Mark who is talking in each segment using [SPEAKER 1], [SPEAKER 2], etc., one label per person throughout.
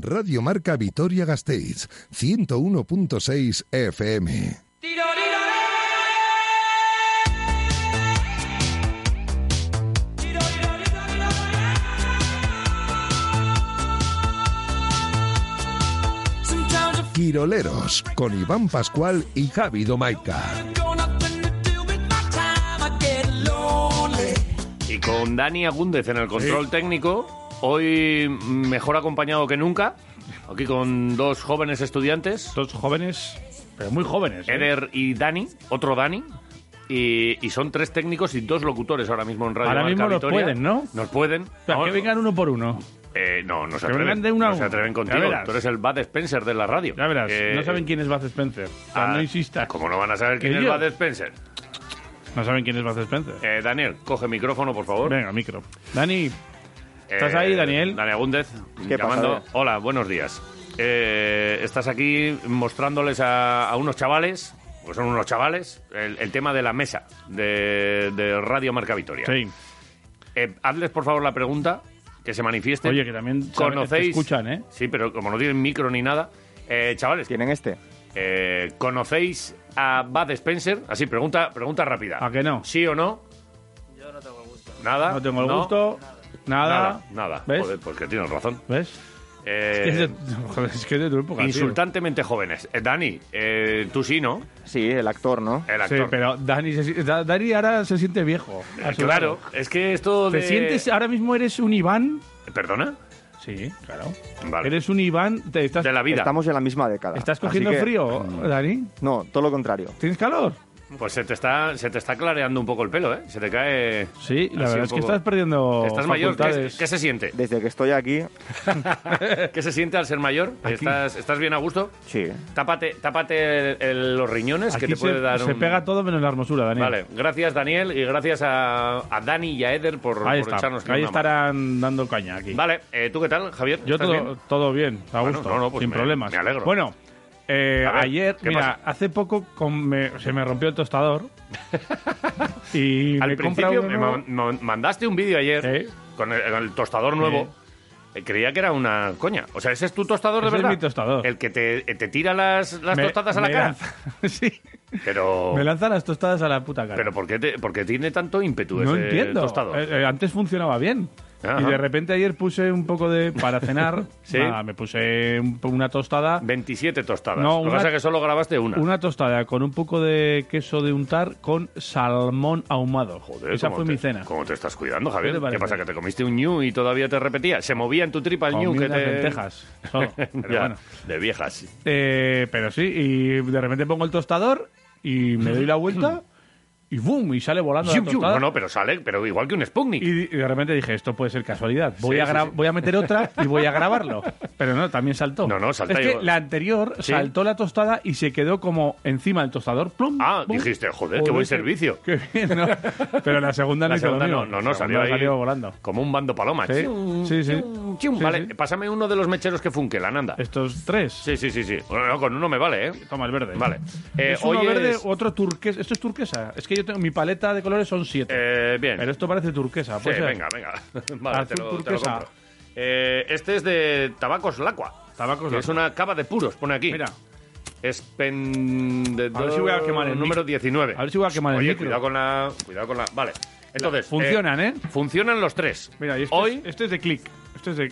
[SPEAKER 1] Radio Marca Vitoria Gasteiz, 101.6 FM. Quiroleros, con Iván Pascual y Javi Domaica.
[SPEAKER 2] Y con Dani Agúndez en el control técnico, hoy mejor acompañado que nunca, aquí con dos jóvenes estudiantes.
[SPEAKER 3] Dos jóvenes, pero muy jóvenes. ¿eh?
[SPEAKER 2] Eder y Dani, otro Dani. Y, y son tres técnicos y dos locutores ahora mismo en Radio
[SPEAKER 3] Ahora
[SPEAKER 2] Marca
[SPEAKER 3] mismo nos
[SPEAKER 2] Vitoria.
[SPEAKER 3] pueden, ¿no?
[SPEAKER 2] Nos pueden.
[SPEAKER 3] O sea, que vengan uno por uno.
[SPEAKER 2] Eh, no, no se
[SPEAKER 3] Que
[SPEAKER 2] atreven.
[SPEAKER 3] vengan de uno a
[SPEAKER 2] no se
[SPEAKER 3] uno.
[SPEAKER 2] atreven
[SPEAKER 3] Ya
[SPEAKER 2] contigo.
[SPEAKER 3] verás.
[SPEAKER 2] Tú eres el Bad Spencer de la radio.
[SPEAKER 3] Ya verás,
[SPEAKER 2] Eh,
[SPEAKER 3] no saben quién es Baz Spencer. O sea,
[SPEAKER 2] ah,
[SPEAKER 3] no insistas.
[SPEAKER 2] ¿Cómo no van a saber quién
[SPEAKER 3] Que
[SPEAKER 2] es
[SPEAKER 3] yo.
[SPEAKER 2] Bad Spencer?
[SPEAKER 3] No saben quién es Baz Spencer.
[SPEAKER 2] Eh, Daniel, coge micrófono, por favor.
[SPEAKER 3] Venga, micro. Dani, ¿Estás
[SPEAKER 2] Eh,
[SPEAKER 3] ahí, Daniel?
[SPEAKER 2] Dani Agúndez,
[SPEAKER 4] ¿Qué pasa,
[SPEAKER 2] llamando.
[SPEAKER 4] Dani?
[SPEAKER 2] Hola, buenos días. Eh, estás aquí mostrándoles a, a unos chavales, porque son unos chavales, el, el tema de la mesa de, de Radio Marca Vitoria.
[SPEAKER 3] sí.
[SPEAKER 2] Eh, hazles, por favor, la pregunta, que se manifiesten.
[SPEAKER 3] Oye, que también sabe- te
[SPEAKER 2] ¿Conocéis?
[SPEAKER 3] escuchan, ¿eh?
[SPEAKER 2] Sí, pero como no tienen micro ni nada. eh, chavales,
[SPEAKER 4] ¿Tienen este?
[SPEAKER 2] eh, ¿conocéis a Bud Spencer? Así, pregunta, pregunta rápida.
[SPEAKER 3] ¿A que no?
[SPEAKER 2] ¿Sí o no? Yo no tengo el gusto. ¿Nada?
[SPEAKER 3] No tengo el gusto. Nada.
[SPEAKER 2] Nada, nada.
[SPEAKER 3] ¿Ves?
[SPEAKER 2] Joder, pues que tienes razón.
[SPEAKER 3] ¿Ves?
[SPEAKER 2] Eh,
[SPEAKER 3] Es de- joder, es que es de tu época. tío.
[SPEAKER 2] insultantemente jóvenes. Eh, Dani, eh, tú sí, ¿no?
[SPEAKER 4] Sí, el actor, ¿no?
[SPEAKER 2] El
[SPEAKER 3] Sí,
[SPEAKER 2] actor.
[SPEAKER 3] pero Dani, se si- Da- Dani ahora se siente viejo.
[SPEAKER 2] Eh, Claro, es que esto
[SPEAKER 3] ¿Te
[SPEAKER 2] de...
[SPEAKER 3] sientes, ahora mismo eres un Iván?
[SPEAKER 2] ¿Perdona?
[SPEAKER 3] Sí, claro.
[SPEAKER 2] Vale.
[SPEAKER 3] Eres un Iván, te estás,
[SPEAKER 2] De la vida.
[SPEAKER 4] Estamos en la misma década.
[SPEAKER 3] ¿estás
[SPEAKER 4] así
[SPEAKER 3] cogiendo
[SPEAKER 4] que- Mm.
[SPEAKER 3] frío, Dani.
[SPEAKER 4] No, todo lo contrario.
[SPEAKER 3] ¿Tienes calor?
[SPEAKER 2] Pues se te, está, se te está clareando un poco el pelo, ¿eh? Se te cae...
[SPEAKER 3] Sí, la
[SPEAKER 2] así un
[SPEAKER 3] verdad es que
[SPEAKER 2] poco.
[SPEAKER 3] estás perdiendo
[SPEAKER 2] Estás mayor. ¿Qué,
[SPEAKER 3] facultades.
[SPEAKER 2] qué se siente?
[SPEAKER 4] Desde que estoy aquí,
[SPEAKER 2] ¿Qué se siente al ser mayor? ¿Estás, ¿Estás bien a gusto?
[SPEAKER 4] sí.
[SPEAKER 2] Tápate, tápate el- el- los riñones
[SPEAKER 3] Aquí
[SPEAKER 2] que te
[SPEAKER 3] se,
[SPEAKER 2] puede dar
[SPEAKER 3] se
[SPEAKER 2] un...
[SPEAKER 3] pega todo menos la hermosura, Dani.
[SPEAKER 2] Vale, gracias Daniel y gracias a, a Dani y a Eder por,
[SPEAKER 3] Ahí,
[SPEAKER 2] por
[SPEAKER 3] está.
[SPEAKER 2] echarnos aquí
[SPEAKER 3] Ahí
[SPEAKER 2] una
[SPEAKER 3] estarán dando caña aquí.
[SPEAKER 2] mano. Vale, eh, ¿tú qué tal, Javier?
[SPEAKER 3] Yo
[SPEAKER 2] ¿Estás
[SPEAKER 3] todo
[SPEAKER 2] bien?
[SPEAKER 3] bien, todo bien a
[SPEAKER 2] Bueno,
[SPEAKER 3] gusto,
[SPEAKER 2] no, no, pues
[SPEAKER 3] sin
[SPEAKER 2] me-
[SPEAKER 3] problemas.
[SPEAKER 2] me alegro.
[SPEAKER 3] Bueno, eh,
[SPEAKER 2] A ver,
[SPEAKER 3] ayer,
[SPEAKER 2] ¿qué
[SPEAKER 3] mira, hace poco con- me- se me rompió el tostador y
[SPEAKER 2] Al
[SPEAKER 3] me compra
[SPEAKER 2] principio
[SPEAKER 3] uno
[SPEAKER 2] me
[SPEAKER 3] nuevo.
[SPEAKER 2] man- man- mandaste un vídeo ayer
[SPEAKER 3] ¿Eh?
[SPEAKER 2] con el, el tostador nuevo. Eh, Creía que era una coña. O sea, ese es tu tostador de
[SPEAKER 3] Ese es
[SPEAKER 2] verdad.
[SPEAKER 3] mi tostador.
[SPEAKER 2] El que te, te tira las, las
[SPEAKER 3] Me-
[SPEAKER 2] tostadas a la
[SPEAKER 3] me
[SPEAKER 2] cara.
[SPEAKER 3] lanza- sí,
[SPEAKER 2] Pero,
[SPEAKER 3] me lanza las tostadas a la puta cara.
[SPEAKER 2] Oh. pero ¿por qué, te- por qué tiene tanto ímpetu
[SPEAKER 3] no
[SPEAKER 2] ese
[SPEAKER 3] entiendo.
[SPEAKER 2] tostador?
[SPEAKER 3] Eh, eh, antes funcionaba bien.
[SPEAKER 2] Ajá.
[SPEAKER 3] Y de repente ayer puse un poco de... Para cenar,
[SPEAKER 2] Sí.
[SPEAKER 3] nada, me puse un po- una tostada
[SPEAKER 2] 27 tostadas.
[SPEAKER 3] No,
[SPEAKER 2] Lo que
[SPEAKER 3] una-
[SPEAKER 2] pasa es que solo grabaste una.
[SPEAKER 3] Una tostada con un poco de queso de untar con salmón ahumado.
[SPEAKER 2] Joder,
[SPEAKER 3] Esa
[SPEAKER 2] cómo
[SPEAKER 3] fue
[SPEAKER 2] te-
[SPEAKER 3] mi cena.
[SPEAKER 2] ¿Cómo te estás cuidando, Javier?
[SPEAKER 3] ¿Qué
[SPEAKER 2] ¿Qué,
[SPEAKER 3] te parece?
[SPEAKER 2] pasa? ¿Que te comiste un ñu y todavía te repetía? ¿Se movía en tu tripa el
[SPEAKER 3] Comí
[SPEAKER 2] ñu que
[SPEAKER 3] unas
[SPEAKER 2] te.
[SPEAKER 3] lentejas solo, pero
[SPEAKER 2] Ya,
[SPEAKER 3] bueno.
[SPEAKER 2] De viejas.
[SPEAKER 3] Eh, pero sí, y de repente pongo el tostador y me doy la vuelta y ¡bum! Y sale volando la
[SPEAKER 2] Yum, yum.
[SPEAKER 3] tostada.
[SPEAKER 2] No, no, pero sale, pero igual que un Sputnik.
[SPEAKER 3] Y, di- y de repente dije, esto puede ser casualidad. Voy,
[SPEAKER 2] Sí,
[SPEAKER 3] a
[SPEAKER 2] sí,
[SPEAKER 3] gra-
[SPEAKER 2] sí.
[SPEAKER 3] voy a meter otra y voy a grabarlo. Pero no, también saltó.
[SPEAKER 2] No, no, salta
[SPEAKER 3] Es que
[SPEAKER 2] y-
[SPEAKER 3] la anterior
[SPEAKER 2] ¿Sí?
[SPEAKER 3] saltó la tostada y se quedó como encima del tostador. Plum,
[SPEAKER 2] Ah,
[SPEAKER 3] pum.
[SPEAKER 2] dijiste, joder, qué buen servicio.
[SPEAKER 3] Qué bien, ¿no? Pero la segunda no
[SPEAKER 2] La
[SPEAKER 3] hizo lo
[SPEAKER 2] segunda
[SPEAKER 3] mismo.
[SPEAKER 2] no, no, no,
[SPEAKER 3] La
[SPEAKER 2] salió
[SPEAKER 3] segunda
[SPEAKER 2] ahí
[SPEAKER 3] volando.
[SPEAKER 2] como un bando paloma.
[SPEAKER 3] Sí,
[SPEAKER 2] Chium,
[SPEAKER 3] sí, sí.
[SPEAKER 2] chium, chium.
[SPEAKER 3] Sí,
[SPEAKER 2] vale,
[SPEAKER 3] sí.
[SPEAKER 2] pásame uno de los mecheros que funkelan, anda.
[SPEAKER 3] Estos tres.
[SPEAKER 2] Sí, sí, sí, sí. Bueno, no, con uno me vale, ¿eh?
[SPEAKER 3] Toma el verde.
[SPEAKER 2] Vale. Eh,
[SPEAKER 3] es uno
[SPEAKER 2] hoy
[SPEAKER 3] verde,
[SPEAKER 2] es-
[SPEAKER 3] otro turquesa. Esto es turquesa. Es que yo tengo mi paleta de colores son siete.
[SPEAKER 2] Eh, bien.
[SPEAKER 3] pero esto parece turquesa.
[SPEAKER 2] Sí,
[SPEAKER 3] Puede ser.
[SPEAKER 2] venga, venga. Vale,
[SPEAKER 3] Azul
[SPEAKER 2] te lo, te lo
[SPEAKER 3] turquesa.
[SPEAKER 2] compro. Eh, este es de Tabacos Lacua.
[SPEAKER 3] Tabacos
[SPEAKER 2] que
[SPEAKER 3] Lacua.
[SPEAKER 2] Es una cava de puros, pone aquí.
[SPEAKER 3] Mira,
[SPEAKER 2] Es pendedor
[SPEAKER 3] A ver si voy a quemar el
[SPEAKER 2] número 19.
[SPEAKER 3] A ver si voy a quemar el
[SPEAKER 2] Oye,
[SPEAKER 3] micro.
[SPEAKER 2] cuidado con la... Cuidado con la... Vale. Entonces...
[SPEAKER 3] funcionan, ¿eh?
[SPEAKER 2] Funcionan los tres.
[SPEAKER 3] mira, y este,
[SPEAKER 2] Hoy...
[SPEAKER 3] es, este es de click. Este es de.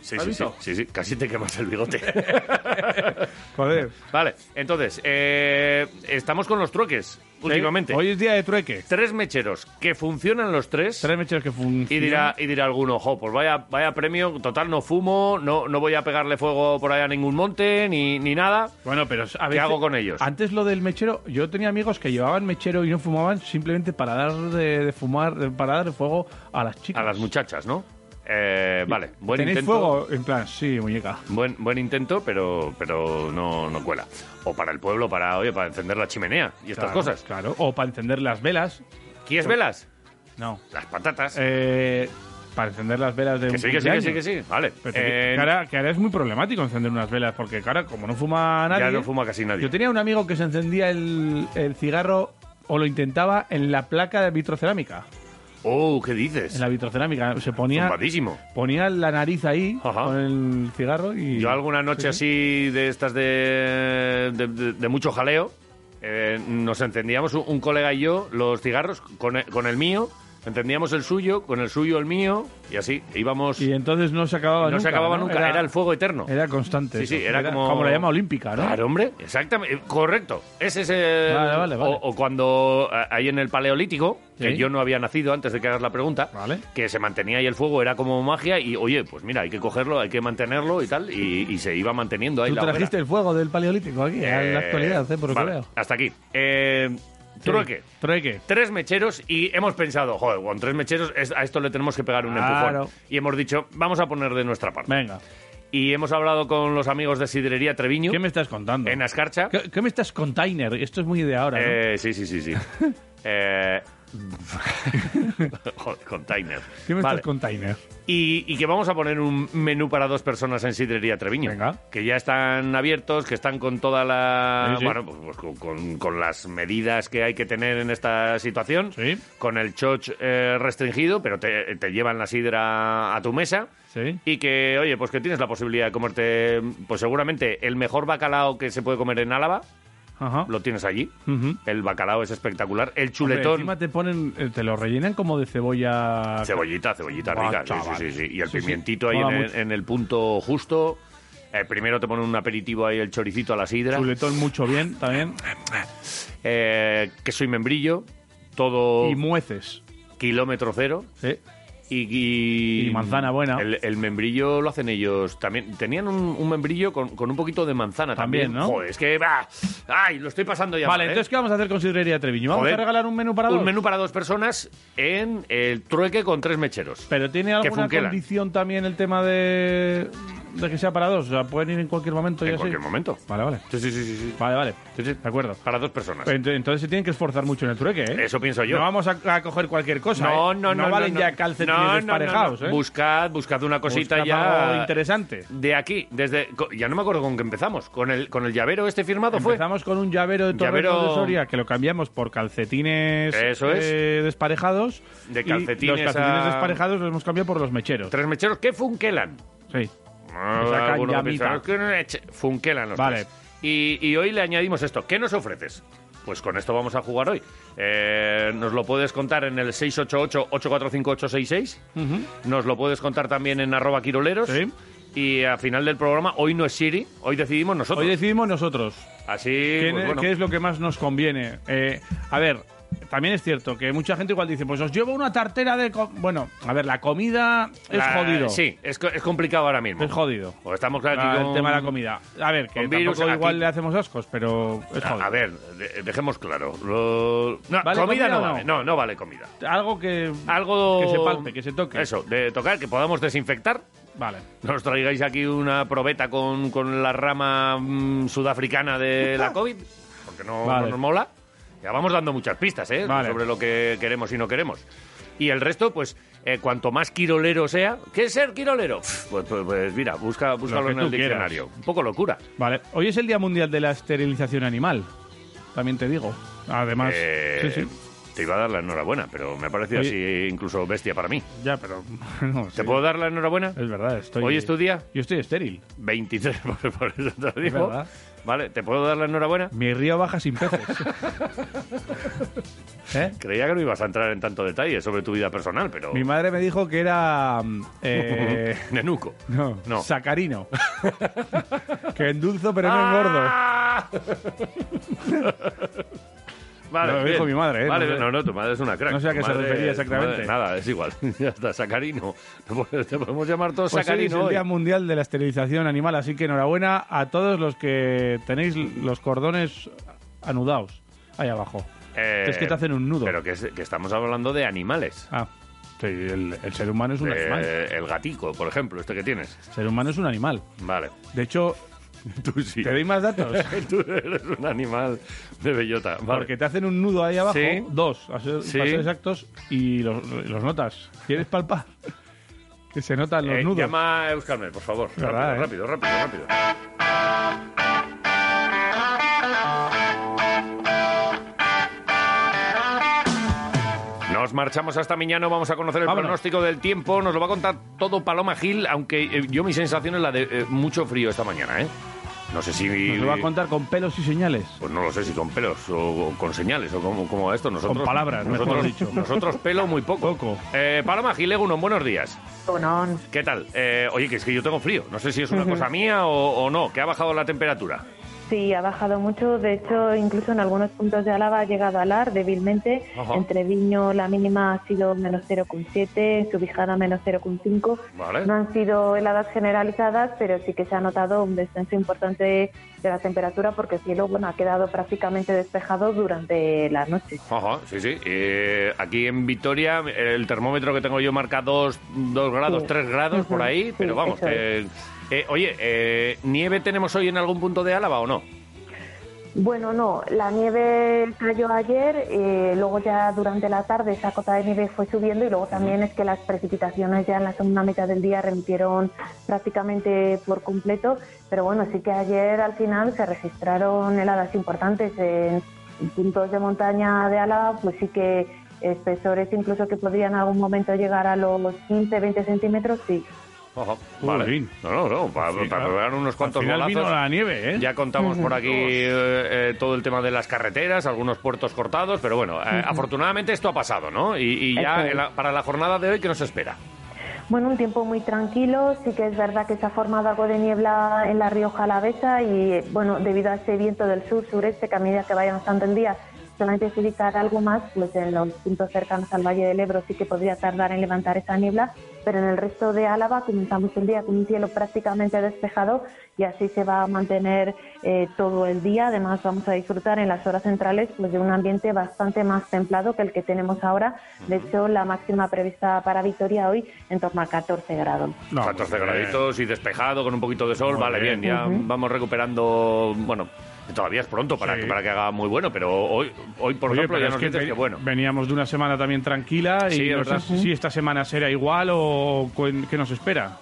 [SPEAKER 2] Sí,
[SPEAKER 3] ¿Has
[SPEAKER 2] sí, sí,
[SPEAKER 3] visto?
[SPEAKER 2] sí, sí. Casi te quemas el bigote.
[SPEAKER 3] Joder.
[SPEAKER 2] Vale, entonces, eh, estamos con los trueques últimamente.
[SPEAKER 3] Sí, Hoy es día de trueque.
[SPEAKER 2] Tres mecheros que funcionan los tres.
[SPEAKER 3] Tres mecheros que funcionan.
[SPEAKER 2] Y dirá, y dirá alguno, jo, pues vaya, vaya premio, total no fumo, no, no voy a pegarle fuego por ahí a ningún monte, ni, ni nada.
[SPEAKER 3] Bueno, pero a
[SPEAKER 2] ¿Qué
[SPEAKER 3] veces-
[SPEAKER 2] hago con ellos?
[SPEAKER 3] Antes lo del mechero, yo tenía amigos que llevaban mechero y no fumaban simplemente para dar de, de fumar, de- para dar fuego a las chicas.
[SPEAKER 2] A las muchachas, ¿no? Eh, vale, buen
[SPEAKER 3] ¿Tenéis
[SPEAKER 2] intento.
[SPEAKER 3] fuego? En plan, sí, muñeca.
[SPEAKER 2] Buen, buen intento, pero, pero no, no cuela. O para el pueblo, para, oye, para encender la chimenea y estas
[SPEAKER 3] Claro,
[SPEAKER 2] cosas.
[SPEAKER 3] Claro. O para encender las velas.
[SPEAKER 2] ¿Quieres velas?
[SPEAKER 3] No.
[SPEAKER 2] Las patatas.
[SPEAKER 3] Eh, para encender las velas de
[SPEAKER 2] que
[SPEAKER 3] un
[SPEAKER 2] sí, que sí, que sí, que
[SPEAKER 3] cumpleaños.
[SPEAKER 2] sí. Vale.
[SPEAKER 3] Pero te-
[SPEAKER 2] Eh,
[SPEAKER 3] que, ahora, que ahora es muy problemático encender unas velas, porque cara, como no fuma nadie...
[SPEAKER 2] ya no fuma casi nadie.
[SPEAKER 3] Yo tenía un amigo que se encendía el, el cigarro o lo intentaba en la placa de vitrocerámica.
[SPEAKER 2] Oh, ¿qué dices?
[SPEAKER 3] En la vitrocerámica. Se ponía,
[SPEAKER 2] Zumbadísimo.
[SPEAKER 3] ponía la nariz ahí
[SPEAKER 2] Ajá.
[SPEAKER 3] con el cigarro y.
[SPEAKER 2] Yo alguna noche
[SPEAKER 3] Sí,
[SPEAKER 2] así de estas de, de, de- de mucho jaleo, eh, nos entendíamos un, un colega y yo los cigarros con el, con el mío, entendíamos el suyo, con el suyo el mío, y así e íbamos...
[SPEAKER 3] sí. Y entonces no Eh. se acababa
[SPEAKER 2] no
[SPEAKER 3] nunca.
[SPEAKER 2] se acababa nunca, era, el fuego eterno.
[SPEAKER 3] Era constante.
[SPEAKER 2] Sí, sí,
[SPEAKER 3] eso.
[SPEAKER 2] era como-
[SPEAKER 3] la llama olímpica, ¿no?
[SPEAKER 2] Claro, hombre, exactamente, eh, correcto. Ese es el-
[SPEAKER 3] Vale, vale, vale.
[SPEAKER 2] O, o cuando a- ahí en el Paleolítico, que
[SPEAKER 3] Sí.
[SPEAKER 2] yo no había nacido antes de que hagas la pregunta,
[SPEAKER 3] Vale.
[SPEAKER 2] que se mantenía ahí el fuego, era como magia y oye, pues mira, hay que cogerlo, hay que mantenerlo y tal, y, y se iba manteniendo ahí
[SPEAKER 3] Tú
[SPEAKER 2] la hoguera.
[SPEAKER 3] trajiste el fuego del paleolítico aquí, a
[SPEAKER 2] Eh,
[SPEAKER 3] la actualidad, ¿eh? Por lo
[SPEAKER 2] vale,
[SPEAKER 3] que veo.
[SPEAKER 2] Hasta aquí. Eh,
[SPEAKER 3] Sí.
[SPEAKER 2] Trueque.
[SPEAKER 3] Trueque.
[SPEAKER 2] Tres mecheros y hemos pensado, joder, con tres mecheros es- a esto le tenemos que pegar un
[SPEAKER 3] Claro.
[SPEAKER 2] empujón. Y hemos dicho, vamos a poner de nuestra parte.
[SPEAKER 3] Venga.
[SPEAKER 2] Y hemos hablado con los amigos de Sidrería Treviño
[SPEAKER 3] ¿Qué me estás contando?
[SPEAKER 2] en Ascarcha.
[SPEAKER 3] ¿Qué, qué me estás container? Esto es muy de ahora, ¿no?
[SPEAKER 2] Eh, sí, sí, sí, sí. eh... joder, container.
[SPEAKER 3] ¿Qué me
[SPEAKER 2] Vale.
[SPEAKER 3] estás container?
[SPEAKER 2] Y, y que vamos a poner un menú para dos personas en Sidrería Treviño.
[SPEAKER 3] Venga.
[SPEAKER 2] Que ya están abiertos, que están con toda la.
[SPEAKER 3] Sí, sí.
[SPEAKER 2] Bueno, pues, pues, con, con- con las medidas que hay que tener en esta situación.
[SPEAKER 3] Sí.
[SPEAKER 2] Con el choch eh, restringido, pero te, te llevan la sidra a tu mesa.
[SPEAKER 3] Sí.
[SPEAKER 2] Y que, oye, pues que tienes la posibilidad de comerte, pues seguramente el mejor bacalao que se puede comer en Álava,
[SPEAKER 3] Ajá.
[SPEAKER 2] lo tienes allí.
[SPEAKER 3] Ah. Ujú.
[SPEAKER 2] El bacalao es espectacular. El
[SPEAKER 3] Hombre,
[SPEAKER 2] chuletón.
[SPEAKER 3] encima te ponen, eh, te lo rellenan como de cebolla.
[SPEAKER 2] Ah, Cebollita, cebollita
[SPEAKER 3] Buah,
[SPEAKER 2] rica. Sí,
[SPEAKER 3] Ah, chaval.
[SPEAKER 2] sí, sí, sí. Y el
[SPEAKER 3] Sí, sí.
[SPEAKER 2] pimientito ahí
[SPEAKER 3] Mola
[SPEAKER 2] en el,
[SPEAKER 3] mucho.
[SPEAKER 2] en el punto justo. Eh, primero te ponen un aperitivo ahí, el choricito a la sidra.
[SPEAKER 3] Chuletón mucho bien también.
[SPEAKER 2] Eh, queso y membrillo. Todo
[SPEAKER 3] Y mueces.
[SPEAKER 2] kilómetro cero.
[SPEAKER 3] Sí.
[SPEAKER 2] Y,
[SPEAKER 3] Y manzana buena.
[SPEAKER 2] El, el membrillo lo hacen ellos también. Tenían un, un membrillo con, con un poquito de manzana también.
[SPEAKER 3] También, ¿no?
[SPEAKER 2] Joder, es que va. Ay, lo estoy pasando ya.
[SPEAKER 3] Vale,
[SPEAKER 2] mal, ¿eh?
[SPEAKER 3] entonces, ¿qué vamos a hacer con Sidrería Treviño? ¿Vamos
[SPEAKER 2] Joder.
[SPEAKER 3] a regalar un menú para dos?
[SPEAKER 2] Un menú para dos personas en el trueque con tres mecheros.
[SPEAKER 3] Pero ¿tiene alguna
[SPEAKER 2] funquela.
[SPEAKER 3] condición también el tema de, de que sea para dos? O sea, pueden ir en cualquier momento y
[SPEAKER 2] en
[SPEAKER 3] así?
[SPEAKER 2] cualquier momento.
[SPEAKER 3] Vale, vale.
[SPEAKER 2] Sí, sí, sí, sí, sí.
[SPEAKER 3] Vale, vale.
[SPEAKER 2] Sí, sí.
[SPEAKER 3] De acuerdo.
[SPEAKER 2] Para dos personas.
[SPEAKER 3] Ent- Entonces se tienen que esforzar mucho en el trueque, ¿eh?
[SPEAKER 2] Eso pienso yo.
[SPEAKER 3] No vamos a, a coger cualquier cosa.
[SPEAKER 2] No,
[SPEAKER 3] ¿eh?
[SPEAKER 2] no, no.
[SPEAKER 3] No valen
[SPEAKER 2] no.
[SPEAKER 3] ya calcetines
[SPEAKER 2] No, no, no,
[SPEAKER 3] desparejados,
[SPEAKER 2] no.
[SPEAKER 3] ¿eh?
[SPEAKER 2] Buscad, buscad una cosita
[SPEAKER 3] Buscad
[SPEAKER 2] ya.
[SPEAKER 3] algo interesante.
[SPEAKER 2] De aquí, desde. co- Ya no me acuerdo con qué empezamos. Con el, con el llavero este firmado fue.
[SPEAKER 3] Empezamos con un llavero de Torrejón
[SPEAKER 2] Llavero-
[SPEAKER 3] de Soria que lo cambiamos por calcetines
[SPEAKER 2] Eso es.
[SPEAKER 3] eh, desparejados.
[SPEAKER 2] De
[SPEAKER 3] y
[SPEAKER 2] calcetines
[SPEAKER 3] los calcetines
[SPEAKER 2] a-
[SPEAKER 3] desparejados los hemos cambiado por los mecheros.
[SPEAKER 2] Tres mecheros. ¿Qué funkelan?
[SPEAKER 3] Sí.
[SPEAKER 2] Ah,
[SPEAKER 3] sacan
[SPEAKER 2] alguno
[SPEAKER 3] llamita.
[SPEAKER 2] pensará, "Es que no he hecho-". Funkelan los
[SPEAKER 3] Vale.
[SPEAKER 2] tres. Y, y hoy le añadimos esto. ¿Qué nos ofreces? Pues con esto vamos a jugar hoy. Eh, nos lo puedes contar en el 688-845-866. Nos lo puedes contar también en arroba quiroleros.
[SPEAKER 3] Sí.
[SPEAKER 2] Y al final del programa, hoy no es Siri, hoy decidimos nosotros.
[SPEAKER 3] Hoy decidimos nosotros
[SPEAKER 2] Así,
[SPEAKER 3] qué,
[SPEAKER 2] pues, bueno.
[SPEAKER 3] qué es lo que más nos conviene. Eh, a ver, también es cierto que mucha gente igual dice, pues os llevo una tartera de... co-". Bueno, a ver, la comida es
[SPEAKER 2] La-
[SPEAKER 3] jodido.
[SPEAKER 2] Sí, es, co- es complicado ahora mismo.
[SPEAKER 3] Es jodido.
[SPEAKER 2] O estamos aquí
[SPEAKER 3] Ah,
[SPEAKER 2] con-
[SPEAKER 3] El tema de la comida. A ver, que
[SPEAKER 2] con
[SPEAKER 3] tampoco
[SPEAKER 2] virus aquí-
[SPEAKER 3] igual le hacemos ascos, pero es jodido.
[SPEAKER 2] A, a ver, de- dejemos claro. lo- No,
[SPEAKER 3] ¿Vale comida
[SPEAKER 2] comida, no
[SPEAKER 3] o no?
[SPEAKER 2] vale. No, no vale comida.
[SPEAKER 3] Algo que...
[SPEAKER 2] Algo...
[SPEAKER 3] Que se palpe, que se toque.
[SPEAKER 2] Eso, de tocar, que podamos desinfectar.
[SPEAKER 3] Vale.
[SPEAKER 2] No os traigáis aquí una probeta con, con la rama mm, sudafricana de la COVID, porque no,
[SPEAKER 3] Vale.
[SPEAKER 2] no nos mola. Ya vamos dando muchas pistas ¿eh?
[SPEAKER 3] Vale.
[SPEAKER 2] sobre lo que queremos y no queremos. Y el resto, pues, eh, cuanto más quirolero sea... ¿Qué es ser quirolero? Pf, Pues, pues- pues mira, busca, búscalo
[SPEAKER 3] que
[SPEAKER 2] en el
[SPEAKER 3] tú quieras.
[SPEAKER 2] diccionario. Un poco locura.
[SPEAKER 3] Vale, hoy es el Día Mundial de la Esterilización Animal, también te digo. Además,
[SPEAKER 2] Eh,
[SPEAKER 3] sí, sí.
[SPEAKER 2] Te iba a dar la enhorabuena, pero me ha parecido
[SPEAKER 3] Oye.
[SPEAKER 2] así incluso bestia para mí.
[SPEAKER 3] Ya, pero... no,
[SPEAKER 2] ¿Te
[SPEAKER 3] sí.
[SPEAKER 2] puedo dar la enhorabuena?
[SPEAKER 3] Es verdad, estoy...
[SPEAKER 2] ¿Hoy es tu día?
[SPEAKER 3] Yo estoy estéril.
[SPEAKER 2] 23, por, por eso te lo digo.
[SPEAKER 3] verdad.
[SPEAKER 2] Vale, ¿te puedo dar la enhorabuena?
[SPEAKER 3] Mi río baja sin peces. ¿Eh?
[SPEAKER 2] Creía que no ibas a entrar en tanto detalle sobre tu vida personal, pero...
[SPEAKER 3] Mi madre me dijo que era... mm, eh,
[SPEAKER 2] Nenuco.
[SPEAKER 3] no,
[SPEAKER 2] No.
[SPEAKER 3] sacarino. que endulzo pero no engordo.
[SPEAKER 2] ¡Ah! vale,
[SPEAKER 3] No, lo dijo
[SPEAKER 2] bien.
[SPEAKER 3] mi madre, ¿eh?
[SPEAKER 2] Vale,
[SPEAKER 3] No
[SPEAKER 2] no,
[SPEAKER 3] sé.
[SPEAKER 2] no, tu madre es una crack.
[SPEAKER 3] No sé a
[SPEAKER 2] Tu
[SPEAKER 3] qué se
[SPEAKER 2] madre-
[SPEAKER 3] refería
[SPEAKER 2] tu
[SPEAKER 3] exactamente.
[SPEAKER 2] madre- nada, es igual. ya está, Sacarino. Te podemos llamar todos
[SPEAKER 3] Pues hoy es
[SPEAKER 2] Sacarino
[SPEAKER 3] el
[SPEAKER 2] hoy.
[SPEAKER 3] Día Mundial de la Esterilización Animal, así que enhorabuena a todos los que tenéis los cordones anudados ahí abajo.
[SPEAKER 2] Eh,
[SPEAKER 3] es que te hacen un nudo.
[SPEAKER 2] Pero que, es- que estamos hablando de animales.
[SPEAKER 3] Ah, sí, el, el ser humano es un
[SPEAKER 2] Eh,
[SPEAKER 3] animal.
[SPEAKER 2] el gatico, por ejemplo, este que tienes.
[SPEAKER 3] El ser humano es un animal.
[SPEAKER 2] Vale.
[SPEAKER 3] De hecho,
[SPEAKER 2] Tú sí.
[SPEAKER 3] te doy más datos.
[SPEAKER 2] Tú eres un animal de bellota. Vale.
[SPEAKER 3] Porque te hacen un nudo ahí abajo,
[SPEAKER 2] Sí.
[SPEAKER 3] dos, a ser-
[SPEAKER 2] Sí.
[SPEAKER 3] para ser exactos, y los, los notas. ¿Quieres palpar? que se notan los
[SPEAKER 2] Eh,
[SPEAKER 3] nudos.
[SPEAKER 2] Llama a Euskalme, por favor.
[SPEAKER 3] Verdad, eh.
[SPEAKER 2] rápido, rápido, rápido, rápido. No os Nos marchamos hasta Miñano, vamos a conocer el
[SPEAKER 3] Vámonos.
[SPEAKER 2] pronóstico del tiempo. Nos lo va a contar todo Paloma Gil, aunque eh, yo mi sensación es la de eh, mucho frío esta mañana, ¿eh? No sé si.
[SPEAKER 3] Nos lo va a contar con pelos y señales.
[SPEAKER 2] Pues no lo sé si con pelos o, o con señales o como, como esto. Nosotros,
[SPEAKER 3] Con palabras, mejor
[SPEAKER 2] nosotros,
[SPEAKER 3] dicho.
[SPEAKER 2] Nosotros pelo muy poco.
[SPEAKER 3] Poco.
[SPEAKER 2] Eh, Paloma Gil, Egunon, buenos días.
[SPEAKER 5] Egunon.
[SPEAKER 2] ¿Qué tal? Eh, oye, que es que yo tengo frío. No sé si es una cosa mía o, o no, que ha bajado la temperatura.
[SPEAKER 5] Sí, ha bajado mucho. De hecho, incluso en algunos puntos de Álava ha llegado a alar débilmente.
[SPEAKER 2] Ajá.
[SPEAKER 5] En Treviño la mínima ha sido menos 0,7, en Subijana menos 0,5.
[SPEAKER 2] Vale.
[SPEAKER 5] No han sido heladas generalizadas, pero sí que se ha notado un descenso importante de la temperatura porque el cielo bueno, ha quedado prácticamente despejado durante la noche.
[SPEAKER 2] Ajá, Oh, sí, sí. Eh, aquí en Vitoria el termómetro que tengo yo marca 2 grados,
[SPEAKER 5] Sí.
[SPEAKER 2] 3 grados por
[SPEAKER 5] Ujú,
[SPEAKER 2] ahí,
[SPEAKER 5] sí,
[SPEAKER 2] pero vamos,
[SPEAKER 5] eso
[SPEAKER 2] que... eh, oye, eh, ¿nieve tenemos hoy en algún punto de Álava o no?
[SPEAKER 5] Bueno, no, la nieve cayó ayer, eh, luego ya durante la tarde esa cota de nieve fue subiendo y luego también es que las precipitaciones ya en la segunda mitad del día remitieron prácticamente por completo, pero bueno, sí que ayer al final se registraron heladas importantes en puntos de montaña de Álava, pues sí que espesores incluso que podrían en algún momento llegar a los 15-20 centímetros, sí.
[SPEAKER 2] Ajá,
[SPEAKER 3] Jolín.
[SPEAKER 2] No, no, no, para,
[SPEAKER 3] Sí,
[SPEAKER 2] para
[SPEAKER 3] claro.
[SPEAKER 2] pegar unos cuantos
[SPEAKER 3] Al final
[SPEAKER 2] golazos.
[SPEAKER 3] vino la nieve, ¿eh?
[SPEAKER 2] Ya contamos por aquí eh, eh, todo el tema de las carreteras, algunos puertos cortados, pero bueno, eh, afortunadamente esto ha pasado, ¿no? Y, y ya
[SPEAKER 5] Eso es.
[SPEAKER 2] en la- para la jornada de hoy, ¿qué nos espera?
[SPEAKER 5] Bueno, un tiempo muy tranquilo, sí que es verdad que se ha formado algo de niebla en la Rioja Alavesa y bueno, debido a ese viento del sur sureste que a medida que vaya avanzando el día solamente se indicará algo más, pues en los puntos cercanos al Valle del Ebro sí que podría tardar en levantar esa niebla, pero en el resto de Álava comenzamos el día con un cielo prácticamente despejado y así se va a mantener eh, todo el día. Además vamos a disfrutar en las horas centrales pues de un ambiente bastante más templado que el que tenemos ahora. De hecho, la máxima prevista para Vitoria hoy en torno a 14 grados.
[SPEAKER 3] No,
[SPEAKER 2] 14
[SPEAKER 3] pues, eh,
[SPEAKER 2] graditos y despejado con un poquito de sol,
[SPEAKER 3] Muy
[SPEAKER 2] vale, bien,
[SPEAKER 3] bien.
[SPEAKER 2] ya vamos recuperando, bueno, todavía es pronto para,
[SPEAKER 3] Sí.
[SPEAKER 2] que, para que haga muy bueno, pero hoy, hoy por
[SPEAKER 3] Oye,
[SPEAKER 2] ejemplo,
[SPEAKER 3] pero
[SPEAKER 2] ya
[SPEAKER 3] es
[SPEAKER 2] nos
[SPEAKER 3] que
[SPEAKER 2] dices
[SPEAKER 3] ve-
[SPEAKER 2] que bueno.
[SPEAKER 3] Veníamos de una semana también tranquila y
[SPEAKER 2] Sí, es
[SPEAKER 3] no
[SPEAKER 2] verdad.
[SPEAKER 3] sé si- si esta semana será igual o cuen- qué nos espera.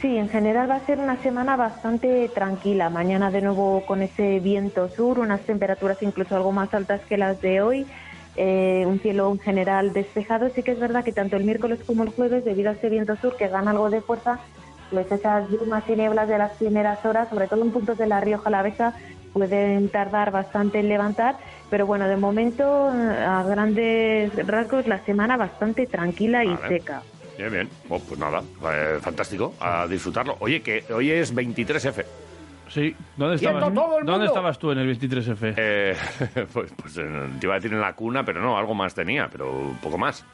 [SPEAKER 5] Sí, en general va a ser una semana bastante tranquila. Mañana de nuevo con ese viento sur, unas temperaturas incluso algo más altas que las de hoy. eh, un cielo en general despejado. Sí que es verdad que tanto el miércoles como el jueves, debido a ese viento sur que gana algo de fuerza, pues esas brumas y nieblas de las primeras horas, sobre todo en puntos de La Rioja Alavesa, pueden tardar bastante en levantar. Pero bueno, de momento, a grandes rasgos, la semana bastante tranquila y
[SPEAKER 2] Vale.
[SPEAKER 5] seca.
[SPEAKER 2] Bien, bien. Oh, pues nada, eh, fantástico, a disfrutarlo. Oye, que hoy es 23F.
[SPEAKER 3] Sí, ¿dónde
[SPEAKER 2] Viendo
[SPEAKER 3] estabas,
[SPEAKER 2] todo el mundo.
[SPEAKER 3] ¿dónde estabas tú en el 23F?
[SPEAKER 2] Eh, pues, pues, eh, te iba a decir en la cuna, pero no, algo más tenía, pero poco más.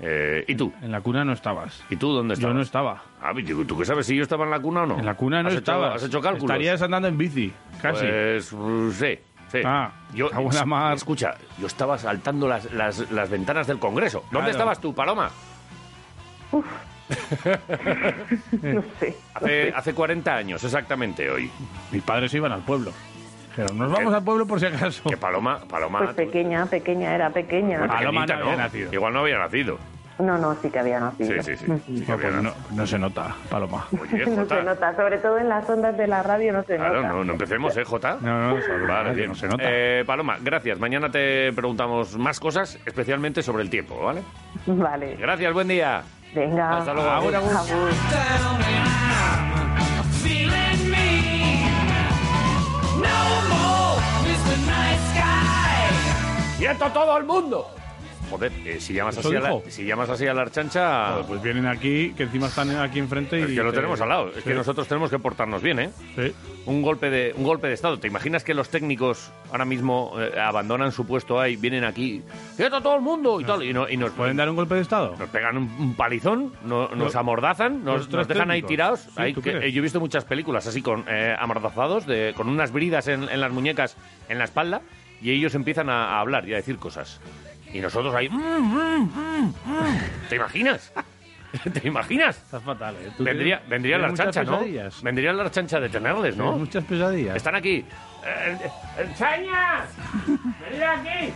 [SPEAKER 2] Eh, ¿Y tú?
[SPEAKER 3] En la cuna no estabas.
[SPEAKER 2] ¿Y tú dónde estabas?
[SPEAKER 3] Yo no estaba.
[SPEAKER 2] Ah, digo, ¿tú qué sabes si yo estaba en la cuna o no?
[SPEAKER 3] En la cuna no
[SPEAKER 2] ¿Has hecho-
[SPEAKER 3] estaba.
[SPEAKER 2] ¿Has hecho cálculos?
[SPEAKER 3] Estarías andando en bici, casi.
[SPEAKER 2] Pues mm, sí, sí.
[SPEAKER 3] Ah, la buena
[SPEAKER 2] es-
[SPEAKER 3] mar.
[SPEAKER 2] Escucha, yo estaba saltando las, las, las ventanas del Congreso. ¿Dónde
[SPEAKER 3] Claro.
[SPEAKER 2] estabas tú, Paloma?
[SPEAKER 5] No sé.
[SPEAKER 2] Hace, hace 40 años, exactamente hoy. Eh,
[SPEAKER 3] Mis padres iban al pueblo. Dijeron, nos vamos al pueblo por si acaso.
[SPEAKER 2] Que Paloma, Paloma...
[SPEAKER 5] Pues
[SPEAKER 2] tú-
[SPEAKER 5] pequeña, pequeña, era pequeña.
[SPEAKER 2] muy
[SPEAKER 3] Paloma
[SPEAKER 2] Pues pequeñita,
[SPEAKER 3] no había nacido.
[SPEAKER 2] Igual no había nacido.
[SPEAKER 5] No, no, sí que había
[SPEAKER 2] Sí,
[SPEAKER 5] nacido.
[SPEAKER 2] sí, sí.
[SPEAKER 5] Ujú.
[SPEAKER 2] sí que
[SPEAKER 3] No,
[SPEAKER 2] había
[SPEAKER 3] pues no,
[SPEAKER 2] nacido.
[SPEAKER 3] no se nota, Paloma.
[SPEAKER 2] Oye,
[SPEAKER 5] No se
[SPEAKER 2] Jota,
[SPEAKER 5] nota, sobre todo en las ondas de la radio no se
[SPEAKER 2] Claro,
[SPEAKER 5] nota.
[SPEAKER 2] no, no empecemos, ¿eh, Jota?
[SPEAKER 3] No, no, sobre
[SPEAKER 2] Vale,
[SPEAKER 3] nadie,
[SPEAKER 2] bien.
[SPEAKER 3] no se nota.
[SPEAKER 2] Eh, Paloma, gracias. Mañana te preguntamos más cosas, especialmente sobre el tiempo, ¿vale?
[SPEAKER 5] Vale,
[SPEAKER 2] Gracias, buen día.
[SPEAKER 5] venga.
[SPEAKER 2] Hasta luego.
[SPEAKER 5] Agur, agur. Agur.
[SPEAKER 6] feeling me. No more Mr. Nice Guy.
[SPEAKER 2] ¡Quieto todo el mundo! Joder, eh, si, llamas
[SPEAKER 3] ¿Esto
[SPEAKER 2] así a la,
[SPEAKER 3] dijo?
[SPEAKER 2] si llamas así a la archancha...
[SPEAKER 3] Joder, pues vienen aquí, que encima están aquí enfrente y...
[SPEAKER 2] es que lo
[SPEAKER 3] te-
[SPEAKER 2] tenemos al lado. Es
[SPEAKER 3] Sí,
[SPEAKER 2] que nosotros tenemos que portarnos bien, ¿eh?
[SPEAKER 3] sí.
[SPEAKER 2] Un golpe de, un golpe de estado. ¿Te imaginas que los técnicos ahora mismo eh, abandonan su puesto ahí, vienen aquí, quieto todo el mundo y tal, y, no- y nos,
[SPEAKER 3] ¿Pueden dar un golpe de estado?
[SPEAKER 2] nos pegan un, un palizón, no- nos
[SPEAKER 3] Lo-
[SPEAKER 2] amordazan, nos,
[SPEAKER 3] los tres
[SPEAKER 2] nos dejan ahí
[SPEAKER 3] técnicos.
[SPEAKER 2] tirados.
[SPEAKER 3] Sí,
[SPEAKER 2] Ahí
[SPEAKER 3] ¿tú
[SPEAKER 2] que-
[SPEAKER 3] crees?
[SPEAKER 2] eh, yo he visto muchas películas así con eh, amordazados, de- con unas bridas en, en las muñecas, en la espalda, y ellos empiezan a, a hablar y a decir cosas. Y nosotros ahí... "Mm, mm, mm, mm". ¿Te imaginas? ¿Te imaginas?
[SPEAKER 3] Estás fatal, ¿eh? Tú
[SPEAKER 2] Vendría,
[SPEAKER 3] tienes-
[SPEAKER 2] vendría la
[SPEAKER 3] tienes muchas
[SPEAKER 2] archancha, ¿no?
[SPEAKER 3] pesadillas.
[SPEAKER 2] Vendría la archancha de tenerles,
[SPEAKER 3] Tienes
[SPEAKER 2] ¿no? Eh,
[SPEAKER 3] Muchas pesadillas.
[SPEAKER 2] Están aquí. ¡Ensaña! ¡Venid aquí!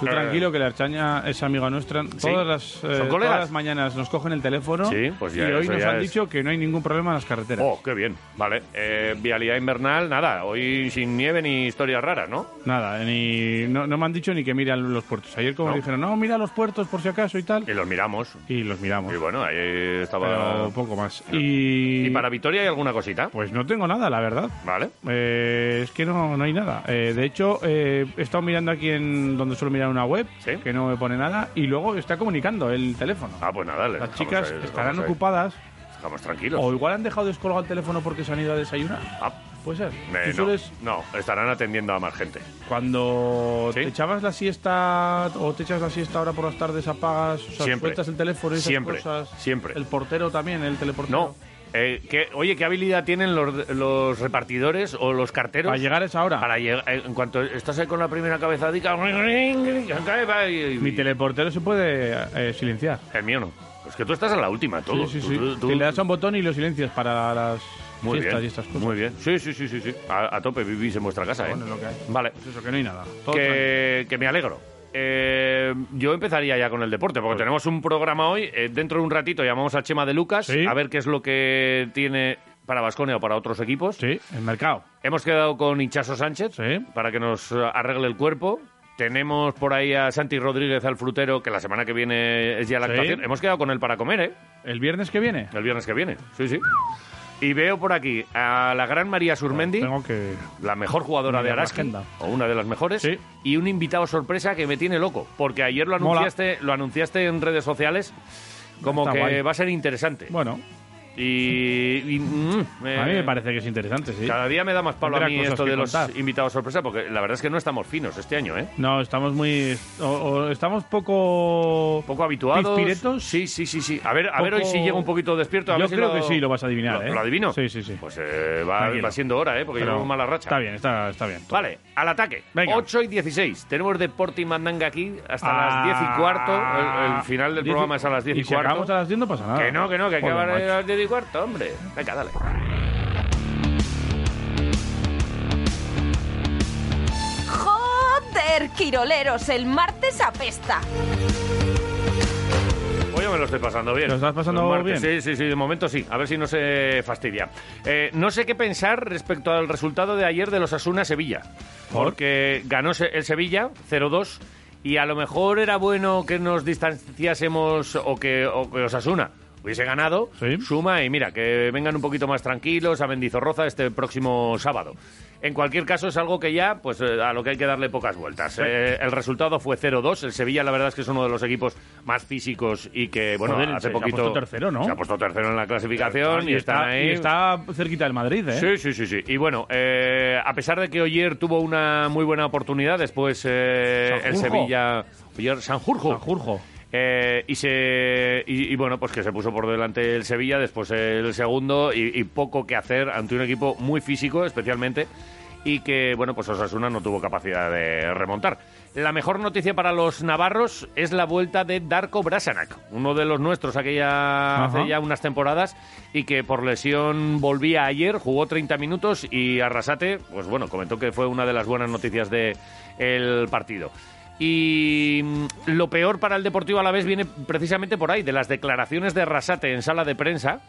[SPEAKER 3] Tú
[SPEAKER 2] Eh.
[SPEAKER 3] tranquilo que la Archaña es amiga nuestra. Todas, las, eh,
[SPEAKER 2] ¿Son colegas?
[SPEAKER 3] todas las mañanas nos cogen el teléfono
[SPEAKER 2] Sí, pues ya,
[SPEAKER 3] y hoy
[SPEAKER 2] eso
[SPEAKER 3] nos
[SPEAKER 2] ya
[SPEAKER 3] han
[SPEAKER 2] es-
[SPEAKER 3] dicho que no hay ningún problema en las carreteras.
[SPEAKER 2] Oh, qué bien. Vale. Eh, vialidad invernal, nada. Hoy sin nieve ni historias raras, ¿no?
[SPEAKER 3] Nada, ni, no, no me han dicho ni que miran los puertos. Ayer como
[SPEAKER 2] No.
[SPEAKER 3] dijeron, no, mira los puertos por si acaso y tal.
[SPEAKER 2] Y los miramos.
[SPEAKER 3] Y los miramos.
[SPEAKER 2] Y bueno, ahí estaba.
[SPEAKER 3] Pero poco más. Y,
[SPEAKER 2] ¿Y para Vitoria hay alguna cosita? Eh,
[SPEAKER 3] Pues no tengo nada, la verdad.
[SPEAKER 2] Vale.
[SPEAKER 3] Eh, es que no, no hay nada. Eh, de hecho, eh, he estado mirando aquí en donde suelo mirar una web,
[SPEAKER 2] Sí.
[SPEAKER 3] que no me pone nada, y luego está comunicando el teléfono.
[SPEAKER 2] Ah, pues nada. les
[SPEAKER 3] Las
[SPEAKER 2] dejamos
[SPEAKER 3] chicas
[SPEAKER 2] ahí, les
[SPEAKER 3] estarán
[SPEAKER 2] dejamos ahí.
[SPEAKER 3] ocupadas
[SPEAKER 2] Estamos tranquilos.
[SPEAKER 3] o igual han dejado descolgado el teléfono porque se han ido a desayunar.
[SPEAKER 2] Ah,
[SPEAKER 3] Puede ser.
[SPEAKER 2] eh,
[SPEAKER 3] Tú
[SPEAKER 2] no,
[SPEAKER 3] sueles-
[SPEAKER 2] no, estarán atendiendo a más gente.
[SPEAKER 3] cuando
[SPEAKER 2] ¿Sí?
[SPEAKER 3] te echabas la siesta o te echas la siesta ahora por las tardes, apagas, o sea,
[SPEAKER 2] Siempre.
[SPEAKER 3] sueltas el teléfono y esas
[SPEAKER 2] Siempre,
[SPEAKER 3] cosas.
[SPEAKER 2] siempre.
[SPEAKER 3] El portero también, el teleportero.
[SPEAKER 2] No. Eh, ¿qué- oye, ¿qué habilidad tienen los, los repartidores o los carteros?
[SPEAKER 3] Para llegar a esa hora.
[SPEAKER 2] Para llegar, eh, en cuanto estás ahí con la primera cabezadica,
[SPEAKER 3] Mi teleportero se puede eh, silenciar.
[SPEAKER 2] El mío no. Es que tú estás en la última, todo.
[SPEAKER 3] Sí, sí,
[SPEAKER 2] Tú-
[SPEAKER 3] sí.
[SPEAKER 2] tú- tú-
[SPEAKER 3] Que le das a un botón y lo silencias para las
[SPEAKER 2] muy
[SPEAKER 3] fiestas
[SPEAKER 2] bien,
[SPEAKER 3] y estas cosas.
[SPEAKER 2] Muy bien. Sí, sí, sí, sí. sí. A, a tope vivís en vuestra casa, ¿eh?
[SPEAKER 3] Bueno, es lo que hay.
[SPEAKER 2] Vale.
[SPEAKER 3] Pues eso, que no hay nada. Todo tranquilo.
[SPEAKER 2] Que, que me alegro. Eh, yo empezaría ya con el deporte,
[SPEAKER 3] Pues-
[SPEAKER 2] porque tenemos un programa hoy. eh, dentro de un ratito llamamos a Chema de Lucas
[SPEAKER 3] Sí.
[SPEAKER 2] a ver qué es lo que tiene para Vasconia o para otros equipos.
[SPEAKER 3] Sí, el mercado.
[SPEAKER 2] Hemos quedado con Hinchazo Sánchez
[SPEAKER 3] Sí.
[SPEAKER 2] para que nos eh, arregle el cuerpo. Tenemos por ahí a Santi Rodríguez al frutero, que la semana que viene es ya la
[SPEAKER 3] Sí.
[SPEAKER 2] actuación. Hemos quedado con él para comer, ¿eh?
[SPEAKER 3] El viernes que viene.
[SPEAKER 2] El viernes que viene, sí, sí. Y veo por aquí a la gran María Surmendi,
[SPEAKER 3] Tengo que.
[SPEAKER 2] la mejor jugadora de
[SPEAKER 3] mirar la
[SPEAKER 2] Araski,
[SPEAKER 3] agenda.
[SPEAKER 2] o una de las mejores,
[SPEAKER 3] Sí.
[SPEAKER 2] y un invitado sorpresa que me tiene loco, porque ayer lo
[SPEAKER 3] Mola.
[SPEAKER 2] anunciaste, lo anunciaste en redes sociales como
[SPEAKER 3] Está
[SPEAKER 2] que
[SPEAKER 3] guay.
[SPEAKER 2] va a ser interesante.
[SPEAKER 3] Bueno,
[SPEAKER 2] Y, y, mm, eh,
[SPEAKER 3] a mí me parece que es interesante, sí.
[SPEAKER 2] Cada día me da más palo a
[SPEAKER 3] Tendrá
[SPEAKER 2] mí
[SPEAKER 3] cosas
[SPEAKER 2] esto
[SPEAKER 3] que
[SPEAKER 2] de los
[SPEAKER 3] contar.
[SPEAKER 2] invitados sorpresa, porque la verdad es que no estamos finos este año, ¿eh?
[SPEAKER 3] No, estamos muy. O, o estamos poco.
[SPEAKER 2] Poco habituados.
[SPEAKER 3] ¿Pispiretos?
[SPEAKER 2] Sí, sí, sí, sí. A ver, a ver hoy
[SPEAKER 3] Poco-
[SPEAKER 2] si llego un poquito despierto. a
[SPEAKER 3] Yo
[SPEAKER 2] ver si
[SPEAKER 3] creo que sí, lo vas a adivinar,
[SPEAKER 2] ¿Lo,
[SPEAKER 3] ¿eh?
[SPEAKER 2] lo adivino?
[SPEAKER 3] Sí, sí, sí.
[SPEAKER 2] Pues eh, va,
[SPEAKER 3] Tranquilo.
[SPEAKER 2] va siendo hora, ¿eh? Porque
[SPEAKER 3] Pero
[SPEAKER 2] llevamos mala racha.
[SPEAKER 3] Está bien, está, está bien.
[SPEAKER 2] Vale, al ataque.
[SPEAKER 3] Venga.
[SPEAKER 2] 8 y 16. Tenemos Deporte y Mandanga aquí hasta
[SPEAKER 3] Ah,
[SPEAKER 2] las 10 y cuarto. El, el final del
[SPEAKER 3] diez y-
[SPEAKER 2] programa es a las 10 y,
[SPEAKER 3] y si
[SPEAKER 2] cuarto.
[SPEAKER 3] acabamos a las 10 no pasa nada.
[SPEAKER 2] Que no, que no, que hay que
[SPEAKER 3] Joder,
[SPEAKER 2] acabar
[SPEAKER 3] macho.
[SPEAKER 2] a las 10 y cuarto, hombre. Venga, dale.
[SPEAKER 7] ¡Joder, Quiroleros! El martes apesta.
[SPEAKER 2] Hoy yo me lo estoy pasando bien.
[SPEAKER 3] ¿Te lo estás pasando
[SPEAKER 2] Los martes,
[SPEAKER 3] bien?
[SPEAKER 2] Sí, sí, sí, de momento sí. A ver si no se fastidia. Eh, no sé qué pensar respecto al resultado de ayer de los Asuna Sevilla.
[SPEAKER 3] ¿Por?
[SPEAKER 2] Porque ganó se- el Sevilla 0-2 y a lo mejor era bueno que nos distanciásemos o que, o que Osasuna hubiese ganado.
[SPEAKER 3] Sí.
[SPEAKER 2] Suma y mira, que vengan un poquito más tranquilos a Mendizorroza este próximo sábado. En cualquier caso, es algo que ya, pues eh, a lo que hay que darle pocas vueltas. Eh, el resultado fue 0-2. El Sevilla, la verdad es que es uno de los equipos más físicos y que, bueno,
[SPEAKER 3] Joder,
[SPEAKER 2] hace
[SPEAKER 3] se- se ha
[SPEAKER 2] poquito.
[SPEAKER 3] puesto tercero, ¿no? Ah,
[SPEAKER 2] Se ha puesto tercero en la clasificación y,
[SPEAKER 3] Y
[SPEAKER 2] están
[SPEAKER 3] está, ¿eh?
[SPEAKER 2] ahí.
[SPEAKER 3] y está cerquita del Madrid, ¿eh?
[SPEAKER 2] Sí, sí, sí, sí. Y bueno, eh, a pesar de que Oyer tuvo una muy buena oportunidad, después eh, el
[SPEAKER 3] Sanjurjo.
[SPEAKER 2] Sevilla. Oyer Sanjurjo.
[SPEAKER 3] Sanjurjo.
[SPEAKER 2] Eh, y se y, y bueno pues que se puso por delante el Sevilla después el segundo y, y poco que hacer ante un equipo muy físico especialmente y que bueno pues Osasuna no tuvo capacidad de remontar la mejor noticia para los navarros es la vuelta de Darko Brasanac uno de los nuestros aquella
[SPEAKER 3] Ajá.
[SPEAKER 2] hace ya unas temporadas y que por lesión volvía ayer jugó 30 minutos y Arrasate pues bueno comentó que fue una de las buenas noticias de el partido y mm, lo peor para el Deportivo a la vez viene precisamente por ahí, de las declaraciones de Rasate en sala de prensa.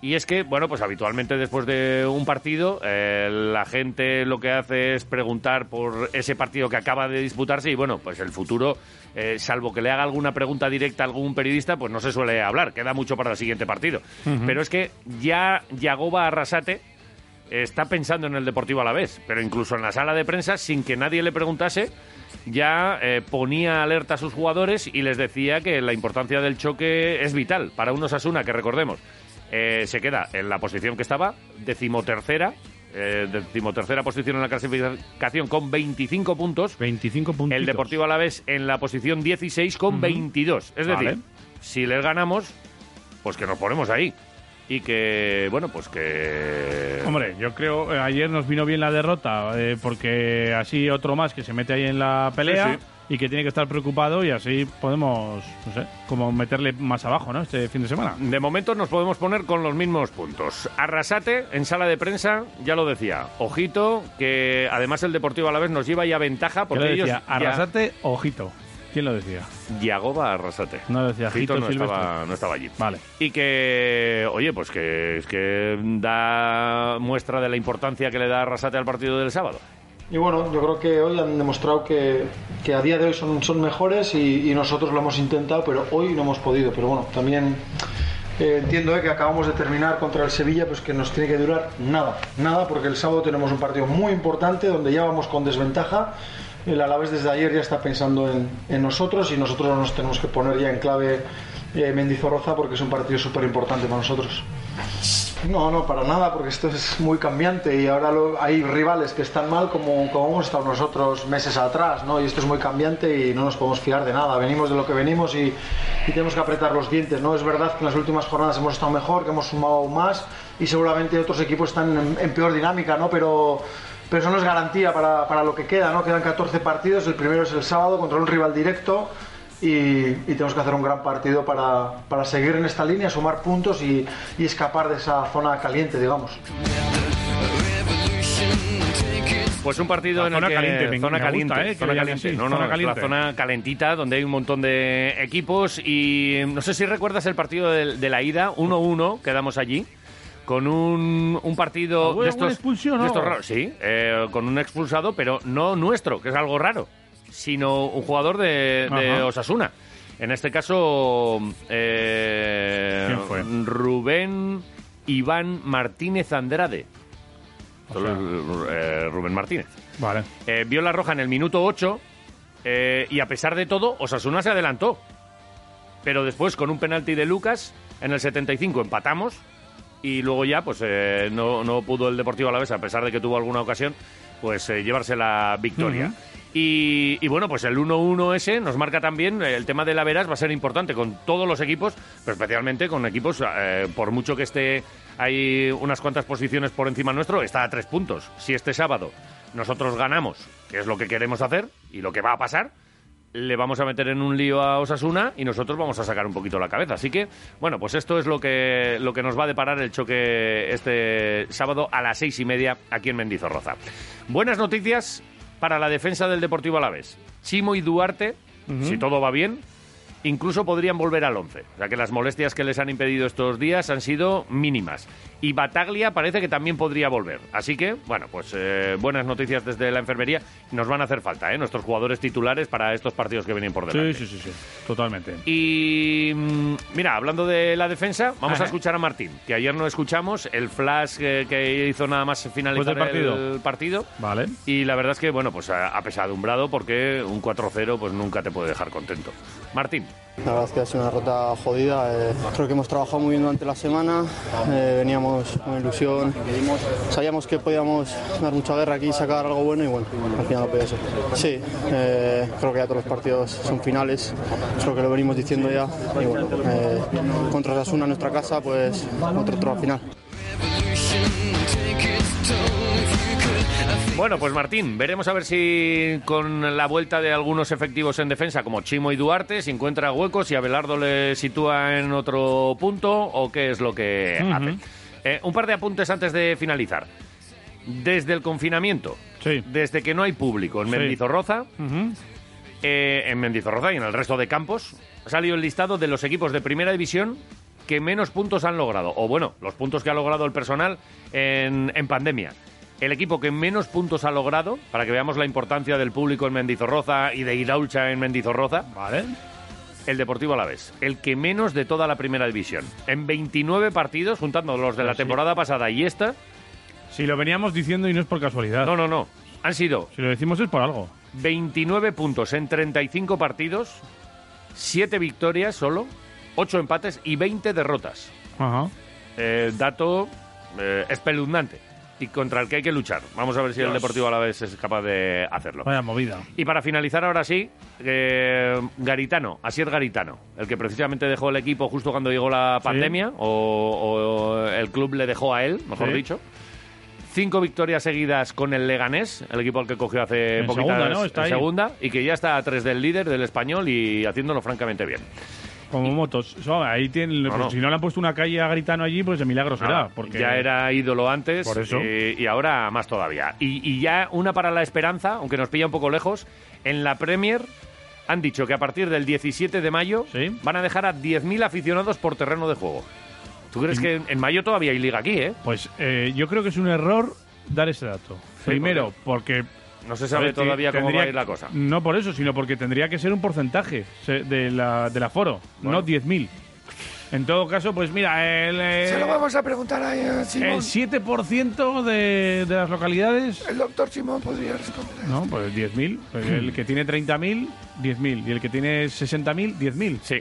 [SPEAKER 2] Y es que, bueno, pues habitualmente después de un partido, eh, la gente lo que hace es preguntar por ese partido que acaba de disputarse y, bueno, pues el futuro, eh, salvo que le haga alguna pregunta directa a algún periodista, pues no se suele hablar, queda mucho para el siguiente partido. Pero es que ya Yagoba Arrasate, está pensando en el Deportivo a la vez, pero incluso en la sala de prensa, sin que nadie le preguntase, ya eh, ponía alerta a sus jugadores y les decía que la importancia del choque es vital para unos Asuna, que recordemos, eh, se queda en la posición que estaba, decimotercera, eh, decimotercera posición en la clasificación con 25 puntos,
[SPEAKER 3] 25 puntos.
[SPEAKER 2] el Deportivo Alavés en la posición 16 con 22. Es decir,
[SPEAKER 3] Vale.
[SPEAKER 2] si les ganamos, pues que nos ponemos ahí. Y que, bueno, pues que...
[SPEAKER 3] Hombre, yo creo eh, ayer nos vino bien la derrota eh, porque así otro más que se mete ahí en la pelea
[SPEAKER 2] Sí,
[SPEAKER 3] y que tiene que estar preocupado y así podemos, no sé, como meterle más abajo, ¿no? Este fin de semana.
[SPEAKER 2] De momento nos podemos poner con los mismos puntos. Arrasate, en sala de prensa, ya lo decía. Ojito, que además el Deportivo Alavés nos lleva ya ventaja
[SPEAKER 3] Yo
[SPEAKER 2] porque
[SPEAKER 3] le
[SPEAKER 2] ellos.
[SPEAKER 3] decía,
[SPEAKER 2] ya-
[SPEAKER 3] arrasate, ojito. ¿Quién lo decía?
[SPEAKER 2] Yagoba Arrasate.
[SPEAKER 3] No lo decía.
[SPEAKER 2] Fito
[SPEAKER 3] Jito
[SPEAKER 2] no
[SPEAKER 3] Silvestre.
[SPEAKER 2] estaba, no estaba allí.
[SPEAKER 3] Vale.
[SPEAKER 2] Y que, oye, pues que es que da muestra de la importancia que le da Arrasate al partido del sábado.
[SPEAKER 8] Y bueno, yo creo que hoy han demostrado que, que a día de hoy son, son mejores y, y nosotros lo hemos intentado, pero hoy no hemos podido. Pero bueno, también eh, entiendo eh, que acabamos de terminar contra el Sevilla, pues que nos tiene que durar nada, nada, porque el sábado tenemos un partido muy importante donde ya vamos con desventaja. El Alavés desde ayer ya está pensando en, en nosotros y nosotros nos tenemos que poner ya en clave eh, Mendizorroza porque es un partido súper importante para nosotros. No, no, para nada, porque esto es muy cambiante y ahora lo- hay rivales que están mal como, como hemos estado nosotros meses atrás, ¿no? Y esto es muy cambiante y no nos podemos fiar de nada. Venimos de lo que venimos y, y tenemos que apretar los dientes, ¿no? Es verdad que en las últimas jornadas hemos estado mejor, que hemos sumado más y seguramente otros equipos están en, en peor dinámica, ¿no? Pero, pero eso no es garantía para, para lo que queda, ¿no? Quedan 14 partidos, el primero es el sábado contra un rival directo y, y tenemos que hacer un gran partido para, para seguir en esta línea, sumar puntos y, y escapar de esa zona caliente, digamos.
[SPEAKER 2] Pues un partido
[SPEAKER 3] La
[SPEAKER 2] en
[SPEAKER 3] zona
[SPEAKER 2] el que
[SPEAKER 3] caliente, me-
[SPEAKER 2] zona
[SPEAKER 3] me
[SPEAKER 2] caliente,
[SPEAKER 3] gusta, eh, que
[SPEAKER 2] zona
[SPEAKER 3] le llamen
[SPEAKER 2] caliente.
[SPEAKER 3] así,
[SPEAKER 2] no, no,
[SPEAKER 3] zona
[SPEAKER 2] es
[SPEAKER 3] caliente.
[SPEAKER 2] la zona calentita donde hay un montón de equipos y no sé si recuerdas el partido del- de, la ida 1-1 quedamos allí con un, un partido
[SPEAKER 3] ¿Alguna-
[SPEAKER 2] de
[SPEAKER 3] alguna
[SPEAKER 2] estos,
[SPEAKER 3] expulsión,
[SPEAKER 2] de
[SPEAKER 3] no?
[SPEAKER 2] estos raros, sí, eh, con un expulsado, pero no nuestro, que es algo raro, sino un jugador de, de
[SPEAKER 3] Ajá.
[SPEAKER 2] Osasuna. En este caso, eh,
[SPEAKER 3] ¿Quién fue?
[SPEAKER 2] Rubén Iván Martínez Andrade.
[SPEAKER 3] O sea-
[SPEAKER 2] Eh, Rubén Martínez.
[SPEAKER 3] Vale.
[SPEAKER 2] Eh, vio la roja en el minuto 8 eh, y a pesar de todo, Osasuna se adelantó. Pero después, con un penalti de Lucas, en el 75 empatamos y luego ya pues eh, no, no pudo el Deportivo Alavés, a pesar de que tuvo alguna ocasión, pues eh, llevarse la victoria.
[SPEAKER 3] Ujú.
[SPEAKER 2] Y, y bueno, pues el 1-1 ese nos marca también, eh, el tema de la veras va a ser importante con todos los equipos, pero especialmente con equipos, eh, por mucho que esté hay unas cuantas posiciones por encima nuestro, está a tres puntos. Si este sábado nosotros ganamos, que es lo que queremos hacer y lo que va a pasar, le vamos a meter en un lío a Osasuna y nosotros vamos a sacar un poquito la cabeza. Así que, bueno, pues esto es lo que, lo que nos va a deparar el choque este sábado a las seis y media aquí en Mendizorroza. Buenas noticias para la defensa del Deportivo Alavés. Chimo y Duarte, si todo va bien, incluso podrían volver al 11. O sea que las molestias que les han impedido estos días han sido mínimas. Y Bataglia parece que también podría volver. Así que, bueno, pues eh, buenas noticias desde la enfermería. Nos van a hacer falta, ¿eh? Nuestros jugadores titulares para estos partidos que vienen por
[SPEAKER 3] Sí,
[SPEAKER 2] delante.
[SPEAKER 3] sí, sí, sí. Totalmente.
[SPEAKER 2] Y mm, mira, hablando de la defensa, vamos
[SPEAKER 3] Ajá.
[SPEAKER 2] a escuchar a Martín, que ayer no escuchamos el flash eh, que hizo nada más finalizar
[SPEAKER 3] Después Pues del partido.
[SPEAKER 2] el partido.
[SPEAKER 3] Vale.
[SPEAKER 2] Y la verdad es que, bueno, pues ha- apesadumbrado porque un 4-0 pues nunca te puede dejar contento. Martín.
[SPEAKER 9] La verdad es que ha sido una derrota jodida. eh, creo que hemos trabajado muy bien durante la semana. eh, veníamos con ilusión. Sabíamos que podíamos dar mucha guerra aquí, sacar algo bueno y bueno, al final lo podía ser. Sí, eh, creo que ya todos los partidos son finales. Es lo que lo venimos diciendo ya. Y bueno, eh, contra Sasuna en nuestra casa, pues otro trozo final.
[SPEAKER 2] Bueno, pues Martín, veremos a ver si con la vuelta de algunos efectivos en defensa, como Chimo y Duarte, se encuentra huecos y Abelardo le sitúa en otro punto o qué es lo que hace. Eh, un par de apuntes antes de finalizar. Desde el confinamiento,
[SPEAKER 3] Sí.
[SPEAKER 2] desde que no hay público en
[SPEAKER 3] Sí.
[SPEAKER 2] Mendizorroza,
[SPEAKER 3] Ujú.
[SPEAKER 2] eh, en Mendizorroza y en el resto de campos, ha salido el listado de los equipos de primera división que menos puntos han logrado. O bueno, los puntos que ha logrado el personal en, en pandemia. El equipo que menos puntos ha logrado, para que veamos la importancia del público en Mendizorroza y de Iraucha en Mendizorroza,
[SPEAKER 3] Vale.
[SPEAKER 2] el Deportivo Alavés. El que menos de toda la primera división. En 29 partidos, juntando los de la
[SPEAKER 3] Pues Sí.
[SPEAKER 2] temporada pasada y esta.
[SPEAKER 3] Si lo veníamos diciendo y no es por casualidad.
[SPEAKER 2] No, no, no. Han sido
[SPEAKER 3] Si lo decimos es por algo.
[SPEAKER 2] 29 puntos en 35 partidos, 7 victorias solo, 8 empates y 20 derrotas.
[SPEAKER 3] Ajá.
[SPEAKER 2] Eh, dato eh, espeluznante y contra el que hay que luchar. Vamos a ver si el Deportivo Alavés es capaz de hacerlo.
[SPEAKER 3] Vaya movida.
[SPEAKER 2] Y para finalizar ahora sí, eh, Garitano, Asier Garitano, el que precisamente dejó el equipo justo cuando llegó la pandemia, o, o el club le dejó a él, mejor
[SPEAKER 3] Sí.
[SPEAKER 2] dicho. Cinco victorias seguidas con el Leganés, el equipo al que cogió hace
[SPEAKER 3] En
[SPEAKER 2] poquitas-
[SPEAKER 3] segunda, ¿no? Está
[SPEAKER 2] en
[SPEAKER 3] ahí.
[SPEAKER 2] segunda, y que ya está a tres del líder del español y haciéndolo francamente bien.
[SPEAKER 3] Como motos. Eso, ahí tienen,
[SPEAKER 2] No,
[SPEAKER 3] pues,
[SPEAKER 2] no.
[SPEAKER 3] Si no le han puesto una calle a Gritano allí, pues de milagro será.
[SPEAKER 2] Nada,
[SPEAKER 3] Porque
[SPEAKER 2] ya era ídolo antes
[SPEAKER 3] Por eso.
[SPEAKER 2] eh, y ahora más todavía. Y, y ya una para la esperanza, aunque nos pilla un poco lejos, en la Premier han dicho que a partir del 17 de mayo
[SPEAKER 3] Sí.
[SPEAKER 2] van a dejar a 10.000 aficionados por terreno de juego. ¿Tú crees que en- en mayo todavía hay liga aquí, eh?
[SPEAKER 3] Pues eh, yo creo que es un error dar ese dato. Primero, porque...
[SPEAKER 2] No se sabe
[SPEAKER 3] joder, te-
[SPEAKER 2] todavía cómo va
[SPEAKER 3] tendría-
[SPEAKER 2] a ir la cosa.
[SPEAKER 3] No por eso, sino porque tendría que ser un porcentaje se- de la, del aforo, no 10.000. En todo caso, pues mira, el, eh,
[SPEAKER 1] a preguntar a eh,
[SPEAKER 3] el 7% de, de las localidades...
[SPEAKER 1] El doctor Simón podría responder.
[SPEAKER 3] No, pues 10.000. Pues
[SPEAKER 2] Hmm.
[SPEAKER 3] El que tiene 30.000, 10.000. Y el que tiene 60.000, 10.000.
[SPEAKER 2] Sí.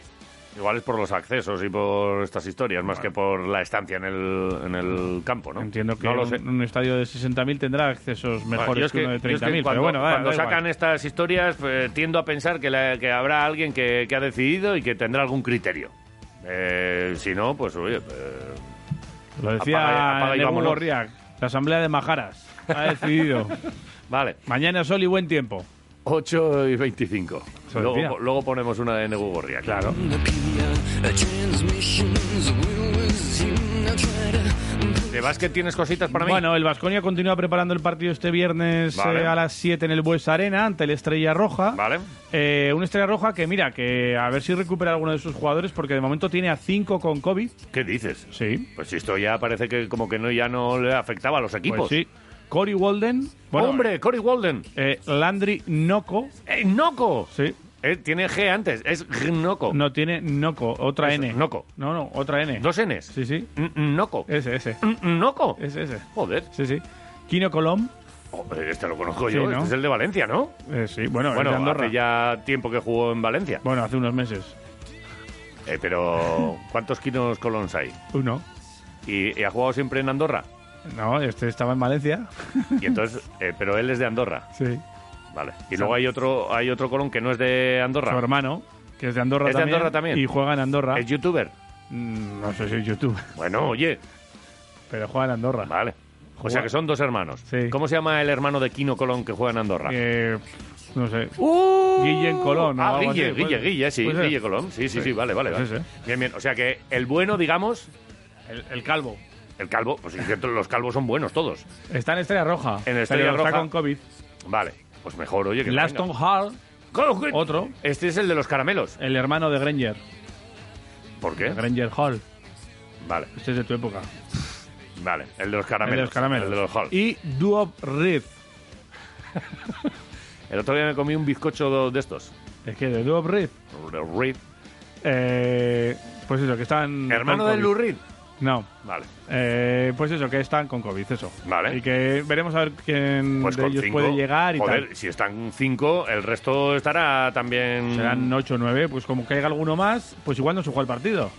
[SPEAKER 2] Igual es por los accesos y por estas historias, más que por la estancia en el, en el campo, ¿no?
[SPEAKER 3] Entiendo que
[SPEAKER 2] No lo
[SPEAKER 3] un,
[SPEAKER 2] sé.
[SPEAKER 3] un estadio de 60.000 tendrá accesos
[SPEAKER 2] Bueno,
[SPEAKER 3] mejores
[SPEAKER 2] yo es
[SPEAKER 3] que, uno de
[SPEAKER 2] yo es
[SPEAKER 3] 30.000.
[SPEAKER 2] cuando,
[SPEAKER 3] pero bueno, da-
[SPEAKER 2] cuando
[SPEAKER 3] da igual.
[SPEAKER 2] sacan estas historias, pues, tiendo a pensar que, la- que habrá alguien que, que ha decidido y que tendrá algún criterio. Eh, si no, pues oye, eh,
[SPEAKER 3] Lo decía
[SPEAKER 2] Apaga- apaga y
[SPEAKER 3] Negu
[SPEAKER 2] vámonos.
[SPEAKER 3] Gorriak, la asamblea de Majaras. Ha decidido.
[SPEAKER 2] vale.
[SPEAKER 3] Mañana sol y buen tiempo.
[SPEAKER 2] 8 y 25.
[SPEAKER 3] Se decía.
[SPEAKER 2] Luego, luego ponemos una de Negu Gorria. Claro. ¿De básquet tienes cositas para mí?
[SPEAKER 3] Bueno, el Vasconia continúa preparando el partido este viernes
[SPEAKER 2] Vale.
[SPEAKER 3] eh, a las 7 en el Bues Arena ante el Estrella Roja.
[SPEAKER 2] Vale.
[SPEAKER 3] Eh, una Estrella Roja que mira, que a ver si recupera alguno de sus jugadores porque de momento tiene a 5 con COVID.
[SPEAKER 2] ¿Qué dices?
[SPEAKER 3] Sí.
[SPEAKER 2] Pues esto ya parece que como que no ya no le afectaba a los equipos.
[SPEAKER 3] Pues sí. Cory Walden. bueno,
[SPEAKER 2] ¡Hombre, Cory Walden!
[SPEAKER 3] eh, Landry Noco.
[SPEAKER 2] ¡Eh, ¡Noco!
[SPEAKER 3] Sí.
[SPEAKER 2] Eh, tiene G antes, es Gnoco.
[SPEAKER 3] No tiene Noco, otra
[SPEAKER 2] Eso,
[SPEAKER 3] N.
[SPEAKER 2] Noco.
[SPEAKER 3] No, no, otra N.
[SPEAKER 2] Dos Ns.
[SPEAKER 3] Sí, sí.
[SPEAKER 2] N- Noco.
[SPEAKER 3] Ese, ese.
[SPEAKER 2] N- Noco.
[SPEAKER 3] Ese, ese.
[SPEAKER 2] Joder.
[SPEAKER 3] Sí, sí. Kino Colom.
[SPEAKER 2] Oh, Este lo conozco
[SPEAKER 3] Sí,
[SPEAKER 2] yo,
[SPEAKER 3] ¿no?
[SPEAKER 2] este es el de Valencia, ¿no?
[SPEAKER 3] Eh, sí, bueno, es de
[SPEAKER 2] bueno,
[SPEAKER 3] Andorra.
[SPEAKER 2] hace ya tiempo que jugó en Valencia.
[SPEAKER 3] Bueno, hace unos meses.
[SPEAKER 2] Eh, pero, ¿cuántos kinos colons hay?
[SPEAKER 3] Uno.
[SPEAKER 2] ¿Y, y ha jugado siempre en Andorra?
[SPEAKER 3] No, este estaba en Valencia.
[SPEAKER 2] Y entonces, eh, pero él es de Andorra,
[SPEAKER 3] Sí.
[SPEAKER 2] vale. Y luego hay otro, hay otro colon que no es de
[SPEAKER 3] Su
[SPEAKER 2] Andorra.
[SPEAKER 3] hermano, que es de Andorra
[SPEAKER 2] ¿Es de
[SPEAKER 3] también.
[SPEAKER 2] Andorra también?
[SPEAKER 3] Y juega en Andorra.
[SPEAKER 2] Es youtuber.
[SPEAKER 3] Mm, No sé si es YouTube,
[SPEAKER 2] Bueno, oye,
[SPEAKER 3] pero juega en Andorra.
[SPEAKER 2] vale. O sea
[SPEAKER 3] Juega-
[SPEAKER 2] que son dos hermanos.
[SPEAKER 3] Sí.
[SPEAKER 2] ¿Cómo se llama el hermano de Kino Colón que juega en Andorra?
[SPEAKER 3] Eh, no sé.
[SPEAKER 2] ¡Uh!
[SPEAKER 3] Guillén Colón, o
[SPEAKER 2] Ah,
[SPEAKER 3] algo
[SPEAKER 2] Guille,
[SPEAKER 3] así,
[SPEAKER 2] Guille,
[SPEAKER 3] puede-
[SPEAKER 2] Guille, sí,
[SPEAKER 3] puede ser.
[SPEAKER 2] Guille Colón. Sí, sí, sí, vale, vale.
[SPEAKER 3] Pues
[SPEAKER 2] vale.
[SPEAKER 3] ese.
[SPEAKER 2] Bien, bien. O sea que el bueno, digamos,
[SPEAKER 3] El, el calvo.
[SPEAKER 2] el calvo, pues es cierto, los calvos son buenos todos.
[SPEAKER 3] Está en Estrella Roja.
[SPEAKER 2] En Estrella
[SPEAKER 3] pero
[SPEAKER 2] Roja.
[SPEAKER 3] Está con COVID.
[SPEAKER 2] Vale, pues mejor, oye, que
[SPEAKER 3] Laston Hall,
[SPEAKER 2] venga.
[SPEAKER 3] otro.
[SPEAKER 2] Este es el de los caramelos.
[SPEAKER 3] el hermano de Granger.
[SPEAKER 2] ¿Por qué?
[SPEAKER 3] Granger Hall.
[SPEAKER 2] Vale,
[SPEAKER 3] Este es de tu época.
[SPEAKER 2] vale. El de los caramelos.
[SPEAKER 3] El de los caramelos.
[SPEAKER 2] El de los Hall.
[SPEAKER 3] Y Duop Riff.
[SPEAKER 2] El otro día me comí un bizcocho de estos.
[SPEAKER 3] Es que de Duop Riff.
[SPEAKER 2] Reed.
[SPEAKER 3] Eh, pues eso, que están.
[SPEAKER 2] Hermano
[SPEAKER 3] están COVID.
[SPEAKER 2] del Lou Reed.
[SPEAKER 3] No.
[SPEAKER 2] Vale.
[SPEAKER 3] Eh, pues eso, que están con COVID, eso.
[SPEAKER 2] Vale.
[SPEAKER 3] Y que veremos a ver quién
[SPEAKER 2] Pues
[SPEAKER 3] de
[SPEAKER 2] con
[SPEAKER 3] ellos
[SPEAKER 2] cinco.
[SPEAKER 3] puede llegar y
[SPEAKER 2] Joder,
[SPEAKER 3] tal.
[SPEAKER 2] si están cinco, el resto estará también.
[SPEAKER 3] Serán 8 o 9, pues como caiga alguno más, pues igual no se juega el partido.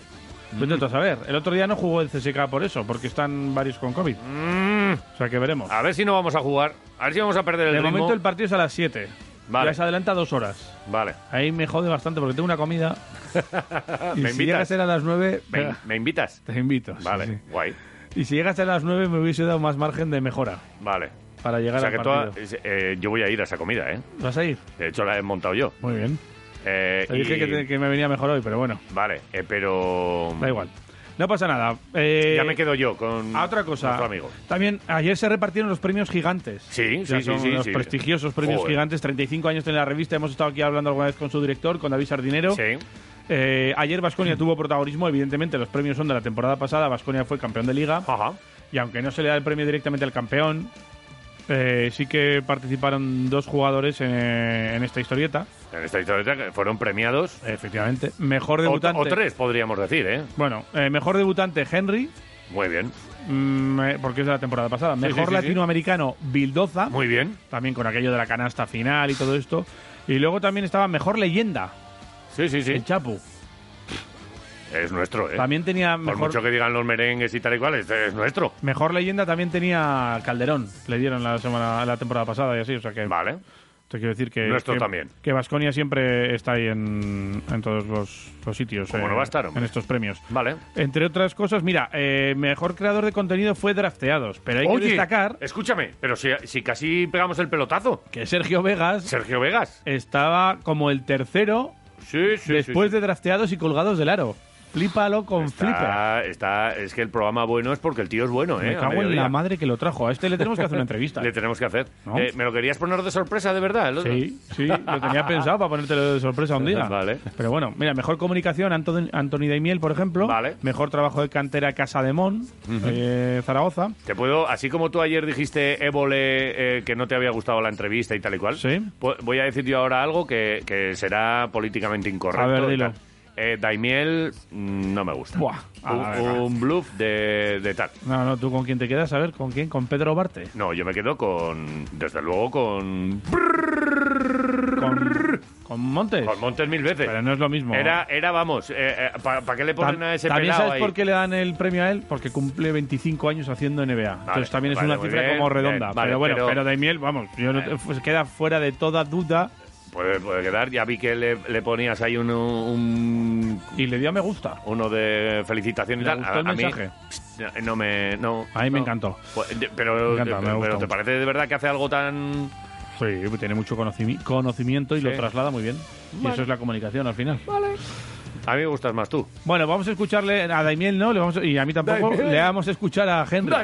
[SPEAKER 2] Mm.
[SPEAKER 3] Vete tú a saber. El otro día no jugó el CSK por eso, porque están varios con COVID.
[SPEAKER 2] Mm,
[SPEAKER 3] O sea que veremos.
[SPEAKER 2] a ver si no vamos a jugar. A ver si vamos a perder el
[SPEAKER 3] De
[SPEAKER 2] ritmo.
[SPEAKER 3] momento el partido es a las 7.
[SPEAKER 2] Vale.
[SPEAKER 3] Ya se adelanta dos horas.
[SPEAKER 2] Vale.
[SPEAKER 3] Ahí me jode bastante porque tengo una comida. y
[SPEAKER 2] Ah, ¿Me
[SPEAKER 3] si
[SPEAKER 2] invitas?
[SPEAKER 3] llega a ser a las 9,
[SPEAKER 2] ¿Me, me invitas?
[SPEAKER 3] te invito. sí,
[SPEAKER 2] Vale,
[SPEAKER 3] sí.
[SPEAKER 2] guay.
[SPEAKER 3] Y si llega a ser a las 9 me hubiese dado más margen de mejora
[SPEAKER 2] Vale.
[SPEAKER 3] para llegar
[SPEAKER 2] O sea
[SPEAKER 3] al
[SPEAKER 2] que tú,
[SPEAKER 3] partido.
[SPEAKER 2] ha- eh, yo voy a ir a esa comida, ¿eh?
[SPEAKER 3] ¿Vas a ir?
[SPEAKER 2] De hecho, la he montado yo.
[SPEAKER 3] Muy bien.
[SPEAKER 2] Eh,
[SPEAKER 3] Te dije
[SPEAKER 2] y-
[SPEAKER 3] que, te- que me venía mejor hoy, pero bueno,
[SPEAKER 2] Vale, eh, pero...
[SPEAKER 3] da igual. No pasa nada. Eh,
[SPEAKER 2] Ya me quedo yo con...
[SPEAKER 3] A otra cosa.
[SPEAKER 2] nuestro amigo.
[SPEAKER 3] También ayer se repartieron los premios gigantes.
[SPEAKER 2] Sí,
[SPEAKER 3] O sea,
[SPEAKER 2] sí, sí,
[SPEAKER 3] son
[SPEAKER 2] sí,
[SPEAKER 3] Los
[SPEAKER 2] sí.
[SPEAKER 3] prestigiosos premios
[SPEAKER 2] Joder.
[SPEAKER 3] gigantes. 35 años tiene la revista. Hemos estado aquí hablando alguna vez con su director, con David Sardinero.
[SPEAKER 2] Sí.
[SPEAKER 3] Eh, ayer Vasconia tuvo protagonismo. Evidentemente, los premios son de la temporada pasada. Vasconia fue campeón de liga.
[SPEAKER 2] Ajá.
[SPEAKER 3] Y aunque no se le da el premio directamente al campeón, eh, sí que participaron dos jugadores en, en esta historieta.
[SPEAKER 2] En esta historia que fueron premiados...
[SPEAKER 3] Efectivamente. Mejor
[SPEAKER 2] O,
[SPEAKER 3] debutante.
[SPEAKER 2] o tres, podríamos decir, ¿eh?
[SPEAKER 3] Bueno, eh, mejor debutante Henry,
[SPEAKER 2] Muy bien.
[SPEAKER 3] mm, eh, porque es de la temporada pasada.
[SPEAKER 2] sí,
[SPEAKER 3] Mejor
[SPEAKER 2] sí, sí.
[SPEAKER 3] latinoamericano Bildoza.
[SPEAKER 2] Muy bien.
[SPEAKER 3] también con aquello de la canasta final y todo esto. Y luego también estaba Mejor Leyenda,
[SPEAKER 2] Sí, sí, sí.
[SPEAKER 3] el Chapu.
[SPEAKER 2] Es nuestro, ¿eh?
[SPEAKER 3] También tenía
[SPEAKER 2] Por
[SPEAKER 3] mejor,
[SPEAKER 2] mucho que digan los merengues y tal y cual, este es nuestro.
[SPEAKER 3] mejor Leyenda también tenía Calderón. Le dieron la semana la temporada pasada y así, o sea que
[SPEAKER 2] Vale.
[SPEAKER 3] te quiero decir que
[SPEAKER 2] Nuestro
[SPEAKER 3] que-
[SPEAKER 2] también.
[SPEAKER 3] Que Vasconia siempre está ahí en, en todos los, los sitios eh,
[SPEAKER 2] ¿Cómo no va a estar, hombre?
[SPEAKER 3] en estos premios.
[SPEAKER 2] Vale.
[SPEAKER 3] Entre otras cosas, mira, eh, mejor creador de contenido fue Drafteados, pero hay que
[SPEAKER 2] Oye,
[SPEAKER 3] destacar
[SPEAKER 2] escúchame, pero si, si casi pegamos el pelotazo.
[SPEAKER 3] que Sergio Vegas
[SPEAKER 2] Sergio Vegas.
[SPEAKER 3] estaba como el tercero
[SPEAKER 2] Sí, sí, sí,
[SPEAKER 3] después
[SPEAKER 2] sí. Este
[SPEAKER 3] de Drafteados y Colgados del Aro. flípalo con flipper.
[SPEAKER 2] Está, Ah, está- es que el programa bueno es porque el tío es bueno, ¿eh?
[SPEAKER 3] Me
[SPEAKER 2] A
[SPEAKER 3] cago en
[SPEAKER 2] mediodía.
[SPEAKER 3] la madre que lo trajo. A este le tenemos que hacer una entrevista.
[SPEAKER 2] Le tenemos que hacer.
[SPEAKER 3] ¿No?
[SPEAKER 2] Eh, ¿Me lo querías poner de sorpresa, de verdad? el otro?
[SPEAKER 3] Sí, sí, lo tenía pensado para ponértelo de sorpresa un día.
[SPEAKER 2] Vale.
[SPEAKER 3] Pero bueno, mira, mejor comunicación, Anton- Anthony Daimiel, por ejemplo.
[SPEAKER 2] Vale.
[SPEAKER 3] Mejor trabajo de cantera Casa de Mon, eh, Zaragoza.
[SPEAKER 2] Te puedo, así como tú ayer dijiste, Évole, eh, que no te había gustado la entrevista y tal y cual,
[SPEAKER 3] Sí.
[SPEAKER 2] po- voy a decir yo ahora algo que, que será políticamente incorrecto.
[SPEAKER 3] A ver,
[SPEAKER 2] y
[SPEAKER 3] dilo.
[SPEAKER 2] tal. Eh, Daimiel mm, no me gusta.
[SPEAKER 3] Buah. A
[SPEAKER 2] Un,
[SPEAKER 3] la verga.
[SPEAKER 2] un bluff de, de tal.
[SPEAKER 3] No, no, tú con quién te quedas, a ver, ¿con quién? ¿Con Pedro Barte?
[SPEAKER 2] No, yo me quedo con, desde luego, con,
[SPEAKER 3] ¿Con, con Montes?
[SPEAKER 2] con Montes mil veces.
[SPEAKER 3] Pero no es lo mismo.
[SPEAKER 2] Era, era, vamos, eh, ¿para qué le ponen
[SPEAKER 3] Tam-
[SPEAKER 2] a ese
[SPEAKER 3] también
[SPEAKER 2] pelado
[SPEAKER 3] sabes
[SPEAKER 2] ahí?
[SPEAKER 3] por qué le dan el premio a él, porque cumple 25 años haciendo NBA. Entonces también es
[SPEAKER 2] vale,
[SPEAKER 3] una
[SPEAKER 2] muy
[SPEAKER 3] cifra
[SPEAKER 2] bien,
[SPEAKER 3] como redonda.
[SPEAKER 2] bien, vale,
[SPEAKER 3] pero bueno,
[SPEAKER 2] pero- Eh.
[SPEAKER 3] pero, Daimiel, vamos, yo no te- pues queda fuera de toda duda
[SPEAKER 2] Puede, puede quedar, ya vi que le, le ponías ahí un, un-
[SPEAKER 3] y le dio a me gusta.
[SPEAKER 2] uno de felicitaciones. y
[SPEAKER 3] Le
[SPEAKER 2] tal.
[SPEAKER 3] gustó el
[SPEAKER 2] mí,
[SPEAKER 3] mensaje.
[SPEAKER 2] pst, no me... No,
[SPEAKER 3] A mí me
[SPEAKER 2] no.
[SPEAKER 3] encantó.
[SPEAKER 2] Pues, de- pero
[SPEAKER 3] Me encanta, me
[SPEAKER 2] pero-
[SPEAKER 3] gusta
[SPEAKER 2] pero ¿te
[SPEAKER 3] mucho.
[SPEAKER 2] parece de verdad que hace algo tan...?
[SPEAKER 3] Sí, tiene mucho conocimi- conocimiento y
[SPEAKER 2] Sí.
[SPEAKER 3] lo traslada muy bien. Y eso es la comunicación al final.
[SPEAKER 2] A mí me gustas más tú.
[SPEAKER 3] Bueno, vamos a escucharle a Daimiel, ¿no? Le vamos a- y a mí tampoco.
[SPEAKER 2] Daimiel.
[SPEAKER 3] Le vamos a escuchar a Henry.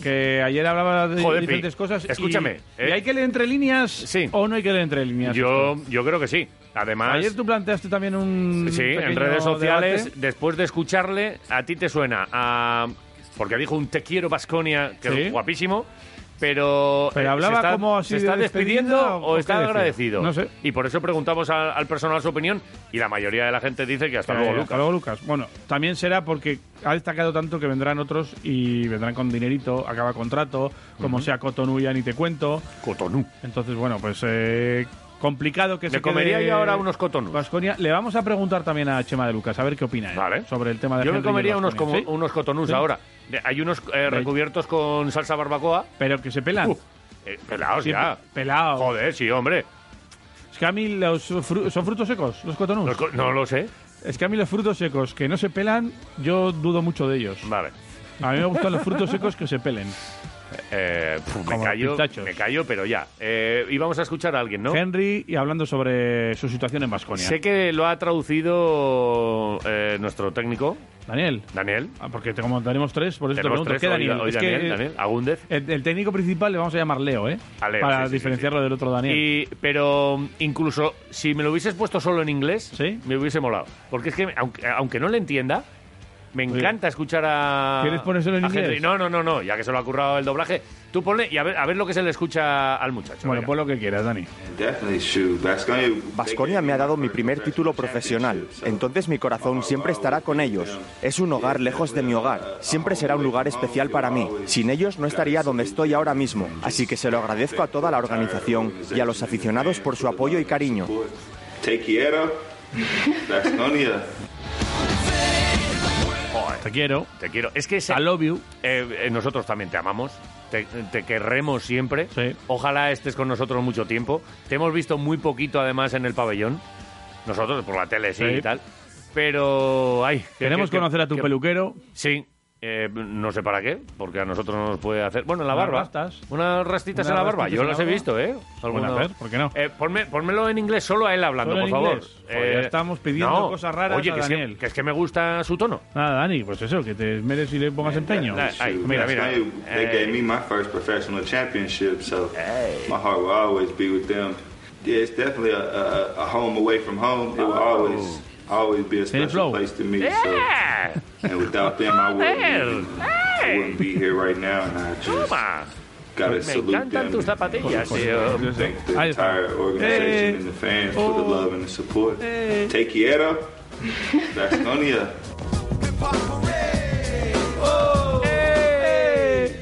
[SPEAKER 3] Que ayer hablaba de
[SPEAKER 2] Joder,
[SPEAKER 3] diferentes
[SPEAKER 2] Pi,
[SPEAKER 3] cosas. y-
[SPEAKER 2] escúchame,
[SPEAKER 3] Y,
[SPEAKER 2] ¿eh?
[SPEAKER 3] hay que leer entre líneas
[SPEAKER 2] Sí.
[SPEAKER 3] o no hay que leer entre líneas?
[SPEAKER 2] Yo, yo creo que sí. Además,
[SPEAKER 3] Ayer tú planteaste también un.
[SPEAKER 2] sí, en
[SPEAKER 3] Mm, pequeño
[SPEAKER 2] redes sociales,
[SPEAKER 3] debate.
[SPEAKER 2] después de escucharle, a ti te suena a... Porque dijo un te quiero Basconia, que
[SPEAKER 3] Sí.
[SPEAKER 2] es guapísimo, pero...
[SPEAKER 3] Pero
[SPEAKER 2] eh,
[SPEAKER 3] hablaba
[SPEAKER 2] se está,
[SPEAKER 3] como así
[SPEAKER 2] ¿Se
[SPEAKER 3] de
[SPEAKER 2] está
[SPEAKER 3] despedida
[SPEAKER 2] despidiendo
[SPEAKER 3] o
[SPEAKER 2] o
[SPEAKER 3] qué
[SPEAKER 2] está
[SPEAKER 3] decía?
[SPEAKER 2] agradecido?
[SPEAKER 3] No sé.
[SPEAKER 2] Y por eso preguntamos al, al personal su opinión y la mayoría de la gente dice que hasta
[SPEAKER 3] Eh,
[SPEAKER 2] luego,
[SPEAKER 3] hasta
[SPEAKER 2] Lucas.
[SPEAKER 3] luego, Lucas. Bueno, también será porque ha destacado tanto que vendrán otros y vendrán con dinerito, acaba contrato, como sea Cotonou ya ni te cuento.
[SPEAKER 2] Cotonú.
[SPEAKER 3] Entonces, bueno, pues eh, complicado que
[SPEAKER 2] Me
[SPEAKER 3] se
[SPEAKER 2] comería
[SPEAKER 3] quede
[SPEAKER 2] yo ahora unos cotonús.
[SPEAKER 3] Baskonia. Le vamos a preguntar también a Chema de Lucas, a ver qué opina él
[SPEAKER 2] Vale.
[SPEAKER 3] sobre el tema de
[SPEAKER 2] Yo me
[SPEAKER 3] Henry y
[SPEAKER 2] comería
[SPEAKER 3] el
[SPEAKER 2] unos, como,
[SPEAKER 3] Baskonia, ¿sí?
[SPEAKER 2] unos cotonús
[SPEAKER 3] Sí.
[SPEAKER 2] ahora. De- Hay unos eh, recubiertos con salsa barbacoa.
[SPEAKER 3] Pero que se pelan.
[SPEAKER 2] Uh, eh, pelaos
[SPEAKER 3] Siempre-
[SPEAKER 2] ya.
[SPEAKER 3] pelaos.
[SPEAKER 2] Joder, sí, hombre.
[SPEAKER 3] Es que a mí los fru- son frutos secos, los cotonús.
[SPEAKER 2] Los co- no lo sé.
[SPEAKER 3] Es que a mí los frutos secos que no se pelan, yo dudo mucho de ellos.
[SPEAKER 2] Vale.
[SPEAKER 3] A mí me gustan los frutos secos que se pelen.
[SPEAKER 2] Eh, pf, me,
[SPEAKER 3] Como los
[SPEAKER 2] callo,
[SPEAKER 3] pistachos.
[SPEAKER 2] me callo, pero ya. Eh, y vamos a escuchar a alguien, ¿no?
[SPEAKER 3] Henry y hablando sobre su situación en Vasconia.
[SPEAKER 2] Sé que lo ha traducido eh, nuestro técnico,
[SPEAKER 3] Daniel.
[SPEAKER 2] Daniel.
[SPEAKER 3] Ah, porque te- como tenemos tres, por eso te
[SPEAKER 2] Tenemos
[SPEAKER 3] pregunto.
[SPEAKER 2] tres
[SPEAKER 3] ¿Qué
[SPEAKER 2] hoy-
[SPEAKER 3] Daniel?
[SPEAKER 2] hoy
[SPEAKER 3] Es
[SPEAKER 2] Daniel,
[SPEAKER 3] que, eh,
[SPEAKER 2] Daniel, Agúndez.
[SPEAKER 3] El, el técnico principal le vamos a llamar Leo, ¿eh?
[SPEAKER 2] A Leo, sí,
[SPEAKER 3] Para
[SPEAKER 2] sí, sí,
[SPEAKER 3] diferenciarlo del otro Daniel.
[SPEAKER 2] Y, pero um, incluso si me lo hubieses puesto solo en inglés,
[SPEAKER 3] ¿Sí?
[SPEAKER 2] me hubiese molado. Porque es que, aunque, aunque no le entienda, me encanta escuchar a.
[SPEAKER 3] ¿Quieres ponérselo en
[SPEAKER 2] a
[SPEAKER 3] inglés?
[SPEAKER 2] Henry. No, no, no, no, ya que se lo ha currado el doblaje. Tú ponle y a ver, a ver lo que se le escucha al muchacho.
[SPEAKER 3] Bueno,
[SPEAKER 2] venga.
[SPEAKER 3] pues lo que quieras, Dani.
[SPEAKER 4] Basconia me ha dado mi primer título profesional, entonces mi corazón siempre estará con ellos. Es un hogar lejos de mi hogar, siempre será un lugar especial para mí. Sin ellos no estaría donde estoy ahora mismo, así que se lo agradezco a toda la organización y a los aficionados por su apoyo y cariño.
[SPEAKER 10] Te quiero, Vasconia.
[SPEAKER 3] Te quiero.
[SPEAKER 2] te quiero. Es que ese-
[SPEAKER 3] I love you.
[SPEAKER 2] eh, eh, nosotros también te amamos. Te, te querremos siempre.
[SPEAKER 3] Sí.
[SPEAKER 2] Ojalá estés con nosotros mucho tiempo. Te hemos visto muy poquito, además, en el pabellón. Nosotros, por la tele, sí,
[SPEAKER 3] Sí.
[SPEAKER 2] y tal. Pero, ay. que-
[SPEAKER 3] Queremos
[SPEAKER 2] que-
[SPEAKER 3] conocer a tu
[SPEAKER 2] que-
[SPEAKER 3] peluquero.
[SPEAKER 2] Sí. eh, no sé para qué, porque a nosotros no nos puede hacer. Bueno, en la
[SPEAKER 3] Unas
[SPEAKER 2] barba.
[SPEAKER 3] rastas.
[SPEAKER 2] Unas rastitas
[SPEAKER 3] Unas
[SPEAKER 2] en la barba.
[SPEAKER 3] rastitas
[SPEAKER 2] Yo
[SPEAKER 3] en la
[SPEAKER 2] las he
[SPEAKER 3] barba.
[SPEAKER 2] visto, ¿eh?
[SPEAKER 3] pueden hacer, ¿por qué no?
[SPEAKER 2] Eh, ponme- ponmelo en inglés, solo a él hablando,
[SPEAKER 3] Solo
[SPEAKER 2] por
[SPEAKER 3] en
[SPEAKER 2] favor. Eh,
[SPEAKER 3] inglés. Joder, ya estamos pidiendo cosas raras
[SPEAKER 2] Oye,
[SPEAKER 3] a
[SPEAKER 2] que es que-
[SPEAKER 3] Daniel.
[SPEAKER 2] que es que me gusta su tono.
[SPEAKER 3] Nada, Dani, pues eso, que te esmeres y le pongas empeño.
[SPEAKER 2] Nah, ahí, mira, mira.
[SPEAKER 10] They
[SPEAKER 2] Eh,
[SPEAKER 10] gave me my first professional championship, so my heart will always be with them. Yeah, it's definitely a, a, a home away from home. It
[SPEAKER 2] Oh.
[SPEAKER 10] will always, always be a
[SPEAKER 3] flow.
[SPEAKER 10] special place to me.
[SPEAKER 2] Yeah.
[SPEAKER 10] So, and without them, I wouldn't, even-
[SPEAKER 2] Hey.
[SPEAKER 10] I wouldn't be here right now. And I just
[SPEAKER 2] Toma.
[SPEAKER 10] gotta
[SPEAKER 2] Me
[SPEAKER 10] salute
[SPEAKER 2] encantan tus
[SPEAKER 10] them.
[SPEAKER 2] zapatillas, tío.
[SPEAKER 10] Thank the
[SPEAKER 3] Ahí está.
[SPEAKER 10] entire organization
[SPEAKER 3] Eh.
[SPEAKER 10] and the fans for the love and the support. Te quiero, Vasconia.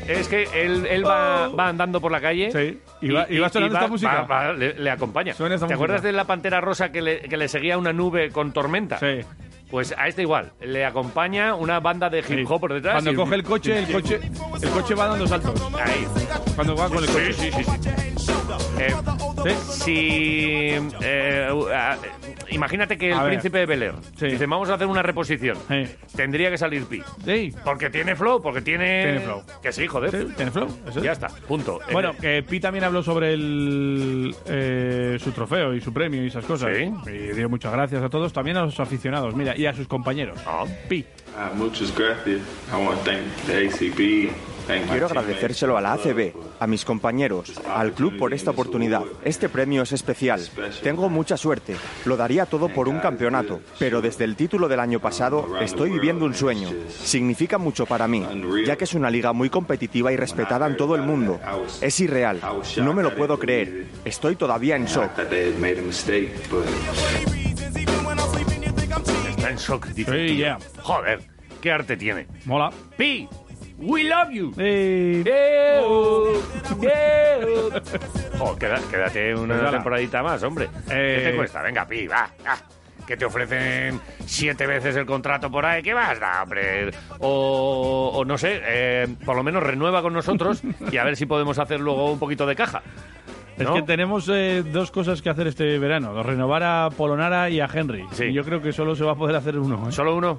[SPEAKER 2] Es que él, él va, va andando por la calle.
[SPEAKER 3] ¡Eh! Oh. Sí, y va- y va sonando esta música.
[SPEAKER 2] va- va- le, le acompaña.
[SPEAKER 3] Suena esta
[SPEAKER 2] ¿Te
[SPEAKER 3] música.
[SPEAKER 2] acuerdas de la pantera rosa que le, que le seguía una nube con tormenta?
[SPEAKER 3] Sí.
[SPEAKER 2] Pues a este igual. Le acompaña una banda de hip hop por detrás.
[SPEAKER 3] Cuando
[SPEAKER 2] y-
[SPEAKER 3] coge el coche, el coche, el coche va dando saltos.
[SPEAKER 2] Ahí.
[SPEAKER 3] Cuando va con el coche.
[SPEAKER 2] Sí, sí, sí. sí. Eh, si eh, uh, ah, imagínate que el
[SPEAKER 3] A ver.
[SPEAKER 2] príncipe de Bel Air dice, vamos a hacer una reposición. Tendría que salir Pi.
[SPEAKER 3] Sí.
[SPEAKER 2] Porque tiene flow, porque tiene.
[SPEAKER 3] Tiene flow.
[SPEAKER 2] Eh, Que sí, joder.
[SPEAKER 3] Sí, tiene flow, eso es.
[SPEAKER 2] Ya está, punto. Eh,
[SPEAKER 3] Bueno, que Pi también habló sobre el, eh, su trofeo y su premio y esas cosas.
[SPEAKER 10] Sí.
[SPEAKER 3] Y dio muchas gracias a todos, también a los aficionados, mira, y a sus compañeros.
[SPEAKER 2] Ah.
[SPEAKER 3] Pi.
[SPEAKER 10] Uh, muchas gracias. I want to thank the ACB. Thank my
[SPEAKER 4] Quiero
[SPEAKER 10] teammates.
[SPEAKER 4] agradecérselo a la ACB, a mis compañeros, al club por esta oportunidad. Este premio es especial. Tengo mucha suerte. Lo daría todo por un campeonato, pero desde el título del año pasado estoy viviendo un sueño. Significa mucho para mí, ya que es una liga muy competitiva y respetada en todo el mundo. Es irreal. No me lo puedo creer. Estoy todavía en shock.
[SPEAKER 2] Está en shock, dice.
[SPEAKER 3] Sí,
[SPEAKER 2] el tío.
[SPEAKER 3] yeah.
[SPEAKER 2] Joder, qué arte tiene.
[SPEAKER 3] Mola.
[SPEAKER 2] Pi, we love you. Eh, oh, Jo, queda- quédate una
[SPEAKER 3] Pues Eh, ala.
[SPEAKER 2] temporadita más, hombre. ¿Qué te cuesta? Venga, Pi, va. ah. Que te ofrecen siete veces el contrato por ahí. ¿Qué vas? da, hombre. O, o no sé, eh, por lo menos renueva con nosotros y a ver si podemos hacer luego un poquito de caja.
[SPEAKER 3] Es
[SPEAKER 2] ¿No?
[SPEAKER 3] que tenemos eh, dos cosas que hacer este verano: renovar a Polonara y a Henry. Y yo creo que solo se va a poder hacer uno. ¿eh?
[SPEAKER 2] ¿Solo uno?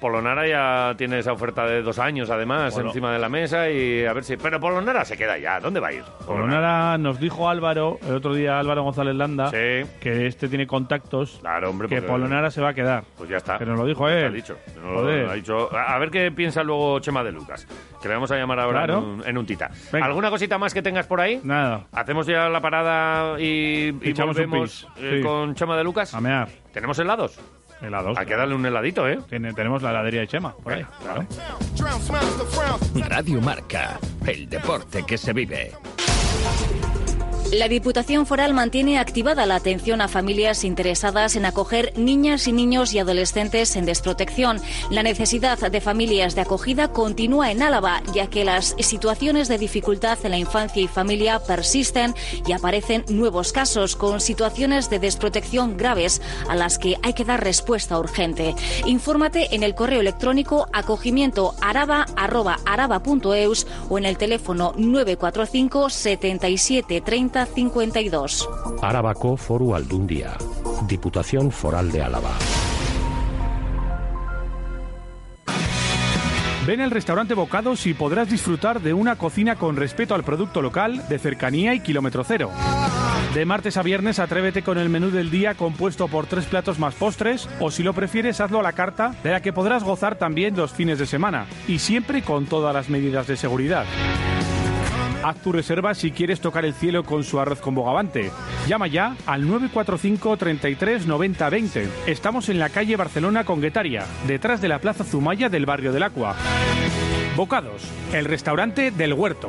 [SPEAKER 2] Polonara ya tiene esa oferta de dos años, además,
[SPEAKER 3] Bueno.
[SPEAKER 2] encima de la mesa y a ver si... Pero Polonara se queda ya. ¿Dónde va a ir?
[SPEAKER 3] Polonara nos dijo Álvaro, el otro día Álvaro González Landa, que este tiene contactos, que
[SPEAKER 2] porque-
[SPEAKER 3] Polonara se va a quedar.
[SPEAKER 2] Pues ya está.
[SPEAKER 3] Que nos lo dijo
[SPEAKER 2] Ya
[SPEAKER 3] él.
[SPEAKER 2] está dicho. Nos lo-
[SPEAKER 3] Joder.
[SPEAKER 2] lo ha dicho. A a ver qué piensa luego Chema de Lucas, que le vamos a llamar ahora
[SPEAKER 3] Claro.
[SPEAKER 2] en, un, en un tita. ¿Alguna cosita más que tengas por ahí?
[SPEAKER 3] Nada.
[SPEAKER 2] Hacemos ya la parada y, y
[SPEAKER 3] Echamos un
[SPEAKER 2] volvemos
[SPEAKER 3] pis,
[SPEAKER 2] eh,
[SPEAKER 3] sí.
[SPEAKER 2] con Chema de Lucas.
[SPEAKER 3] A mear.
[SPEAKER 2] ¿Tenemos helados?
[SPEAKER 3] Helados.
[SPEAKER 2] Hay que darle un heladito, ¿eh?
[SPEAKER 3] tenemos la heladería de Chema, por ahí. Claro.
[SPEAKER 11] Radio Marca, el deporte que se vive.
[SPEAKER 12] La Diputación Foral mantiene activada la atención a familias interesadas en acoger niñas y niños y adolescentes en desprotección. La necesidad de familias de acogida continúa en Álava, ya que las situaciones de dificultad en la infancia y familia persisten y aparecen nuevos casos con situaciones de desprotección graves a las que hay que dar respuesta urgente. Infórmate en el correo electrónico acogimiento araba.araba.eus o en el teléfono 945 77 30 52.
[SPEAKER 13] Arabako Foru Aldundia, Diputación Foral de Álava.
[SPEAKER 3] Ven al restaurante Bocados y podrás disfrutar de una cocina con respeto al producto local, de cercanía y kilómetro cero. De martes a viernes atrévete con el menú del día compuesto por tres platos más postres o si lo prefieres hazlo a la carta de la que podrás gozar también los fines de semana y siempre con todas las medidas de seguridad. Haz tu reserva si quieres tocar el cielo con su arroz con bogavante. Llama ya al 945 33 90 20. Estamos en la calle Barcelona con Guetaria, detrás de la Plaza Zumaya del barrio del Acua. Bocados, el restaurante del huerto.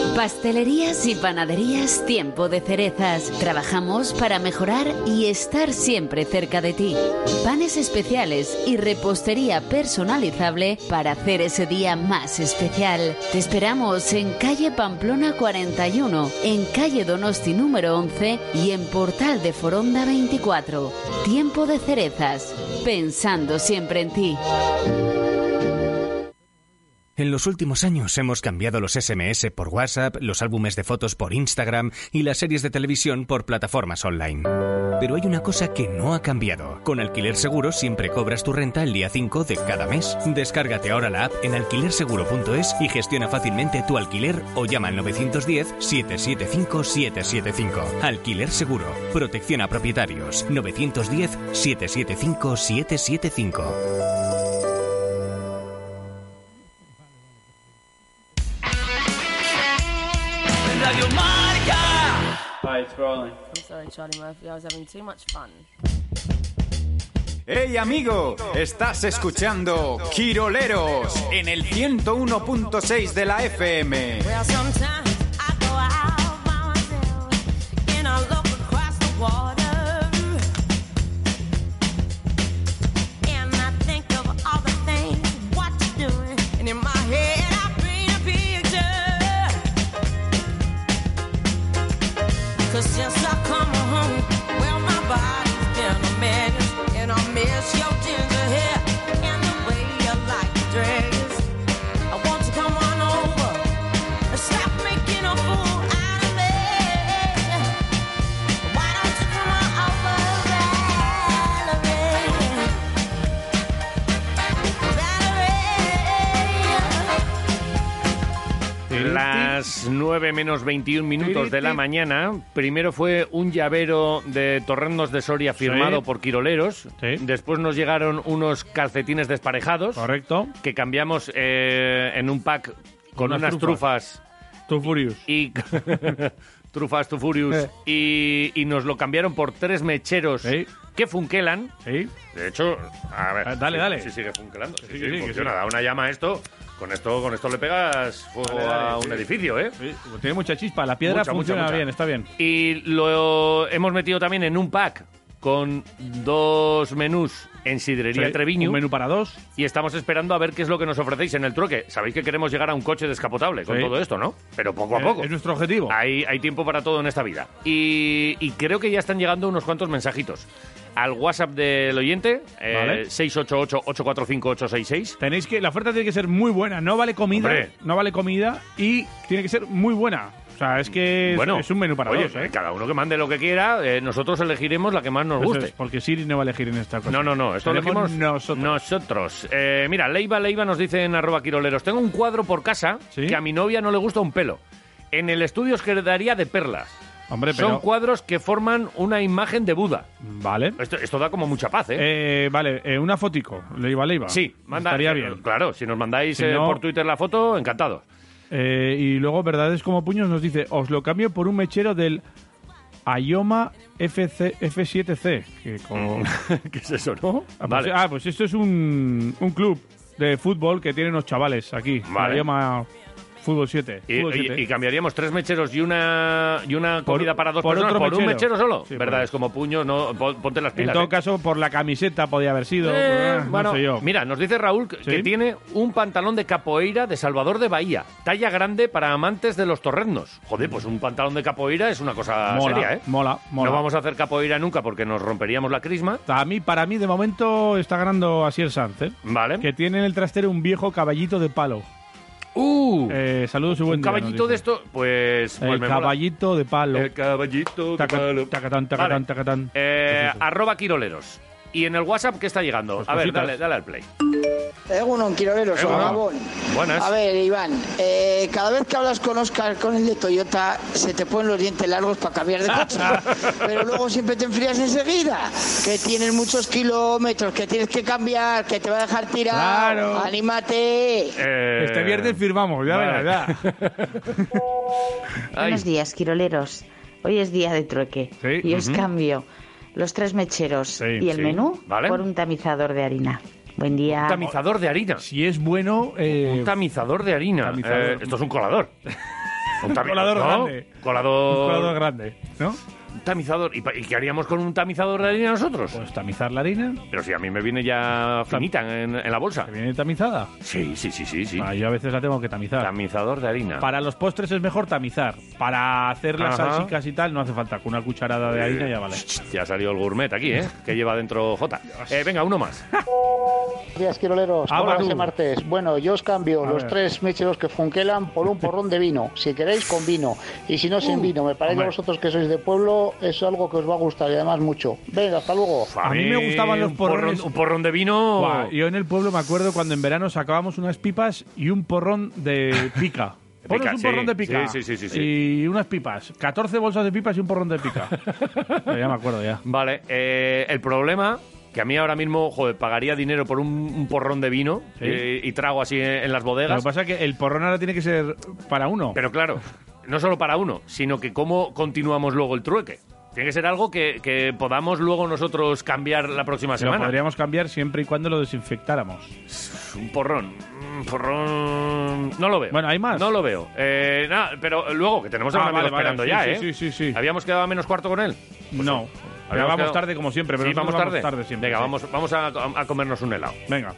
[SPEAKER 14] Pastelerías y panaderías Tiempo de Cerezas. Trabajamos para mejorar y estar siempre cerca de ti. Panes especiales y repostería personalizable para hacer ese día más especial. Te esperamos en calle Pamplona 41, en calle Donosti número 11 y en Portal de Foronda 24. Tiempo de Cerezas. Pensando siempre en ti.
[SPEAKER 15] En los últimos años hemos cambiado los SMS por WhatsApp, los álbumes de fotos por Instagram y las series de televisión por plataformas online. Pero hay una cosa que no ha cambiado. Con Alquiler Seguro siempre cobras tu renta el día 5 de cada mes. Descárgate ahora la app en alquilerseguro.es y gestiona fácilmente tu alquiler o llama al 910-775-775. Alquiler Seguro. Protección a propietarios. 910-775-775.
[SPEAKER 6] Radio Marca.
[SPEAKER 16] Hi, it's rolling.
[SPEAKER 17] I'm sorry, Charlie Murphy. I was having too much fun.
[SPEAKER 18] ¡Hey amigo! Estás escuchando Quiroleros en el 101.6 de la FM.
[SPEAKER 6] Well, sometimes I go out by myself
[SPEAKER 2] las 9 menos 21 minutos de la mañana. Primero fue un llavero de Torrendos de Soria firmado
[SPEAKER 3] Sí.
[SPEAKER 2] por Quiroleros. Después nos llegaron unos calcetines desparejados.
[SPEAKER 3] Correcto.
[SPEAKER 2] Que cambiamos eh, en un pack con
[SPEAKER 3] Unas
[SPEAKER 2] unas, trufas.
[SPEAKER 3] Tufurius.
[SPEAKER 2] Y, trufas Tufurius. Y, y nos lo cambiaron por tres mecheros que funkelan. De hecho, a ver.
[SPEAKER 3] Ah, dale,
[SPEAKER 2] sí,
[SPEAKER 3] dale.
[SPEAKER 2] Sí, sigue funkelando. Sí,
[SPEAKER 3] Sí,
[SPEAKER 2] sí,
[SPEAKER 3] sí, que
[SPEAKER 2] funciona.
[SPEAKER 3] sí.
[SPEAKER 2] Da una llama a esto. Con esto, con esto le pegas fuego
[SPEAKER 3] Dale, dale,
[SPEAKER 2] a un
[SPEAKER 3] sí.
[SPEAKER 2] edificio, ¿eh?
[SPEAKER 3] Tiene mucha chispa. La piedra
[SPEAKER 2] Mucha, mucha,
[SPEAKER 3] funciona
[SPEAKER 2] mucha.
[SPEAKER 3] bien, está bien.
[SPEAKER 2] Y lo hemos metido también en un pack con dos menús en Sidrería
[SPEAKER 3] Sí,
[SPEAKER 2] Treviño.
[SPEAKER 3] un menú para dos.
[SPEAKER 2] Y estamos esperando a ver qué es lo que nos ofrecéis en el trueque. Sabéis que queremos llegar a un coche descapotable con
[SPEAKER 3] Sí.
[SPEAKER 2] todo esto, ¿no? Pero poco a
[SPEAKER 3] Eh,
[SPEAKER 2] poco.
[SPEAKER 3] Es nuestro objetivo.
[SPEAKER 2] Hay, hay tiempo para todo en esta vida. Y, y creo que ya están llegando unos cuantos mensajitos. Al WhatsApp del oyente, eh,
[SPEAKER 3] Vale.
[SPEAKER 2] 688-845-866.
[SPEAKER 3] Tenéis que. La oferta tiene que ser muy buena. No vale comida.
[SPEAKER 2] Hombre.
[SPEAKER 3] No vale comida. Y tiene que ser muy buena. O sea, es que es-
[SPEAKER 2] Bueno,
[SPEAKER 3] es un menú para
[SPEAKER 2] oye,
[SPEAKER 3] dos, ¿eh?
[SPEAKER 2] cada uno que mande lo que quiera, eh, nosotros elegiremos la que más nos
[SPEAKER 3] Eso
[SPEAKER 2] guste.
[SPEAKER 3] es, porque Siri no va a elegir en esta cosa.
[SPEAKER 2] No, no, no, esto lo
[SPEAKER 3] Seremos
[SPEAKER 2] elegimos nosotros. Eh, mira, Leiva, Leiva nos dice en arroba quiroleros, tengo un cuadro por casa que a mi novia no le gusta un pelo. En el estudio os quedaría de perlas.
[SPEAKER 3] Hombre,
[SPEAKER 2] Son
[SPEAKER 3] pero-
[SPEAKER 2] cuadros que forman una imagen de Buda.
[SPEAKER 3] Vale.
[SPEAKER 2] Esto, esto da como mucha paz, ¿eh?
[SPEAKER 3] Eh, vale, eh, una fotico. Leiva, Leiva.
[SPEAKER 2] sí, manda,
[SPEAKER 3] Estaría
[SPEAKER 2] eh,
[SPEAKER 3] bien.
[SPEAKER 2] Claro, si nos mandáis
[SPEAKER 3] Si
[SPEAKER 2] eh,
[SPEAKER 3] no-
[SPEAKER 2] por Twitter la foto, encantados.
[SPEAKER 3] Eh, y luego Verdades como Puños nos dice, os lo cambio por un mechero del Ayoma FC, F7C. Que con-
[SPEAKER 2] ¿Qué es eso, no?
[SPEAKER 3] Ah, pues,
[SPEAKER 2] Mm. Vale.
[SPEAKER 3] ah, pues esto es un, un club de fútbol que tienen unos chavales aquí.
[SPEAKER 2] Vale.
[SPEAKER 3] Ayoma Fútbol 7.
[SPEAKER 2] Y,
[SPEAKER 3] Fútbol
[SPEAKER 2] y-
[SPEAKER 3] 7.
[SPEAKER 2] y cambiaríamos tres mecheros y una y una
[SPEAKER 3] Por-
[SPEAKER 2] comida para dos
[SPEAKER 3] por
[SPEAKER 2] personas
[SPEAKER 3] otro
[SPEAKER 2] por un
[SPEAKER 3] mechero.
[SPEAKER 2] mechero solo.
[SPEAKER 3] Sí,
[SPEAKER 2] ¿Verdad?
[SPEAKER 3] por-
[SPEAKER 2] Es como puño, no, pon- ponte las
[SPEAKER 3] en
[SPEAKER 2] pilas.
[SPEAKER 3] todo
[SPEAKER 2] ¿eh?
[SPEAKER 3] caso, por la camiseta podía haber sido.
[SPEAKER 2] Eh,
[SPEAKER 3] no
[SPEAKER 2] bueno,
[SPEAKER 3] sé yo.
[SPEAKER 2] mira, nos dice Raúl que que tiene un pantalón de capoeira de Salvador de Bahía, talla grande para amantes de los torreznos. Joder, pues un pantalón de capoeira es una cosa
[SPEAKER 3] Mola,
[SPEAKER 2] seria, ¿eh?
[SPEAKER 3] mola, mola.
[SPEAKER 2] No vamos a hacer capoeira nunca porque nos romperíamos la crisma.
[SPEAKER 3] A mí, para mí, de momento está ganando Asier Sanz, ¿eh?
[SPEAKER 2] Vale.
[SPEAKER 3] Que tiene en el trastero un viejo caballito de palo.
[SPEAKER 2] ¡Uh!
[SPEAKER 3] Eh, saludos y buen
[SPEAKER 2] un
[SPEAKER 3] día, nos
[SPEAKER 2] caballito
[SPEAKER 3] dice.
[SPEAKER 2] de esto, pues, pues
[SPEAKER 3] El
[SPEAKER 2] me mola.
[SPEAKER 3] caballito de palo.
[SPEAKER 2] El caballito de
[SPEAKER 3] Taca-
[SPEAKER 2] palo.
[SPEAKER 3] tacatán, tacatán,
[SPEAKER 2] Vale.
[SPEAKER 3] tacatán.
[SPEAKER 2] Eh,
[SPEAKER 3] Pues
[SPEAKER 2] arroba quiroleros. Y en el WhatsApp, ¿qué está llegando? a ver,
[SPEAKER 3] cositas.
[SPEAKER 2] dale, dale al play.
[SPEAKER 19] Egunon, Quiroleros,
[SPEAKER 2] Egunon.
[SPEAKER 19] Gabón.
[SPEAKER 2] Buenas.
[SPEAKER 19] A ver, Iván, eh, cada vez que hablas con Oscar, con el de Toyota, se te ponen los dientes largos para cambiar de coche. Pero luego siempre te enfrías enseguida. Que tienes muchos kilómetros, que tienes que cambiar, que te va a dejar tirar.
[SPEAKER 3] Claro.
[SPEAKER 19] ¡Anímate!
[SPEAKER 2] Eh,
[SPEAKER 3] Este viernes firmamos, ya
[SPEAKER 2] vale.
[SPEAKER 3] verás, ya.
[SPEAKER 20] Buenos días, quiroleros. Hoy es día de trueque.
[SPEAKER 3] Sí,
[SPEAKER 20] Y os
[SPEAKER 3] ujú.
[SPEAKER 20] cambio los tres mecheros y el
[SPEAKER 3] sí,
[SPEAKER 20] menú
[SPEAKER 3] vale.
[SPEAKER 20] por un tamizador de harina. Buen día.
[SPEAKER 2] Tamizador de harina.
[SPEAKER 3] Ah, Si es bueno. eh,
[SPEAKER 2] Un tamizador de harina. Eh, esto es un colador. un tami-
[SPEAKER 3] colador
[SPEAKER 2] ¿no?
[SPEAKER 3] grande.
[SPEAKER 2] Colador.
[SPEAKER 3] Un colador grande, ¿no?
[SPEAKER 2] Un tamizador. ¿Y, pa- y qué haríamos con un tamizador de harina nosotros?
[SPEAKER 3] Pues tamizar la harina.
[SPEAKER 2] Pero si a mí me viene ya finita en, en la bolsa.
[SPEAKER 3] ¿Viene tamizada?
[SPEAKER 2] Sí, sí, sí, sí. sí.
[SPEAKER 3] Ah, yo a veces la tengo que tamizar.
[SPEAKER 2] Tamizador de harina.
[SPEAKER 3] Para los postres es mejor tamizar. Para hacer las
[SPEAKER 2] Ajá.
[SPEAKER 3] salsicas y tal no hace falta. Con una cucharada de
[SPEAKER 2] Eh,
[SPEAKER 3] harina ya vale.
[SPEAKER 2] Ya ha salido el gourmet aquí, ¿eh? que lleva dentro J. Eh, venga, uno más.
[SPEAKER 21] Buenos días, quiroleros.
[SPEAKER 2] Ah,
[SPEAKER 21] Hola,
[SPEAKER 2] Manu.
[SPEAKER 21] ese martes. Bueno, yo os cambio
[SPEAKER 2] A
[SPEAKER 21] los
[SPEAKER 2] ver.
[SPEAKER 21] tres mecheros que funkelan por un porrón de vino. Si queréis, con vino. Y si no, sin vino. Me parece que
[SPEAKER 3] Uh, hombre.
[SPEAKER 21] vosotros que sois de pueblo, es algo que os va a gustar y además mucho. Venga, hasta luego.
[SPEAKER 3] A mí me gustaban los
[SPEAKER 2] un porrón-
[SPEAKER 3] porrones.
[SPEAKER 2] un porrón de vino.
[SPEAKER 3] Buah, yo en el pueblo me acuerdo cuando en verano sacábamos unas pipas y un porrón de pica.
[SPEAKER 2] De
[SPEAKER 3] Ponos
[SPEAKER 2] pica,
[SPEAKER 3] un
[SPEAKER 2] sí.
[SPEAKER 3] porrón de pica.
[SPEAKER 2] Sí, sí, sí, sí,
[SPEAKER 3] Y unas pipas. 14 bolsas de pipas y un porrón de pica. ya me acuerdo, ya.
[SPEAKER 2] Vale, eh, el problema que a mí ahora mismo, joder, pagaría dinero por un, un porrón de vino
[SPEAKER 3] Sí.
[SPEAKER 2] eh, y trago así en, en las
[SPEAKER 3] Lo
[SPEAKER 2] bodegas.
[SPEAKER 3] que pasa es que eh, el porrón ahora tiene que ser para uno.
[SPEAKER 2] Pero claro, no solo para uno, sino que cómo continuamos luego el trueque. Tiene que ser algo que, que podamos luego nosotros cambiar la próxima
[SPEAKER 3] lo
[SPEAKER 2] semana.
[SPEAKER 3] podríamos cambiar siempre y cuando lo desinfectáramos.
[SPEAKER 2] Un porrón. Un porrón. No lo veo.
[SPEAKER 3] Bueno, ¿hay más?
[SPEAKER 2] No lo veo. Eh, nada, pero luego, que tenemos a
[SPEAKER 3] Ah,
[SPEAKER 2] un amigo
[SPEAKER 3] vale, vale.
[SPEAKER 2] esperando
[SPEAKER 3] Sí,
[SPEAKER 2] ya,
[SPEAKER 3] sí,
[SPEAKER 2] ¿eh?
[SPEAKER 3] sí, sí,
[SPEAKER 2] ¿Habíamos quedado a menos cuarto con él? Pues
[SPEAKER 3] no. Ahora
[SPEAKER 2] Habíamos
[SPEAKER 3] vamos
[SPEAKER 2] quedado-
[SPEAKER 3] tarde como siempre, pero
[SPEAKER 2] Sí,
[SPEAKER 3] nosotros
[SPEAKER 2] vamos tarde.
[SPEAKER 3] siempre.
[SPEAKER 2] Venga,
[SPEAKER 3] sí.
[SPEAKER 2] vamos, vamos a, a comernos un helado.
[SPEAKER 3] Venga.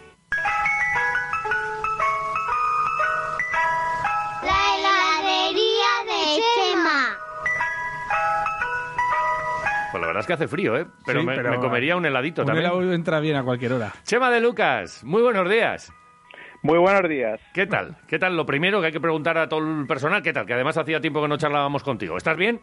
[SPEAKER 22] La heladería de Chema.
[SPEAKER 2] Pues la verdad es que hace frío, ¿eh? Pero,
[SPEAKER 3] Sí,
[SPEAKER 2] me,
[SPEAKER 3] pero-
[SPEAKER 2] me comería un heladito
[SPEAKER 3] Un
[SPEAKER 2] también.
[SPEAKER 3] helado entra bien a cualquier hora.
[SPEAKER 2] Chema de Lucas, muy buenos días.
[SPEAKER 23] Muy buenos días.
[SPEAKER 2] ¿Qué tal? ¿Qué tal? Lo primero que hay que preguntar a todo el personal, ¿qué tal? Que además hacía tiempo que no charlábamos contigo. ¿Estás bien?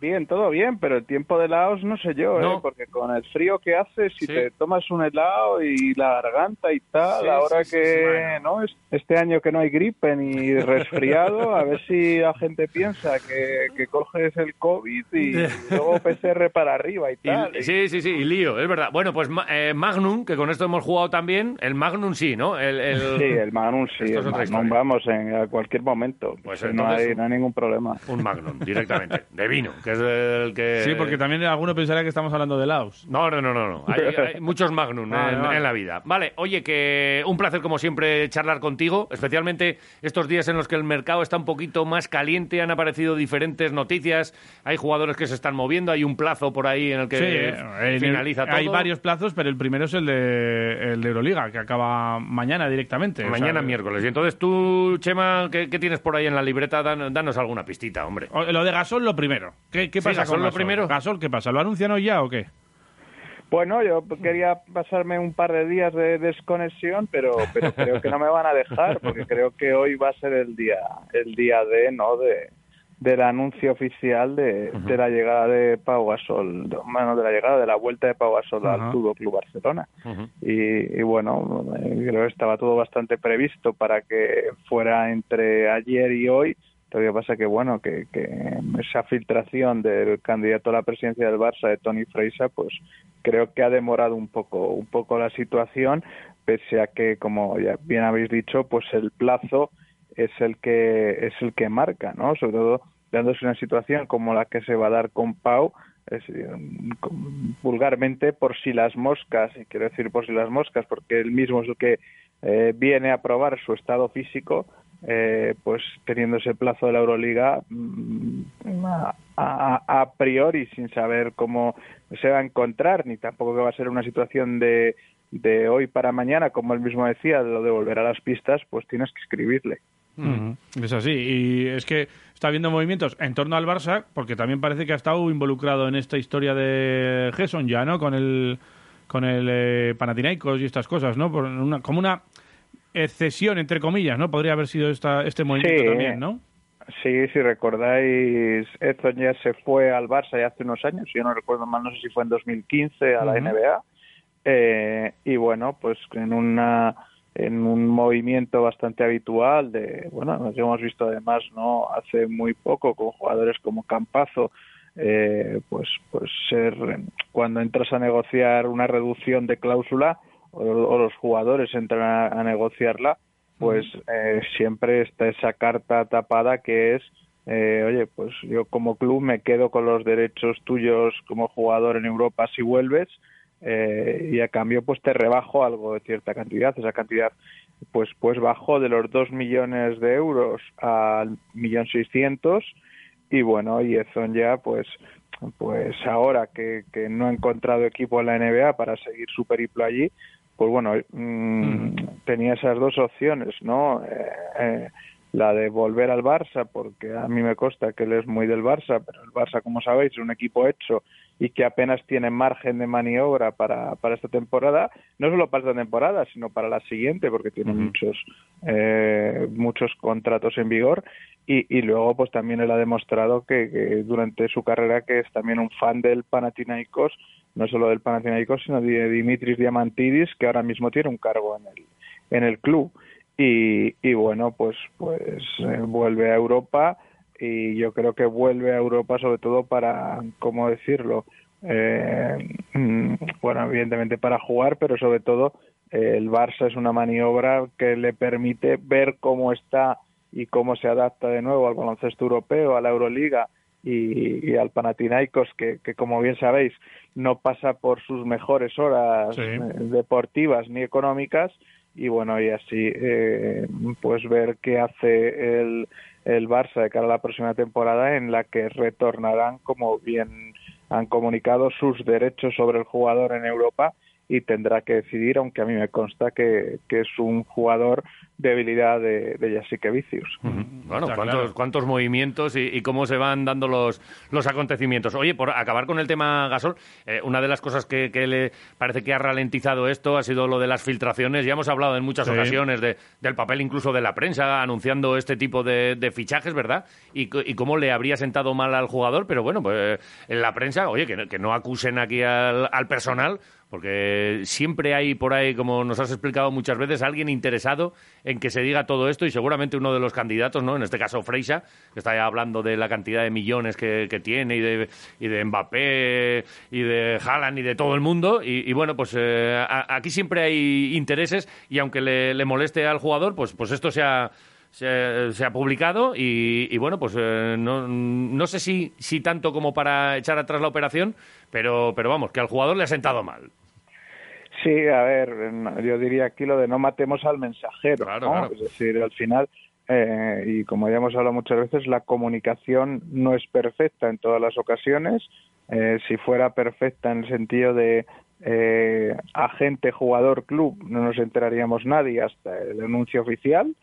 [SPEAKER 23] Bien, todo bien, pero el tiempo de helados no sé yo, ¿eh?
[SPEAKER 2] No.
[SPEAKER 23] porque con el frío que hace,
[SPEAKER 2] Sí.
[SPEAKER 23] si te tomas un helado y la garganta y tal,
[SPEAKER 2] Sí,
[SPEAKER 23] ahora
[SPEAKER 2] sí, sí,
[SPEAKER 23] que
[SPEAKER 2] sí, bueno.
[SPEAKER 23] no Es- este año que no hay gripe ni resfriado, a ver si la gente piensa que, que coges el COVID y luego PCR para arriba y
[SPEAKER 2] Y-
[SPEAKER 23] tal.
[SPEAKER 2] sí, sí, sí, y lío, es verdad. Bueno, pues ma- eh, Magnum, que con esto hemos jugado también. El Magnum sí, ¿no? El, el-
[SPEAKER 23] Sí, el Magnum sí,
[SPEAKER 2] Esto es
[SPEAKER 23] el
[SPEAKER 2] otra
[SPEAKER 23] Magnum,
[SPEAKER 2] historia.
[SPEAKER 23] vamos en a cualquier momento.
[SPEAKER 2] Pues
[SPEAKER 23] no,
[SPEAKER 2] entonces
[SPEAKER 23] hay,
[SPEAKER 2] un-
[SPEAKER 23] no hay ningún problema.
[SPEAKER 2] Un Magnum, directamente. De vino, que es el que...
[SPEAKER 3] Sí, porque también alguno pensará que estamos hablando de Laos. Ah,
[SPEAKER 2] No, no, no, no. no. Hay, hay muchos Magnum
[SPEAKER 23] Ah,
[SPEAKER 3] Vale,
[SPEAKER 2] en,
[SPEAKER 3] vale.
[SPEAKER 2] en la vida. Vale, oye, que un placer como siempre charlar contigo, especialmente estos días en los que el mercado está un poquito más caliente, han aparecido diferentes noticias, hay jugadores que se están moviendo, hay un plazo por ahí en el que
[SPEAKER 3] Sí, en
[SPEAKER 2] eh,
[SPEAKER 3] el-
[SPEAKER 2] finaliza todo.
[SPEAKER 3] Hay varios plazos, pero el primero es el de, el de Euroliga, que acaba mañana directamente. Este, O sea,
[SPEAKER 2] Mañana miércoles. Y entonces tú, Chema, ¿qué, qué tienes por ahí en la libreta? Dan- danos alguna pistita, hombre.
[SPEAKER 3] o- Lo de Gasol lo primero. ¿Qué, qué
[SPEAKER 2] Sí,
[SPEAKER 3] pasa
[SPEAKER 2] Gasol
[SPEAKER 3] con
[SPEAKER 2] lo primero.
[SPEAKER 3] Gasol, ¿qué pasa? ¿Lo anuncian hoy ya o qué?
[SPEAKER 23] Bueno, Pues yo quería pasarme un par de días de desconexión, pero, pero creo que no me van a dejar, porque creo que hoy va a ser el día, el día de, ¿no? De, del anuncio oficial de, de la llegada de Pau Gasol, bueno, de la llegada de la vuelta de Pau Gasol
[SPEAKER 3] Ajá.
[SPEAKER 23] al Fútbol Club Barcelona. Y, y bueno, eh, creo que estaba todo bastante previsto para que fuera entre ayer y hoy. Lo que pasa que, bueno, que, que esa filtración del candidato a la presidencia del Barça, de Tony Freisa, pues creo que ha demorado un poco, un poco la situación, pese a que, como ya bien habéis dicho, pues el plazo es el que es el que marca, ¿no? Sobre todo dándose una situación como la que se va a dar con Pau, es, eh, con- vulgarmente por si las moscas, y quiero decir por si las moscas, porque él mismo es el que eh, viene a probar su estado físico, eh, pues teniendo ese plazo de la Euroliga mm, a, a- a priori sin saber cómo se va a encontrar, ni tampoco que va a ser una situación de, de hoy para mañana, como él mismo decía, lo de volver a las pistas, pues tienes que escribirle.
[SPEAKER 3] Mm. Es así. Y es que está habiendo movimientos en torno al Barça, porque también parece que ha estado involucrado en esta historia de Gerson ya, ¿no? Con el, con el eh, Panathinaikos y estas cosas, ¿no? Por una, como una excesión, entre comillas, ¿no? Podría haber sido esta, este movimiento
[SPEAKER 23] Sí.
[SPEAKER 3] también, ¿no?
[SPEAKER 23] Sí, si recordáis, Edson ya se fue al Barça ya hace unos años, si yo no recuerdo mal, no sé si fue en 2015 a la
[SPEAKER 1] Ujú.
[SPEAKER 23] NBA. Eh, y bueno, pues en una en un movimiento bastante habitual de, bueno, que hemos visto además, ¿no? Hace muy poco con jugadores como Campazo, eh, pues, pues ser, cuando entras a negociar una reducción de cláusula o, o los jugadores entran a, a negociarla, pues eh, siempre está esa carta tapada que es, eh, oye, pues yo como club me quedo con los derechos tuyos como jugador en Europa si vuelves eh, y a cambio pues te rebajo algo de cierta cantidad, esa cantidad pues pues bajó de los 2 millones de euros al millón seiscientos y bueno, y Edson ya pues pues ahora que, que no ha encontrado equipo en la NBA para seguir su periplo allí, pues bueno, mm, tenía esas dos opciones, ¿no? Eh, eh, la de volver al Barça, porque a mí me consta que él es muy del Barça, pero el Barça, como sabéis, es un equipo hecho y que apenas tiene margen de maniobra para, para esta temporada, no solo para esta temporada, sino para la siguiente, porque tiene muchos, eh, muchos contratos en vigor. Y, y luego, pues también él ha demostrado que, que durante su carrera, que es también un fan del Panathinaikos, no solo del Panathinaikos, sino de Dimitris Diamantidis, que ahora mismo tiene un cargo en el, en el club. Y, y bueno, pues, pues eh, vuelve a Europa y yo creo que vuelve a Europa sobre todo para, ¿cómo decirlo? Eh, mm, bueno, evidentemente para jugar, pero sobre todo eh, el Barça es una maniobra que le permite ver cómo está y cómo se adapta de nuevo al baloncesto europeo, a la Euroliga y, y al Panathinaikos, que, que como bien sabéis no pasa por sus mejores horas
[SPEAKER 3] Sí.
[SPEAKER 23] eh, deportivas ni económicas y bueno y así eh, pues ver qué hace el, el Barça de cara a la próxima temporada en la que retornarán como bien han comunicado sus derechos sobre el jugador en Europa y tendrá que decidir, aunque a mí me consta que, que es un jugador debilidad de, de Jessica Vicius.
[SPEAKER 2] Bueno,
[SPEAKER 23] Está
[SPEAKER 2] cuántos,
[SPEAKER 23] claro.
[SPEAKER 2] cuántos movimientos y, y cómo se van dando los, los acontecimientos. Oye, por acabar con el tema gasol, eh, una de las cosas que, que le parece que ha ralentizado esto ha sido lo de las filtraciones. Ya hemos hablado en muchas
[SPEAKER 1] Sí.
[SPEAKER 2] ocasiones de- del papel incluso de la prensa anunciando este tipo de, de fichajes, ¿verdad? Y, co- y cómo le habría sentado mal al jugador, pero bueno, pues en la prensa, oye, que no, que no acusen aquí al, al personal. Porque siempre hay por ahí, como nos has explicado muchas veces, alguien interesado en que se diga todo esto y seguramente uno de los candidatos, ¿no? En este caso Freixa, que está ya hablando de la cantidad de millones que, que tiene y de, y de Mbappé y de Haaland y de todo el mundo. Y, y bueno, pues eh, a- aquí siempre hay intereses y aunque le, le moleste al jugador, pues, pues esto se ha, se, se ha publicado y, y bueno, pues eh, no, no sé si, si tanto como para echar atrás la operación, pero, pero vamos, que al jugador le ha sentado mal.
[SPEAKER 23] Sí, a ver, no, yo diría aquí lo de no matemos al mensajero, ¿no?
[SPEAKER 2] claro.
[SPEAKER 23] Es decir, al final, eh, y como ya hemos hablado muchas veces, la comunicación no es perfecta en todas las ocasiones. Eh, si fuera perfecta en el sentido de eh, agente, jugador, club, no nos enteraríamos nadie hasta el anuncio oficial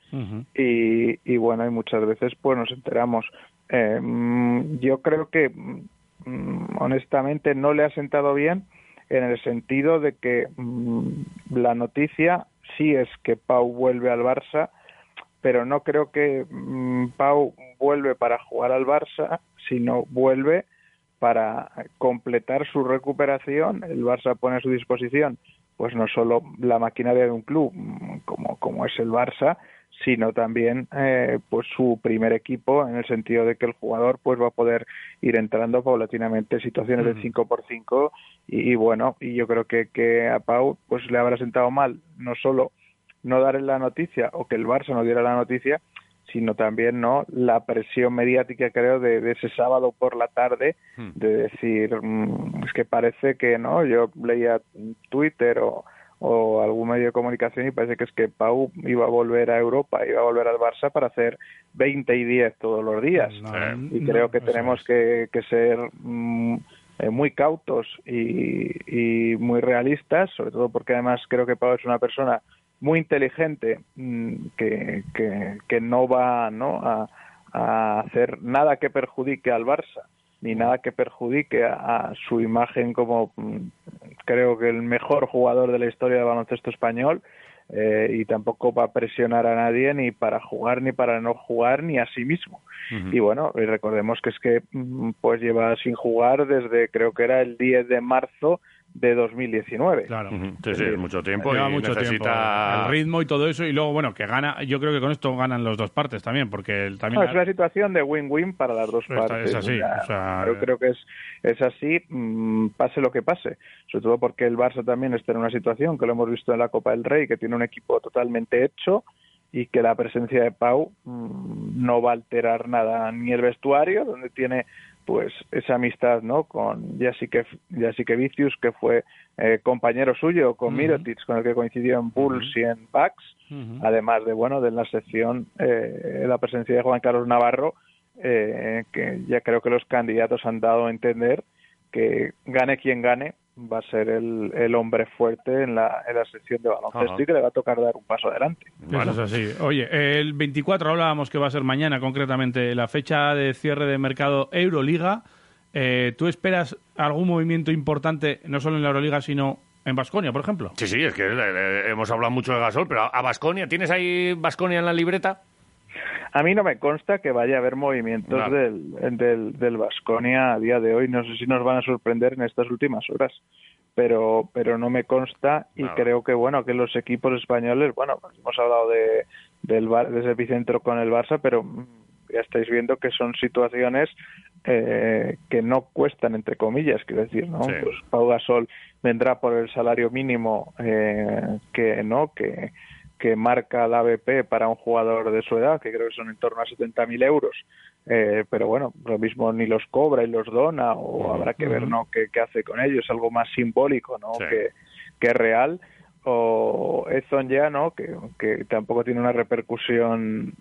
[SPEAKER 23] y, y bueno, y muchas veces pues nos enteramos. Eh, mm, yo creo que mm, honestamente no le ha sentado bien en el sentido de que
[SPEAKER 4] Eh,
[SPEAKER 23] mm, la noticia sí es que Pau vuelve al Barça, pero no creo que mm, Pau vuelve para jugar al Barça, sino vuelve para completar su recuperación. El Barça pone a su disposición, pues no solo la maquinaria de un club mm, como, como es el Barça, sino también eh, pues su primer equipo en el sentido de que el jugador pues va a poder ir entrando paulatinamente en situaciones de 5 por 5 y, y bueno y yo creo que, que a Pau pues le habrá sentado mal no solo no dar la noticia o que el Barça no diera la noticia sino también no la presión mediática creo de, de ese sábado por la tarde de decir mm, es que parece que no yo leía Twitter o, o algún medio de comunicación y parece que es que Pau iba a volver a Europa iba a volver al Barça para hacer 20 y 10 todos los días y creo que tenemos que, que ser mm, eh, muy cautos y, y muy realistas sobre todo porque además creo que Pau es una persona muy inteligente mm, que, que, que no va ¿no? A, a hacer nada que perjudique al Barça
[SPEAKER 3] Mm.
[SPEAKER 23] ni nada que perjudique a, a su imagen como mm, creo que el mejor jugador de la historia del baloncesto español eh, y tampoco va a presionar a nadie ni para jugar ni para no jugar ni a sí mismo y bueno y recordemos que es que mm, pues lleva sin jugar desde creo que era el 10 de marzo de 2019
[SPEAKER 3] claro
[SPEAKER 2] Sí, sí, mucho
[SPEAKER 23] Pues
[SPEAKER 2] tiempo
[SPEAKER 3] Lleva
[SPEAKER 2] y
[SPEAKER 3] mucho
[SPEAKER 2] necesita...
[SPEAKER 3] tiempo. El ritmo y todo eso. Y luego, bueno, que gana. Yo creo que con esto ganan los dos partes también, porque el- también.
[SPEAKER 23] No, Ah, es una situación de win-win para las dos
[SPEAKER 3] Está-
[SPEAKER 23] partes.
[SPEAKER 3] es así, o sea,
[SPEAKER 23] yo creo que es, es así, mm, pase lo que pase. Sobre todo porque el Barça también está en una situación que lo hemos visto en la Copa del Rey, que tiene un equipo totalmente hecho y que la presencia de Pau mm, no va a alterar nada ni el vestuario, donde tiene pues esa amistad no con Jessica, Jessica Vicius, que fue eh, compañero suyo con Mirotic, con el que coincidió en Bulls y en Bucks además de bueno de la sección eh, la presencia de Juan Carlos Navarro eh, que ya creo que los candidatos han dado a entender que gane quien gane va a ser el, el hombre fuerte en la, en la sección de baloncesto
[SPEAKER 3] Ajá.
[SPEAKER 23] y que le va a tocar dar un paso adelante
[SPEAKER 3] Eso es así. Oye, el 24 hablábamos que va a ser mañana, concretamente, la fecha de cierre de mercado Euroliga. Eh, ¿Tú esperas algún movimiento importante, no solo en la Euroliga, sino en Basconia, por ejemplo?
[SPEAKER 2] Sí, sí, es que eh, hemos hablado mucho de Gasol, pero a- a Basconia, ¿tienes ahí Basconia en la libreta?
[SPEAKER 23] a mí no me consta que vaya a haber movimientos
[SPEAKER 2] Claro.
[SPEAKER 23] del del del Vasconia a día de hoy no sé si nos van a sorprender en estas últimas horas pero pero no me consta y
[SPEAKER 5] Nada.
[SPEAKER 23] creo que bueno que los equipos españoles bueno hemos hablado de del Bar- de ese epicentro con el Barça pero mm, ya estáis viendo que son situaciones eh, que no cuestan entre comillas quiero decir no
[SPEAKER 7] Sí.
[SPEAKER 23] pues Pau Gasol vendrá por el salario mínimo eh, que no que que marca la ABP para un jugador de su edad, que creo que son en torno a 70.000 euros. Eh, pero bueno, lo mismo ni los cobra y los dona, o habrá que ver ¿no? qué, qué hace con ellos, algo más simbólico ¿no? que, que real. O Edson ya, ¿no? que, que tampoco tiene una repercusión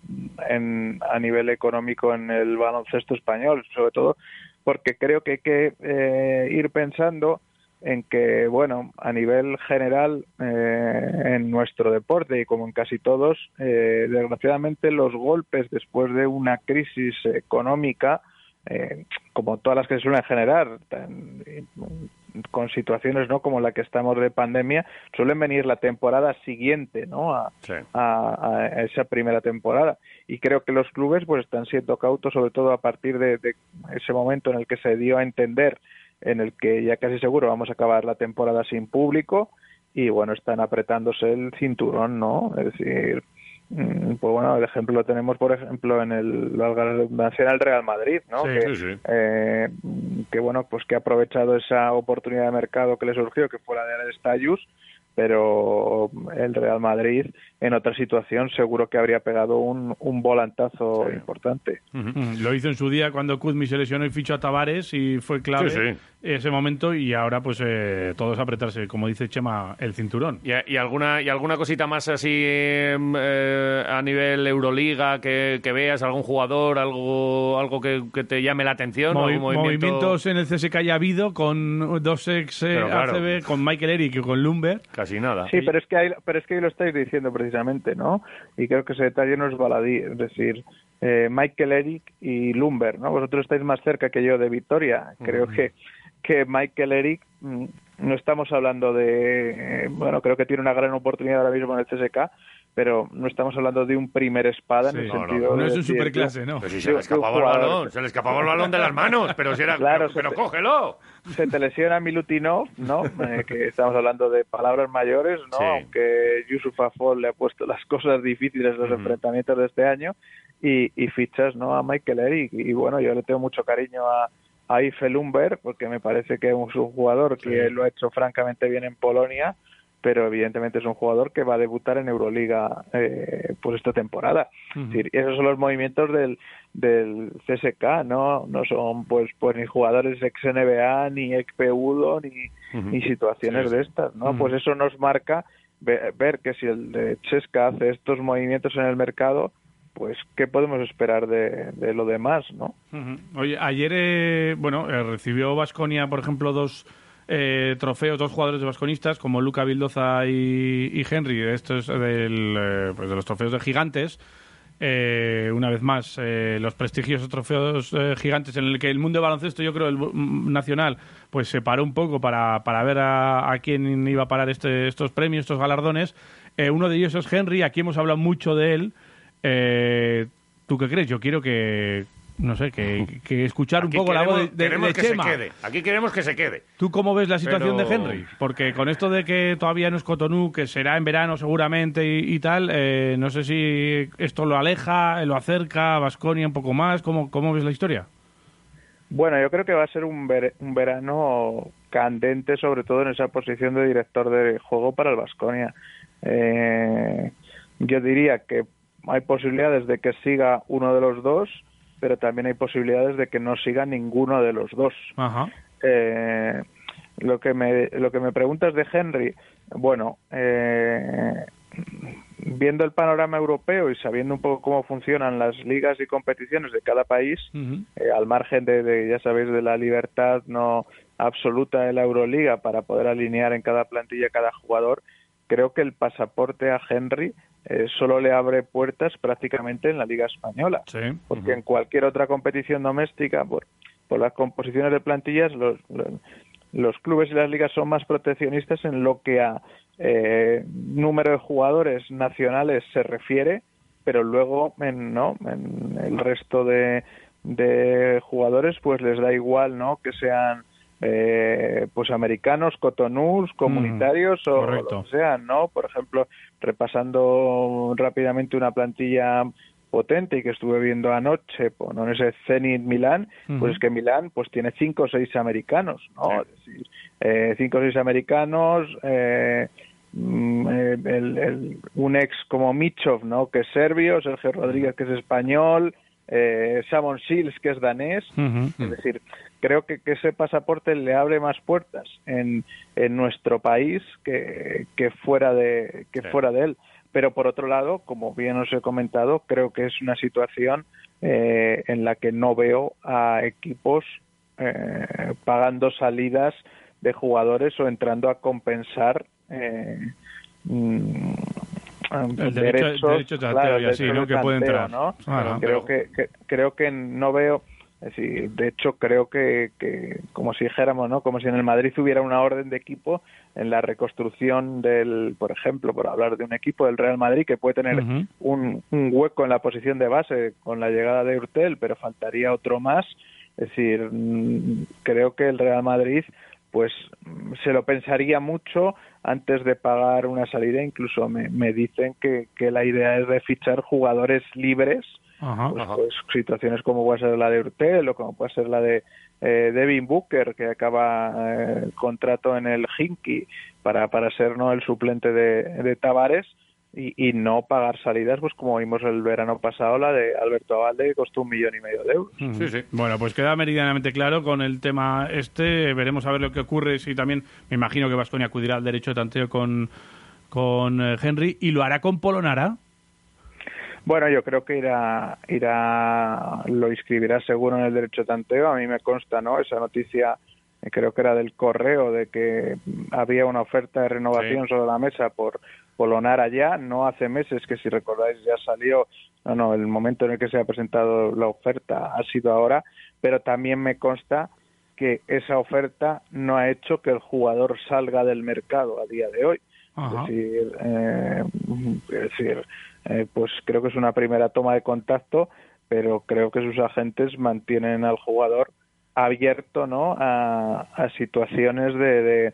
[SPEAKER 23] en, a nivel económico en el baloncesto español, sobre todo porque creo que hay que eh, ir pensando en que, bueno, a nivel general eh, en nuestro deporte y como en casi todos, eh, desgraciadamente los golpes después de una crisis económica, eh, como todas las que se suelen generar, tan- con situaciones no como la que estamos de pandemia, suelen venir la temporada siguiente, ¿no? A, a- a esa primera temporada. Y creo que los clubes pues están siendo cautos, sobre todo a partir de, de ese momento en el que se dio a entender en el que ya casi seguro vamos a acabar la temporada sin público y bueno, están apretándose el cinturón, ¿no? Es decir, mm, pues bueno, el ejemplo lo tenemos por ejemplo en el valga la redundancia, en el Real Madrid, ¿no?
[SPEAKER 2] Sí,
[SPEAKER 23] que,
[SPEAKER 2] sí, sí.
[SPEAKER 23] eh, que bueno, pues que ha aprovechado esa oportunidad de mercado que le surgió, que fue la de Estallus, pero el Real Madrid en otra situación seguro que habría pegado un, un volantazo importante.
[SPEAKER 3] Mm, Lo hizo en su día cuando Kuzmi se lesionó y fichó a Tavares y fue clave
[SPEAKER 2] Sí, sí.
[SPEAKER 3] ese momento y ahora pues eh, todos apretarse, como dice Chema, el cinturón.
[SPEAKER 2] ¿Y, y alguna, ¿Y alguna cosita más así eh, eh, a nivel Euroliga que, que veas? ¿Algún jugador? ¿Algo, algo que, que te llame la atención?
[SPEAKER 3] Movi-
[SPEAKER 2] ¿Algún movimiento?
[SPEAKER 3] Movimientos en el CSK ya ha habido con dos ex eh,
[SPEAKER 2] Pero claro.
[SPEAKER 3] ACB, con Michael Eric y con Lumber.
[SPEAKER 2] Casi nada.
[SPEAKER 23] Sí, pero es que ahí, pero es que ahí lo estáis diciendo precisamente, ¿no? Y creo que ese detalle no es baladí, es decir, eh, Michael Eric y Lumber, ¿no? Vosotros estáis más cerca que yo de Vitoria, creo
[SPEAKER 1] Ujú.
[SPEAKER 23] que que Michael Eric mm, no estamos hablando de eh, bueno, creo que tiene una gran oportunidad ahora mismo en el CSK, pero no estamos hablando de un primer espada en el
[SPEAKER 3] Sí. No, no,
[SPEAKER 23] sentido
[SPEAKER 3] no. No
[SPEAKER 23] de
[SPEAKER 3] es un
[SPEAKER 23] decir,
[SPEAKER 3] superclase, ¿no.
[SPEAKER 2] Pero si
[SPEAKER 23] de-
[SPEAKER 2] se
[SPEAKER 23] de
[SPEAKER 2] le
[SPEAKER 23] un
[SPEAKER 2] escapaba el
[SPEAKER 23] jugador.
[SPEAKER 2] balón, se le escapaba el balón de las manos, pero si era...
[SPEAKER 23] Claro,
[SPEAKER 2] pero,
[SPEAKER 23] se te-
[SPEAKER 2] cógelo.
[SPEAKER 23] se te lesiona Milutinov, ¿no? Eh, que estamos hablando de palabras mayores, ¿no?
[SPEAKER 2] Sí.
[SPEAKER 23] Aunque Yusuf Afol le ha puesto las cosas difíciles los enfrentamientos de este año y, y fichas, ¿no? A Michael Eric y bueno, yo le tengo mucho cariño a a Ife Lumber, porque me parece que es un jugador que lo ha hecho francamente bien en Polonia, pero evidentemente es un jugador que va a debutar en Euroliga eh, pues esta temporada.
[SPEAKER 5] Ujú.
[SPEAKER 23] Es decir, esos son los movimientos del, del CSK, ¿no? No son pues pues ni jugadores ex NBA, ni ex PUDO, ni, ni situaciones de estas, ¿no?
[SPEAKER 5] Ujú.
[SPEAKER 23] Pues eso nos marca ve- ver que si el de Chesca hace estos movimientos en el mercado, pues qué podemos esperar de, de lo demás, ¿no?
[SPEAKER 3] Ujú. Oye, ayer, eh, bueno, eh, recibió Vasconia, por ejemplo, dos eh, trofeos, dos jugadores de vasconistas, como Luca Vildoza y, y Henry. Esto es del, eh, pues de los trofeos de gigantes. Eh, una vez más, eh, los prestigiosos trofeos eh, gigantes en el que el mundo de baloncesto, yo creo, el bu- mm, nacional, pues se paró un poco para, para ver a, a quién iba a parar este- estos premios, estos galardones. Eh, uno de ellos es Henry, aquí hemos hablado mucho de él. Eh, ¿Tú qué crees? Yo quiero que, no sé, que, que escuchar un
[SPEAKER 2] Aquí
[SPEAKER 3] poco la
[SPEAKER 2] queremos-
[SPEAKER 3] voz de, de-
[SPEAKER 2] queremos
[SPEAKER 3] de
[SPEAKER 2] que
[SPEAKER 3] Chema.
[SPEAKER 2] se quede. Aquí queremos que se quede.
[SPEAKER 3] ¿Tú cómo ves la situación
[SPEAKER 2] Pero-
[SPEAKER 3] de Henry? Porque con esto de que todavía no es Cotonou, que será en verano seguramente y, y tal, eh, no sé si esto lo aleja, eh, lo acerca a Basconia un poco más. ¿Cómo, ¿Cómo ves la historia?
[SPEAKER 23] Bueno, yo creo que va a ser un, ver- un verano candente, sobre todo en esa posición de director de juego para el Vasconia. yo diría que hay posibilidades de que siga uno de los dos, pero también hay posibilidades de que no siga ninguno de los dos.
[SPEAKER 3] Ajá.
[SPEAKER 23] Eh, lo que me lo que me preguntas de Henry, bueno, eh, viendo el panorama europeo y sabiendo un poco cómo funcionan las ligas y competiciones de cada país,
[SPEAKER 10] Mm.
[SPEAKER 23] eh, al margen de, de, ya sabéis, de la libertad no absoluta de la Euroliga para poder alinear en cada plantilla cada jugador, creo que el pasaporte a Henry eh, solo le abre puertas prácticamente en la Liga Española,
[SPEAKER 3] Sí.
[SPEAKER 23] porque en cualquier otra competición doméstica, por, por las composiciones de plantillas, los, los, los clubes y las ligas son más proteccionistas en lo que a eh, número de jugadores nacionales se refiere, pero luego en, ¿no? en el resto de, de jugadores pues les da igual ¿no? que sean eh, pues americanos, cotonús, comunitarios o
[SPEAKER 3] correcto.
[SPEAKER 23] lo que sean, ¿no? Por ejemplo, repasando rápidamente una plantilla potente y que estuve viendo anoche pues, ¿no? en ese Zenit Milán,
[SPEAKER 5] Ujú.
[SPEAKER 23] pues es que Milán pues tiene cinco o seis americanos, ¿no? Es decir, eh, cinco o seis americanos, eh, mm, eh, el- el- un ex como Michov, ¿no? Que es serbio, Sergio Rodríguez, que es español, eh, Samon Shields, que es danés. Es decir, creo que, que ese pasaporte le abre más puertas en, en nuestro país que, que fuera de que
[SPEAKER 5] Sí.
[SPEAKER 23] fuera de él. Pero por otro lado, como bien os he comentado, creo que es una situación eh, en la que no veo a equipos eh, pagando salidas de jugadores o entrando a compensar eh, mm,
[SPEAKER 3] El derecho-
[SPEAKER 23] derechos,
[SPEAKER 3] derecho de tanteo y
[SPEAKER 23] el
[SPEAKER 3] así,
[SPEAKER 23] derecho
[SPEAKER 3] ¿no?
[SPEAKER 23] de
[SPEAKER 3] que puede
[SPEAKER 23] tanteo,
[SPEAKER 3] entrar.
[SPEAKER 23] ¿no?
[SPEAKER 3] Claro.
[SPEAKER 23] creo que, que- creo que no veo es decir, de hecho creo que, que como si dijéramos no como si en el Madrid hubiera una orden de equipo en la reconstrucción del por ejemplo por hablar de un equipo del Real Madrid que puede tener
[SPEAKER 1] Ujú.
[SPEAKER 23] un, un hueco en la posición de base con la llegada de Urtel pero faltaría otro más es decir mm, creo que el Real Madrid pues mm, se lo pensaría mucho antes de pagar una salida incluso me, me dicen que, que la idea es de fichar jugadores libres pues, pues, situaciones como puede ser la de Urtel o como puede ser la de eh, Devin Booker que acaba eh, el contrato en el Hinky para, para ser no el suplente de, de Tavares y, y no pagar salidas pues como vimos el verano pasado la de Alberto Avalde que costó un millón y medio de euros
[SPEAKER 3] Ujú.
[SPEAKER 23] Sí, sí.
[SPEAKER 3] Bueno, pues queda meridianamente claro con el tema este. Veremos a ver lo que ocurre. Si también me imagino que Vasconi acudirá al derecho de tanteo con, con eh, Henry y lo hará con Polonara.
[SPEAKER 23] Bueno, yo creo que irá, irá, lo inscribirá seguro en el derecho de tanteo. A mí me consta, ¿no? Esa noticia, eh, creo que era del correo, de que había una oferta de renovación
[SPEAKER 5] Sí.
[SPEAKER 23] sobre la mesa por Polonara ya. No hace meses que, si recordáis, ya salió. No, no, el momento en el que se ha presentado la oferta ha sido ahora. Pero también me consta que esa oferta no ha hecho que el jugador salga del mercado a día de hoy.
[SPEAKER 3] Ajá.
[SPEAKER 23] Es decir, eh, es decir eh, pues creo que es una primera toma de contacto, pero creo que sus agentes mantienen al jugador abierto ¿no? a, a situaciones de, de-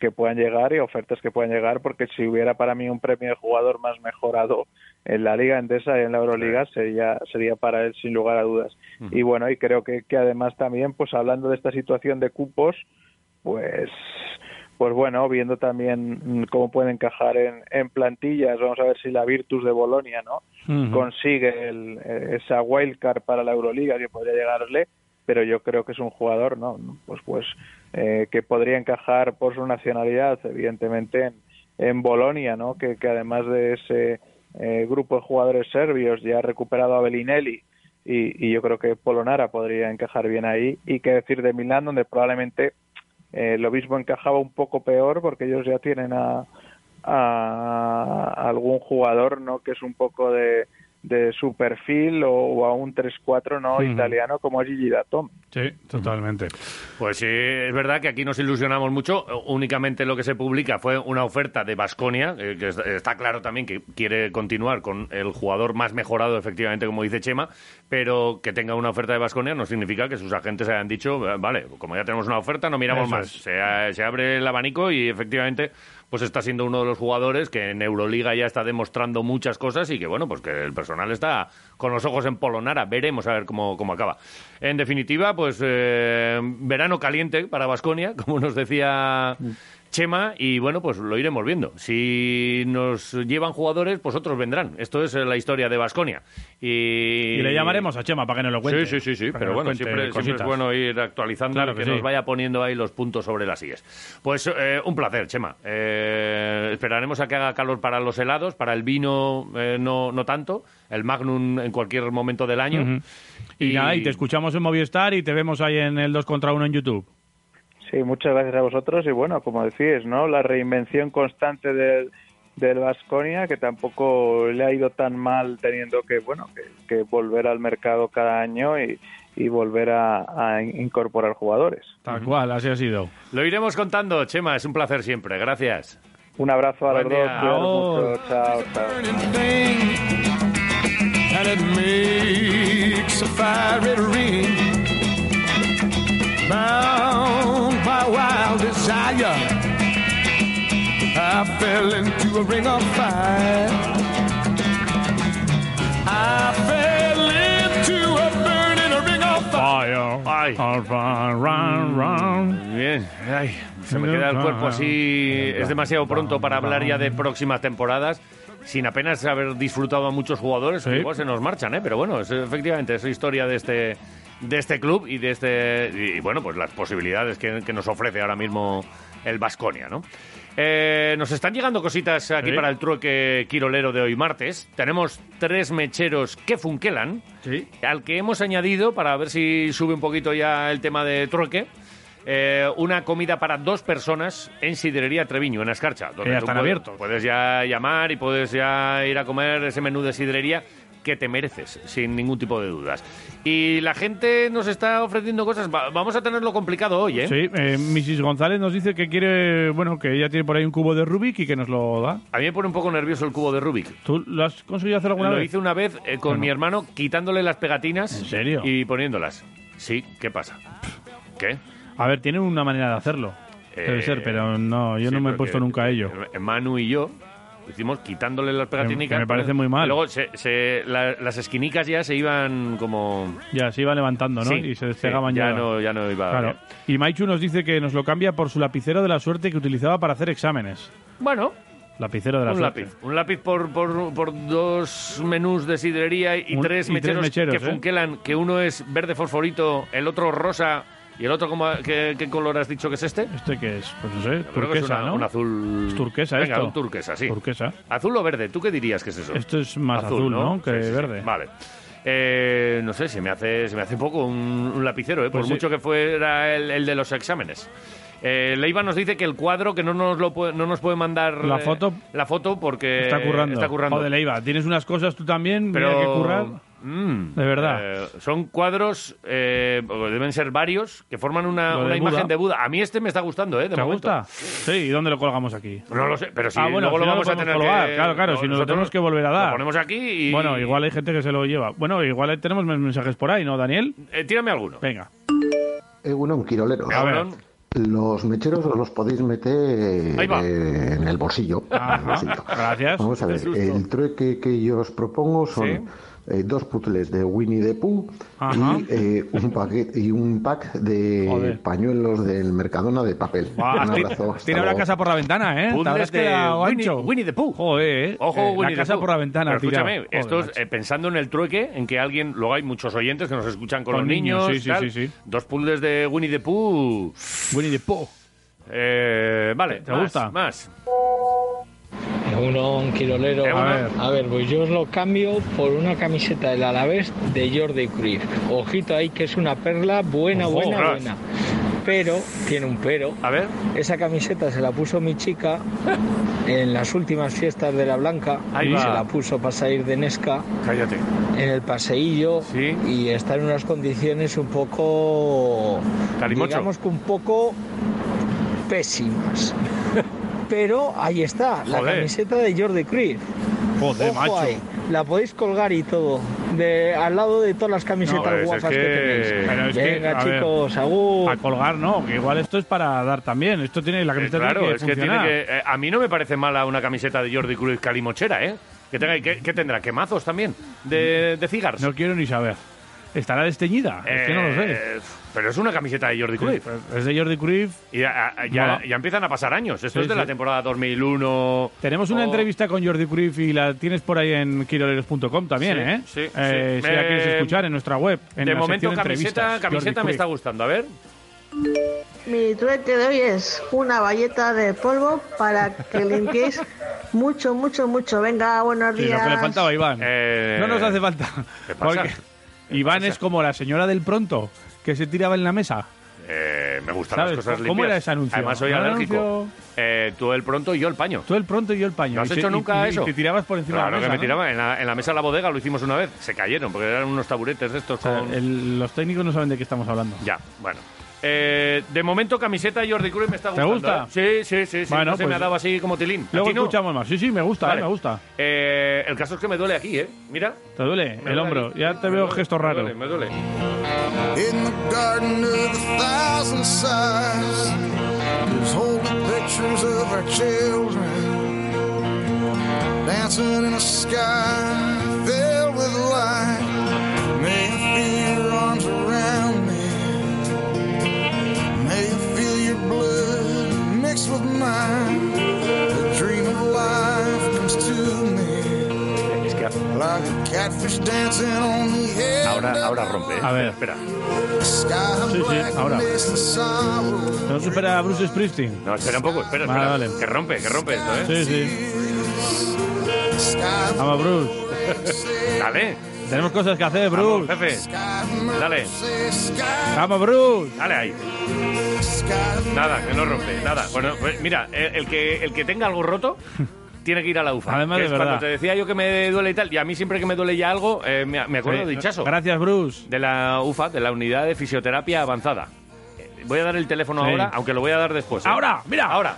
[SPEAKER 23] que puedan llegar y ofertas que puedan llegar, porque si hubiera para mí un premio de jugador más mejorado en la Liga Endesa y en la Euroliga, sería, sería para él sin lugar a dudas. Y bueno, y creo que, que además también, pues hablando de esta situación de cupos, pues pues bueno, viendo también mm, cómo puede encajar en, en plantillas, vamos a ver si la Virtus de Bolonia ¿no?
[SPEAKER 3] Ujú.
[SPEAKER 23] consigue el- eh, esa wildcard para la Euroliga que podría llegarle, pero yo creo que es un jugador no pues pues eh, que podría encajar por su nacionalidad, evidentemente en, en Bolonia, ¿no? que, que además de ese eh, grupo de jugadores serbios ya ha recuperado a Bellinelli, y, y yo creo que Polonara podría encajar bien ahí. Y qué decir de Milán, donde probablemente eh, lo mismo encajaba un poco peor, porque ellos ya tienen a, a algún jugador no que es un poco de, de su perfil o, o a un 3-4 no
[SPEAKER 3] Ujú.
[SPEAKER 23] italiano como es Gigi Datome.
[SPEAKER 3] Sí, totalmente.
[SPEAKER 2] Pues sí, es verdad que aquí nos ilusionamos mucho. Únicamente lo que se publica fue una oferta de Basconia, eh, que es- está claro también que quiere continuar con el jugador más mejorado, efectivamente, como dice Chema, pero que tenga una oferta de Basconia no significa que sus agentes hayan dicho, "Eh, vale, como ya tenemos una oferta, no miramos
[SPEAKER 3] Eso
[SPEAKER 2] más.
[SPEAKER 3] es.
[SPEAKER 2] Se, a- se abre el abanico y efectivamente pues está siendo uno de los jugadores que en Euroliga ya está demostrando muchas cosas y que bueno, pues que el personal está con los ojos en Polonara. Veremos a ver cómo, cómo acaba. En definitiva, pues eh, verano caliente para Vasconia, como nos decía Chema, y bueno, pues lo iremos viendo. Si nos llevan jugadores, pues otros vendrán. Esto es eh, la historia de Vasconia. Y...
[SPEAKER 3] Y le llamaremos a Chema para que nos lo cuente.
[SPEAKER 2] Sí, sí, sí,
[SPEAKER 3] Para
[SPEAKER 2] sí.
[SPEAKER 3] que
[SPEAKER 2] Pero
[SPEAKER 3] nos
[SPEAKER 2] bueno,
[SPEAKER 3] cuente
[SPEAKER 2] siempre, siempre es
[SPEAKER 3] cositas.
[SPEAKER 2] bueno ir actualizando
[SPEAKER 3] Claro
[SPEAKER 2] y
[SPEAKER 3] que
[SPEAKER 2] que,
[SPEAKER 3] sí.
[SPEAKER 2] nos vaya poniendo ahí los puntos sobre las sillas. Pues eh, un placer, Chema. Eh, esperaremos a que haga calor para los helados, para el vino eh, no, no tanto, el Magnum en cualquier momento del año.
[SPEAKER 3] Ujú. Y, nada, y te escuchamos en Movistar y te vemos ahí en el 2 contra 1 en YouTube.
[SPEAKER 23] Sí, muchas gracias a vosotros y bueno, como decís, ¿no? La reinvención constante del del Vasconia que tampoco le ha ido tan mal teniendo que bueno que, que volver al mercado cada año y, y volver a, a incorporar jugadores
[SPEAKER 3] Tal cual, así ha sido.
[SPEAKER 2] Lo iremos contando, Chema. Es un placer siempre. Gracias.
[SPEAKER 23] un abrazo a los
[SPEAKER 2] Buen
[SPEAKER 23] dos
[SPEAKER 2] día.
[SPEAKER 23] cuidaros mucho. Chao, chao.
[SPEAKER 7] thing and it makes a fiery ring bound by wild desire I fell into a ring of fire I fell into a burning ring of
[SPEAKER 3] fire
[SPEAKER 2] Bien, ay, se me queda el cuerpo así. Es demasiado pronto para hablar ya de próximas temporadas. Sin apenas haber disfrutado a muchos jugadores,
[SPEAKER 3] Sí.
[SPEAKER 2] igual se nos marchan, ¿eh? Pero bueno, es, efectivamente, es historia de este, de este club y de este. Y, bueno, pues las posibilidades que, que nos ofrece ahora mismo el Vasconia, ¿no? Eh, nos están llegando cositas aquí
[SPEAKER 3] Sí.
[SPEAKER 2] para el trueque quirolero de hoy martes. Tenemos tres mecheros que funquelan al que hemos añadido, para ver si sube un poquito ya el tema de trueque, eh, una comida para dos personas en Sidrería Treviño, en Ascarcha.
[SPEAKER 3] Que ya
[SPEAKER 2] tú
[SPEAKER 3] Eh, están
[SPEAKER 2] puedes-
[SPEAKER 3] abiertos.
[SPEAKER 2] Puedes ya llamar y puedes ya ir a comer ese menú de sidrería que te mereces, sin ningún tipo de dudas. Y la gente nos está ofreciendo cosas. Va- vamos a tenerlo complicado hoy, ¿eh?
[SPEAKER 3] Sí, eh, Mrs. González nos dice que quiere, bueno, que ella tiene por ahí un cubo de Rubik y que nos lo da.
[SPEAKER 2] A mí me pone un poco nervioso el cubo de Rubik.
[SPEAKER 3] ¿Tú lo has conseguido hacer alguna
[SPEAKER 2] Lo
[SPEAKER 3] vez?
[SPEAKER 2] hice una vez eh, con
[SPEAKER 3] No, no.
[SPEAKER 2] mi hermano quitándole las pegatinas.
[SPEAKER 3] ¿En serio?
[SPEAKER 2] Y poniéndolas. Sí, ¿qué pasa? ¿Qué?
[SPEAKER 3] A ver, tiene una manera de hacerlo. Debe
[SPEAKER 2] Eh,
[SPEAKER 3] ser, pero no, yo
[SPEAKER 2] sí,
[SPEAKER 3] no me he
[SPEAKER 2] pero
[SPEAKER 3] puesto
[SPEAKER 2] que-
[SPEAKER 3] nunico a ello.
[SPEAKER 2] Manu y yo hicimos quitándole las pegatinicas.
[SPEAKER 3] que me parece muy mal.
[SPEAKER 2] Luego se- se- la- las esquinicas ya se iban como...
[SPEAKER 3] Ya, se iba levantando, ¿no?
[SPEAKER 2] Sí,
[SPEAKER 3] y se
[SPEAKER 2] sí,
[SPEAKER 3] despegaban
[SPEAKER 2] ya.
[SPEAKER 3] ya.
[SPEAKER 2] no, ya no iba
[SPEAKER 3] Claro.
[SPEAKER 2] bien.
[SPEAKER 3] Y Maichu nos dice que nos lo cambia por su lapicero de la suerte que utilizaba para hacer exámenes.
[SPEAKER 2] Bueno,
[SPEAKER 3] Lapicero de la
[SPEAKER 2] un
[SPEAKER 3] suerte.
[SPEAKER 2] lápiz. Un lápiz por, por- por dos menús de sidrería y,
[SPEAKER 3] Un-
[SPEAKER 2] tres,
[SPEAKER 3] y tres
[SPEAKER 2] mecheros
[SPEAKER 3] mecheros,
[SPEAKER 2] que
[SPEAKER 3] ¿eh?
[SPEAKER 2] funkelan, que uno es verde fosforito, el otro rosa y el otro, como, ¿qué, qué color has dicho que es este?
[SPEAKER 3] ¿Este qué es? Pues no sé,
[SPEAKER 2] creo que es
[SPEAKER 3] turquesa,
[SPEAKER 2] una-
[SPEAKER 3] ¿no?
[SPEAKER 2] un azul.
[SPEAKER 3] Es turquesa
[SPEAKER 2] Venga,
[SPEAKER 3] esto.
[SPEAKER 2] un turquesa, sí.
[SPEAKER 3] Turquesa.
[SPEAKER 2] ¿Azul o verde? ¿Tú qué dirías que es eso?
[SPEAKER 3] Esto es más azul, ¿no? Que verde.
[SPEAKER 2] Vale. Eh, no sé, se me hace, se me hace poco un, un lapicero, ¿eh?
[SPEAKER 3] Pues
[SPEAKER 2] por
[SPEAKER 3] sí.
[SPEAKER 2] mucho que fuera el, el de los exámenes. Eh, Leiva nos dice que el cuadro que no nos lo puede, no nos puede mandar
[SPEAKER 3] La
[SPEAKER 2] eh,
[SPEAKER 3] foto
[SPEAKER 2] la foto porque
[SPEAKER 3] Está currando.
[SPEAKER 2] está currando.
[SPEAKER 3] Joder, Leiva, tienes unas cosas tú también,
[SPEAKER 2] pero
[SPEAKER 3] mira que currar.
[SPEAKER 2] Mm,
[SPEAKER 3] De verdad.
[SPEAKER 2] eh, son cuadros, eh, deben ser varios, que forman una,
[SPEAKER 3] Lo de
[SPEAKER 2] una imagen
[SPEAKER 3] Buda.
[SPEAKER 2] de Buda. A mí este me está gustando, ¿eh? De
[SPEAKER 3] ¿Te
[SPEAKER 2] momento.
[SPEAKER 3] gusta? Sí, ¿y dónde lo colgamos aquí?
[SPEAKER 2] No lo sé, pero si
[SPEAKER 3] Ah, bueno,
[SPEAKER 2] luego
[SPEAKER 3] al
[SPEAKER 2] lo
[SPEAKER 3] final
[SPEAKER 2] vamos a
[SPEAKER 3] podemos
[SPEAKER 2] tener
[SPEAKER 3] colgar,
[SPEAKER 2] que...
[SPEAKER 3] Claro, claro, si nos lo
[SPEAKER 2] nosotros
[SPEAKER 3] tenemos que volver a dar.
[SPEAKER 2] Lo ponemos aquí y...
[SPEAKER 3] Bueno, igual hay gente que se lo lleva. Bueno, igual tenemos más mensajes por ahí, ¿no, Daniel?
[SPEAKER 2] Eh, tírame alguno.
[SPEAKER 3] Venga.
[SPEAKER 1] Egunon, Eh, Quirolero.
[SPEAKER 3] A ver.
[SPEAKER 1] Los mecheros os los podéis meter
[SPEAKER 3] Ahí va.
[SPEAKER 1] eh, en el bolsillo.
[SPEAKER 3] Ajá.
[SPEAKER 1] en el bolsillo.
[SPEAKER 3] Gracias.
[SPEAKER 1] Vamos a ver, el trueque que yo os propongo son eh, dos puzzles de Winnie the Pooh
[SPEAKER 3] Ajá.
[SPEAKER 1] y, eh, un paquete, y un pack de
[SPEAKER 3] Joder.
[SPEAKER 1] pañuelos del Mercadona de papel.
[SPEAKER 3] Ah,
[SPEAKER 1] un
[SPEAKER 3] ti-
[SPEAKER 1] abrazo. hasta
[SPEAKER 3] Tira la
[SPEAKER 1] luego.
[SPEAKER 3] casa por la ventana, ¿eh? Te
[SPEAKER 2] Puzzles
[SPEAKER 3] habrás
[SPEAKER 2] de
[SPEAKER 3] quedado
[SPEAKER 2] Winnie-
[SPEAKER 3] ancho.
[SPEAKER 2] Winnie the Pooh.
[SPEAKER 3] Joder, ¿eh?
[SPEAKER 2] Ojo,
[SPEAKER 3] Eh,
[SPEAKER 2] Winnie the
[SPEAKER 3] La casa
[SPEAKER 2] Pooh.
[SPEAKER 3] por la ventana,
[SPEAKER 2] Pero
[SPEAKER 3] tirado.
[SPEAKER 2] escúchame,
[SPEAKER 3] Joder,
[SPEAKER 2] esto es,
[SPEAKER 3] macho.
[SPEAKER 2] eh, pensando en el trueque, en que alguien, luego hay muchos oyentes que nos escuchan con,
[SPEAKER 3] Con
[SPEAKER 2] los niños,
[SPEAKER 3] niños, sí, sí,
[SPEAKER 2] tal.
[SPEAKER 3] sí, sí.
[SPEAKER 2] dos puzzles de Winnie the Pooh.
[SPEAKER 3] Winnie the Pooh.
[SPEAKER 2] Eh, vale,
[SPEAKER 3] ¿Te
[SPEAKER 2] más,
[SPEAKER 3] gusta?
[SPEAKER 2] Más.
[SPEAKER 5] Uno, un quirolero.
[SPEAKER 2] Eh,
[SPEAKER 5] a,
[SPEAKER 2] bueno.
[SPEAKER 5] ver. pues yo os lo cambio por una camiseta del Alavés de Jordi Cruyff. Ojito ahí que es una perla buena,
[SPEAKER 2] Ojo,
[SPEAKER 5] buena,
[SPEAKER 2] ostras.
[SPEAKER 5] buena. Pero, tiene un pero.
[SPEAKER 2] A ver.
[SPEAKER 5] Esa camiseta se la puso mi chica en las últimas fiestas de la Blanca.
[SPEAKER 2] Ahí
[SPEAKER 5] y
[SPEAKER 2] va.
[SPEAKER 5] se la puso para salir de Nesca.
[SPEAKER 2] Cállate.
[SPEAKER 5] En el paseillo. Y está en unas condiciones un poco.
[SPEAKER 2] Calimocho.
[SPEAKER 5] Digamos que un poco pésimas. Pero ahí está, la
[SPEAKER 2] Joder.
[SPEAKER 5] camiseta de Jordi Cruyff.
[SPEAKER 2] Joder,
[SPEAKER 5] Ojo
[SPEAKER 2] macho.
[SPEAKER 5] ahí, la podéis colgar y todo, de, al lado de todas las camisetas
[SPEAKER 2] No, es
[SPEAKER 5] guapas
[SPEAKER 2] que-
[SPEAKER 5] que... tenéis.
[SPEAKER 2] Pero es que,
[SPEAKER 5] Venga,
[SPEAKER 3] a ver,
[SPEAKER 5] chicos, agur.
[SPEAKER 3] A colgar, no, que igual esto es para dar también. Esto tiene la
[SPEAKER 2] Eh,
[SPEAKER 3] camiseta
[SPEAKER 2] claro,
[SPEAKER 3] tiene que
[SPEAKER 2] es que tiene
[SPEAKER 3] funcionar.
[SPEAKER 2] que... eh, a mí no me parece mala una camiseta de Jordi Cruz calimochera, ¿eh? Que tenga, ¿qué, qué tendrá? ¿Quemazos también? ¿De, de cigars?
[SPEAKER 3] No quiero ni saber. ¿Estará desteñida? es que no lo sé.
[SPEAKER 2] Eh, Pero es una camiseta de Jordi Cruyff.
[SPEAKER 3] Es de Jordi Cruyff.
[SPEAKER 2] Y ya, ya- ya empiezan a pasar años. Esto
[SPEAKER 3] Sí,
[SPEAKER 2] es de
[SPEAKER 3] sí.
[SPEAKER 2] la temporada 2001.
[SPEAKER 3] Tenemos una
[SPEAKER 2] o-
[SPEAKER 3] entrevista con Jordi Cruyff y la tienes por ahí en quiroleros.com también,
[SPEAKER 2] Sí,
[SPEAKER 3] ¿eh?
[SPEAKER 2] sí, sí.
[SPEAKER 3] Eh, Si la
[SPEAKER 2] Me-
[SPEAKER 3] quieres escuchar en nuestra web. En
[SPEAKER 2] de
[SPEAKER 3] la
[SPEAKER 2] momento,
[SPEAKER 3] sección
[SPEAKER 2] camiseta,
[SPEAKER 3] entrevistas,
[SPEAKER 2] camiseta
[SPEAKER 3] Jordi
[SPEAKER 2] me está
[SPEAKER 3] Cruyff.
[SPEAKER 2] gustando. A ver.
[SPEAKER 8] Mi trueque de hoy es una valleta de polvo para que limpiéis mucho, mucho, mucho. Venga, buenos
[SPEAKER 3] Sí, lo
[SPEAKER 8] días.
[SPEAKER 3] que le faltaba a Iván. No nos hace falta.
[SPEAKER 2] Eh, ¿Qué pasa?
[SPEAKER 3] Porque Iván es como la señora del pronto que se tiraba en la mesa.
[SPEAKER 2] Eh, me gustan
[SPEAKER 3] ¿Sabes
[SPEAKER 2] las cosas
[SPEAKER 3] cómo
[SPEAKER 2] limpias.
[SPEAKER 3] era ese anuncio?
[SPEAKER 2] Además, soy
[SPEAKER 3] ¿No era
[SPEAKER 2] alérgico. Eh, tú el pronto y yo el paño.
[SPEAKER 3] Tú el pronto y yo el paño.
[SPEAKER 2] ¿No has
[SPEAKER 3] Y se-
[SPEAKER 2] hecho
[SPEAKER 3] y-
[SPEAKER 2] nunca
[SPEAKER 3] y- y
[SPEAKER 2] eso?
[SPEAKER 3] te tirabas por encima de
[SPEAKER 2] Claro
[SPEAKER 3] la
[SPEAKER 2] que
[SPEAKER 3] mesa.
[SPEAKER 2] me tiraba. En la, en la mesa de la bodega lo hicimos una vez. Se cayeron porque eran unos taburetes de estos
[SPEAKER 3] ¿no?
[SPEAKER 2] con...
[SPEAKER 3] El- los técnicos no saben de qué estamos hablando.
[SPEAKER 2] Ya, bueno. Eh, de momento, camiseta Jordi Cruyff me está
[SPEAKER 3] ¿Te
[SPEAKER 2] gustando.
[SPEAKER 3] gusta?
[SPEAKER 2] ¿eh? Sí, sí, sí. sí.
[SPEAKER 3] Bueno,
[SPEAKER 2] No se me
[SPEAKER 3] pues-
[SPEAKER 2] ha dado así como tilín.
[SPEAKER 3] Luego
[SPEAKER 2] ¿A ti no?
[SPEAKER 3] escuchamos más. Sí, sí, me gusta,
[SPEAKER 2] Vale.
[SPEAKER 3] eh, me gusta.
[SPEAKER 2] Eh, el caso es que me duele aquí, ¿eh? Mira.
[SPEAKER 3] ¿Te duele
[SPEAKER 2] Me
[SPEAKER 3] el
[SPEAKER 2] duele
[SPEAKER 3] hombro?
[SPEAKER 2] aquí.
[SPEAKER 3] Ya te veo gesto
[SPEAKER 2] Me
[SPEAKER 3] raro.
[SPEAKER 2] duele, me duele.
[SPEAKER 7] In the garden of a thousand sighs, there's holy pictures of our children dancing in a sky filled with light. May you feel your arms around me. May you feel your blood mixed with mine. The dream of life comes to me like a catfish dancing on the edge.
[SPEAKER 2] Ahora, ahora rompe. ¿eh?
[SPEAKER 3] A ver.
[SPEAKER 2] Espera.
[SPEAKER 3] Sí, sí, ahora. ¿No supera a Bruce Springsteen?
[SPEAKER 2] No, espera un poco, espera,
[SPEAKER 3] Vale,
[SPEAKER 2] espera.
[SPEAKER 3] vale.
[SPEAKER 2] Que rompe, que rompe esto, ¿eh?
[SPEAKER 3] Sí, sí. Vamos, Bruce.
[SPEAKER 2] Dale.
[SPEAKER 3] Tenemos cosas que hacer, Bruce.
[SPEAKER 2] Vamos, jefe. Dale.
[SPEAKER 3] Vamos, Bruce.
[SPEAKER 2] Dale ahí. Nada, que no rompe, nada. Bueno, pues mira, el, el que, el que tenga algo roto tiene que ir a la UFA.
[SPEAKER 3] Además,
[SPEAKER 2] Que
[SPEAKER 3] de
[SPEAKER 2] es
[SPEAKER 3] verdad.
[SPEAKER 2] Cuando te decía yo que me duele y tal, y a mí siempre que me duele ya algo, eh, me, me acuerdo
[SPEAKER 3] Sí.
[SPEAKER 2] de hinchazo.
[SPEAKER 3] Gracias, Bruce.
[SPEAKER 2] De la UFA, de la Unidad de Fisioterapia Avanzada. Eh, Voy a dar el teléfono
[SPEAKER 3] Sí.
[SPEAKER 2] ahora, aunque lo voy a dar después. ¿eh?
[SPEAKER 3] Ahora, Ah, mira.
[SPEAKER 2] Ahora.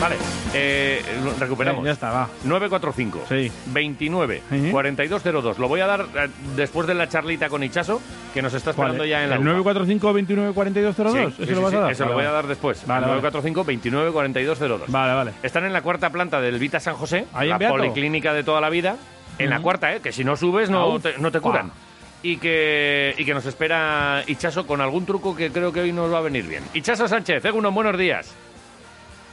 [SPEAKER 2] Vale, eh, recuperamos.
[SPEAKER 3] Sí, ya está, va.
[SPEAKER 2] 945 29 4202. Lo voy a dar eh, después de la charlita con Hichaso, que nos está
[SPEAKER 3] ¿Cuál?
[SPEAKER 2] esperando ya en la
[SPEAKER 3] ¿El
[SPEAKER 2] UFA.
[SPEAKER 3] 945-294202?
[SPEAKER 2] Sí,
[SPEAKER 3] ¿Eso
[SPEAKER 2] sí,
[SPEAKER 3] lo vas
[SPEAKER 2] sí,
[SPEAKER 3] a dar? Ah,
[SPEAKER 2] Eso lo
[SPEAKER 3] Vale,
[SPEAKER 2] voy a dar después.
[SPEAKER 3] Vale, vale.
[SPEAKER 2] 945 29 42 02.
[SPEAKER 3] Vale, vale.
[SPEAKER 2] Están en la cuarta planta del Vita San José,
[SPEAKER 3] Ahí en
[SPEAKER 2] la
[SPEAKER 3] Beato.
[SPEAKER 2] policlínica de toda la vida. En la
[SPEAKER 3] Ujú.
[SPEAKER 2] cuarta, ¿eh? que si no subes no
[SPEAKER 3] Aún.
[SPEAKER 2] te, no te curan. Y que, y que nos espera Hichaso con algún truco que creo que hoy nos va a venir bien. Hichaso Sánchez, unos buenos días.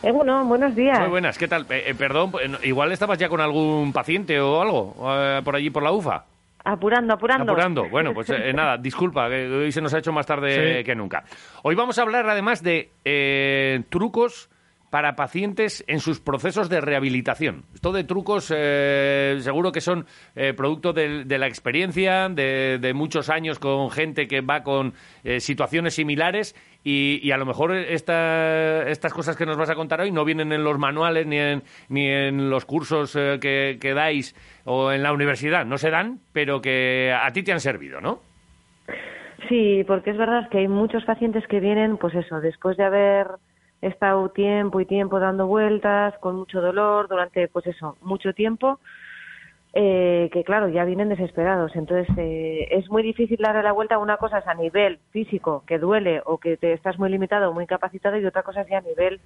[SPEAKER 4] Egunon, buenos días.
[SPEAKER 2] Muy buenas, ¿qué tal? Eh, eh, perdón, eh, no, igual estabas ya con algún paciente o algo eh, por allí por la UFA.
[SPEAKER 4] Apurando, apurando.
[SPEAKER 2] Apurando. Bueno, pues eh, nada, disculpa, que hoy se nos ha hecho más tarde
[SPEAKER 4] Sí.
[SPEAKER 2] que nunca. Hoy vamos a hablar además de eh, trucos para pacientes en sus procesos de rehabilitación. Esto de trucos eh, seguro que son eh, producto del- de, la experiencia, de, de muchos años con gente que va con eh, situaciones similares y, y a lo mejor esta- estas cosas que nos vas a contar hoy no vienen en los manuales ni en, ni en los cursos eh, que, que dais o en la universidad, no se dan, pero que a ti te han servido, ¿no?
[SPEAKER 4] Sí, porque es verdad que hay muchos pacientes que vienen, pues eso, después de haber estado tiempo y tiempo dando vueltas, con mucho dolor, durante, pues eso, mucho tiempo, eh, que claro, ya vienen desesperados. Entonces, eh, es muy difícil darle la vuelta. Una cosa es a nivel físico, que duele o que te estás muy limitado o muy capacitado, y otra cosa es ya a nivel,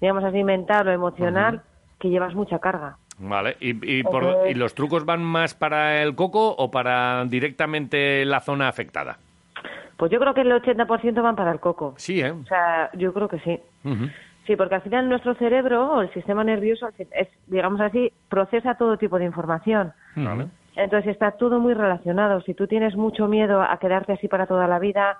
[SPEAKER 4] digamos así, mental o emocional, que llevas mucha carga.
[SPEAKER 2] Vale, y, y por-
[SPEAKER 4] Ok.
[SPEAKER 2] ¿y los trucos van más para el coco o para directamente la zona afectada?
[SPEAKER 4] Pues yo creo que el 80% van para el coco.
[SPEAKER 2] Sí, ¿eh?
[SPEAKER 4] O sea, yo creo que sí. Sí, porque al final nuestro cerebro o el sistema nervioso, al fin- es, digamos así, procesa todo tipo de información.
[SPEAKER 2] Vale.
[SPEAKER 4] Entonces está todo muy relacionado. Si tú tienes mucho miedo a quedarte así para toda la vida,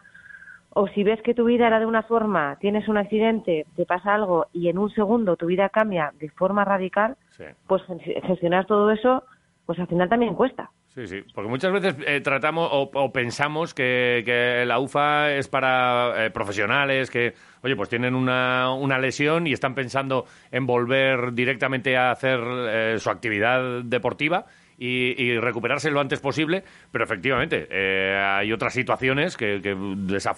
[SPEAKER 4] o si ves que tu vida era de una forma, tienes un accidente, te pasa algo y en un segundo tu vida cambia de forma radical,
[SPEAKER 2] Sí.
[SPEAKER 4] pues gen- gestionar todo eso, pues al final también cuesta.
[SPEAKER 2] Sí, sí, porque muchas veces eh, tratamos o, o pensamos que, que la UFA es para eh, profesionales que, oye, pues tienen una, una lesión y están pensando en volver directamente a hacer eh, su actividad deportiva y, y recuperarse lo antes posible, pero efectivamente eh, hay otras situaciones que, que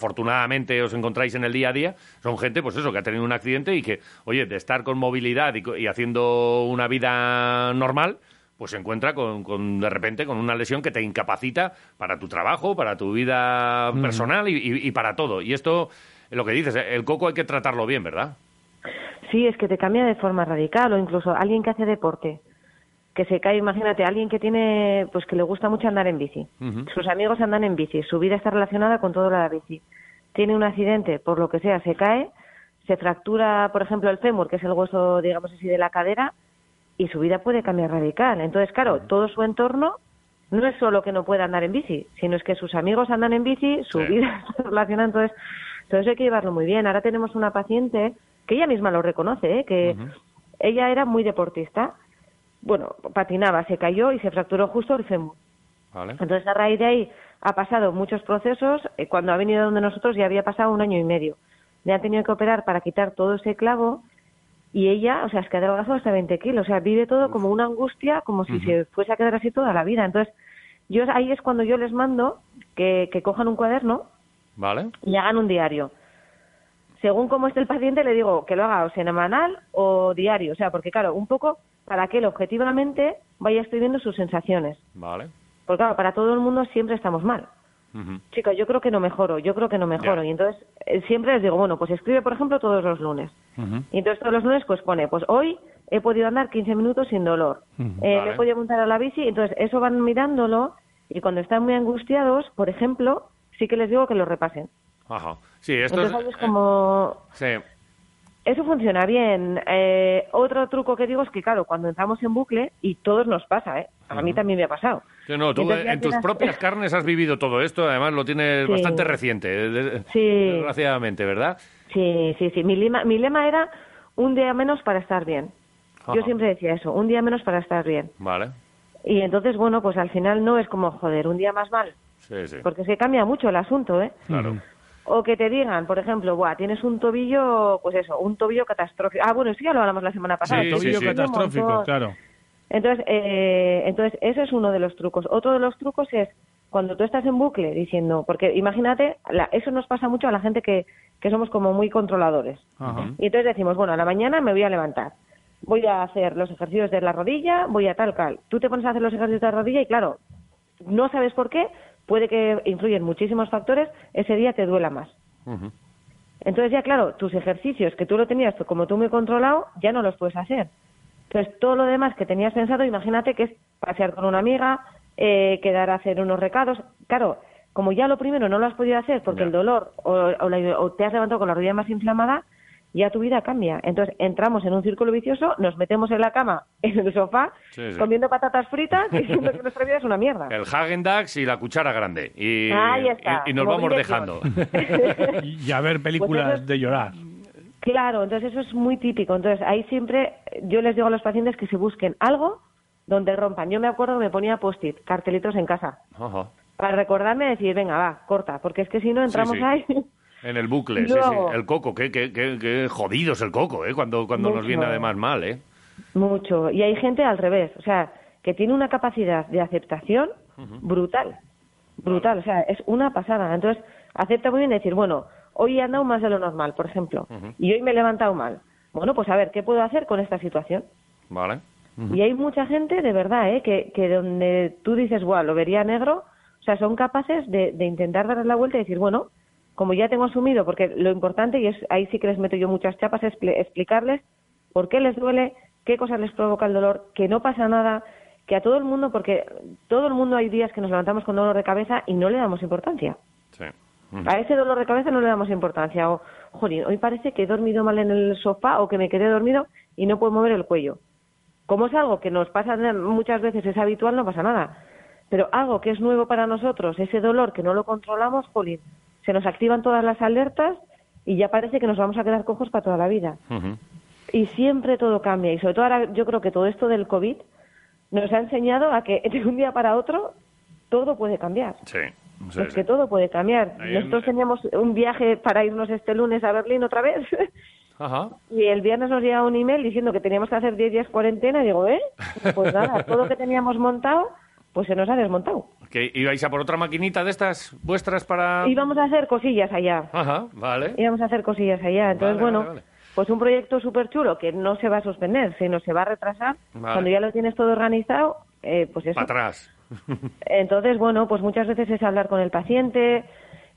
[SPEAKER 2] desafortunadamente os encontráis en el día a día, son gente, pues eso, que ha tenido un accidente y que, oye, de estar con movilidad y co- y haciendo una vida normal, pues se encuentra con, con, de repente con una lesión que te incapacita para tu trabajo, para tu vida
[SPEAKER 4] Ujú.
[SPEAKER 2] personal y, y- y para todo. Y esto, lo que dices, eh, el coco hay que tratarlo bien, ¿verdad?
[SPEAKER 4] Sí, es que te cambia de forma radical o incluso alguien que hace deporte, que se cae, imagínate, alguien que tiene, pues que le gusta mucho andar en bici.
[SPEAKER 9] Mm-hmm.
[SPEAKER 4] Sus amigos andan en bici, su vida está relacionada con todo lo de la bici. Tiene un accidente, por lo que sea, se cae, se fractura, por ejemplo, el fémur, que es el hueso, digamos así, de la cadera, y su vida puede cambiar radical. Entonces, claro, todo su entorno no es solo que no pueda andar en bici, sino es que sus amigos andan en bici, su
[SPEAKER 9] Sí.
[SPEAKER 4] vida se relaciona. Entonces, entonces hay que llevarlo muy bien. Ahora tenemos una paciente que ella misma lo reconoce, ¿eh? que ella era muy deportista. Bueno, patinaba, se cayó y se fracturó justo el fémur.
[SPEAKER 2] Vale.
[SPEAKER 4] Entonces, a raíz de ahí ha pasado muchos procesos. eh, Cuando ha venido donde nosotros ya había pasado un año y medio. Le han tenido que operar para quitar todo ese clavo y ella, o sea, es que ha adelgazado hasta 20 kilos. O sea, vive todo como una angustia, como si se fuese a quedar así toda la vida. Entonces, yo ahí es cuando yo les mando que, que cojan un cuaderno
[SPEAKER 2] ¿Vale?
[SPEAKER 4] y hagan un diario. Según cómo esté el paciente, le digo que lo haga o semanal o diario. O sea, porque claro, un poco para que él objetivamente vaya escribiendo sus sensaciones.
[SPEAKER 2] Vale.
[SPEAKER 4] Porque Pues claro, para todo el mundo siempre estamos mal. Chicos, yo creo que no mejoro, yo creo que no mejoro. Y entonces eh, siempre les digo, bueno, pues escribe, por ejemplo, todos los lunes. Y entonces todos los lunes pues pone, pues hoy he podido andar 15 minutos sin dolor,
[SPEAKER 10] Ujú.
[SPEAKER 9] Mm-hmm.
[SPEAKER 4] eh,
[SPEAKER 10] Vale.
[SPEAKER 4] me he podido montar a la bici, entonces eso van mirándolo y cuando están muy angustiados, por ejemplo, sí que les digo que lo repasen.
[SPEAKER 2] Ajá. Sí, esto
[SPEAKER 4] entonces ahí
[SPEAKER 2] es...
[SPEAKER 4] es
[SPEAKER 2] eh,
[SPEAKER 4] como,
[SPEAKER 2] Sí.
[SPEAKER 4] eso funciona bien. Eh, otro truco que digo es que, claro, cuando entramos en bucle, y todos nos pasa, ¿eh? A mí también me ha pasado.
[SPEAKER 2] Sí, no, tú
[SPEAKER 4] Entonces,
[SPEAKER 2] eh,
[SPEAKER 4] ya
[SPEAKER 2] en tus
[SPEAKER 4] tienes-
[SPEAKER 2] propias carnes has vivido todo esto, además lo tienes
[SPEAKER 4] Sí.
[SPEAKER 2] bastante reciente, eh, de-
[SPEAKER 4] Sí.
[SPEAKER 2] desgraciadamente, ¿verdad?
[SPEAKER 4] Sí, sí, sí. Mi lema, mi lema era un día menos para estar bien. Yo
[SPEAKER 2] Ajá.
[SPEAKER 4] siempre decía eso, un día menos para estar bien.
[SPEAKER 2] Vale.
[SPEAKER 4] Y entonces, bueno, pues al final no es como, joder, un día más mal,
[SPEAKER 2] Sí, sí.
[SPEAKER 4] porque es que cambia mucho el asunto, ¿eh?
[SPEAKER 2] Claro.
[SPEAKER 4] O que te digan, por ejemplo, Buah, tienes un tobillo, pues eso, un tobillo catastrófico. Ah, bueno, eso ya lo hablamos la semana pasada.
[SPEAKER 3] Sí,
[SPEAKER 4] el
[SPEAKER 3] tobillo
[SPEAKER 4] tiene un
[SPEAKER 3] catastrófico,
[SPEAKER 4] montón.
[SPEAKER 3] claro.
[SPEAKER 4] Entonces, eh, entonces, ese es uno de los trucos. Otro de los trucos es cuando tú estás en bucle diciendo, porque imagínate, la- eso nos pasa mucho a la gente que, que somos como muy controladores.
[SPEAKER 9] Ajá.
[SPEAKER 4] Y entonces decimos, bueno, a la mañana me voy a levantar, voy a hacer los ejercicios de la rodilla, voy a tal, tal. Tú te pones a hacer los ejercicios de la rodilla y claro, no sabes por qué, puede que influyen muchísimos factores, ese día te duela más.
[SPEAKER 9] Mm-hmm.
[SPEAKER 4] Entonces ya claro, tus ejercicios que tú lo tenías como tú muy controlado, ya no los puedes hacer. Entonces todo lo demás que tenías pensado, imagínate que es pasear con una amiga, eh, quedar a hacer unos recados. Claro, como ya lo primero no lo has podido hacer porque
[SPEAKER 10] Ya.
[SPEAKER 4] el dolor o, o la- o te has levantado con la rodilla más inflamada, ya tu vida cambia. Entonces entramos en un círculo vicioso, nos metemos en la cama, en el sofá,
[SPEAKER 2] Sí, sí.
[SPEAKER 4] comiendo patatas fritas, diciendo que nuestra vida es una mierda.
[SPEAKER 2] El Hagen Dax y la cuchara grande. Y,
[SPEAKER 4] Ahí Ah, está.
[SPEAKER 2] y, y nos
[SPEAKER 4] Móvil
[SPEAKER 2] vamos
[SPEAKER 4] de
[SPEAKER 2] dejando.
[SPEAKER 3] Y a ver películas
[SPEAKER 4] Pues eso es-
[SPEAKER 3] de llorar.
[SPEAKER 4] Claro, entonces eso es muy típico. Entonces ahí siempre eh, yo les digo a los pacientes que se busquen algo donde rompan. Yo me acuerdo que me ponía post-it, cartelitos en casa,
[SPEAKER 2] Ajá.
[SPEAKER 4] para recordarme y decir, venga, va, corta, porque es que si no entramos
[SPEAKER 2] sí.
[SPEAKER 4] ahí.
[SPEAKER 2] En el bucle,
[SPEAKER 4] Y
[SPEAKER 2] sí, sí.
[SPEAKER 4] luego-
[SPEAKER 2] El coco, qué, qué, qué, qué jodido es el coco, ¿eh? Cuando, cuando nos
[SPEAKER 4] Mucho.
[SPEAKER 2] viene además mal, ¿eh?
[SPEAKER 4] Mucho. Y hay gente al revés, o sea, que tiene una capacidad de aceptación brutal, brutal, o sea, es una pasada. Entonces, acepta muy bien decir, bueno, hoy he andado más de lo normal, por ejemplo, y hoy me he levantado mal. Bueno, pues a ver, ¿qué puedo hacer con esta situación?
[SPEAKER 2] Vale. Ujú.
[SPEAKER 4] Y hay mucha gente, de verdad, ¿eh? que, que donde tú dices, guau, lo vería negro, o sea, son capaces de, de intentar darle la vuelta y decir, bueno, como ya tengo asumido, porque lo importante, y es, ahí sí que les meto yo muchas chapas, es pl- explicarles por qué les duele, qué cosas les provoca el dolor, que no pasa nada, que a todo el mundo, porque todo el mundo hay días que nos levantamos con dolor de cabeza y no le damos importancia.
[SPEAKER 2] Sí.
[SPEAKER 4] A ese dolor de cabeza no le damos importancia. O, jolín, hoy parece que he dormido mal en el sofá o que me quedé dormido y no puedo mover el cuello. Como es algo que nos pasa de- muchas veces, es habitual, no pasa nada. Pero algo que es nuevo para nosotros, ese dolor que no lo controlamos, jolín, se nos activan todas las alertas y ya parece que nos vamos a quedar cojos para toda la vida.
[SPEAKER 9] Mm-hmm.
[SPEAKER 4] Y siempre todo cambia. Y sobre todo ahora yo creo que todo esto del COVID nos ha enseñado a que de un día para otro todo puede cambiar.
[SPEAKER 2] Sí. sí,
[SPEAKER 4] Es
[SPEAKER 2] sí.
[SPEAKER 4] que todo puede cambiar.
[SPEAKER 2] Ahí
[SPEAKER 4] Nosotros
[SPEAKER 2] en-
[SPEAKER 4] teníamos un viaje para irnos este lunes a Berlín otra vez
[SPEAKER 2] Ajá.
[SPEAKER 4] y el viernes nos llega un email diciendo que teníamos que hacer 10 días cuarentena y digo, ¿eh? Pues nada, todo lo que teníamos montado, pues se nos ha desmontado.
[SPEAKER 2] ¿Que ibais a por otra maquinita de estas vuestras para...?
[SPEAKER 4] Y vamos a hacer cosillas allá.
[SPEAKER 2] Ajá, vale.
[SPEAKER 4] Íbamos a hacer cosillas allá. Entonces,
[SPEAKER 2] ¿Eh? Vale,
[SPEAKER 4] bueno,
[SPEAKER 2] vale, vale.
[SPEAKER 4] pues un proyecto súper chulo que no se va a suspender, sino se va a retrasar.
[SPEAKER 2] Vale.
[SPEAKER 4] Cuando ya lo tienes todo organizado, eh, pues eso.
[SPEAKER 2] Para atrás.
[SPEAKER 4] Entonces, bueno, pues muchas veces es hablar con el paciente,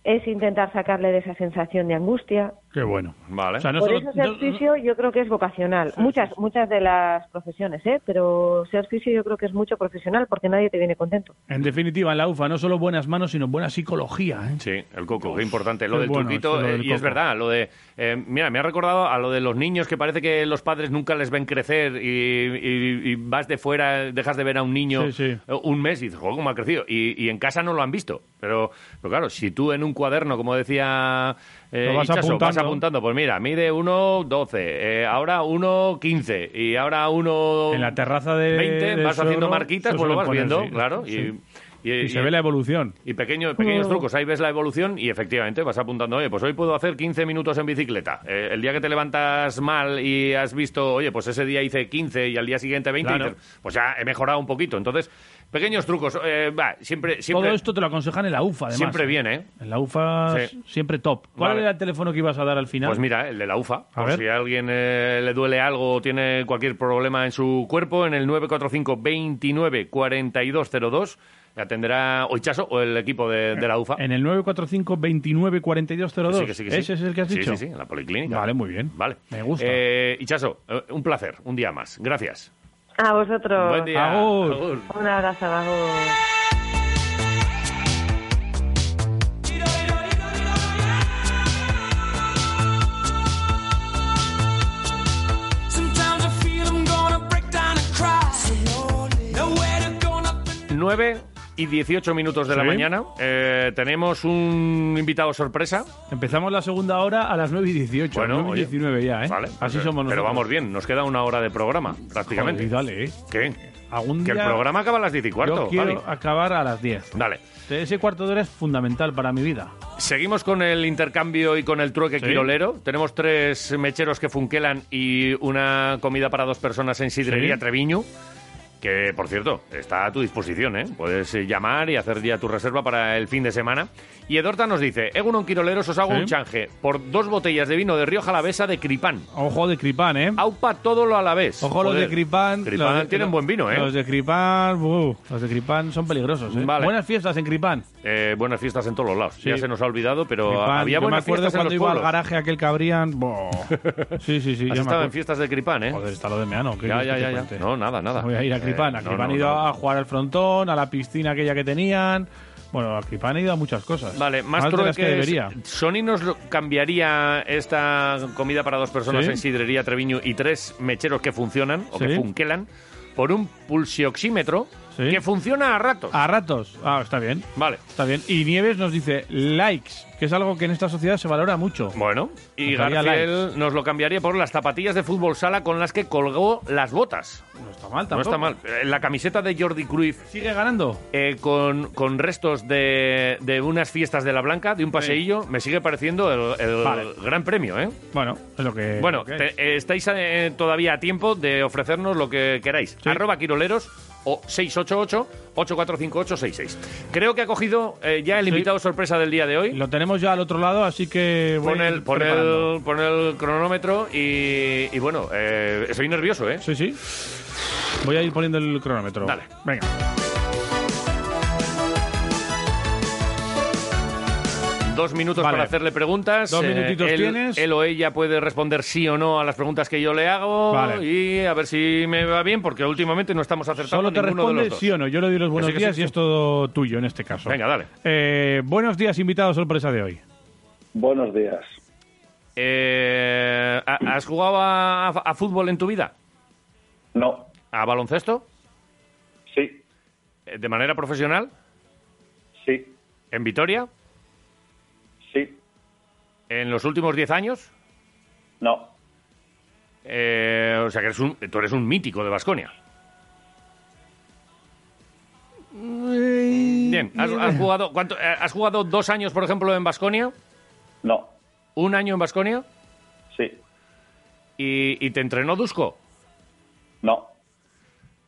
[SPEAKER 4] es intentar sacarle de esa sensación de angustia.
[SPEAKER 3] Qué bueno.
[SPEAKER 2] Vale.
[SPEAKER 3] O sea, no
[SPEAKER 4] Por
[SPEAKER 3] solo-
[SPEAKER 4] eso
[SPEAKER 3] no-
[SPEAKER 4] ser fisio yo creo que es vocacional. muchas muchas de las profesiones, ¿eh? Pero ser fisio yo creo que es mucho profesional porque nadie te viene contento.
[SPEAKER 3] en definitiva, en la UFA no solo buenas manos, sino buena psicología. ¿eh?
[SPEAKER 2] Sí, el coco, qué importante. Lo
[SPEAKER 3] qué
[SPEAKER 2] del
[SPEAKER 3] bueno
[SPEAKER 2] truquito,
[SPEAKER 3] esto, lo
[SPEAKER 2] eh,
[SPEAKER 3] del
[SPEAKER 2] y es
[SPEAKER 3] coco.
[SPEAKER 2] verdad, lo de... eh, mira, me ha recordado a lo de los niños que parece que los padres nunca les ven crecer y, y- y vas de fuera, dejas de ver a un
[SPEAKER 3] Sí,
[SPEAKER 2] niño
[SPEAKER 3] sí.
[SPEAKER 2] eh, un mes y dices, "Jo, cómo ha crecido! Y, y en casa no lo han visto. Pero, pero claro, si tú en un cuaderno, como decía eh,
[SPEAKER 3] Lo vas
[SPEAKER 2] Itxaso, vas
[SPEAKER 3] apuntando.
[SPEAKER 2] apuntando, pues mira, mide 1,12, eh, ahora 1,15 y ahora 1...
[SPEAKER 3] En la terraza de-
[SPEAKER 2] 20, vas
[SPEAKER 3] de
[SPEAKER 2] haciendo
[SPEAKER 3] Soro,
[SPEAKER 2] marquitas,
[SPEAKER 3] se
[SPEAKER 2] pues lo
[SPEAKER 3] suelen
[SPEAKER 2] vas
[SPEAKER 3] poner,
[SPEAKER 2] viendo,
[SPEAKER 3] sí,
[SPEAKER 2] claro. y-
[SPEAKER 3] sí.
[SPEAKER 2] Y,
[SPEAKER 3] Y se
[SPEAKER 2] y-
[SPEAKER 3] ve la evolución.
[SPEAKER 2] y pequeño- pequeños
[SPEAKER 3] Mm.
[SPEAKER 2] trucos, Pues ahí ves la evolución y efectivamente vas apuntando, oye, pues hoy puedo hacer 15 minutos en bicicleta. Eh, el día que te levantas mal y has visto, oye, pues ese día hice 15 y al día siguiente 20,
[SPEAKER 3] Claro.
[SPEAKER 2] y dices, pues ya he mejorado un poquito. Entonces, pequeños trucos, eh, va, siempre, siempre,
[SPEAKER 3] Todo esto te lo aconsejan en la UFA, además.
[SPEAKER 2] siempre viene, ¿eh?
[SPEAKER 3] En la UFA
[SPEAKER 2] Sí.
[SPEAKER 3] siempre top. ¿Cuál
[SPEAKER 2] Vale.
[SPEAKER 3] era el teléfono que ibas a dar al final?
[SPEAKER 2] Pues mira, el de la UFA.
[SPEAKER 3] A
[SPEAKER 2] Por
[SPEAKER 3] ver.
[SPEAKER 2] si a alguien eh, le duele algo o tiene cualquier problema en su cuerpo, en el 945 29 4202 atenderá Oichaso o el equipo de, de la UFA.
[SPEAKER 3] En el 945 29 4202.
[SPEAKER 2] Sí, que sí, que sí.
[SPEAKER 3] ¿Ese es el que has
[SPEAKER 2] Sí,
[SPEAKER 3] dicho?
[SPEAKER 2] sí, sí, en la policlínica.
[SPEAKER 3] Vale, muy bien.
[SPEAKER 2] Vale.
[SPEAKER 3] Me gusta.
[SPEAKER 2] Eh, Ichaso, eh, un placer, un día más. Gracias.
[SPEAKER 4] A vosotros.
[SPEAKER 2] Buen día. Agur. Agur.
[SPEAKER 4] Un abrazo, agur.
[SPEAKER 6] Sometimes I feel I'm gonna break down and cry. Nowhere to go, nothing.
[SPEAKER 2] 9 y 18 minutos de la
[SPEAKER 3] Sí.
[SPEAKER 2] mañana. Eh, tenemos un invitado sorpresa.
[SPEAKER 3] Empezamos la segunda hora a las 9 y 18.
[SPEAKER 2] Bueno,
[SPEAKER 3] 9 y
[SPEAKER 2] oye.
[SPEAKER 3] 19 ya, ¿eh?
[SPEAKER 2] Vale,
[SPEAKER 3] Así
[SPEAKER 2] pues,
[SPEAKER 3] somos nosotros.
[SPEAKER 2] Pero vamos bien, nos queda una hora de programa, prácticamente.
[SPEAKER 3] Joder, dale, ¿eh?
[SPEAKER 2] ¿Qué?
[SPEAKER 3] Algún
[SPEAKER 2] que el
[SPEAKER 3] día-
[SPEAKER 2] programa acaba a las 10 y cuarto.
[SPEAKER 3] Yo quiero
[SPEAKER 2] Javi.
[SPEAKER 3] acabar a las 10.
[SPEAKER 2] Dale.
[SPEAKER 3] Ese cuarto de hora es fundamental para mi vida.
[SPEAKER 2] Seguimos con el intercambio y con el trueque
[SPEAKER 3] Sí.
[SPEAKER 2] quirolero. Tenemos tres mecheros que funquelan y una comida para dos personas en Sidrería
[SPEAKER 3] Sí.
[SPEAKER 2] Treviño. Que, por cierto, está a tu disposición, ¿eh? Puedes eh, llamar y hacer ya tu reserva para el fin de semana. Y Edorta nos dice, Egunon Quiroleros, os hago
[SPEAKER 3] Sí.
[SPEAKER 2] un change por dos botellas de vino de Rioja Alavesa de Cripán.
[SPEAKER 3] Ojo de Cripán, ¿eh?
[SPEAKER 2] Aupa todo lo a la vez.
[SPEAKER 3] Ojo los de
[SPEAKER 2] Joder.
[SPEAKER 3] Cripán.
[SPEAKER 2] Cripán
[SPEAKER 3] los de-
[SPEAKER 2] tienen buen vino, ¿eh?
[SPEAKER 3] Los de Cripán, buh, los de Cripán son peligrosos, ¿eh?
[SPEAKER 2] Vale.
[SPEAKER 3] Buenas fiestas en Cripán.
[SPEAKER 2] Eh, buenas fiestas en todos los lados. Ya se nos ha olvidado, pero
[SPEAKER 3] Cripán,
[SPEAKER 2] había
[SPEAKER 3] yo me
[SPEAKER 2] buenas
[SPEAKER 3] acuerdo
[SPEAKER 2] fiestas en
[SPEAKER 3] cuando
[SPEAKER 2] los
[SPEAKER 3] iba al
[SPEAKER 2] pueblos.
[SPEAKER 3] garaje aquel que abrían. buh. Sí, sí, sí. yo me
[SPEAKER 2] Has estado
[SPEAKER 3] acuerdo.
[SPEAKER 2] en fiestas de Cripán, ¿eh? Joder,
[SPEAKER 3] está lo de meano. ¿qué
[SPEAKER 2] Ya,
[SPEAKER 3] quieres
[SPEAKER 2] ya,
[SPEAKER 3] que te
[SPEAKER 2] ya, ya.
[SPEAKER 3] cuente?
[SPEAKER 2] No, nada, nada.
[SPEAKER 3] Voy a ir a Cripán.
[SPEAKER 2] Eh,
[SPEAKER 3] a
[SPEAKER 2] no,
[SPEAKER 3] Cripán
[SPEAKER 2] no,
[SPEAKER 3] he ido
[SPEAKER 2] no.
[SPEAKER 3] a jugar al frontón, a la piscina aquella que tenían. Bueno, a Cripán he ido a muchas cosas.
[SPEAKER 2] Vale, más,
[SPEAKER 3] de las
[SPEAKER 2] trueques.
[SPEAKER 3] que debería.
[SPEAKER 2] Sony nos lo- cambiaría esta comida para dos personas
[SPEAKER 3] Sí.
[SPEAKER 2] en Sidrería Treviño y tres mecheros que funcionan o
[SPEAKER 3] Sí.
[SPEAKER 2] que funquelan por un pulsioxímetro que funciona a ratos.
[SPEAKER 3] A ratos. Ah, está bien.
[SPEAKER 2] Vale.
[SPEAKER 3] Está bien. Y Nieves nos dice likes, que es algo que en esta sociedad se valora mucho.
[SPEAKER 2] Bueno, y
[SPEAKER 3] Nos daría
[SPEAKER 2] Garfield nos lo cambiaría por las zapatillas de fútbol sala con las que colgó las botas.
[SPEAKER 3] No está mal
[SPEAKER 2] No
[SPEAKER 3] tampoco.
[SPEAKER 2] está mal. Eh, La camiseta de Jordi Cruyff
[SPEAKER 3] ¿Sigue ganando?
[SPEAKER 2] eh, con, con restos de, de unas fiestas de la Blanca, de un paseillo, me sigue pareciendo el, el
[SPEAKER 3] Vale.
[SPEAKER 2] gran premio, ¿eh?
[SPEAKER 3] Bueno, es lo que...
[SPEAKER 2] Bueno,
[SPEAKER 3] lo que hay.
[SPEAKER 2] te- eh, estáis eh, todavía a tiempo de ofrecernos lo que queráis. Arroba Quiroleros o 688-845866. Creo que ha cogido eh, ya el
[SPEAKER 3] Sí.
[SPEAKER 2] invitado sorpresa del día de hoy.
[SPEAKER 3] Lo tenemos ya al otro lado, así que... voy
[SPEAKER 2] Pon el, pon
[SPEAKER 3] preparando.
[SPEAKER 2] el, pon el cronómetro y, y bueno, eh, estoy nervioso, ¿eh?
[SPEAKER 3] Sí, sí. Voy a ir poniendo el cronómetro.
[SPEAKER 2] Dale.
[SPEAKER 3] Venga.
[SPEAKER 2] Dos minutos
[SPEAKER 3] Vale.
[SPEAKER 2] para hacerle preguntas. Eh,
[SPEAKER 3] Dos minutitos
[SPEAKER 2] él,
[SPEAKER 3] tienes.
[SPEAKER 2] Él o ella puede responder sí o no a las preguntas que yo le hago.
[SPEAKER 3] Vale.
[SPEAKER 2] Y a ver si me va bien, porque últimamente no estamos acertando
[SPEAKER 3] Solo te
[SPEAKER 2] ninguno de los
[SPEAKER 3] responde
[SPEAKER 2] dos.
[SPEAKER 3] sí o no. Yo le doy los buenos
[SPEAKER 2] sí, que sí,
[SPEAKER 3] días
[SPEAKER 2] sí.
[SPEAKER 3] y es todo tuyo en este caso.
[SPEAKER 2] Venga, dale.
[SPEAKER 3] Eh, buenos días, invitado sorpresa de hoy.
[SPEAKER 9] Buenos días.
[SPEAKER 2] Eh, ¿ha- ¿Has jugado a, a fútbol en tu vida?
[SPEAKER 9] No.
[SPEAKER 2] ¿A baloncesto? Eh,
[SPEAKER 9] Sí.
[SPEAKER 2] ¿De manera profesional?
[SPEAKER 9] Sí.
[SPEAKER 2] ¿En Vitoria?
[SPEAKER 9] Sí.
[SPEAKER 2] ¿En los últimos 10 años?
[SPEAKER 9] No.
[SPEAKER 2] Eh, o sea que eres un- tú eres un mítico de Vasconia. Bien, ¿has, has jugado, cuánto- eh, ¿has jugado dos años, por ejemplo, en Vasconia?
[SPEAKER 9] No.
[SPEAKER 2] ¿Un año en Vasconia?
[SPEAKER 9] Sí.
[SPEAKER 2] ¿Y, y te entrenó Dusko?
[SPEAKER 9] No.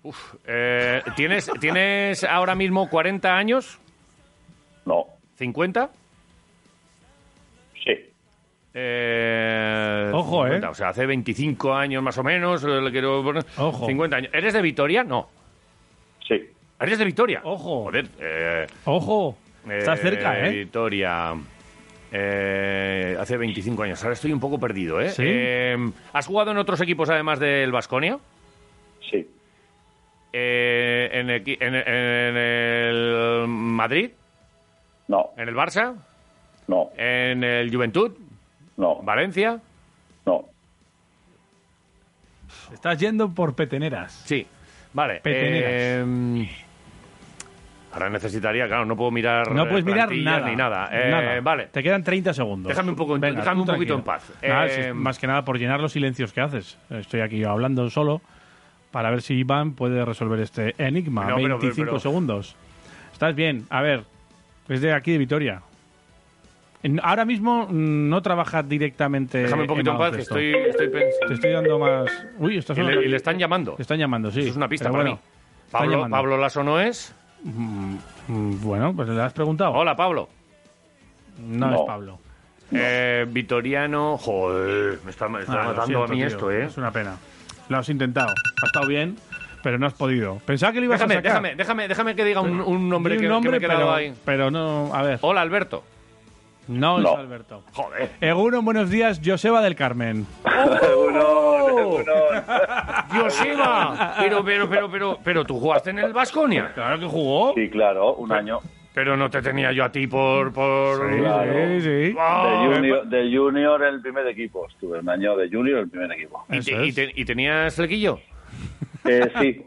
[SPEAKER 2] Uf, eh, ¿tienes, ¿Tienes ahora mismo 40 años?
[SPEAKER 9] No.
[SPEAKER 2] ¿50?
[SPEAKER 9] Sí.
[SPEAKER 2] Eh,
[SPEAKER 3] Ojo,
[SPEAKER 2] 50,
[SPEAKER 3] eh.
[SPEAKER 2] O sea, hace 25 años más o menos. eh, Le quiero poner.
[SPEAKER 3] Ojo.
[SPEAKER 2] 50 años. ¿Eres de Vitoria? No.
[SPEAKER 9] Sí.
[SPEAKER 2] ¿Eres de Vitoria?
[SPEAKER 3] Ojo.
[SPEAKER 2] Joder. eh,
[SPEAKER 3] Ojo. Estás
[SPEAKER 2] eh,
[SPEAKER 3] cerca, ¿eh?
[SPEAKER 2] Vitoria. eh, hace 25 años. Ahora estoy un poco perdido, ¿eh?
[SPEAKER 3] Sí.
[SPEAKER 2] Eh, ¿Has jugado en otros equipos además del Vasconia?
[SPEAKER 9] Sí.
[SPEAKER 2] Eh, en, equi- en- en el Madrid?
[SPEAKER 9] No.
[SPEAKER 2] ¿En el Barça?
[SPEAKER 9] No.
[SPEAKER 2] ¿En el Juventud?
[SPEAKER 9] No.
[SPEAKER 2] ¿Valencia?
[SPEAKER 9] No.
[SPEAKER 3] Estás yendo por peteneras.
[SPEAKER 2] Sí, vale.
[SPEAKER 3] Peteneras.
[SPEAKER 2] eh, ahora necesitaría, claro, no puedo mirar.
[SPEAKER 3] no
[SPEAKER 2] eh,
[SPEAKER 3] puedes mirar
[SPEAKER 2] plantillas
[SPEAKER 3] nada.
[SPEAKER 2] Ni nada. Eh,
[SPEAKER 3] Nada.
[SPEAKER 2] Vale.
[SPEAKER 3] Te quedan 30 segundos.
[SPEAKER 2] Déjame un poco-
[SPEAKER 3] Venga,
[SPEAKER 2] déjame
[SPEAKER 3] tú
[SPEAKER 2] un poquito
[SPEAKER 3] tranquilo.
[SPEAKER 2] en paz.
[SPEAKER 3] Nada,
[SPEAKER 2] Eh,
[SPEAKER 3] si- más que nada por llenar los silencios que haces. Estoy aquí yo hablando solo para ver si Iván puede resolver este enigma.
[SPEAKER 2] No, pero-
[SPEAKER 3] 25
[SPEAKER 2] pero- pero-
[SPEAKER 3] segundos. Estás bien. A ver, es de aquí de Vitoria. En- Ahora mismo mm, no trabajas directamente.
[SPEAKER 2] Déjame un poquito en paz, que
[SPEAKER 3] Eh, baloncesto.
[SPEAKER 2] estoy, estoy pensando.
[SPEAKER 3] Te estoy dando más. Uy, esto
[SPEAKER 2] Y le, y le están llamando.
[SPEAKER 3] están llamando, sí.
[SPEAKER 2] Eso es una pista
[SPEAKER 3] Pero
[SPEAKER 2] para
[SPEAKER 3] bueno,
[SPEAKER 2] mí.
[SPEAKER 3] están
[SPEAKER 2] Pablo,
[SPEAKER 3] llamando.
[SPEAKER 2] Pablo Lasso no es.
[SPEAKER 3] Mm, mm, Bueno, pues le has preguntado.
[SPEAKER 2] Hola, Pablo.
[SPEAKER 3] No, es
[SPEAKER 2] No.
[SPEAKER 3] Pablo.
[SPEAKER 2] Eh, Vitoriano. Joder, me está, me está
[SPEAKER 3] Ah, lo
[SPEAKER 2] matando a
[SPEAKER 3] siento,
[SPEAKER 2] mí
[SPEAKER 3] tío,
[SPEAKER 2] esto, ¿eh?
[SPEAKER 3] Es una pena. Lo has intentado. Ha estado bien, pero no has podido. Pensaba que lo ibas
[SPEAKER 2] Déjame,
[SPEAKER 3] a sacar.
[SPEAKER 2] déjame, déjame, déjame que diga un, un nombre,
[SPEAKER 3] Di
[SPEAKER 2] que-
[SPEAKER 3] un nombre,
[SPEAKER 2] que, me he quedado
[SPEAKER 3] pero,
[SPEAKER 2] ahí.
[SPEAKER 3] pero no, a ver.
[SPEAKER 2] Hola, Alberto.
[SPEAKER 3] No,
[SPEAKER 2] No.
[SPEAKER 3] es Alberto.
[SPEAKER 2] Joder.
[SPEAKER 3] Eguno, buenos días, Joseba del Carmen. ¡Oh!
[SPEAKER 2] Joseba, pero, pero, pero, pero, pero tú jugaste en el Vasconia.
[SPEAKER 3] Claro que jugó.
[SPEAKER 9] Sí, claro, un año.
[SPEAKER 2] Pero no te tenía yo a ti por. por...
[SPEAKER 9] Sí, Claro. sí,
[SPEAKER 2] Ah,
[SPEAKER 9] De junior, de junior en el primer equipo. Estuve un año de junior en el primer equipo.
[SPEAKER 2] ¿Y, te- y te- y tenías flequillo?
[SPEAKER 9] Eh, sí.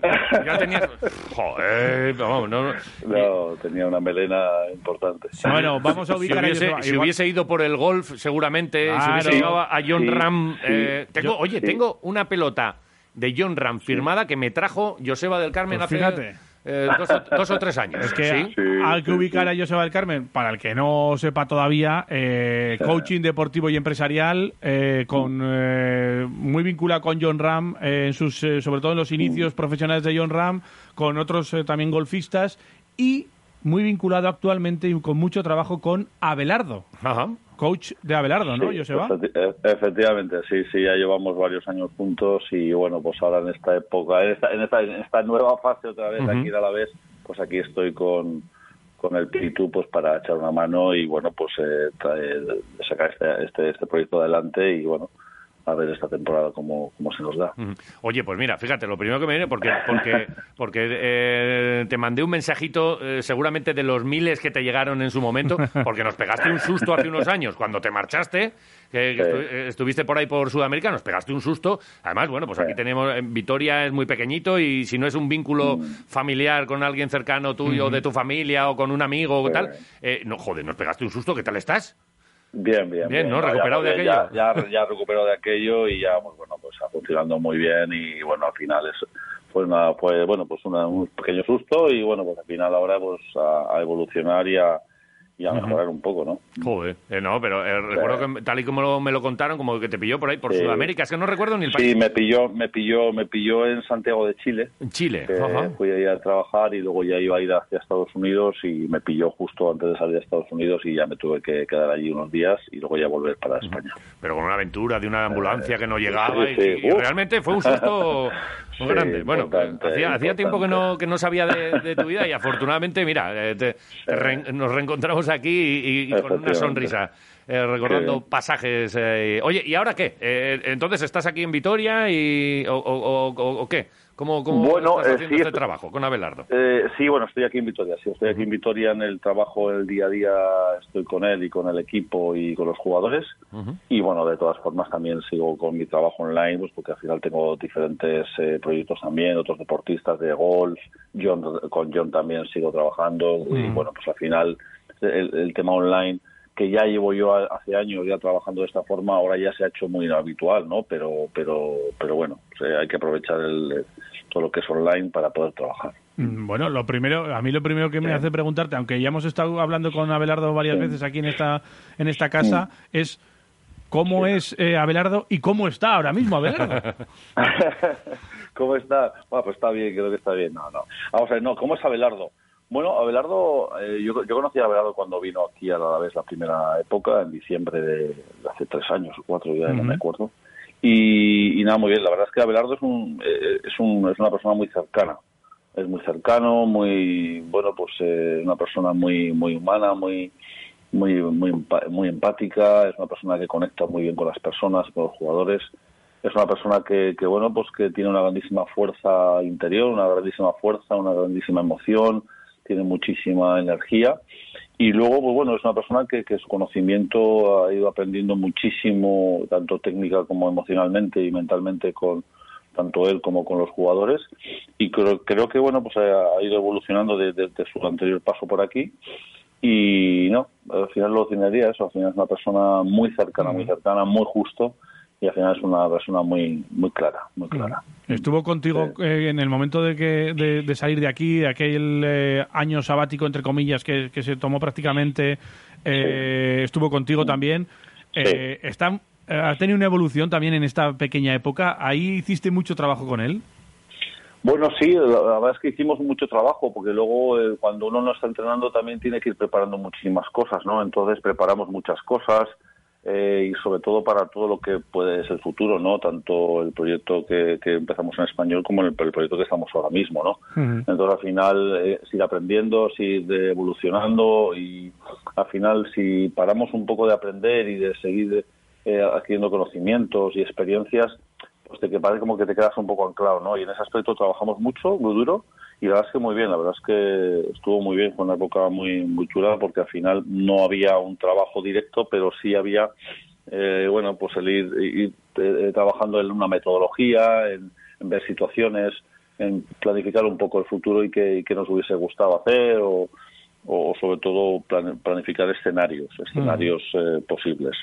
[SPEAKER 2] Ya tenías... Joder, vamos, no... no.
[SPEAKER 9] No, tenía una melena importante.
[SPEAKER 3] Bueno, vamos a ubicar
[SPEAKER 2] si
[SPEAKER 3] a
[SPEAKER 2] hubiese,
[SPEAKER 3] ellos-
[SPEAKER 2] si
[SPEAKER 3] igual-
[SPEAKER 2] hubiese ido por el golf, seguramente, eh, si
[SPEAKER 3] Claro.
[SPEAKER 2] hubiese llegado a John
[SPEAKER 3] Sí,
[SPEAKER 2] Ram...
[SPEAKER 3] sí.
[SPEAKER 2] eh, tengo,
[SPEAKER 3] Yo-
[SPEAKER 2] oye,
[SPEAKER 3] sí.
[SPEAKER 2] tengo una pelota de John Ram firmada que me trajo Joseba del Carmen
[SPEAKER 3] Pues
[SPEAKER 2] hace
[SPEAKER 3] fíjate.
[SPEAKER 2] eh, dos, o, dos o tres años.
[SPEAKER 3] Es que
[SPEAKER 2] ¿sí?
[SPEAKER 3] hay que ubicar a Joseba del Carmen, para el que no sepa todavía, eh, coaching deportivo y empresarial, eh,
[SPEAKER 2] Mm.
[SPEAKER 3] con eh, muy vinculado con John Ram, eh, en sus, eh, sobre todo en
[SPEAKER 2] Mm.
[SPEAKER 3] los inicios profesionales de John Ram, con otros eh, también golfistas, y muy vinculado actualmente y con mucho trabajo con Abelardo, coach de Abelardo, ¿no,
[SPEAKER 9] Sí,
[SPEAKER 3] Joseba?
[SPEAKER 9] efecti- e- Efectivamente, sí, sí, ya llevamos varios años juntos y bueno, pues ahora en esta época, en esta, en esta, en esta nueva fase otra vez,
[SPEAKER 2] Ujú.
[SPEAKER 9] aquí a la vez, pues aquí estoy con, con el Pitu pues para echar una mano y bueno, pues eh, traer- sacar este, este, este proyecto adelante y bueno, a ver esta temporada cómo, cómo se nos da.
[SPEAKER 2] Oye, pues mira, fíjate, lo primero que me viene, porque, porque, porque eh, te mandé un mensajito eh, seguramente de los miles que te llegaron en su momento, porque nos pegaste un susto hace unos años cuando te marchaste, que, que
[SPEAKER 9] Sí.
[SPEAKER 2] estu- eh, estuviste por ahí por Sudamérica, nos pegaste un susto. Además, bueno, pues aquí tenemos, eh, Vitoria es muy pequeñito y si no es un vínculo familiar con alguien cercano tuyo,
[SPEAKER 9] Mm. Ujú.
[SPEAKER 2] de tu familia o con un amigo o
[SPEAKER 9] Sí.
[SPEAKER 2] tal, eh, no, joder, nos pegaste un susto, ¿qué tal estás?
[SPEAKER 9] Bien, bien.
[SPEAKER 2] Bien, ¿no?
[SPEAKER 9] Ya,
[SPEAKER 2] Recuperado de
[SPEAKER 9] ya-
[SPEAKER 2] aquello.
[SPEAKER 9] Ya, ya, recuperado de aquello y ya, pues, bueno, pues ha funcionado muy bien y bueno, al final es, fue, una, fue bueno, pues una- un pequeño susto y bueno, pues al final ahora pues a, a evolucionar y a, y a mejorar un poco, ¿no?
[SPEAKER 2] Joder, eh, no, pero eh, recuerdo que tal y como lo- me lo contaron, como que te pilló por ahí, por
[SPEAKER 9] Sí.
[SPEAKER 2] Sudamérica, es que no recuerdo ni el país.
[SPEAKER 9] Sí, me pilló, me pilló, me pilló en Santiago de Chile.
[SPEAKER 2] En Chile,
[SPEAKER 9] que
[SPEAKER 2] ajá.
[SPEAKER 9] fui a ir a trabajar y luego ya iba a ir hacia Estados Unidos y me pilló justo antes de salir a Estados Unidos y ya me tuve que quedar allí unos días y luego ya volver para España.
[SPEAKER 2] pero con una aventura de una ambulancia que no llegaba
[SPEAKER 9] Eh, sí,
[SPEAKER 2] y,
[SPEAKER 9] sí.
[SPEAKER 2] y
[SPEAKER 9] Uf.
[SPEAKER 2] realmente fue un susto
[SPEAKER 9] Sí,
[SPEAKER 2] muy grande. Bueno,
[SPEAKER 9] importante,
[SPEAKER 2] hacía, hacía tiempo que no, que no sabía de, de tu vida y afortunadamente, mira, eh, te- te re- nos reencontramos aquí y, y con una
[SPEAKER 9] Efectivamente.
[SPEAKER 2] sonrisa. eh, recordando
[SPEAKER 9] bien.
[SPEAKER 2] pasajes. eh, oye, ¿y ahora qué? Eh, entonces, ¿estás aquí en Vitoria y, o, o- o- o qué? ¿Cómo, cómo
[SPEAKER 9] Bueno,
[SPEAKER 2] estás
[SPEAKER 9] eh,
[SPEAKER 2] haciendo
[SPEAKER 9] sí,
[SPEAKER 2] este
[SPEAKER 9] esto-
[SPEAKER 2] trabajo con Abelardo?
[SPEAKER 9] Eh, sí, bueno, estoy aquí en Vitoria. Sí, estoy aquí en Vitoria en el trabajo, el día a día. Estoy con él y con el equipo y con los jugadores. Y bueno, de todas formas también sigo con mi trabajo online, pues porque al final tengo diferentes eh, proyectos también, otros deportistas de golf. John, con John también sigo trabajando. Y
[SPEAKER 10] Ujú.
[SPEAKER 9] bueno, pues al final el, el tema online que ya llevo yo a- hace años ya trabajando de esta forma, ahora ya se ha hecho muy habitual, ¿no? Pero, pero, pero bueno, o sea, hay que aprovechar el- todo lo que es online para poder trabajar.
[SPEAKER 3] Mm, Bueno, lo primero, a mí lo primero que me hace preguntarte, aunque ya hemos estado hablando con Abelardo varias veces aquí en esta, en esta casa, es cómo es eh, Abelardo y cómo está ahora mismo Abelardo.
[SPEAKER 9] ¿Cómo está? Bueno, pues está bien, creo que está bien. No, no. Vamos a ver, no, ¿cómo es Abelardo? Bueno, Abelardo, eh, yo, yo conocí a Abelardo cuando vino aquí a la vez la primera época, en diciembre de, de hace tres años o cuatro, ya no
[SPEAKER 11] Ujú.
[SPEAKER 9] me acuerdo. Y, y nada, muy bien. La verdad es que Abelardo es, un, eh, es, un, es una persona muy cercana. Es muy cercano, muy, bueno, pues eh, una persona muy, muy humana, muy, muy, muy, empa- muy empática, es una persona que conecta muy bien con las personas, con los jugadores. Es una persona que, que, bueno, pues que tiene una grandísima fuerza interior, una grandísima fuerza, una grandísima emoción, tiene muchísima energía. Y luego, pues bueno, es una persona que, que su conocimiento ha ido aprendiendo muchísimo, tanto técnica como emocionalmente y mentalmente con tanto él como con los jugadores. Y creo, creo que, bueno, pues ha, ha ido evolucionando desde su anterior paso por aquí. Y no, al final lo definiría eso, al final es una persona muy cercana, muy cercana, muy justo y al final es una persona muy muy clara, muy clara.
[SPEAKER 3] Estuvo contigo eh, en el momento de, que, de, de salir de aquí, de aquel eh, año sabático, entre comillas, que, que se tomó prácticamente, eh, estuvo contigo también. Eh, está- eh, ¿Ha tenido una evolución también en esta pequeña época? ¿Ahí hiciste mucho trabajo con él?
[SPEAKER 9] Bueno, sí, la, la verdad es que hicimos mucho trabajo, porque luego eh, cuando uno no está entrenando también tiene que ir preparando muchísimas cosas, ¿no? Entonces preparamos muchas cosas eh, y sobre todo para todo lo que puede ser el futuro, ¿no? Tanto el proyecto que, que empezamos en español como el, el proyecto que estamos ahora mismo, ¿no? Entonces al final eh, es ir aprendiendo, es ir eh, evolucionando y al final si paramos un poco de aprender y de seguir eh, adquiriendo conocimientos y experiencias, pues te que parece como que te quedas un poco anclado, ¿no? Y en ese aspecto trabajamos mucho, muy duro y la verdad es que muy bien, la verdad es que estuvo muy bien, fue una época muy, muy chula porque al final no había un trabajo directo, pero sí había, eh, bueno, pues el ir, ir, eh, trabajando en una metodología, en, en ver situaciones, en planificar un poco el futuro y qué, y qué nos hubiese gustado hacer o, o sobre todo plan- planificar escenarios, escenarios eh, posibles.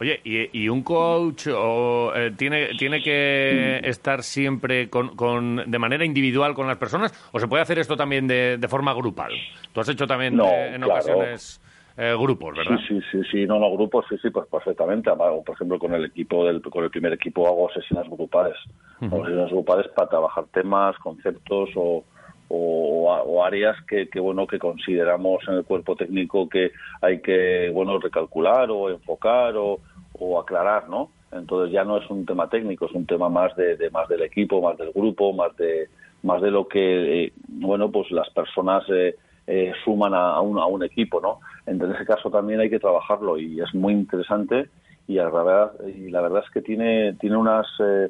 [SPEAKER 2] Oye, ¿y, y un coach o, eh, tiene, tiene que estar siempre con, con- de manera individual con las personas o se puede hacer esto también de, de forma grupal? Tú has hecho también
[SPEAKER 9] No,
[SPEAKER 2] eh, en
[SPEAKER 9] claro.
[SPEAKER 2] ocasiones eh, grupos, ¿verdad?
[SPEAKER 9] Sí, sí, sí, sí, no, no, grupos, sí, sí, pues perfectamente. Hago, Por ejemplo, con el equipo, del, con el primer equipo hago sesiones grupales, hago sesiones grupales para trabajar temas, conceptos o, o, o áreas que, que, bueno, que consideramos en el cuerpo técnico que hay que, bueno, recalcular o enfocar o, o aclarar, ¿no? Entonces ya no es un tema técnico, es un tema más de, de más del equipo, más del grupo, más de más de lo que eh, bueno pues las personas eh, eh, suman a, a un, a un equipo, ¿no? En ese caso también hay que trabajarlo y es muy interesante y la verdad, y la verdad es que tiene, tiene unas eh,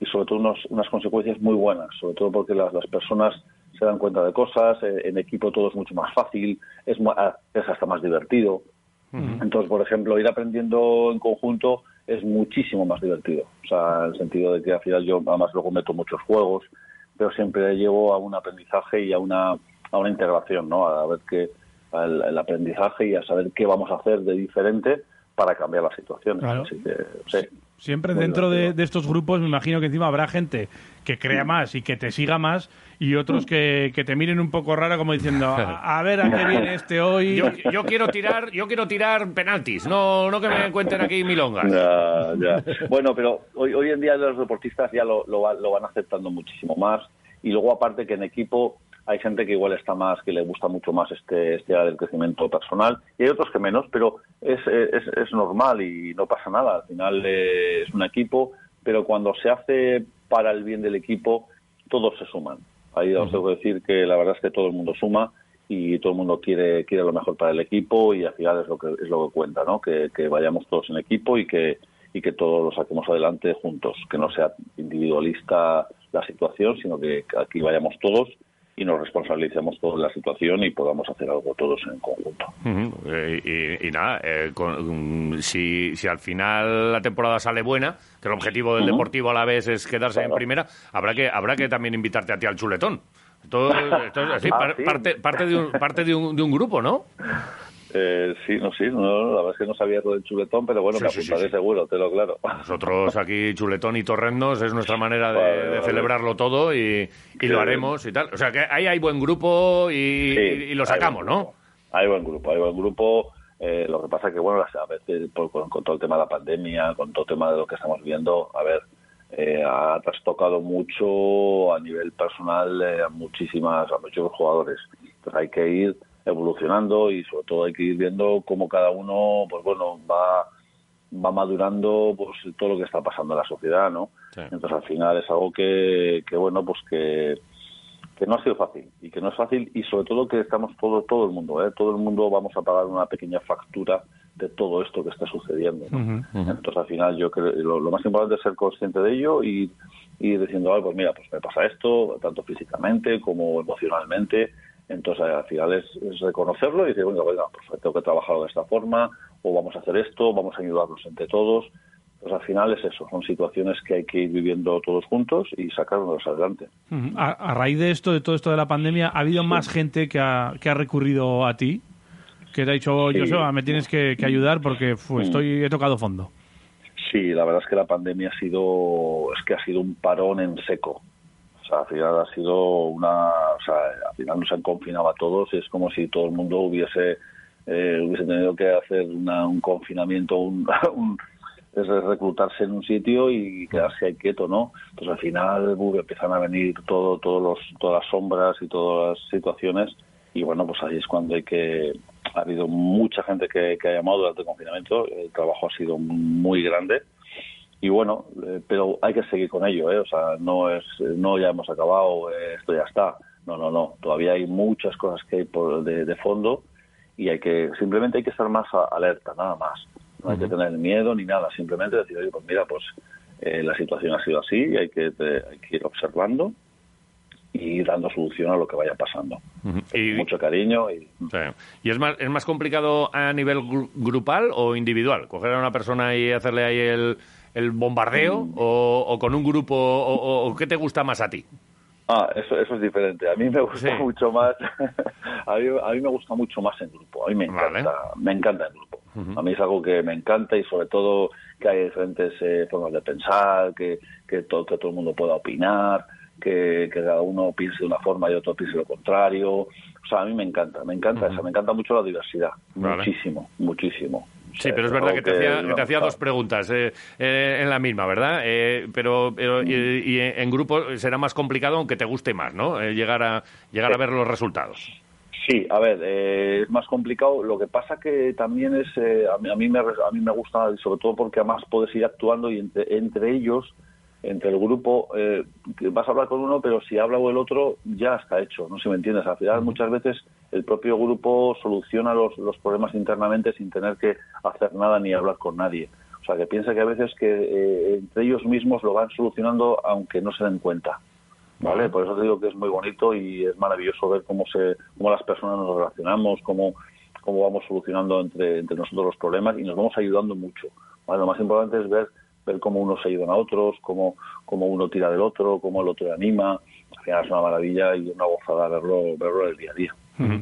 [SPEAKER 9] y sobre todo unos- unas consecuencias muy buenas, sobre todo porque las, las personas se dan cuenta de cosas, eh, en equipo todo es mucho más fácil, es, mu- ah, es hasta más divertido.
[SPEAKER 22] Mm.
[SPEAKER 9] Entonces, por ejemplo, ir aprendiendo en conjunto es muchísimo más divertido. O sea, en el sentido de que al final yo además luego meto muchos juegos, pero siempre llevo a un aprendizaje y a una, a una integración, ¿no? A ver qué, al, al aprendizaje y a saber qué vamos a hacer de diferente para cambiar las situaciones.
[SPEAKER 3] Claro.
[SPEAKER 9] Así que, sí.
[SPEAKER 3] Siempre
[SPEAKER 9] Muy
[SPEAKER 3] dentro de, de estos grupos me imagino que encima habrá gente que crea más y que te siga más y otros que, que te miren un poco rara como diciendo "Ah, a, a ver a qué viene este hoy.
[SPEAKER 2] Yo, yo quiero tirar, yo quiero tirar penaltis, no, no que me cuenten aquí milongas.
[SPEAKER 9] Ya, ya. Bueno, pero hoy, hoy en día los deportistas ya lo, lo va- lo van aceptando muchísimo más. Y luego, aparte, que en equipo hay gente que igual está más, que le gusta mucho más este, este área del crecimiento personal. Y hay otros que menos, pero es, es, es normal y no pasa nada. Al final eh, es un equipo, pero cuando se hace para el bien del equipo, todos se suman. Ahí os tengo que decir que la verdad es que todo el mundo suma y todo el mundo quiere quiere lo mejor para el equipo y al final es lo que es lo que cuenta, ¿no? Que, que vayamos todos en equipo y que y que todos lo saquemos adelante juntos, que no sea individualista la situación, sino que aquí vayamos todos y nos responsabilicemos todos de la situación y podamos hacer algo todos en conjunto.
[SPEAKER 2] Ujú, eh, y, y nada, eh, con- mm, si, si al final la temporada sale buena, que el objetivo del
[SPEAKER 9] Ujú.
[SPEAKER 2] Deportivo a la vez es quedarse en
[SPEAKER 9] Claro.
[SPEAKER 2] primera, habrá que, habrá que también invitarte a ti al chuletón. Todo, esto es así,
[SPEAKER 9] Ah,
[SPEAKER 2] par-
[SPEAKER 9] sí.
[SPEAKER 2] parte, parte, de un, parte de, un, de un grupo, ¿no?
[SPEAKER 9] Eh, sí, no, sí, no, la verdad es que no sabía lo del chuletón, pero bueno,
[SPEAKER 2] Sí,
[SPEAKER 9] me
[SPEAKER 2] sí, sí,
[SPEAKER 9] apuntaré
[SPEAKER 2] sí.
[SPEAKER 9] seguro, te lo claro.
[SPEAKER 2] Nosotros aquí, chuletón y torrendos, es nuestra manera de,
[SPEAKER 9] Vale,
[SPEAKER 2] de
[SPEAKER 9] vale.
[SPEAKER 2] celebrarlo todo y, y lo
[SPEAKER 9] Sí.
[SPEAKER 2] haremos y tal. O sea que ahí hay buen grupo y,
[SPEAKER 9] Sí,
[SPEAKER 2] y lo
[SPEAKER 9] hay
[SPEAKER 2] sacamos,
[SPEAKER 9] buen
[SPEAKER 2] ¿no?
[SPEAKER 9] grupo. Hay buen grupo, hay buen grupo. Eh, lo que pasa que, bueno, las- a veces por- con, con todo el tema de la pandemia, con todo el tema de lo que estamos viendo, a ver, eh, ha trastocado mucho a nivel personal eh, a muchísimas, a muchos jugadores. Entonces hay que ir evolucionando y sobre todo hay que ir viendo cómo cada uno, pues bueno, va va madurando pues todo lo que está pasando en la sociedad, ¿no? Entonces al final es algo que, que bueno, pues que, que no ha sido fácil y que no es fácil y sobre todo que estamos todo todo el mundo, ¿eh? todo el mundo vamos a pagar una pequeña factura de todo esto que está sucediendo. ¿no? Entonces al final yo creo lo, lo más importante es ser consciente de ello y y ir diciendo, "Ah, pues mira, pues me pasa esto, tanto físicamente como emocionalmente. Entonces al final es, es reconocerlo y decir, bueno, venga, pues tengo que trabajarlo de esta forma o vamos a hacer esto, vamos a ayudarnos entre todos. Pues al final es eso, son situaciones que hay que ir viviendo todos juntos y sacarnos adelante.
[SPEAKER 3] Ujú. A, a raíz de esto, de todo esto de la pandemia, ¿ha habido más gente que ha, que ha recurrido a ti? Que te ha dicho,
[SPEAKER 9] Sí. Mm.
[SPEAKER 3] Joseba, me tienes que, que ayudar porque fu,
[SPEAKER 9] Sí.
[SPEAKER 3] estoy, he tocado fondo.
[SPEAKER 9] Sí, la verdad es que la pandemia ha sido, es que ha sido un parón en seco. O sea, al final ha sido una, o sea, al final nos han confinado a todos y es como si todo el mundo hubiese, eh, hubiese tenido que hacer una- un confinamiento, un, un- es reclutarse en un sitio y quedarse ahí quieto, ¿no? Entonces al final uh, empiezan a venir todo, todos los, todas las sombras y todas las situaciones y bueno, pues ahí es cuando hay que ha habido mucha gente que, que ha llamado durante el confinamiento, el trabajo ha sido muy grande y bueno, eh, pero hay que seguir con ello, ¿eh? o sea, no es, eh, no ya hemos acabado, eh, esto ya está, no, no, no, todavía hay muchas cosas que hay por, de, de fondo y hay que, simplemente hay que estar más a- alerta, nada más, no hay que tener miedo ni nada, simplemente decir, oye, pues mira, pues eh, la situación ha sido así y hay que, te- hay que ir observando y ir dando solución a lo que vaya pasando.
[SPEAKER 2] Y,
[SPEAKER 9] Mucho cariño y
[SPEAKER 2] sí. ¿Y es más, es más complicado a nivel gru- grupal o individual? ¿Coger a una persona y hacerle ahí Mm. el, el bombardeo o, o con un grupo? O, o- o qué te gusta más a ti?
[SPEAKER 9] Ah, eso, eso es diferente. A mí me gusta
[SPEAKER 2] Sí.
[SPEAKER 9] mucho más. a, mí, a mí me gusta mucho más en grupo. A mí me encanta. Me encanta en grupo. A mí es algo que me encanta y sobre todo que hay diferentes eh, formas de pensar, que, que, to- que todo el mundo pueda opinar, que, que cada uno piense de una forma y otro piense lo contrario. O sea, a mí me encanta, me encanta eso, me encanta mucho la diversidad.
[SPEAKER 2] Vale.
[SPEAKER 9] Muchísimo, muchísimo.
[SPEAKER 2] Sí, pero es
[SPEAKER 9] es
[SPEAKER 2] verdad
[SPEAKER 9] algo
[SPEAKER 2] que te
[SPEAKER 9] que
[SPEAKER 2] hacía,
[SPEAKER 9] me
[SPEAKER 2] que te hacía
[SPEAKER 9] gusta.
[SPEAKER 2] dos preguntas eh, eh, en la misma, ¿verdad? Eh, pero pero y, y en grupo será más complicado, aunque te guste más, ¿no? Eh, llegar a llegar a ver los resultados.
[SPEAKER 9] Sí, a ver, eh, es más complicado. Lo que pasa que también es, eh, a, mí, a mí me, re- a mí me gusta, sobre todo porque además puedes ir actuando y entre, entre ellos, entre el grupo, eh, que vas a hablar con uno, pero si habla o el otro, ya está hecho. No sé si me entiendes. Al final, muchas veces el propio grupo soluciona los, los problemas internamente sin tener que hacer nada ni hablar con nadie. O sea, que piensa que a veces que eh, entre ellos mismos lo van solucionando aunque no se den cuenta. ¿vale? Por eso te digo que es muy bonito y es maravilloso ver cómo se, cómo las personas nos relacionamos, cómo, cómo vamos solucionando entre, entre nosotros los problemas y nos vamos ayudando mucho. ¿vale? Lo más importante es ver, ver cómo unos se ayudan a otros, cómo, cómo uno tira del otro, cómo el otro le anima. Al final es una maravilla y una gozada verlo, verlo en el día a día.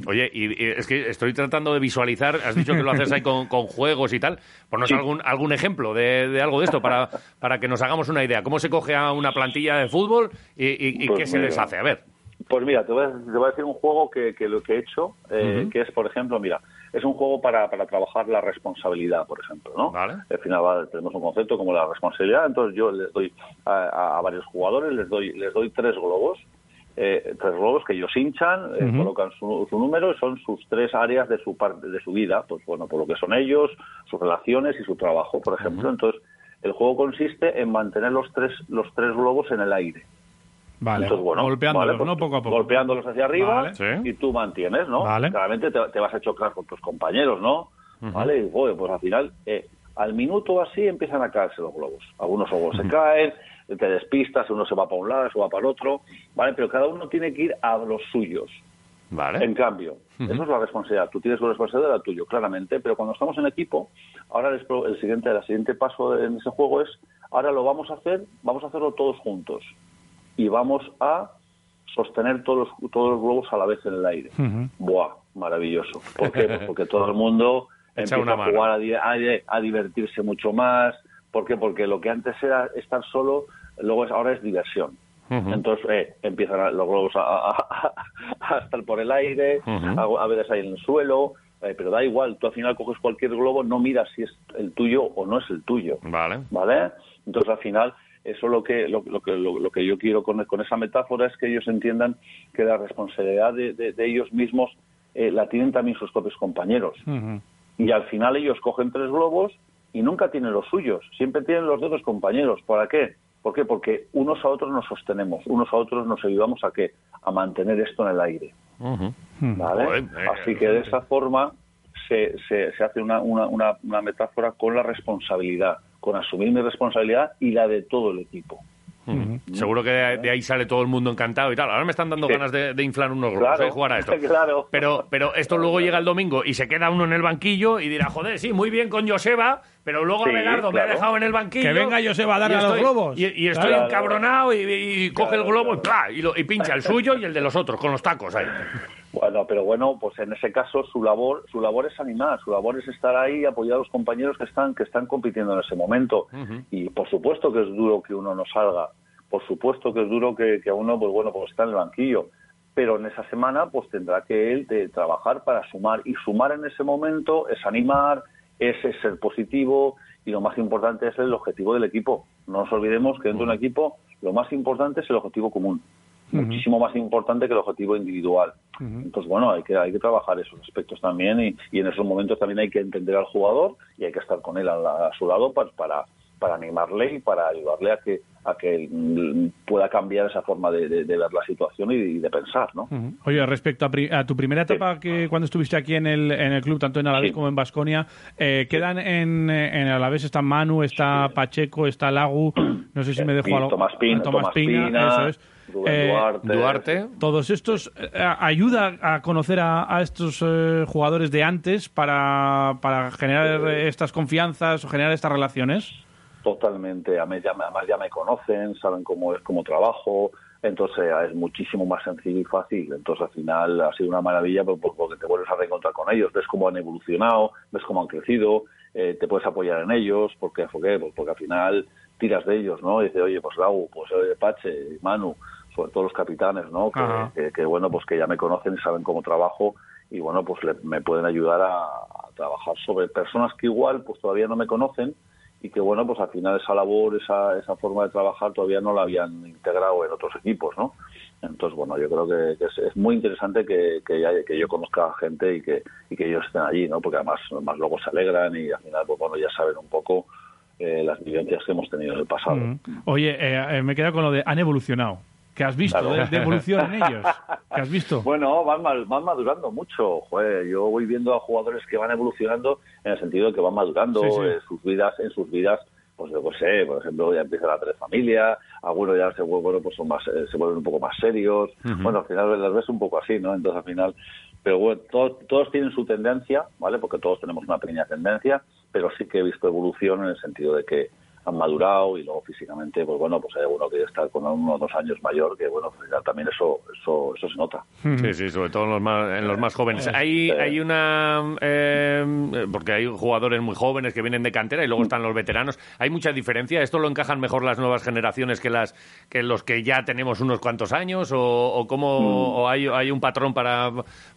[SPEAKER 2] Oye, y, y es que estoy tratando de visualizar, has dicho que lo haces ahí con, con juegos y tal. Ponnos algún, algún ejemplo de, de algo de esto para, para que nos hagamos una idea. ¿Cómo se coge a una plantilla de fútbol y, y- y
[SPEAKER 9] Pues
[SPEAKER 2] qué se
[SPEAKER 9] mira.
[SPEAKER 2] les hace? A ver.
[SPEAKER 9] Pues mira, te voy a, te voy a decir un juego que, que lo que he hecho, eh,
[SPEAKER 2] Ujú.
[SPEAKER 9] que es, por ejemplo, mira, es un juego para, para trabajar la responsabilidad, por ejemplo, ¿no? Al final va- tenemos un concepto como la responsabilidad, entonces yo les doy a, a- a varios jugadores, les doy, les doy tres globos, eh, tres globos que ellos hinchan, eh,
[SPEAKER 10] Ujú.
[SPEAKER 9] colocan su, su número y son sus tres áreas de su parte de su vida, pues bueno, por lo que son ellos, sus relaciones y su trabajo, por ejemplo. Entonces, el juego consiste en mantener los tres, los tres globos en el aire.
[SPEAKER 3] Vale,
[SPEAKER 9] Entonces, bueno,
[SPEAKER 3] golpeándolos,
[SPEAKER 9] vale, pues,
[SPEAKER 3] ¿no? Poco a poco.
[SPEAKER 9] golpeándolos hacia arriba
[SPEAKER 3] Vale. Sí.
[SPEAKER 9] y tú mantienes, ¿no?
[SPEAKER 3] Vale.
[SPEAKER 9] Claramente te, te vas a chocar con tus compañeros, ¿no? ¿Vale? Y, joder, pues al final, eh, al minuto así empiezan a caerse los globos. Algunos globos se caen, te despistas, uno se va para un lado, se va para el otro, ¿vale? Pero cada uno tiene que ir a los suyos.
[SPEAKER 2] Vale.
[SPEAKER 9] En cambio, eso es la responsabilidad. Tú tienes la responsabilidad de la tuya, claramente, pero cuando estamos en equipo, ahora el, pro- el siguiente, el siguiente paso en ese juego es, ahora lo vamos a hacer, vamos a hacerlo todos juntos y vamos a sostener todos los, todos los globos a la vez en el aire. Buah, maravilloso. ¿Por qué? Pues porque todo el mundo
[SPEAKER 2] Echa
[SPEAKER 9] empieza
[SPEAKER 2] una
[SPEAKER 9] a
[SPEAKER 2] mano.
[SPEAKER 9] jugar, a, di- a- a divertirse mucho más. ¿Por qué? Porque lo que antes era estar solo, luego es, ahora es diversión.
[SPEAKER 10] Ujú.
[SPEAKER 9] Entonces eh, empiezan a- los globos a, a- a- a estar por el aire,
[SPEAKER 10] Ujú.
[SPEAKER 9] a, a veces ahí en el suelo, eh, pero da igual, tú al final coges cualquier globo, no miras si es el tuyo o no es el tuyo.
[SPEAKER 2] Vale.
[SPEAKER 9] ¿vale? Entonces, al final, eso lo que lo, lo que, lo, lo que yo quiero con, con esa metáfora es que ellos entiendan que la responsabilidad de, de- de ellos mismos eh, la tienen también sus propios compañeros. Y al final ellos cogen tres globos y nunca tienen los suyos, siempre tienen los de otros compañeros. ¿Para qué? ¿Por qué? Porque unos a otros nos sostenemos, unos a otros nos ayudamos a qué? A mantener esto en el aire. Mm-hmm. ¿vale?
[SPEAKER 10] Joder, eh,
[SPEAKER 9] Así que de esa forma se, se- se hace una, una- una- una metáfora con la responsabilidad, con asumir mi responsabilidad y la de todo el equipo.
[SPEAKER 2] Seguro que de, de ahí sale todo el mundo encantado y tal. Ahora me están dando
[SPEAKER 9] Sí.
[SPEAKER 2] ganas de, de inflar unos globos
[SPEAKER 9] Claro,
[SPEAKER 2] eh, jugar a esto.
[SPEAKER 9] claro.
[SPEAKER 2] Pero, pero esto luego llega el domingo y se queda uno en el banquillo y dirá, joder, sí, muy bien con Joseba, pero luego
[SPEAKER 3] Sí,
[SPEAKER 2] Abelardo me ha
[SPEAKER 3] claro.
[SPEAKER 2] dejado en el banquillo.
[SPEAKER 3] Que venga Joseba a darle
[SPEAKER 2] y
[SPEAKER 3] a los
[SPEAKER 2] estoy-
[SPEAKER 3] globos.
[SPEAKER 2] Y, y estoy
[SPEAKER 3] Claro.
[SPEAKER 2] encabronado y, y- y coge el globo y, ¡pla! y, lo- y pincha el suyo y el de los otros con los tacos ahí.
[SPEAKER 9] Bueno, pero bueno, pues en ese caso su labor, su labor es animar, su labor es estar ahí y apoyar a los compañeros que están, que están compitiendo en ese momento. Y por supuesto que es duro que uno no salga, por supuesto que es duro que, que uno, pues bueno, pues está en el banquillo. Pero en esa semana, pues tendrá que él de trabajar para sumar. Y sumar en ese momento es animar, es, es ser positivo y lo más importante es el objetivo del equipo. No nos olvidemos que dentro de un equipo lo más importante es el objetivo común. Muchísimo más importante que el objetivo individual.
[SPEAKER 3] Pues,
[SPEAKER 9] Entonces, pues bueno, hay que, hay que trabajar esos aspectos también y, y en esos momentos también hay que entender al jugador y hay que estar con él a, la- a su lado pa- para, para animarle y para ayudarle a que, a que mm, pueda cambiar esa forma de, de- de ver la situación y, y de pensar, ¿no?
[SPEAKER 3] Oye, respecto a, pri- a tu primera etapa que cuando estuviste aquí en el, en el club, tanto en Alavés
[SPEAKER 9] Sí.
[SPEAKER 3] como en Basconia, quedan en, eh, en Alavés está Manu, está Pacheco, está Lagu, no sé si me dejo
[SPEAKER 9] Pin-
[SPEAKER 3] algo.
[SPEAKER 9] Tomás Pin-
[SPEAKER 3] a Tomás
[SPEAKER 9] Tomás
[SPEAKER 3] Pina,
[SPEAKER 9] Pina,
[SPEAKER 3] eso es.
[SPEAKER 9] Rubén Duarte. Duarte.
[SPEAKER 3] Todos estos eh, a- ayuda a conocer a, a estos eh, jugadores de antes para, para generar eh, estas confianzas o generar estas relaciones.
[SPEAKER 9] Totalmente, a mí ya me- además ya me conocen, saben cómo es, cómo trabajo, entonces eh, es muchísimo más sencillo y fácil. Entonces al final ha sido una maravilla por- por- porque te vuelves a reencontrar con ellos, ves cómo han evolucionado, ves cómo han crecido, eh, te puedes apoyar en ellos, porque, ¿por qué? Pues porque al final tiras de ellos, ¿no? Y dices, oye, pues Lau, pues oye, Pache, Manu, sobre todo los capitanes, ¿no? Que,
[SPEAKER 10] Ajá.
[SPEAKER 9] que- que, bueno, pues que ya me conocen y saben cómo trabajo y bueno, pues le- me pueden ayudar a, a trabajar sobre personas que igual pues todavía no me conocen y que bueno, pues al final esa labor, esa, esa forma de trabajar todavía no la habían integrado en otros equipos, ¿no? Entonces, bueno, yo creo que, que es, es muy interesante que, que, ya- que yo conozca a gente y que, y que ellos estén allí, ¿no? Porque además, además luego se alegran y al final, pues bueno, ya saben un poco eh, las vivencias que hemos tenido en el pasado.
[SPEAKER 3] Oye, eh, eh, me he quedado con lo de han evolucionado. ¿Qué has visto
[SPEAKER 9] Claro.
[SPEAKER 3] de, de evolución en ellos? ¿Qué has visto?
[SPEAKER 9] Bueno, van, mal- van madurando mucho. Joder, yo voy viendo a jugadores que van evolucionando en el sentido de que van madurando
[SPEAKER 10] Sí, sí.
[SPEAKER 9] en sus vidas, en sus vidas. Pues yo qué sé, por ejemplo, ya empiezan a tener familia, algunos ya se vuelven, bueno, pues son más, eh, se vuelven un poco más serios.
[SPEAKER 10] Ujú.
[SPEAKER 9] Bueno, al final las ves un poco así, ¿no? Entonces al final, pero bueno, todos, todos tienen su tendencia, ¿vale? Porque todos tenemos una pequeña tendencia, pero sí que he visto evolución en el sentido de que han madurado y luego físicamente, pues bueno, pues hay alguno que está con uno o dos años mayor, que bueno, pues ya también eso, eso, eso se nota.
[SPEAKER 2] Sí, sí, sobre todo en los más, en los más
[SPEAKER 9] Eh,
[SPEAKER 2] jóvenes. Hay, hay una... eh, porque hay jugadores muy jóvenes que vienen de cantera y luego están los veteranos. ¿Hay mucha diferencia? ¿Esto lo encajan mejor las nuevas generaciones que, las, que los que ya tenemos unos cuantos años? ¿O, o cómo o hay, hay un patrón para,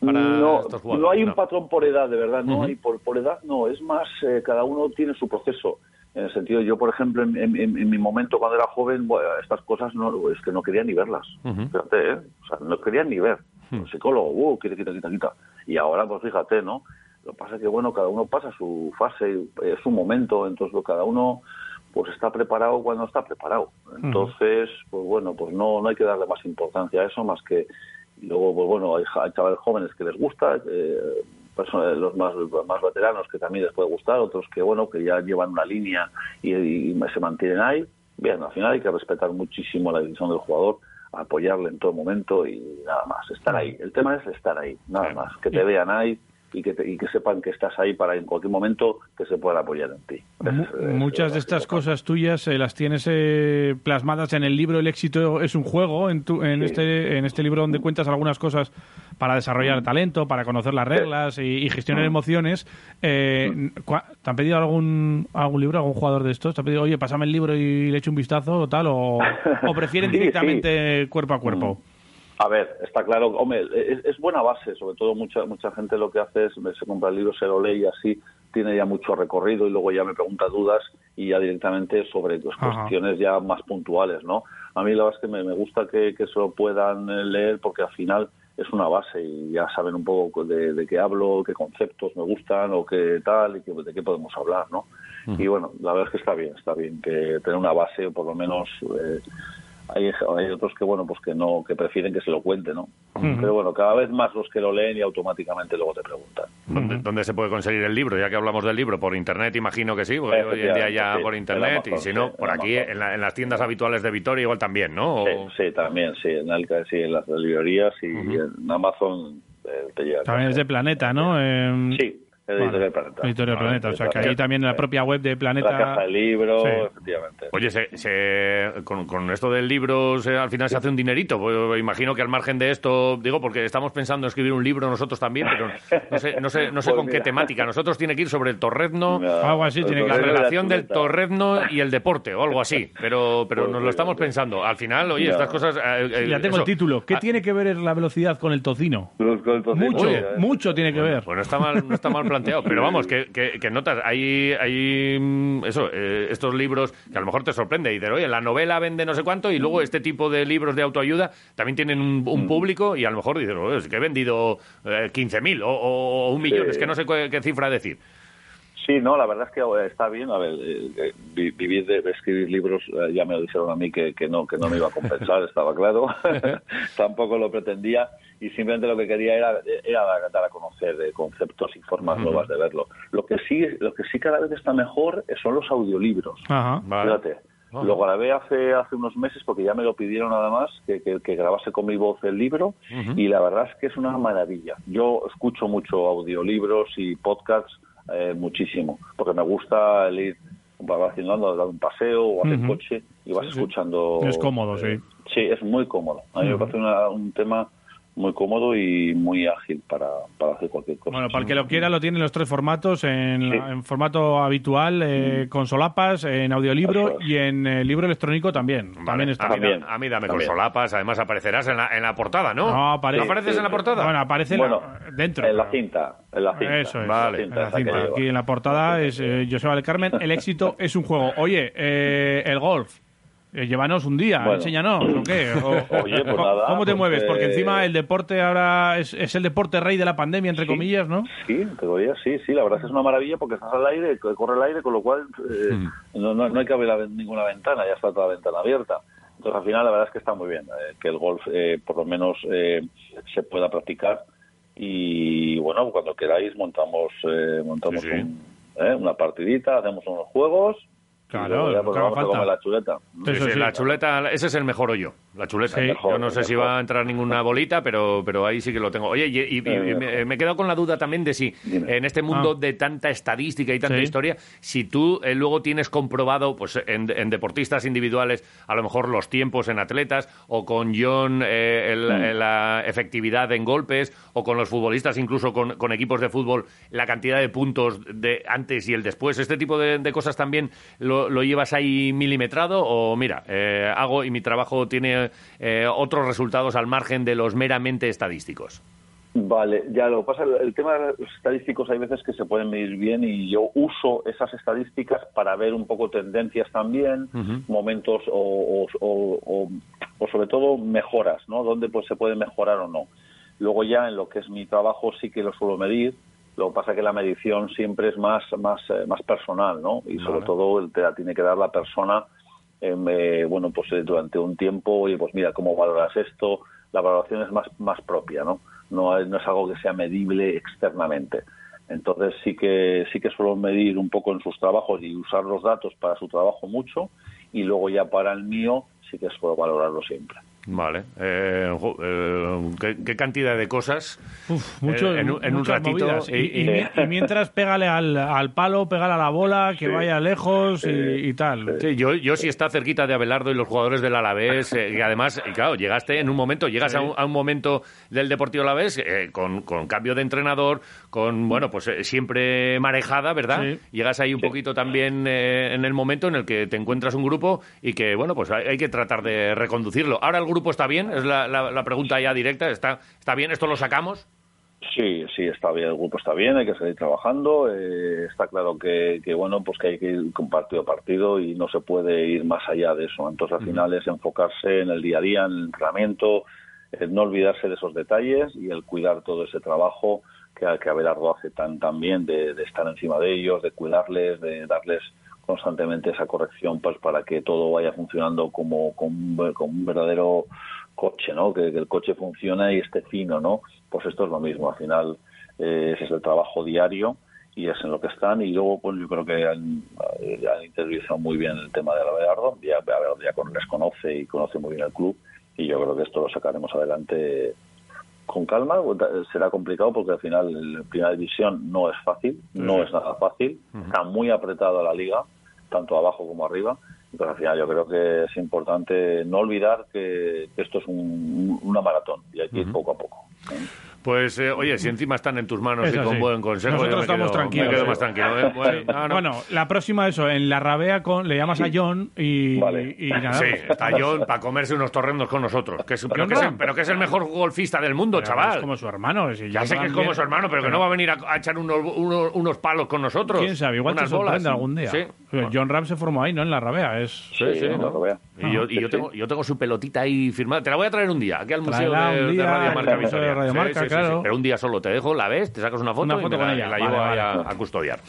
[SPEAKER 2] para
[SPEAKER 9] Mm. no,
[SPEAKER 2] estos jugadores?
[SPEAKER 9] no hay un patrón por edad, de verdad, no
[SPEAKER 2] Ujú.
[SPEAKER 9] hay por, por edad, no, es más, eh, cada uno tiene su proceso. En el sentido, yo, por ejemplo, en, en- en- en mi momento cuando era joven, bueno, estas cosas no, es que no quería ni verlas.
[SPEAKER 10] Ujú.
[SPEAKER 9] Fíjate, ¿eh? O sea, no quería ni ver. El psicólogo, uh, quita, quita, quita, quita. Y ahora, pues fíjate, ¿no? Lo que pasa es que, bueno, cada uno pasa su fase, eh, su momento, entonces lo- cada uno pues está preparado cuando está preparado. Entonces, pues bueno, pues no, no hay que darle más importancia a eso, más que y luego, pues bueno, hay, ja- hay chavales jóvenes que les gusta, eh, personas- los más, más veteranos que también les puede gustar, otros que, bueno, que ya llevan una línea y, y se mantienen ahí. Bien, al final hay que respetar muchísimo la decisión del jugador, apoyarle en todo momento y nada más, estar ahí. El tema es estar ahí, nada más, que te vean ahí y que, te- y que sepan que estás ahí para en cualquier momento que se puedan apoyar en ti.
[SPEAKER 3] Mu- Muchas de estas cosas tuyas eh, las tienes eh, plasmadas en el libro El éxito es un juego, en, tu- en,
[SPEAKER 9] Sí.
[SPEAKER 3] este, en este libro donde cuentas algunas cosas para
[SPEAKER 9] Mm.
[SPEAKER 3] desarrollar talento, para conocer las reglas y, y gestionar emociones.
[SPEAKER 9] Mm.
[SPEAKER 3] Eh, cua- ¿Te han pedido algún, algún libro, algún jugador de estos? ¿Te han pedido, oye, pásame el libro y le echo un vistazo o tal? ¿O, o prefieren
[SPEAKER 9] Sí, Mm. sí.
[SPEAKER 3] directamente cuerpo a cuerpo?
[SPEAKER 9] A ver, está claro, hombre, es, es buena base, sobre todo mucha mucha gente lo que hace es se compra el libro, se lo lee y así tiene ya mucho recorrido y luego ya me pregunta dudas y ya directamente sobre pues,
[SPEAKER 10] Ajá.
[SPEAKER 9] cuestiones ya más puntuales, ¿no? A mí la verdad es que me, me gusta que, que se lo puedan eh, leer porque al final es una base y ya saben un poco de, de qué hablo, qué conceptos me gustan o qué tal y qué- de qué podemos hablar, ¿no? Y bueno, la verdad es que está bien, está bien que tener una base, o por lo menos eh, hay, hay otros que bueno, pues que no, que prefieren que se lo cuente, ¿no?
[SPEAKER 2] Ujú.
[SPEAKER 9] Pero bueno, cada vez más los que lo leen y automáticamente luego te preguntan.
[SPEAKER 2] ¿Dónde, dónde se puede conseguir el libro? Ya que hablamos del libro, por internet imagino que sí, porque hoy en día ya
[SPEAKER 9] Sí,
[SPEAKER 2] por
[SPEAKER 9] en
[SPEAKER 2] internet y
[SPEAKER 9] Amazon,
[SPEAKER 2] si no,
[SPEAKER 9] sí,
[SPEAKER 2] por
[SPEAKER 9] en
[SPEAKER 2] aquí en, la- en las tiendas habituales de Vitoria igual también, ¿no? O-
[SPEAKER 9] Sí, sí, también, sí, en Alca, sí, en las librerías y en Amazon eh, te llega.
[SPEAKER 3] También es de Planeta, ¿no? Eh,
[SPEAKER 9] Sí, es de
[SPEAKER 3] vale.
[SPEAKER 9] Editorial Planeta.
[SPEAKER 3] Editorial
[SPEAKER 9] Vale,
[SPEAKER 3] Planeta, o sea que
[SPEAKER 9] Editorial
[SPEAKER 3] ahí también en la propia web de Planeta...
[SPEAKER 9] La casa del libro,
[SPEAKER 3] Sí.
[SPEAKER 9] efectivamente.
[SPEAKER 2] Oye, se- se- con, con esto del libro se- al final se hace un dinerito. Pues, imagino que al margen de esto, digo, porque estamos pensando en escribir un libro nosotros también, pero no sé, no sé, no sé
[SPEAKER 9] Pues
[SPEAKER 2] con qué
[SPEAKER 9] mira.
[SPEAKER 2] temática. Nosotros tiene que ir sobre el torrezno,
[SPEAKER 3] Algo así tiene que
[SPEAKER 2] la
[SPEAKER 3] ser.
[SPEAKER 2] relación del torrezno y el deporte o algo así. Pero, pero
[SPEAKER 9] Pues
[SPEAKER 2] nos lo estamos pensando. Al final, oye,
[SPEAKER 3] Ya.
[SPEAKER 2] estas cosas. eh, eh,
[SPEAKER 3] Ya tengo
[SPEAKER 2] eso.
[SPEAKER 3] el título. ¿Qué tiene que ver la velocidad con el tocino? eh. Mucho,
[SPEAKER 2] Oye,
[SPEAKER 3] mucho tiene que ver.
[SPEAKER 2] Pues no está mal, no está mal planteado, pero vamos, que, que- que notas, hay, hay mm, eso, eh, estos libros que a lo mejor te sorprende y dices, oye, la novela vende no sé cuánto y luego este tipo de libros de autoayuda también tienen un,
[SPEAKER 9] Mm.
[SPEAKER 2] un público y a lo mejor dices, "Oye, es que he vendido eh, 15.000 o, o- o un millón,
[SPEAKER 9] Sí.
[SPEAKER 2] es que no sé cu- qué cifra decir.
[SPEAKER 9] Sí, no, la verdad es que eh, está bien. A ver, eh, eh, vi- vivir de de escribir libros eh, ya me lo dijeron a mí que, que no, que no me iba a compensar, estaba claro. Tampoco lo pretendía y simplemente lo que quería era, era dar- dar a conocer eh, conceptos y formas
[SPEAKER 10] Ujú.
[SPEAKER 9] nuevas de verlo. Lo que sí, lo que sí cada vez está mejor eh, son los audiolibros.
[SPEAKER 3] Ajá.
[SPEAKER 9] Fíjate.
[SPEAKER 10] Ah.
[SPEAKER 9] Lo grabé hace, hace unos meses porque ya me lo pidieron nada más que, que- que grabase con mi voz el libro
[SPEAKER 10] Ujú.
[SPEAKER 9] y la verdad es que es una maravilla. Yo escucho mucho audiolibros y podcasts eh, muchísimo porque me gusta el ir vas haciendo ando, dando un paseo o haces
[SPEAKER 3] Ujú.
[SPEAKER 9] coche y vas escuchando.
[SPEAKER 3] Es cómodo, sí.
[SPEAKER 9] Sí, es muy cómodo. A mí me
[SPEAKER 3] Ujú.
[SPEAKER 9] parece una- un tema muy cómodo y muy ágil para, para hacer cualquier cosa.
[SPEAKER 3] Bueno, para el que lo quiera, lo tiene en los tres formatos: en, la- en formato habitual, eh, con solapas, en audiolibro y en eh, libro electrónico también. también está.
[SPEAKER 2] A mí, da- a mí dame con
[SPEAKER 3] También.
[SPEAKER 2] solapas, además aparecerás en la, en la portada, ¿no?
[SPEAKER 3] apare-
[SPEAKER 2] apareces en la portada?
[SPEAKER 3] Bueno, aparece en la- dentro.
[SPEAKER 9] En la cinta, en la cinta.
[SPEAKER 3] Eso es.
[SPEAKER 9] Vale.
[SPEAKER 3] En la
[SPEAKER 9] esa que
[SPEAKER 3] cinta.
[SPEAKER 9] lleva.
[SPEAKER 3] Aquí en la portada es eh, Joseba del Carmen. El éxito es un juego. Oye, eh, el golf. eh, llévanos un día,
[SPEAKER 9] Bueno.
[SPEAKER 3] enséñanos, ¿o qué? O-
[SPEAKER 9] Oye, pues
[SPEAKER 3] ¿cómo-
[SPEAKER 9] nada,
[SPEAKER 3] ¿Cómo te
[SPEAKER 9] pues,
[SPEAKER 3] mueves? Porque
[SPEAKER 9] eh,
[SPEAKER 3] encima el deporte ahora es, es el deporte rey de la pandemia, entre comillas, ¿no?
[SPEAKER 9] Sí, en teoría sí, sí, la verdad es que es una maravilla porque estás al aire, que corre el aire, con lo cual eh,
[SPEAKER 2] Hmm.
[SPEAKER 9] no, no, no hay que abrir la ven- ninguna ventana, ya está toda la ventana abierta. Entonces al final la verdad es que está muy bien, eh, que el golf eh, por lo menos eh, se pueda practicar y bueno, cuando queráis montamos eh, montamos un- eh, una partidita, hacemos unos juegos y luego ya pues, vamos a comer la chuleta.
[SPEAKER 2] Sí, sí, La chuleta, ese es el mejor hoyo, la chuleta.
[SPEAKER 9] Sí.
[SPEAKER 2] Yo no sé si va a entrar ninguna bolita, pero, pero ahí sí que lo tengo. Oye, y, y- y-
[SPEAKER 9] Eh,
[SPEAKER 2] me, me he quedado con la duda también de si en este mundo
[SPEAKER 9] Ah.
[SPEAKER 2] de tanta estadística y tanta
[SPEAKER 9] Sí.
[SPEAKER 2] historia, si tú eh, luego tienes comprobado pues en, en deportistas individuales a lo mejor los tiempos en atletas o con John eh, el-
[SPEAKER 9] Mm.
[SPEAKER 2] eh, la efectividad en golpes o con los futbolistas incluso con, con equipos de fútbol la cantidad de puntos de antes y el después este tipo de, de cosas también lo, lo llevas ahí milimetrado o mira eh, hago y mi trabajo tiene eh, otros resultados al margen de los meramente estadísticos
[SPEAKER 9] Vale, ya lo que pasa, el el tema de los estadísticos hay veces que se pueden medir bien y yo uso esas estadísticas para ver un poco tendencias también, momentos o, o- o- o- o sobre todo mejoras, ¿no? Dónde pues se puede mejorar o no. Luego ya en lo que es mi trabajo sí que lo suelo medir, lo que pasa que la medición siempre es más, más, eh, más personal, ¿no? Y sobre
[SPEAKER 2] Vale.
[SPEAKER 9] todo el- te la tiene que dar la persona em, eh, bueno, pues eh, durante un tiempo, oye, pues mira, ¿cómo valoras esto? La valoración es más, más propia, ¿no? No, es- no es algo que sea medible externamente. Entonces sí que, sí que suelo medir un poco en sus trabajos y usar los datos para su trabajo mucho y luego ya para el mío sí que suelo valorarlo siempre.
[SPEAKER 2] Vale. Eh, jo- eh, ¿qué, qué cantidad de cosas?
[SPEAKER 3] Mucho-
[SPEAKER 2] Eh, en, un- en un
[SPEAKER 3] muchas
[SPEAKER 2] ratito.
[SPEAKER 3] movidas. Y,
[SPEAKER 2] y-
[SPEAKER 3] y mi- y mientras pégale al, al palo, pégale a la bola, que
[SPEAKER 2] Sí.
[SPEAKER 3] vaya lejos y- y, tal.
[SPEAKER 2] Sí, yo, yo sí está cerquita de Abelardo y los jugadores del Alavés. eh, y además, y claro, llegaste en un momento, llegas
[SPEAKER 3] Sí.
[SPEAKER 2] a, un, a un momento del Deportivo Alavés eh, con, con cambio de entrenador, con, bueno, pues eh, siempre marejada, ¿verdad?
[SPEAKER 3] Sí.
[SPEAKER 2] Llegas ahí un poquito también eh, en el momento en el que te encuentras un grupo y que, bueno, pues hay, hay que tratar de reconducirlo. Ahora el grupo está bien, es la, la- la pregunta ya directa. ¿Está, ¿Está bien? ¿Esto lo sacamos?
[SPEAKER 9] Sí, sí, está bien, el grupo está bien, hay que seguir trabajando. eh, está claro que, que, bueno, pues que hay que ir con partido a partido y no se puede ir más allá de eso. Entonces, al final es enfocarse en el día a día, en el entrenamiento, eh, no olvidarse de esos detalles y el cuidar todo ese trabajo que, que Abelardo hace tan, tan bien, de, de estar encima de ellos, de cuidarles, de darles constantemente esa corrección pues para que todo vaya funcionando como, como, un, ver- como un verdadero coche, ¿no? Que, que el coche funcione y esté fino, ¿no? Pues esto es lo mismo, al final eh, ese es el trabajo diario y es en lo que están y luego pues yo creo que han, eh, han interiorizado muy bien el tema de Abelardo, ya, Abelardo ya con- les conoce y conoce muy bien el club y yo creo que esto lo sacaremos adelante con calma, será complicado porque al final la primera división no es fácil, no es nada fácil, está muy apretada la liga, tanto abajo como arriba, pero al final yo creo que es importante no olvidar que, que esto es un- una maratón y hay que ir poco a poco.
[SPEAKER 2] Pues, eh, oye, si encima están en tus manos
[SPEAKER 3] Es
[SPEAKER 2] y con
[SPEAKER 3] así.
[SPEAKER 2] buen consejo,
[SPEAKER 3] Nosotros
[SPEAKER 2] yo me
[SPEAKER 3] estamos
[SPEAKER 2] quedo,
[SPEAKER 3] tranquilos.
[SPEAKER 2] me quedo más tranquilo. ¿eh? Bueno, no, no.
[SPEAKER 3] Bueno, la próxima eso, en la rabea con, le llamas a John y, y nada. pues,
[SPEAKER 2] Sí, está John para comerse unos torrendos con nosotros. Que es, pero, que es, el- pero que es el mejor golfista del mundo, chaval.
[SPEAKER 3] Es como su hermano. si
[SPEAKER 2] ya
[SPEAKER 3] John
[SPEAKER 2] sé que es
[SPEAKER 3] también-
[SPEAKER 2] como su hermano, pero que no va a venir a, a echar unos, unos, unos palos con nosotros.
[SPEAKER 3] ¿Quién sabe? Igual te
[SPEAKER 2] unas bolas.
[SPEAKER 3] sorprende algún día.
[SPEAKER 2] Sí.
[SPEAKER 3] John Ram se formó ahí, ¿no? En la rabea. Es...
[SPEAKER 2] Sí, sí, ¿no? Y, yo, y
[SPEAKER 3] Ah,
[SPEAKER 2] yo, tengo, yo tengo su pelotita ahí firmada. Te la voy a traer un día, aquí al Museo
[SPEAKER 3] Tráela
[SPEAKER 2] de,
[SPEAKER 3] un
[SPEAKER 2] de
[SPEAKER 3] día,
[SPEAKER 2] Radio Marca
[SPEAKER 3] al Museo de
[SPEAKER 2] Vitoria.
[SPEAKER 3] Radio Marca, claro.
[SPEAKER 2] Pero un día solo te dejo, la ves, te sacas una foto
[SPEAKER 3] Una
[SPEAKER 2] y
[SPEAKER 3] foto
[SPEAKER 2] me
[SPEAKER 3] con
[SPEAKER 2] la,
[SPEAKER 3] ella.
[SPEAKER 2] la
[SPEAKER 3] Vale,
[SPEAKER 2] llevo ahí
[SPEAKER 3] vale.
[SPEAKER 2] a, a custodiar.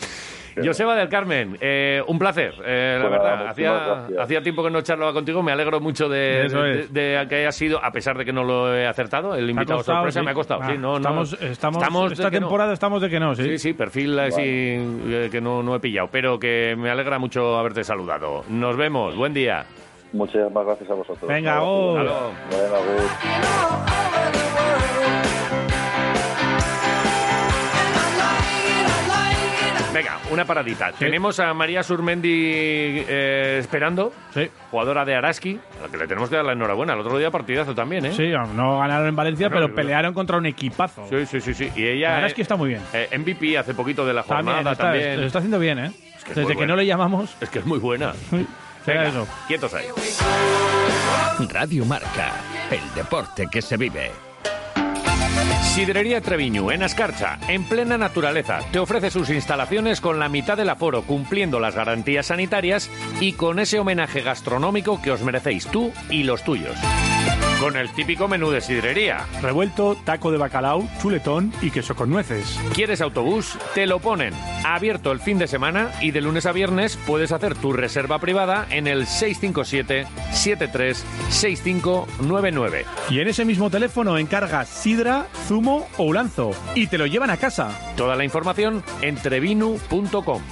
[SPEAKER 2] Joseba del Carmen, eh, un placer, eh, la
[SPEAKER 9] Pues nada,
[SPEAKER 2] verdad.
[SPEAKER 9] muchísimas
[SPEAKER 2] Hacía,
[SPEAKER 9] gracias.
[SPEAKER 2] hacía tiempo que no charlaba contigo, me alegro mucho de,
[SPEAKER 3] Eso
[SPEAKER 2] de-
[SPEAKER 3] es.
[SPEAKER 2] de- de que haya sido, a pesar de que no lo he acertado, el
[SPEAKER 3] Me ha
[SPEAKER 2] invitado
[SPEAKER 3] costado,
[SPEAKER 2] sorpresa
[SPEAKER 3] sí.
[SPEAKER 2] me ha costado.
[SPEAKER 3] Ah,
[SPEAKER 2] sí, no, no.
[SPEAKER 3] estamos, estamos,
[SPEAKER 2] Estamos de
[SPEAKER 3] esta
[SPEAKER 2] que no.
[SPEAKER 3] temporada estamos de que no, sí.
[SPEAKER 2] Sí, sí, perfil así eh, que no, no he pillado, pero que me alegra mucho haberte saludado. Nos vemos, buen día.
[SPEAKER 9] Muchísimas gracias a vosotros.
[SPEAKER 2] Venga,
[SPEAKER 3] oh.
[SPEAKER 2] agur. Hasta
[SPEAKER 9] Venga, agur.
[SPEAKER 2] Me Venga, una paradita. Tenemos a María Surmendi eh, esperando, jugadora de Araski, a la que le tenemos que dar la enhorabuena. El otro día partidazo también, ¿eh?
[SPEAKER 3] Sí, no ganaron en Valencia,
[SPEAKER 2] Bueno,
[SPEAKER 3] pero pelearon contra un equipazo.
[SPEAKER 2] Sí, sí, sí, sí. Y ella.
[SPEAKER 3] La verdad es que está muy bien.
[SPEAKER 2] eh, MVP hace poquito de la
[SPEAKER 3] También,
[SPEAKER 2] jornada
[SPEAKER 3] está-
[SPEAKER 2] también.
[SPEAKER 3] Lo está haciendo bien, ¿eh?
[SPEAKER 2] Es que es
[SPEAKER 3] Desde
[SPEAKER 2] muy
[SPEAKER 3] que
[SPEAKER 2] buena.
[SPEAKER 3] no le llamamos.
[SPEAKER 2] Es que es muy buena.
[SPEAKER 3] será
[SPEAKER 2] Venga,
[SPEAKER 3] eso.
[SPEAKER 2] Quietos ahí.
[SPEAKER 24] Radio Marca, el deporte que se vive.
[SPEAKER 2] Sidrería Treviñu, en Ascarcha, en plena naturaleza, te ofrece sus instalaciones con la mitad del aforo, cumpliendo las garantías sanitarias y con ese homenaje gastronómico que os merecéis tú y los tuyos. Con el típico menú de sidrería.
[SPEAKER 3] Revuelto, taco de bacalao, chuletón y queso con nueces.
[SPEAKER 2] ¿Quieres autobús? Te lo ponen. Abierto el fin de semana y de lunes a viernes puedes hacer tu reserva privada en el 657-736599.
[SPEAKER 3] Y en ese mismo teléfono encargas sidra, zumo o ulanzo. Y te lo llevan a casa.
[SPEAKER 2] Toda la información en trevinu.com.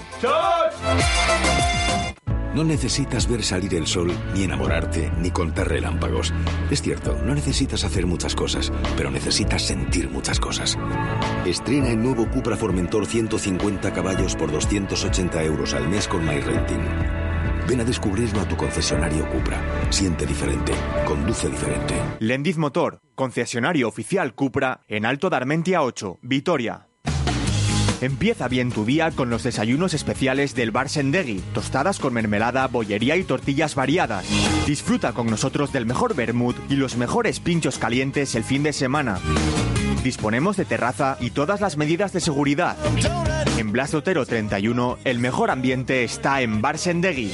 [SPEAKER 25] No necesitas ver salir el sol, ni enamorarte, ni contar relámpagos. Es cierto, no necesitas hacer muchas cosas, pero necesitas sentir muchas cosas. Estrena el nuevo Cupra Formentor 150 caballos por 280 euros al mes con MyRenting. Ven a descubrirlo a tu concesionario Cupra. Siente diferente, conduce diferente.
[SPEAKER 18] Lendiz Motor, concesionario oficial Cupra en Alto Darmentia 8, Vitoria. Empieza bien tu día con los desayunos especiales del Bar Sendegui, tostadas con mermelada, bollería y tortillas variadas. Disfruta con nosotros del mejor vermut y los mejores pinchos calientes el fin de semana. Disponemos de terraza y todas las medidas de seguridad. En Blas de Otero 31, el mejor ambiente está en Bar Sendegui.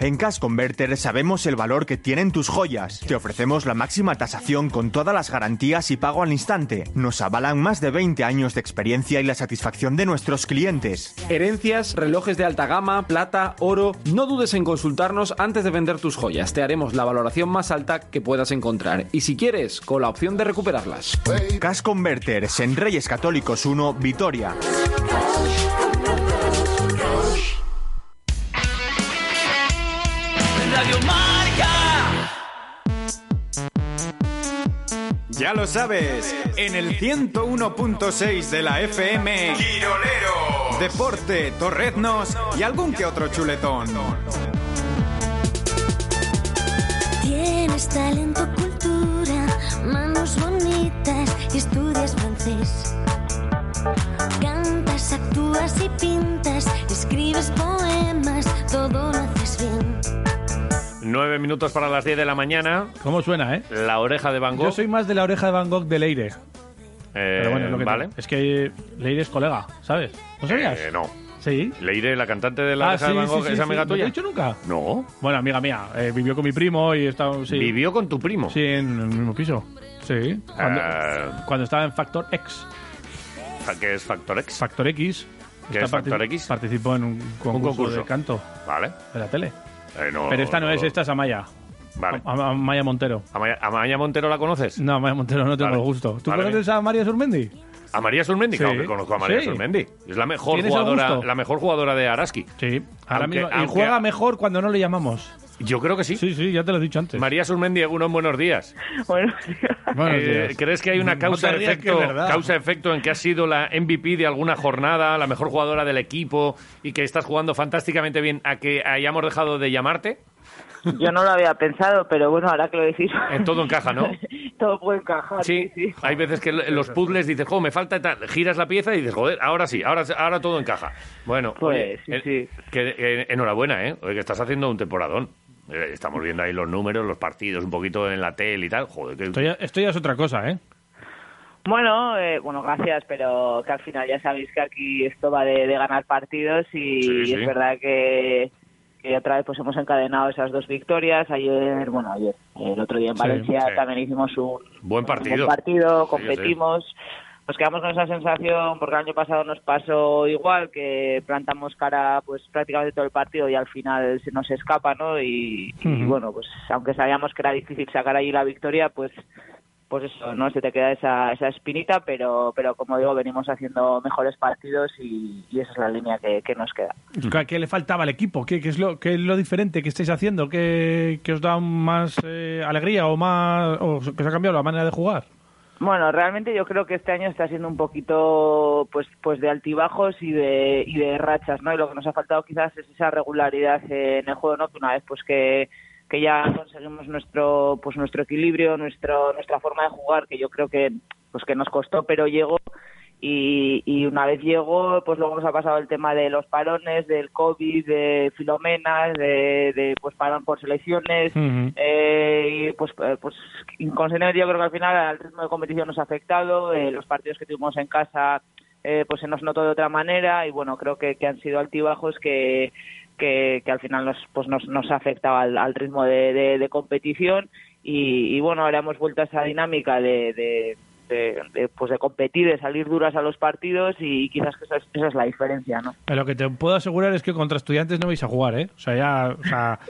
[SPEAKER 18] En Cash Converter sabemos el valor que tienen tus joyas. Te ofrecemos la máxima tasación con todas las garantías y pago al instante. Nos avalan más de 20 años de experiencia y la satisfacción de nuestros clientes.
[SPEAKER 26] Herencias, relojes de alta gama, plata, oro. No dudes en consultarnos antes de vender tus joyas. Te haremos la valoración más alta que puedas encontrar. Y si quieres, con la opción de recuperarlas.
[SPEAKER 18] Cash Converters en Reyes Católicos 1, Vitoria.
[SPEAKER 7] Radio Marca.
[SPEAKER 18] Ya lo sabes, en el 101.6 de la FM, Quiroleros, Deporte, Torreznos y algún que otro chuletón.
[SPEAKER 27] Tienes talento, cultura, manos bonitas y estudias francés. Cantas, actúas y pintas, escribes poemas, todo lo haces bien.
[SPEAKER 2] Nueve minutos para las 10 de la mañana.
[SPEAKER 3] ¿Cómo suena, eh?
[SPEAKER 2] La oreja de Van Gogh.
[SPEAKER 3] Yo soy más de la oreja de Van Gogh de Leire.
[SPEAKER 2] Eh,
[SPEAKER 3] pero bueno, es lo que
[SPEAKER 2] vale.
[SPEAKER 3] te- Es que Leire es colega, ¿sabes? ¿No sabías?
[SPEAKER 2] Eh, no.
[SPEAKER 3] Sí.
[SPEAKER 2] Leire, la cantante de la
[SPEAKER 3] Ah,
[SPEAKER 2] oreja
[SPEAKER 3] sí,
[SPEAKER 2] de Van
[SPEAKER 3] sí,
[SPEAKER 2] Gogh,
[SPEAKER 3] sí,
[SPEAKER 2] ¿es
[SPEAKER 3] sí.
[SPEAKER 2] amiga
[SPEAKER 3] ¿No te
[SPEAKER 2] tuya?
[SPEAKER 3] he dicho nunca?
[SPEAKER 2] No.
[SPEAKER 3] Bueno, amiga mía, eh, vivió con mi primo y estaba. sí.
[SPEAKER 2] ¿Vivió con tu primo? Eh,
[SPEAKER 3] Sí, en el mismo piso. Sí. Cuando,
[SPEAKER 2] Ah.
[SPEAKER 3] cuando estaba en Factor X.
[SPEAKER 2] ¿Qué es Factor X?
[SPEAKER 3] Factor X.
[SPEAKER 2] ¿Qué
[SPEAKER 3] Esta
[SPEAKER 2] es Factor
[SPEAKER 3] parti-
[SPEAKER 2] X?
[SPEAKER 3] Participó en un concurso,
[SPEAKER 2] concurso.
[SPEAKER 3] de canto
[SPEAKER 2] Vale.
[SPEAKER 3] de la tele.
[SPEAKER 2] Eh, no,
[SPEAKER 3] Pero esta no, es, esta es Amaya.
[SPEAKER 2] Vale.
[SPEAKER 3] Am- Amaya Montero.
[SPEAKER 2] ¿Amaya, Amaya Montero la conoces?
[SPEAKER 3] No, Amaya Montero no tengo
[SPEAKER 2] Vale.
[SPEAKER 3] el gusto. ¿Tú
[SPEAKER 2] Vale,
[SPEAKER 3] conoces a María Surmendi?
[SPEAKER 2] ¿A María Surmendi?
[SPEAKER 3] Sí.
[SPEAKER 2] Claro que conozco a María
[SPEAKER 3] Sí.
[SPEAKER 2] Surmendi. Es la mejor,
[SPEAKER 3] ¿Tienes el
[SPEAKER 2] jugadora,
[SPEAKER 3] gusto?
[SPEAKER 2] la mejor jugadora de Araski.
[SPEAKER 3] Sí. Ahora mismo, y juega mejor cuando no le llamamos.
[SPEAKER 2] Yo creo que sí.
[SPEAKER 3] Sí, sí, ya te lo he dicho antes.
[SPEAKER 2] María Surmendi, Egunon, buenos días.
[SPEAKER 3] Bueno,
[SPEAKER 2] Eh, ¿Crees que hay una
[SPEAKER 3] No
[SPEAKER 2] causa,
[SPEAKER 3] te rías, que
[SPEAKER 2] efecto,
[SPEAKER 3] es verdad.
[SPEAKER 2] causa efecto en que has sido la MVP de alguna jornada, la mejor jugadora del equipo y que estás jugando fantásticamente bien a que hayamos dejado de llamarte?
[SPEAKER 28] Yo no lo había pensado, pero bueno, ahora que lo decís,
[SPEAKER 2] Eh, todo encaja, ¿no?
[SPEAKER 28] todo puede encajar.
[SPEAKER 2] Sí, hay veces que lo- los puzzles dices, jo, me falta tal, giras la pieza y dices, joder, ahora sí, ahora, ahora todo encaja. Bueno,
[SPEAKER 28] Pues,
[SPEAKER 2] oye, eh, que, eh, enhorabuena, ¿eh? Oye, que estás haciendo un temporadón. Eh, Estamos viendo ahí los números, los partidos, un poquito en la tele y tal. Joder, que...
[SPEAKER 3] Esto ya, esto ya es otra cosa, ¿eh?
[SPEAKER 28] Bueno, eh, bueno, gracias, pero que al final ya sabéis que aquí esto va de, de ganar partidos y
[SPEAKER 2] Sí, sí.
[SPEAKER 28] es verdad que, que otra vez pues hemos encadenado esas dos victorias. Ayer, bueno, ayer, el otro día en
[SPEAKER 2] Sí,
[SPEAKER 28] Valencia
[SPEAKER 2] sí.
[SPEAKER 28] también hicimos un
[SPEAKER 2] Buen partido.
[SPEAKER 28] buen partido,
[SPEAKER 2] Sí, sí.
[SPEAKER 28] competimos. Nos quedamos con esa sensación porque el año pasado nos pasó igual, que plantamos cara pues prácticamente todo el partido y al final se nos escapa, ¿no? Y, y,
[SPEAKER 29] Ujú.
[SPEAKER 28] bueno, pues aunque sabíamos que era difícil sacar allí la victoria, pues pues eso, ¿no? Se te queda esa, esa espinita, pero pero como digo, venimos haciendo mejores partidos y, y esa es la línea que, que nos queda.
[SPEAKER 3] ¿Qué- ¿Qué le faltaba al equipo? ¿Qué, qué es, lo, qué es lo diferente que estáis haciendo? ¿Qué, qué os da más eh, alegría o más o que os ha cambiado la manera de jugar?
[SPEAKER 28] Bueno, realmente yo creo que este año está siendo un poquito pues pues de altibajos y de, y de rachas, ¿no? Y lo que nos ha faltado quizás es esa regularidad en el juego, ¿no? Que una vez pues que, que ya conseguimos nuestro pues nuestro equilibrio, nuestro nuestra forma de jugar, que yo creo que pues que nos costó, pero llegó y, y una vez llegó, pues luego nos ha pasado el tema de los parones, del COVID, de Filomenas, de, de pues paran por selecciones,
[SPEAKER 30] Ujú.
[SPEAKER 28] eh, y pues, eh, pues inconscientemente yo creo que al final al ritmo de competición nos ha afectado, eh, los partidos que tuvimos en casa eh, pues se nos notó de otra manera y bueno, creo que, que han sido altibajos que, que, que al final nos, pues nos, nos ha afectado al, al ritmo de, de- de competición y, y bueno, ahora hemos vuelto a esa dinámica de, de- de- de, pues de competir, de salir duras a los partidos y quizás que esa es, esa es la diferencia, ¿no?
[SPEAKER 10] Eh, Lo que te puedo asegurar es que contra estudiantes no vais a jugar, ¿eh? O sea, ya, o sea,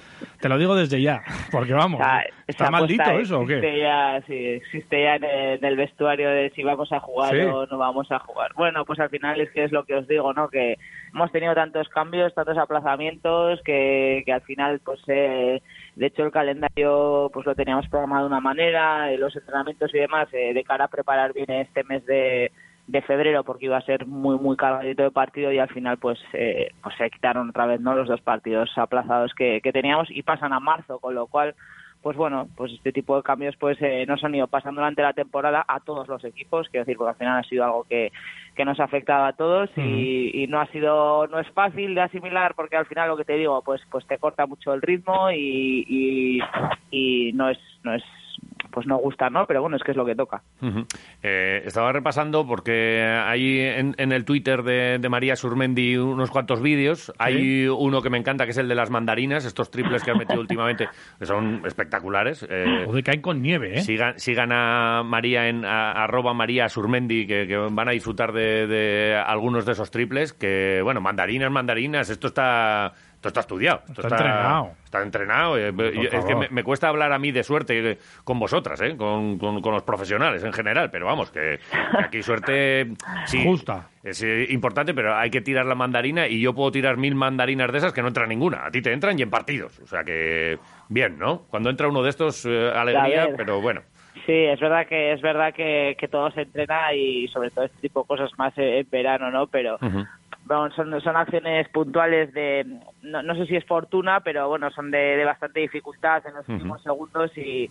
[SPEAKER 10] te lo digo desde ya, porque vamos,
[SPEAKER 28] Ah, Esa
[SPEAKER 10] está
[SPEAKER 28] apuesta
[SPEAKER 10] maldito eso, ¿o
[SPEAKER 28] existe
[SPEAKER 10] qué?
[SPEAKER 28] Ya, sí, existe ya en el, en el vestuario de si vamos a jugar
[SPEAKER 10] Sí.
[SPEAKER 28] o no vamos a jugar. Bueno, pues al final es que es lo que os digo, ¿no? Que hemos tenido tantos cambios, tantos aplazamientos, que, que al final, pues, eh, de hecho, el calendario pues lo teníamos programado de una manera, eh, los entrenamientos y demás, eh, de cara a preparar bien este mes de de febrero porque iba a ser muy muy cargadito de partido y al final pues eh, pues se quitaron otra vez no los dos partidos aplazados que, que teníamos y pasan a marzo con lo cual pues bueno, pues este tipo de cambios pues eh, nos han ido pasando durante la temporada a todos los equipos, quiero decir, porque al final ha sido algo que, que nos ha afectado a todos y, y no ha sido, no es fácil de asimilar porque al final lo que te digo, pues pues te corta mucho el ritmo y, y, y no es, no es, pues no gusta, ¿no? Pero bueno, es que es lo que toca.
[SPEAKER 2] Ujú. Eh, estaba repasando porque hay en, en el Twitter de, de María Surmendi unos cuantos vídeos. Hay uno que me encanta, que es el de las mandarinas, estos triples que han metido últimamente, que son espectaculares. Eh,
[SPEAKER 10] Joder, caen con nieve, ¿eh?
[SPEAKER 2] Sigan, sigan a María en a- arroba María Surmendi, que, que van a disfrutar de, de algunos de esos triples, que, bueno, mandarinas, mandarinas, esto está... Esto está estudiado. Esto
[SPEAKER 10] Está entrenado.
[SPEAKER 2] Está entrenado. eh, yo- es que
[SPEAKER 10] favor.
[SPEAKER 2] me, me cuesta hablar a mí de suerte eh, con vosotras, eh, con, con- con los profesionales en general, pero vamos, que, que aquí suerte... Sí,
[SPEAKER 10] Justa.
[SPEAKER 2] Es eh, importante, pero hay que tirar la mandarina y yo puedo tirar mil mandarinas de esas que no entra ninguna. A ti te entran y en partidos. O sea que, bien, ¿no? Cuando entra uno de estos, eh, alegría,
[SPEAKER 28] ver.
[SPEAKER 2] pero bueno.
[SPEAKER 28] Sí, es verdad que es verdad que, que todo se entrena y sobre todo este tipo de cosas más eh, en verano, ¿no? Pero Bueno, son, son acciones puntuales de, no, no sé si es fortuna, pero bueno, son de, de bastante dificultad en los
[SPEAKER 2] Ujú.
[SPEAKER 28] últimos segundos y,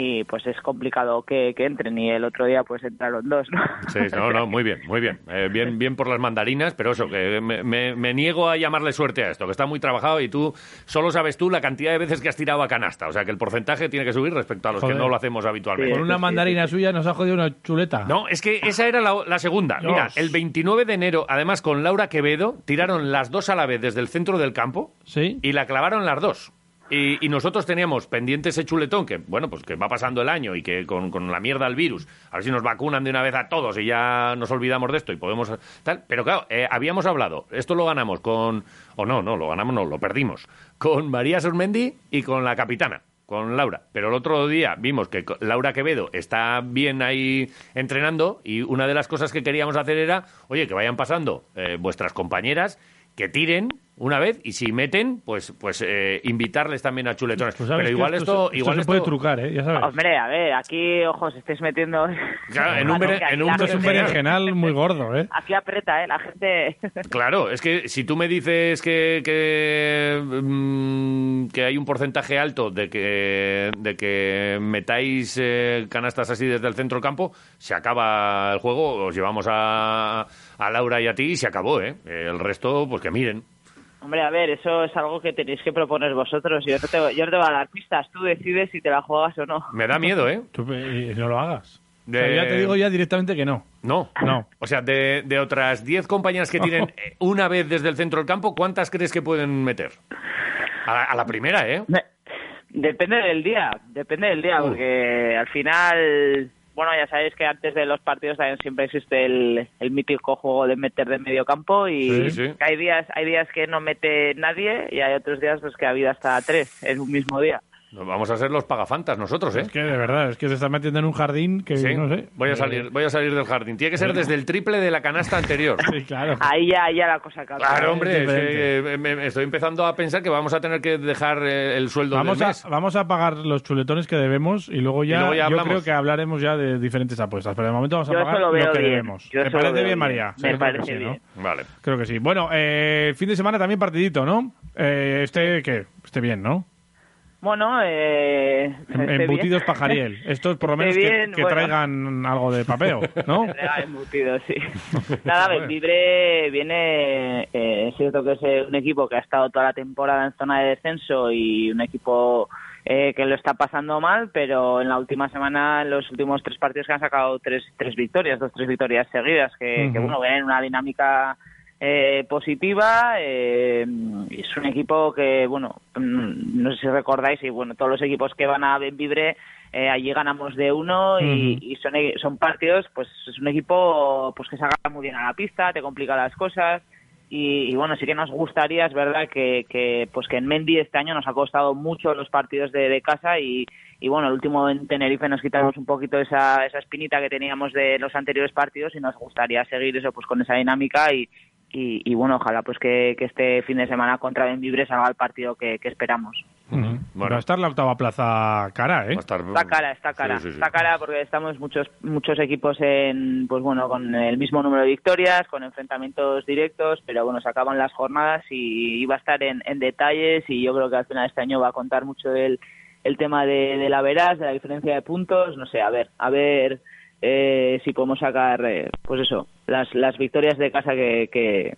[SPEAKER 28] y, pues es complicado que, que entren y el otro día pues entraron dos, ¿no?
[SPEAKER 2] Sí, no, no, muy bien, muy bien. Eh, bien, bien por las mandarinas, pero eso, que me, me- me niego a llamarle suerte a esto, que está muy trabajado y tú solo sabes tú la cantidad de veces que has tirado a canasta. O sea, que el porcentaje tiene que subir respecto a los
[SPEAKER 10] Joder.
[SPEAKER 2] que no lo hacemos habitualmente.
[SPEAKER 10] Con una mandarina suya nos ha jodido una chuleta.
[SPEAKER 2] No, es que esa era la, la segunda.
[SPEAKER 10] Dios.
[SPEAKER 2] Mira, el 29 de enero, además con Laura Quevedo, tiraron las dos a la vez desde el centro del campo y la clavaron las dos. Y, y nosotros teníamos pendiente ese chuletón que, bueno, pues que va pasando el año y que con, con la mierda del virus, a ver si nos vacunan de una vez a todos y ya nos olvidamos de esto y podemos tal. Pero claro, eh, habíamos hablado, esto lo ganamos con, o no, no, lo ganamos, no, lo perdimos, con María Sormendi y con la capitana con Laura. Pero el otro día vimos que co- Laura Quevedo está bien ahí entrenando y una de las cosas que queríamos hacer era, oye, que vayan pasando eh, vuestras compañeras, que tiren una vez y si meten, pues, pues eh, invitarles también a chuletones.
[SPEAKER 10] Tú Pues, sabes
[SPEAKER 2] Pero
[SPEAKER 10] que
[SPEAKER 2] igual
[SPEAKER 10] esto se-
[SPEAKER 2] esto,
[SPEAKER 10] esto
[SPEAKER 2] igual
[SPEAKER 10] se
[SPEAKER 2] esto-
[SPEAKER 10] puede trucar, ¿eh? Ya sabes.
[SPEAKER 28] Hombre, a ver, aquí, ojos, estáis metiendo...
[SPEAKER 2] Claro, en un bere- en un
[SPEAKER 28] Aquí la
[SPEAKER 10] es un
[SPEAKER 28] gente-
[SPEAKER 10] berenjenal muy gordo, ¿eh?
[SPEAKER 28] Aquí aprieta, ¿eh? La gente...
[SPEAKER 2] Claro, es que si tú me dices que que, mm, que hay un porcentaje alto de que de que metáis eh, canastas así desde el centro campo, se acaba el juego, os llevamos a, a Laura y a ti y se acabó, ¿eh? El resto, pues que miren.
[SPEAKER 28] Hombre, a ver, eso es algo que tenéis que proponer vosotros. Yo no te, yo no te voy a dar pistas. Tú decides si te la juegas o no.
[SPEAKER 2] Me da miedo, ¿eh?
[SPEAKER 10] Tú, eh, no lo hagas. O sea,
[SPEAKER 2] De-
[SPEAKER 10] ya te digo ya directamente que no.
[SPEAKER 2] No.
[SPEAKER 10] No.
[SPEAKER 2] O sea, de, de otras 10 compañías que tienen eh, una vez desde el centro del campo, ¿cuántas crees que pueden meter? A la, a la primera, ¿eh?
[SPEAKER 28] Depende del día, depende del día,
[SPEAKER 2] Uh.
[SPEAKER 28] porque al final, bueno, ya sabéis que antes de los partidos también siempre existe el, el mítico juego de meter de medio campo y
[SPEAKER 2] Sí, sí.
[SPEAKER 28] hay días hay días que no mete nadie y hay otros días pues que ha habido hasta tres en un mismo día.
[SPEAKER 2] Nos vamos a ser los pagafantas nosotros, ¿eh?
[SPEAKER 3] Es que de verdad, es que se está metiendo en un jardín que
[SPEAKER 2] Sí,
[SPEAKER 3] no sé. Eh,
[SPEAKER 2] Voy a salir, voy a salir del jardín. Tiene que ser desde el triple de la canasta anterior.
[SPEAKER 28] Ahí ya, ya la cosa cambia.
[SPEAKER 2] Claro, hombre, es
[SPEAKER 3] diferente.
[SPEAKER 2] que, eh, me- me estoy empezando a pensar que vamos a tener que dejar eh, el sueldo
[SPEAKER 3] Vamos
[SPEAKER 2] del
[SPEAKER 3] a,
[SPEAKER 2] mes.
[SPEAKER 3] vamos a pagar los chuletones que debemos y luego
[SPEAKER 2] Y
[SPEAKER 3] ya,
[SPEAKER 2] luego ya
[SPEAKER 3] yo
[SPEAKER 2] hablamos.
[SPEAKER 3] creo que hablaremos ya de diferentes apuestas, pero de momento vamos a
[SPEAKER 28] Yo eso
[SPEAKER 3] pagar
[SPEAKER 28] lo veo
[SPEAKER 3] que
[SPEAKER 28] bien.
[SPEAKER 3] debemos.
[SPEAKER 28] Yo
[SPEAKER 3] ¿Te
[SPEAKER 28] eso lo
[SPEAKER 3] parece
[SPEAKER 28] veo
[SPEAKER 3] bien,
[SPEAKER 28] bien.
[SPEAKER 3] María?
[SPEAKER 28] Me
[SPEAKER 3] yo creo que
[SPEAKER 28] parece
[SPEAKER 3] sí, ¿no?
[SPEAKER 28] bien.
[SPEAKER 2] Vale.
[SPEAKER 3] Creo que sí. Bueno, eh, fin de semana también partidito, ¿no? Eh, este, ¿qué? Este bien, ¿no?
[SPEAKER 28] Bueno, eh,
[SPEAKER 3] Em-
[SPEAKER 28] esté bien.
[SPEAKER 3] Embutidos pajariel. Estos por lo
[SPEAKER 28] Esté
[SPEAKER 3] menos que,
[SPEAKER 28] bien,
[SPEAKER 3] que
[SPEAKER 28] bueno.
[SPEAKER 3] traigan algo de papeo, ¿no?
[SPEAKER 28] Entrega embutidos, sí. Nada, Benvibre viene, eh, es cierto que es eh, un equipo que ha estado toda la temporada en zona de descenso y un equipo eh, que lo está pasando mal, pero en la última semana, en los últimos tres partidos que han sacado tres, tres victorias, dos, tres victorias seguidas, que, que,
[SPEAKER 16] Ujú.
[SPEAKER 28] bueno, vienen en una dinámica eh, positiva. eh, es un equipo que, bueno, mm, no sé si recordáis, y bueno, todos los equipos que van a Benvibre, eh, allí ganamos de uno y,
[SPEAKER 16] Ujú.
[SPEAKER 28] y son, e- son partidos, pues es un equipo pues que se agarra muy bien a la pista, te complica las cosas. Y, y bueno, sí que nos gustaría, es verdad, que, que pues que en Mendy este año nos ha costado mucho los partidos de, de casa y, y bueno, el último en Tenerife nos quitamos un poquito esa, esa espinita que teníamos de los anteriores partidos y nos gustaría seguir eso pues con esa dinámica y, y, y bueno, ojalá pues que, que este fin de semana contra Benvibre salga el partido que, que esperamos.
[SPEAKER 3] Va a estar la octava plaza cara, ¿eh?
[SPEAKER 2] Mm.
[SPEAKER 28] Está cara, está cara, está cara porque estamos muchos muchos equipos en pues bueno, con el mismo número de victorias, con enfrentamientos directos, pero bueno, se acaban las jornadas y, y va a estar en, en detalles y yo creo que al final de este año va a contar mucho el, el tema de, de la veraz, de la diferencia de puntos, no sé, a ver, a ver eh, si podemos sacar eh, pues eso, las las victorias de casa que, que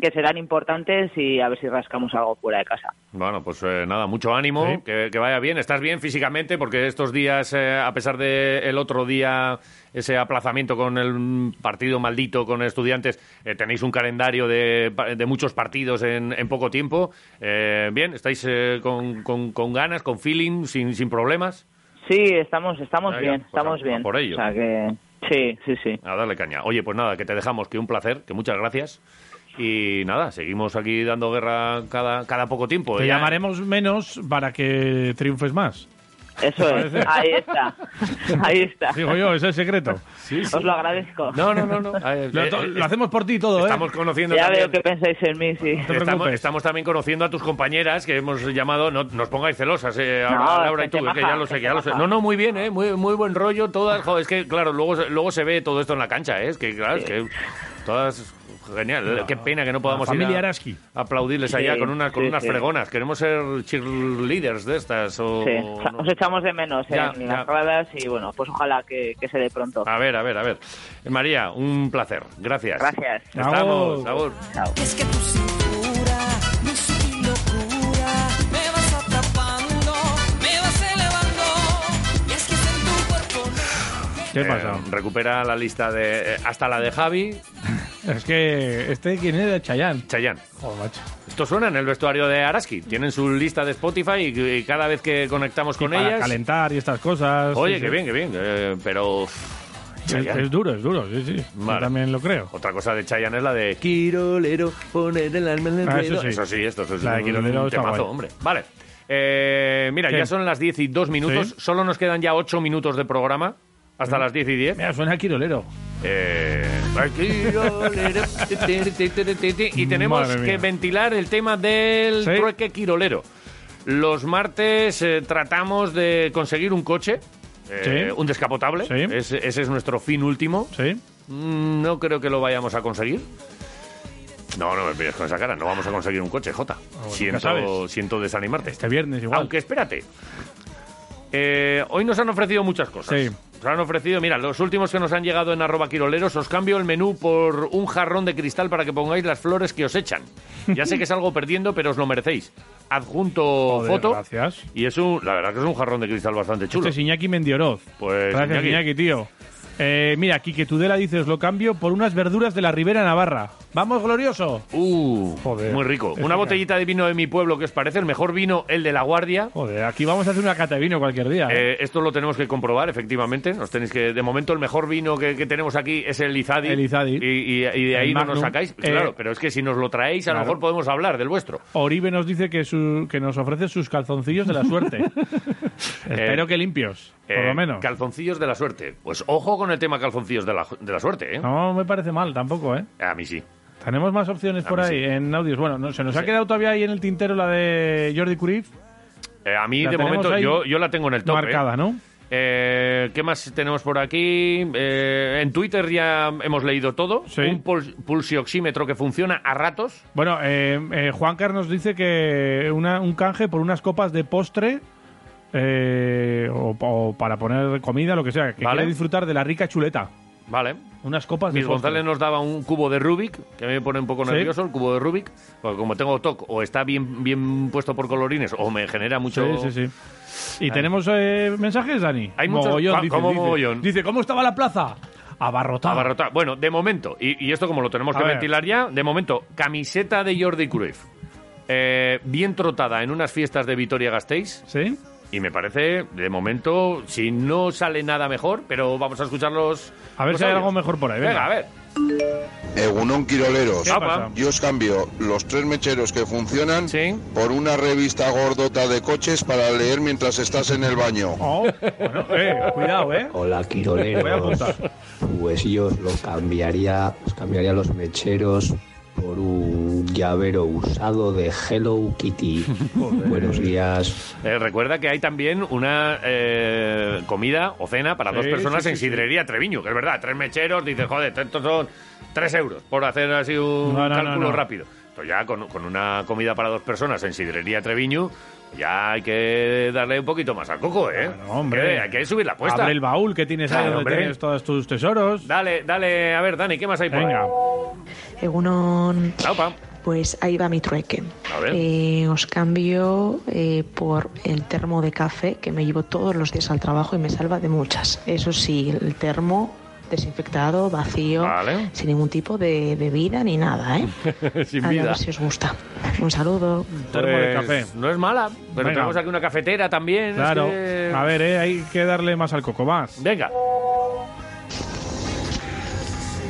[SPEAKER 28] que serán importantes y a ver si rascamos algo fuera de casa.
[SPEAKER 2] Bueno, pues eh, nada, mucho ánimo,
[SPEAKER 28] Sí.
[SPEAKER 2] que, que vaya bien. Estás bien físicamente porque estos días, eh, a pesar del otro día, ese aplazamiento con el mm, partido maldito con estudiantes, eh, tenéis un calendario de, pa- de muchos partidos en, en poco tiempo. Eh, bien, estáis eh, con, con- con ganas, con feeling, sin, sin problemas.
[SPEAKER 28] Sí, estamos estamos
[SPEAKER 2] Ah, ya,
[SPEAKER 28] bien,
[SPEAKER 2] pues a-
[SPEAKER 28] estamos
[SPEAKER 2] a
[SPEAKER 28] bien.
[SPEAKER 2] Por
[SPEAKER 28] O
[SPEAKER 2] ello.
[SPEAKER 28] sea que sí, sí, sí.
[SPEAKER 2] A darle caña. Oye, pues nada, que te dejamos, que un placer, que muchas gracias. Y nada, seguimos aquí dando guerra cada, cada poco tiempo. ¿eh?
[SPEAKER 3] Te
[SPEAKER 2] Pues Ya-
[SPEAKER 3] llamaremos menos para que triunfes más.
[SPEAKER 28] Eso
[SPEAKER 3] ¿Te
[SPEAKER 28] es,
[SPEAKER 3] parece?
[SPEAKER 28] ahí está, ahí está.
[SPEAKER 3] Digo yo, ese es el secreto.
[SPEAKER 28] Os lo agradezco.
[SPEAKER 2] No, no, no, eh, no.
[SPEAKER 3] Lo, to- lo hacemos por ti todo, ¿eh?
[SPEAKER 2] Estamos conociendo
[SPEAKER 28] ya veo
[SPEAKER 2] también-
[SPEAKER 28] que pensáis en mí, sí.
[SPEAKER 2] Estamos, estamos también conociendo a tus compañeras que hemos llamado, no nos pongáis celosas, eh, ahora,
[SPEAKER 28] No,
[SPEAKER 2] Laura y
[SPEAKER 28] gente
[SPEAKER 2] tú, es que
[SPEAKER 28] maja,
[SPEAKER 2] ya lo sé, que
[SPEAKER 28] gente
[SPEAKER 2] ya lo sé.
[SPEAKER 28] maja.
[SPEAKER 2] No, no, muy bien, eh, muy, muy buen rollo, todas, joder, es que claro, luego, se- luego se ve todo esto en la cancha, eh, es que claro, es que todas, genial,
[SPEAKER 3] No.
[SPEAKER 2] qué pena que no podamos
[SPEAKER 3] La
[SPEAKER 2] ir
[SPEAKER 3] familia
[SPEAKER 2] a-
[SPEAKER 3] Araski.
[SPEAKER 2] a aplaudirles allá
[SPEAKER 28] Sí,
[SPEAKER 2] con, unas con
[SPEAKER 28] sí,
[SPEAKER 2] unas
[SPEAKER 28] sí.
[SPEAKER 2] fregonas, queremos ser cheerleaders de estas o...
[SPEAKER 28] Sí, o sea,
[SPEAKER 2] no
[SPEAKER 28] Os echamos de menos eh,
[SPEAKER 2] Ya,
[SPEAKER 28] en
[SPEAKER 2] ya.
[SPEAKER 28] las gradas y bueno, pues ojalá que, que se dé pronto.
[SPEAKER 2] A ver, a ver, a ver. María, un placer. Gracias.
[SPEAKER 28] Gracias.
[SPEAKER 2] Estamos.
[SPEAKER 28] Agur.
[SPEAKER 2] agur.
[SPEAKER 7] Es que tu cintura, mi sutil locura, me vas atrapando, me vas elevando. Y es que es en tu cuerpo.
[SPEAKER 3] ¿Qué pasa?
[SPEAKER 2] Eh, Recupera la lista de. eh, hasta la de Javi.
[SPEAKER 3] Es que este, ¿quién era? Chayán.
[SPEAKER 2] Chayán. Esto suena en el vestuario de Araski. Tienen su lista de Spotify y, y cada vez que conectamos con
[SPEAKER 3] para
[SPEAKER 2] ellas.
[SPEAKER 3] calentar y estas cosas.
[SPEAKER 2] Oye,
[SPEAKER 3] sí,
[SPEAKER 2] qué
[SPEAKER 3] sí.
[SPEAKER 2] bien, qué bien. eh, pero.
[SPEAKER 3] Es,
[SPEAKER 2] Chayanne.
[SPEAKER 3] es duro, es duro, sí, sí. Yo
[SPEAKER 2] Vale.
[SPEAKER 3] también lo creo.
[SPEAKER 2] Otra cosa de Chayanne es la de Quirolero, poner el alma en el
[SPEAKER 3] Ah, eso
[SPEAKER 2] ruedo.
[SPEAKER 3] sí.
[SPEAKER 2] Eso sí, esto es
[SPEAKER 3] La de
[SPEAKER 2] un
[SPEAKER 3] Quirolero está
[SPEAKER 2] temazo,
[SPEAKER 3] guay.
[SPEAKER 2] hombre. Vale. Eh, mira,
[SPEAKER 3] ¿Qué?
[SPEAKER 2] ya son las 10 y 2 minutos.
[SPEAKER 3] Sí. Mm.
[SPEAKER 2] Solo nos quedan ya 8 minutos de programa. Hasta las 10 y 10.
[SPEAKER 3] Mira, suena Quirolero.
[SPEAKER 2] Eh, Quirolero, te, te, te, te, te, te. y tenemos
[SPEAKER 3] Madre mía.
[SPEAKER 2] que ventilar el tema del
[SPEAKER 3] Sí.
[SPEAKER 2] trueque quirolero. Los martes eh, tratamos de conseguir un coche, eh,
[SPEAKER 3] Sí.
[SPEAKER 2] un descapotable.
[SPEAKER 3] Sí.
[SPEAKER 2] Ese, ese es nuestro fin último. Mm, No creo que lo vayamos a conseguir. No, no me pides con esa cara. No vamos a conseguir un coche, Jota.
[SPEAKER 3] Ah, bueno, nunca
[SPEAKER 2] siento,
[SPEAKER 3] sabes.
[SPEAKER 2] siento desanimarte.
[SPEAKER 3] Este viernes igual.
[SPEAKER 2] Aunque espérate. Eh, hoy nos han ofrecido muchas cosas.
[SPEAKER 3] Sí.
[SPEAKER 2] Nos han ofrecido, mira, los últimos que nos han llegado en arroba quiroleros, os cambio el menú por un jarrón de cristal para que pongáis las flores que os echan. Ya sé que salgo perdiendo, pero os lo merecéis. Adjunto
[SPEAKER 3] Joder,
[SPEAKER 2] foto. Eh,
[SPEAKER 3] Gracias.
[SPEAKER 2] Y es un, la verdad que es un jarrón de cristal bastante chulo.
[SPEAKER 3] Este es Iñaki Mendioroz.
[SPEAKER 2] Pues
[SPEAKER 3] gracias,
[SPEAKER 2] Iñaki,
[SPEAKER 3] Iñaki, tío. Eh, mira, Quique Tudela dice, os lo cambio por unas verduras de la Ribera Navarra. ¡Vamos, glorioso!
[SPEAKER 2] ¡Uh! Muy rico.
[SPEAKER 3] Es
[SPEAKER 2] Una
[SPEAKER 3] genial.
[SPEAKER 2] botellita de vino de mi pueblo, que os parece? El mejor vino, el de La Guardia.
[SPEAKER 3] Joder, aquí vamos a hacer una cata de vino cualquier día. ¿eh?
[SPEAKER 2] Eh, esto lo tenemos que comprobar, efectivamente. Nos tenéis que, de momento, el mejor vino que, que tenemos aquí es el Izadi.
[SPEAKER 3] El Izadi.
[SPEAKER 2] Y, y- y de
[SPEAKER 3] El
[SPEAKER 2] ahí no
[SPEAKER 3] Magnum.
[SPEAKER 2] nos sacáis.
[SPEAKER 3] Eh,
[SPEAKER 2] claro, pero es que si nos lo traéis, a lo
[SPEAKER 3] claro.
[SPEAKER 2] mejor podemos hablar del vuestro.
[SPEAKER 3] Oribe nos dice que, su- que nos ofrece sus calzoncillos de la suerte. Espero que limpios, por
[SPEAKER 2] Eh,
[SPEAKER 3] lo menos.
[SPEAKER 2] Calzoncillos de la suerte. Pues ojo con el tema calzoncillos de la, de la suerte, ¿eh?
[SPEAKER 3] No me parece mal tampoco, ¿eh?
[SPEAKER 2] A mí sí.
[SPEAKER 3] Tenemos más opciones
[SPEAKER 2] A
[SPEAKER 3] por
[SPEAKER 2] mí
[SPEAKER 3] ahí en audios. Bueno, no, se nos ha
[SPEAKER 2] Sí.
[SPEAKER 3] quedado todavía ahí en el tintero la de Jordi Cruyff.
[SPEAKER 2] Eh, a mí,
[SPEAKER 3] La
[SPEAKER 2] de
[SPEAKER 3] tenemos
[SPEAKER 2] momento,
[SPEAKER 3] ahí
[SPEAKER 2] yo, yo la tengo en el top. ¿eh?
[SPEAKER 3] marcada, ¿no?
[SPEAKER 2] Eh, ¿Qué más tenemos por aquí? Eh, en Twitter ya hemos leído todo. Un pul- pulsioxímetro que funciona a ratos.
[SPEAKER 3] Bueno, eh, eh, Juancar nos dice que una- un canje por unas copas de postre eh, o, o para poner comida, lo que sea, que
[SPEAKER 2] Vale.
[SPEAKER 3] quiere disfrutar de la rica chuleta.
[SPEAKER 2] Vale.
[SPEAKER 3] Unas copas
[SPEAKER 2] Luis
[SPEAKER 3] de postre.
[SPEAKER 2] González nos daba un cubo de Rubik, que a mí me pone un poco
[SPEAKER 3] Sí.
[SPEAKER 2] nervioso el cubo de Rubik, porque como tengo TOC o está bien, bien puesto por colorines o me genera mucho...
[SPEAKER 3] Sí, sí, sí. ¿Y
[SPEAKER 2] Ay.
[SPEAKER 3] tenemos eh, mensajes, Dani?
[SPEAKER 2] Hay muchos-
[SPEAKER 3] Mogollón,
[SPEAKER 2] ¿Cómo-
[SPEAKER 3] dice,
[SPEAKER 2] cómo
[SPEAKER 3] dice.
[SPEAKER 2] mogollón?
[SPEAKER 3] Dice, ¿cómo estaba la plaza? Abarrotada.
[SPEAKER 2] Abarrotar. Bueno, de momento, y, y esto como lo tenemos
[SPEAKER 3] A
[SPEAKER 2] que
[SPEAKER 3] ver.
[SPEAKER 2] ventilar ya, de momento, camiseta de Jordi Cruyff, eh, bien trotada en unas fiestas de Vitoria-Gasteiz.
[SPEAKER 3] Sí.
[SPEAKER 2] Y me parece, de momento, si no sale nada mejor, pero vamos a escucharlos. Pues
[SPEAKER 3] A ver si hay algo mejor por ahí. Venga,
[SPEAKER 2] Venga, a ver.
[SPEAKER 30] Egunón Quiroleros.
[SPEAKER 2] ¿Qué pasa?
[SPEAKER 30] Yo os cambio los tres mecheros que funcionan por una revista gordota de coches para leer mientras estás en el baño.
[SPEAKER 3] Bueno, eh, cuidado, ¿eh?
[SPEAKER 14] Hola,
[SPEAKER 3] Voy a
[SPEAKER 14] Quiroleros.
[SPEAKER 3] apuntar.
[SPEAKER 14] Pues yo os lo cambiaría, os cambiaría los mecheros por un llavero usado de Hello Kitty. Buenos días.
[SPEAKER 2] Eh, recuerda que hay también una eh, comida o cena para dos
[SPEAKER 14] Sí,
[SPEAKER 2] personas
[SPEAKER 14] sí,
[SPEAKER 2] en
[SPEAKER 14] sí,
[SPEAKER 2] Sidrería Treviño, que es verdad, tres mecheros, dices, joder, estos son tres euros, por hacer así un
[SPEAKER 3] No, no, no,
[SPEAKER 2] cálculo
[SPEAKER 3] no.
[SPEAKER 2] rápido. Pero ya con, con una comida para dos personas en Sidrería Treviño, ya hay que darle un poquito más al coco, ¿eh?
[SPEAKER 3] hombre.
[SPEAKER 2] Que hay que subir la apuesta.
[SPEAKER 3] Abre el baúl que tienes ahí
[SPEAKER 2] Claro,
[SPEAKER 3] donde
[SPEAKER 2] hombre.
[SPEAKER 3] tienes todos tus tesoros.
[SPEAKER 2] Dale, dale, a ver, Dani, ¿qué más hay por
[SPEAKER 3] Venga.
[SPEAKER 2] ahí?
[SPEAKER 15] Egunon.
[SPEAKER 2] Aupa.
[SPEAKER 15] Pues ahí va mi trueque.
[SPEAKER 2] A ver.
[SPEAKER 15] Eh, os cambio eh, por el termo de café que me llevo todos los días al trabajo y me salva de muchas. Eso sí, el termo desinfectado, vacío, sin ningún tipo de bebida ni nada, ¿eh?
[SPEAKER 2] Sin
[SPEAKER 15] a ver
[SPEAKER 2] vida.
[SPEAKER 15] si os gusta. Un saludo.
[SPEAKER 2] Pues, No es mala, pero
[SPEAKER 3] Venga.
[SPEAKER 2] tenemos aquí una cafetera también. es
[SPEAKER 3] Claro.
[SPEAKER 2] que-
[SPEAKER 3] A ver, eh, hay que darle más al coco, más.
[SPEAKER 2] Venga.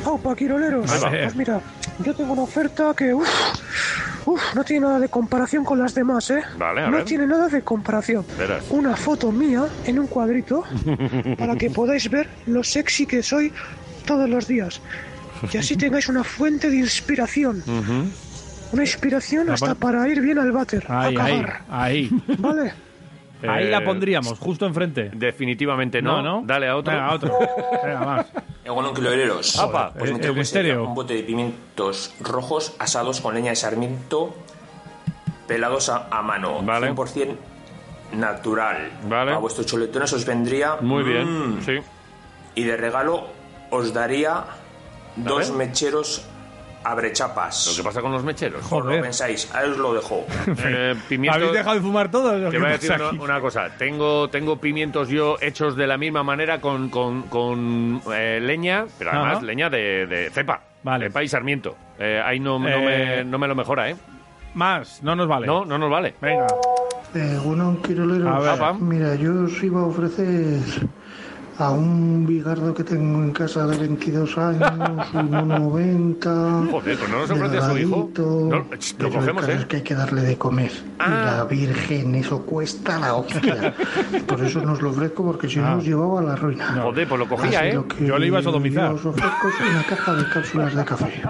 [SPEAKER 16] ¡Opa, Quiroleros!
[SPEAKER 3] Ahí va.
[SPEAKER 16] Pues mira, yo tengo una oferta que, uff, uf, no tiene nada de comparación con las demás, ¿eh?
[SPEAKER 2] Vale, a
[SPEAKER 16] no
[SPEAKER 2] ver.
[SPEAKER 16] tiene nada de comparación.
[SPEAKER 2] Verás.
[SPEAKER 16] Una foto mía en un cuadrito para que podáis ver lo sexy que soy todos los días. Y así tengáis una fuente de inspiración. Una inspiración
[SPEAKER 2] Ah,
[SPEAKER 3] La
[SPEAKER 16] hasta
[SPEAKER 3] pon-
[SPEAKER 16] para ir bien al váter. a
[SPEAKER 3] Ahí, ahí, Ah.
[SPEAKER 16] cagar.
[SPEAKER 3] ahí.
[SPEAKER 16] Vale.
[SPEAKER 3] Ahí
[SPEAKER 2] Eh,
[SPEAKER 3] la pondríamos, justo enfrente.
[SPEAKER 2] Definitivamente no.
[SPEAKER 3] No, no.
[SPEAKER 2] Dale a otro.
[SPEAKER 3] Venga, a otro. Eh, Venga, más.
[SPEAKER 17] Egunon Quiroleros.
[SPEAKER 3] Apa.
[SPEAKER 17] Pues
[SPEAKER 3] El-
[SPEAKER 17] me creo
[SPEAKER 3] el
[SPEAKER 17] que sería
[SPEAKER 3] estéreo.
[SPEAKER 17] un bote de pimientos rojos asados con leña de sarmiento pelados a, a mano. 100% natural. A vuestros choletones os vendría...
[SPEAKER 2] Muy bien,
[SPEAKER 17] mm, Y de regalo os daría dos
[SPEAKER 2] ver.
[SPEAKER 17] mecheros abrechapas. Lo que
[SPEAKER 2] pasa con los mecheros.
[SPEAKER 17] Joder. lo pensáis, ahí os lo dejo.
[SPEAKER 2] Eh, pimientos-
[SPEAKER 3] ¿Habéis dejado de fumar todos?
[SPEAKER 2] Te voy a decir una, una cosa. Tengo, tengo pimientos yo hechos de la misma manera con, con- con, eh, leña, pero además
[SPEAKER 3] Ajá.
[SPEAKER 2] leña de, de cepa.
[SPEAKER 3] Vale.
[SPEAKER 2] Cepa y sarmiento. Eh, ahí no, no,
[SPEAKER 3] Eh,
[SPEAKER 2] me, no me lo mejora, ¿eh?
[SPEAKER 3] Más, no nos vale.
[SPEAKER 2] No, no nos vale.
[SPEAKER 3] Venga.
[SPEAKER 19] Eh, bueno, Quiroleros,
[SPEAKER 2] A ver. Apa.
[SPEAKER 19] mira, yo os iba a ofrecer a un bigardo que tengo en casa de 22 años, un 90.
[SPEAKER 2] Joder, pues no nos ofrece a su hijo. No, lo cogemos, ¿eh? Ah.
[SPEAKER 19] Es que hay que darle de comer. Y la Virgen, eso cuesta la hostia. Por eso nos lo ofrezco, porque si no os llevaba a la ruina.
[SPEAKER 2] Joder, pues lo Ah. cogía,
[SPEAKER 19] Así
[SPEAKER 2] ¿eh?
[SPEAKER 19] lo que
[SPEAKER 2] Yo le iba a sodomizar.
[SPEAKER 19] Yo os ofrezco es una caja de cápsulas de café.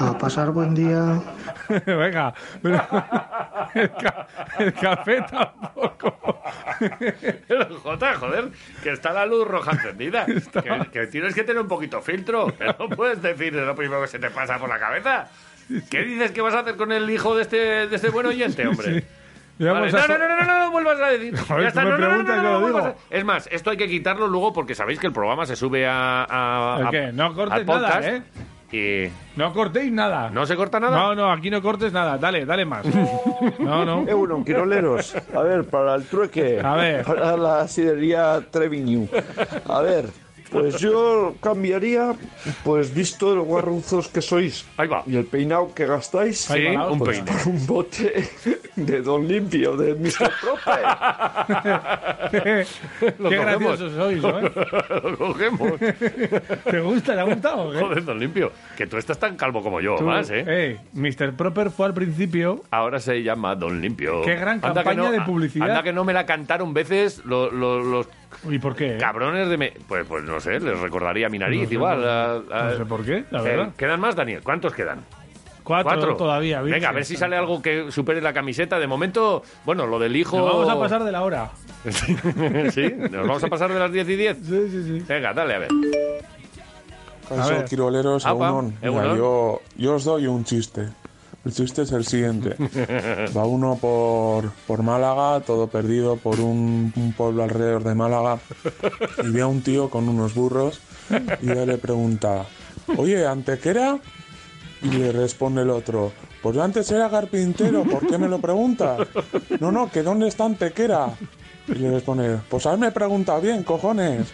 [SPEAKER 19] A pasar buen día.
[SPEAKER 3] Venga, pero el, ca- el café tampoco.
[SPEAKER 2] Jota, joder, que está la luz roja encendida. Que, que tienes que tener un poquito filtro. Que no puedes decir lo primero que se te pasa por la cabeza. ¿Qué dices que vas a hacer con el hijo de este, de este buen oyente, hombre?
[SPEAKER 3] Ya
[SPEAKER 2] Vale,
[SPEAKER 3] vamos a-
[SPEAKER 2] no, no, no, no, no, no vuelvas a decir.
[SPEAKER 3] Joder,
[SPEAKER 2] Ya está,
[SPEAKER 3] tú me
[SPEAKER 2] no, no, no,
[SPEAKER 3] preguntas, yo
[SPEAKER 2] no, no,
[SPEAKER 3] lo
[SPEAKER 2] vuelvas
[SPEAKER 3] digo.
[SPEAKER 2] a- Es más, esto hay que quitarlo luego porque sabéis que el programa se sube a. a-
[SPEAKER 3] ¿El
[SPEAKER 2] a-
[SPEAKER 3] qué? No cortes
[SPEAKER 2] al podcast
[SPEAKER 3] nada, ¿eh?
[SPEAKER 2] y-
[SPEAKER 3] No cortéis nada.
[SPEAKER 2] ¿No se corta nada?
[SPEAKER 3] No, no, aquí no cortes nada. Dale, dale más. No, no.
[SPEAKER 31] Eh,
[SPEAKER 32] Euron, Quiroleros. A ver, para el trueque.
[SPEAKER 3] A ver.
[SPEAKER 32] Para la sidería Treviñu. A ver,
[SPEAKER 31] Pues yo cambiaría, pues visto los guarruzos que sois y el peinado que gastáis,
[SPEAKER 2] Sí, un
[SPEAKER 31] pues,
[SPEAKER 2] peine.
[SPEAKER 31] por un bote de Don Limpio, de Mr. Proper.
[SPEAKER 2] Lo
[SPEAKER 3] Qué
[SPEAKER 2] cogemos.
[SPEAKER 3] graciosos sois, ¿no?
[SPEAKER 2] Lo cogemos.
[SPEAKER 3] ¿Te gusta? ¿Te ha gustado? o qué?
[SPEAKER 2] Joder, don Limpio. Que tú estás tan calvo como yo,
[SPEAKER 3] Tú,
[SPEAKER 2] más, ¿eh?
[SPEAKER 3] eh, Mr. Proper fue al principio.
[SPEAKER 2] Ahora se llama Don Limpio.
[SPEAKER 3] Qué gran campaña de publicidad.
[SPEAKER 2] Anda que no me la cantaron veces lo- lo- los
[SPEAKER 3] ¿Y por qué?
[SPEAKER 2] cabrones de... me- Pues, pues no sé, les recordaría mi nariz
[SPEAKER 3] No sé
[SPEAKER 2] igual.
[SPEAKER 3] por-
[SPEAKER 2] a- a-
[SPEAKER 3] no sé por qué, la
[SPEAKER 2] Eh,
[SPEAKER 3] verdad.
[SPEAKER 2] ¿Quedan más, Daniel? ¿Cuántos quedan?
[SPEAKER 3] Cuatro todavía, virgen.
[SPEAKER 2] Venga, a ver si sale algo que supere la camiseta. De momento, bueno, lo del hijo...
[SPEAKER 3] Nos vamos a pasar de la hora.
[SPEAKER 2] sí, nos vamos a pasar de las 10 y 10.
[SPEAKER 3] Sí, sí, sí.
[SPEAKER 2] Venga, dale, a ver.
[SPEAKER 33] Caso,
[SPEAKER 2] A ver.
[SPEAKER 33] quiroleros,
[SPEAKER 2] Apa,
[SPEAKER 33] Egunon. Mira,
[SPEAKER 2] egunon.
[SPEAKER 33] yo, yo os doy un chiste. El chiste es el siguiente. Va uno por, por Málaga, todo perdido por un, un pueblo alrededor de Málaga, y ve a un tío con unos burros y él le pregunta, oye, ¿antequera? Y le responde el otro, pues yo antes era carpintero, ¿por qué me lo preguntas? No, no, que ¿dónde está Antequera? Y le responde, pues a mí me pregunta bien, cojones.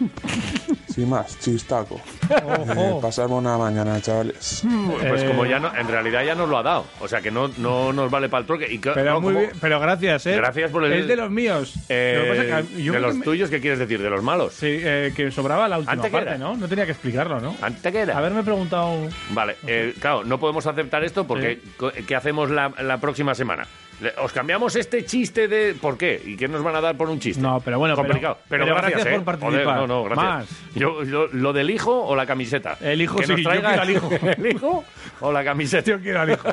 [SPEAKER 33] Sin más, chistaco. Eh, pasar buena mañana, chavales.
[SPEAKER 2] Pues
[SPEAKER 3] Eh.
[SPEAKER 2] como ya no, en realidad ya nos lo ha dado. O sea que no, no nos vale para el troque. Y que-
[SPEAKER 3] Pero,
[SPEAKER 2] no,
[SPEAKER 3] muy
[SPEAKER 2] como-
[SPEAKER 3] bien, pero gracias, ¿eh?
[SPEAKER 2] Gracias por el-
[SPEAKER 3] Es de los míos.
[SPEAKER 2] Eh,
[SPEAKER 3] Lo que pasa es que yo
[SPEAKER 2] de
[SPEAKER 3] creo
[SPEAKER 2] los
[SPEAKER 3] que me-
[SPEAKER 2] tuyos, ¿qué quieres decir? ¿De los malos?
[SPEAKER 3] Sí, eh, que sobraba la última
[SPEAKER 2] Antes que
[SPEAKER 3] parte,
[SPEAKER 2] era.
[SPEAKER 3] ¿no? No tenía que explicarlo, ¿no?
[SPEAKER 2] Antes que era.
[SPEAKER 3] Haberme preguntado...
[SPEAKER 2] Vale, eh, claro, no podemos aceptar esto porque co- eh, ¿qué hacemos la, la próxima semana? Le- Os cambiamos este chiste de... ¿Por qué? ¿Y qué nos van a dar por un chiste? No,
[SPEAKER 3] pero bueno, pero-
[SPEAKER 2] Complicado. Pero,
[SPEAKER 3] pero
[SPEAKER 2] gracias,
[SPEAKER 3] gracias
[SPEAKER 2] ¿eh?
[SPEAKER 3] por participar.
[SPEAKER 2] Joder, no, no, gracias.
[SPEAKER 3] Más.
[SPEAKER 2] Yo, yo- ¿Lo del hijo o la camiseta?
[SPEAKER 3] El hijo
[SPEAKER 2] que
[SPEAKER 3] sí,
[SPEAKER 2] nos
[SPEAKER 3] yo
[SPEAKER 2] traiga
[SPEAKER 3] quiero al hijo.
[SPEAKER 2] ¿El hijo o la camiseta?
[SPEAKER 3] Yo quiero al hijo.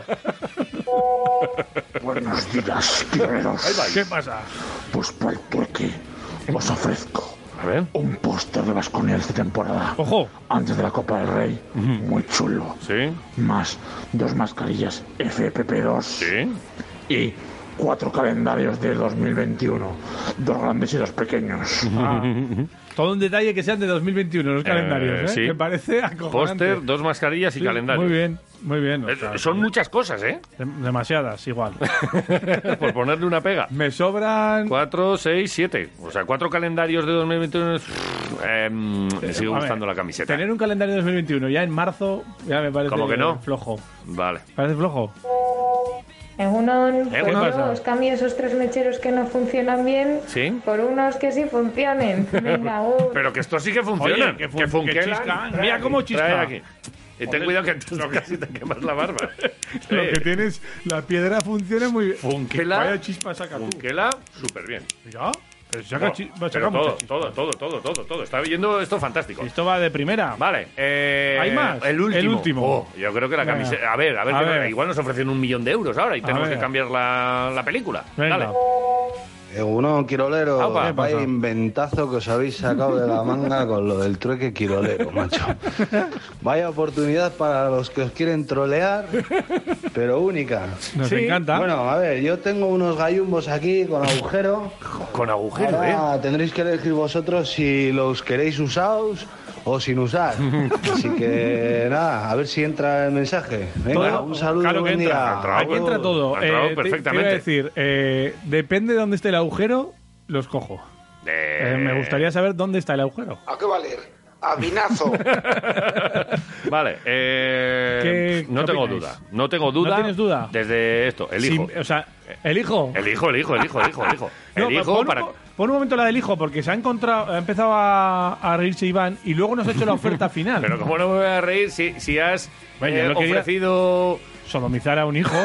[SPEAKER 20] Buenos días, guerreros.
[SPEAKER 3] Ahí va. ¿Qué pasa?
[SPEAKER 20] Pues para el trueque os ofrezco un póster de Vasconia de esta temporada.
[SPEAKER 3] ¡Ojo!
[SPEAKER 20] Antes de la Copa del Rey. Muy chulo.
[SPEAKER 2] Sí.
[SPEAKER 20] Más dos mascarillas FPP2. Sí. Y cuatro calendarios de 2021. Dos grandes y dos pequeños.
[SPEAKER 3] Ah. Todo un detalle que sean de 2021 los
[SPEAKER 2] Eh,
[SPEAKER 3] calendarios, ¿eh?
[SPEAKER 2] sí.
[SPEAKER 3] Me parece acojonante.
[SPEAKER 2] Póster, dos mascarillas y
[SPEAKER 3] Sí,
[SPEAKER 2] calendario.
[SPEAKER 3] Muy bien, muy bien. o
[SPEAKER 2] Eh,
[SPEAKER 3] sea,
[SPEAKER 2] Son muchas cosas, ¿eh?
[SPEAKER 3] dem- demasiadas, igual.
[SPEAKER 2] Por ponerle una pega.
[SPEAKER 3] Me sobran...
[SPEAKER 2] Cuatro, seis, siete. O sea, cuatro calendarios de 2021. es- Eh, me sigue
[SPEAKER 3] A ver,
[SPEAKER 2] gustando la camiseta.
[SPEAKER 3] Tener un calendario de 2021 ya en marzo ya me parece
[SPEAKER 2] ¿Cómo que no?
[SPEAKER 3] flojo.
[SPEAKER 2] Vale.
[SPEAKER 3] ¿Parece flojo?
[SPEAKER 5] Egunon,
[SPEAKER 2] ¿Eh? ¿qué
[SPEAKER 5] pues
[SPEAKER 2] pasa?
[SPEAKER 5] yo os cambio esos tres mecheros que no funcionan bien
[SPEAKER 2] ¿Sí?
[SPEAKER 5] por unos que sí funcionan. Venga, agur.
[SPEAKER 2] Pero que esto sí que funciona.
[SPEAKER 3] Oye, que fun-
[SPEAKER 2] que funcionan.
[SPEAKER 3] que chiscan.
[SPEAKER 2] Trae
[SPEAKER 3] Mira
[SPEAKER 2] aquí,
[SPEAKER 3] cómo chisca.
[SPEAKER 2] trae aquí. Y ten
[SPEAKER 3] Joder.
[SPEAKER 2] cuidado que antes casi te quemas la barba.
[SPEAKER 3] Lo
[SPEAKER 2] Eh,
[SPEAKER 3] que tienes, la piedra funciona muy bien.
[SPEAKER 2] Funkela.
[SPEAKER 3] Vaya chispa saca tú.
[SPEAKER 2] Funkela, súper bien.
[SPEAKER 3] Ya, pero saca
[SPEAKER 2] No,
[SPEAKER 3] chi- va,
[SPEAKER 2] pero
[SPEAKER 3] saca
[SPEAKER 2] todo,
[SPEAKER 3] mucha chispa.
[SPEAKER 2] todo, todo, todo, todo, todo. Está viendo esto fantástico.
[SPEAKER 3] Esto va de primera.
[SPEAKER 2] Vale. eh,
[SPEAKER 3] ¿Hay más?
[SPEAKER 2] El último.
[SPEAKER 3] El último.
[SPEAKER 2] Oh, yo creo que la
[SPEAKER 3] Venga.
[SPEAKER 2] camiseta. A ver, a ver,
[SPEAKER 3] A
[SPEAKER 2] que no-
[SPEAKER 3] ver.
[SPEAKER 2] igual nos ofrecen un millón de euros ahora y
[SPEAKER 3] A
[SPEAKER 2] tenemos que
[SPEAKER 3] ver.
[SPEAKER 2] cambiar la, la película.
[SPEAKER 3] Venga.
[SPEAKER 2] Dale.
[SPEAKER 22] Eh, Uno quirolero,
[SPEAKER 2] Apa. ¿Qué
[SPEAKER 22] vaya
[SPEAKER 2] pasa?
[SPEAKER 22] inventazo que os habéis sacado de la manga con lo del trueque quirolero, macho. Vaya oportunidad para los que os quieren trolear, pero única.
[SPEAKER 3] Nos Sí. encanta.
[SPEAKER 22] Bueno, a ver, yo tengo unos gallumbos aquí con agujero.
[SPEAKER 2] Con agujero, eh.
[SPEAKER 3] ¿eh?
[SPEAKER 22] Ahora tendréis que elegir vosotros si los queréis usados o sin usar. Así que nada, a ver si entra el mensaje. Venga,
[SPEAKER 3] Todo-
[SPEAKER 22] un saludo,
[SPEAKER 3] claro que
[SPEAKER 22] buen
[SPEAKER 3] entra.
[SPEAKER 22] día.
[SPEAKER 3] Aquí entra todo. Eh,
[SPEAKER 2] Ha entrado
[SPEAKER 3] te- te iba a
[SPEAKER 2] perfectamente.
[SPEAKER 3] decir, eh, depende de dónde esté el agujero, los cojo. Eh, me gustaría saber dónde está el agujero.
[SPEAKER 34] ¿A qué valer? A vinazo.
[SPEAKER 2] Vale, eh,
[SPEAKER 3] ¿Qué-
[SPEAKER 2] no
[SPEAKER 3] qué
[SPEAKER 2] tengo
[SPEAKER 3] opináis?
[SPEAKER 2] duda. No tengo duda.
[SPEAKER 3] ¿No tienes duda?
[SPEAKER 2] Desde esto, el hijo.
[SPEAKER 3] Sí, o sea, el hijo.
[SPEAKER 2] El hijo, el hijo, el hijo, el hijo, el hijo.
[SPEAKER 3] No,
[SPEAKER 2] El
[SPEAKER 3] pa-
[SPEAKER 2] hijo
[SPEAKER 3] pon,
[SPEAKER 2] para...
[SPEAKER 3] un, po- pon un momento la del hijo, porque se ha encontrado, ha empezado a, a reírse Iván y luego nos ha hecho la oferta final.
[SPEAKER 2] Pero como no me voy a reír si, si has
[SPEAKER 3] Bueno,
[SPEAKER 2] eh,
[SPEAKER 3] yo no quería-
[SPEAKER 2] ofrecido...
[SPEAKER 3] Sodomizar a un hijo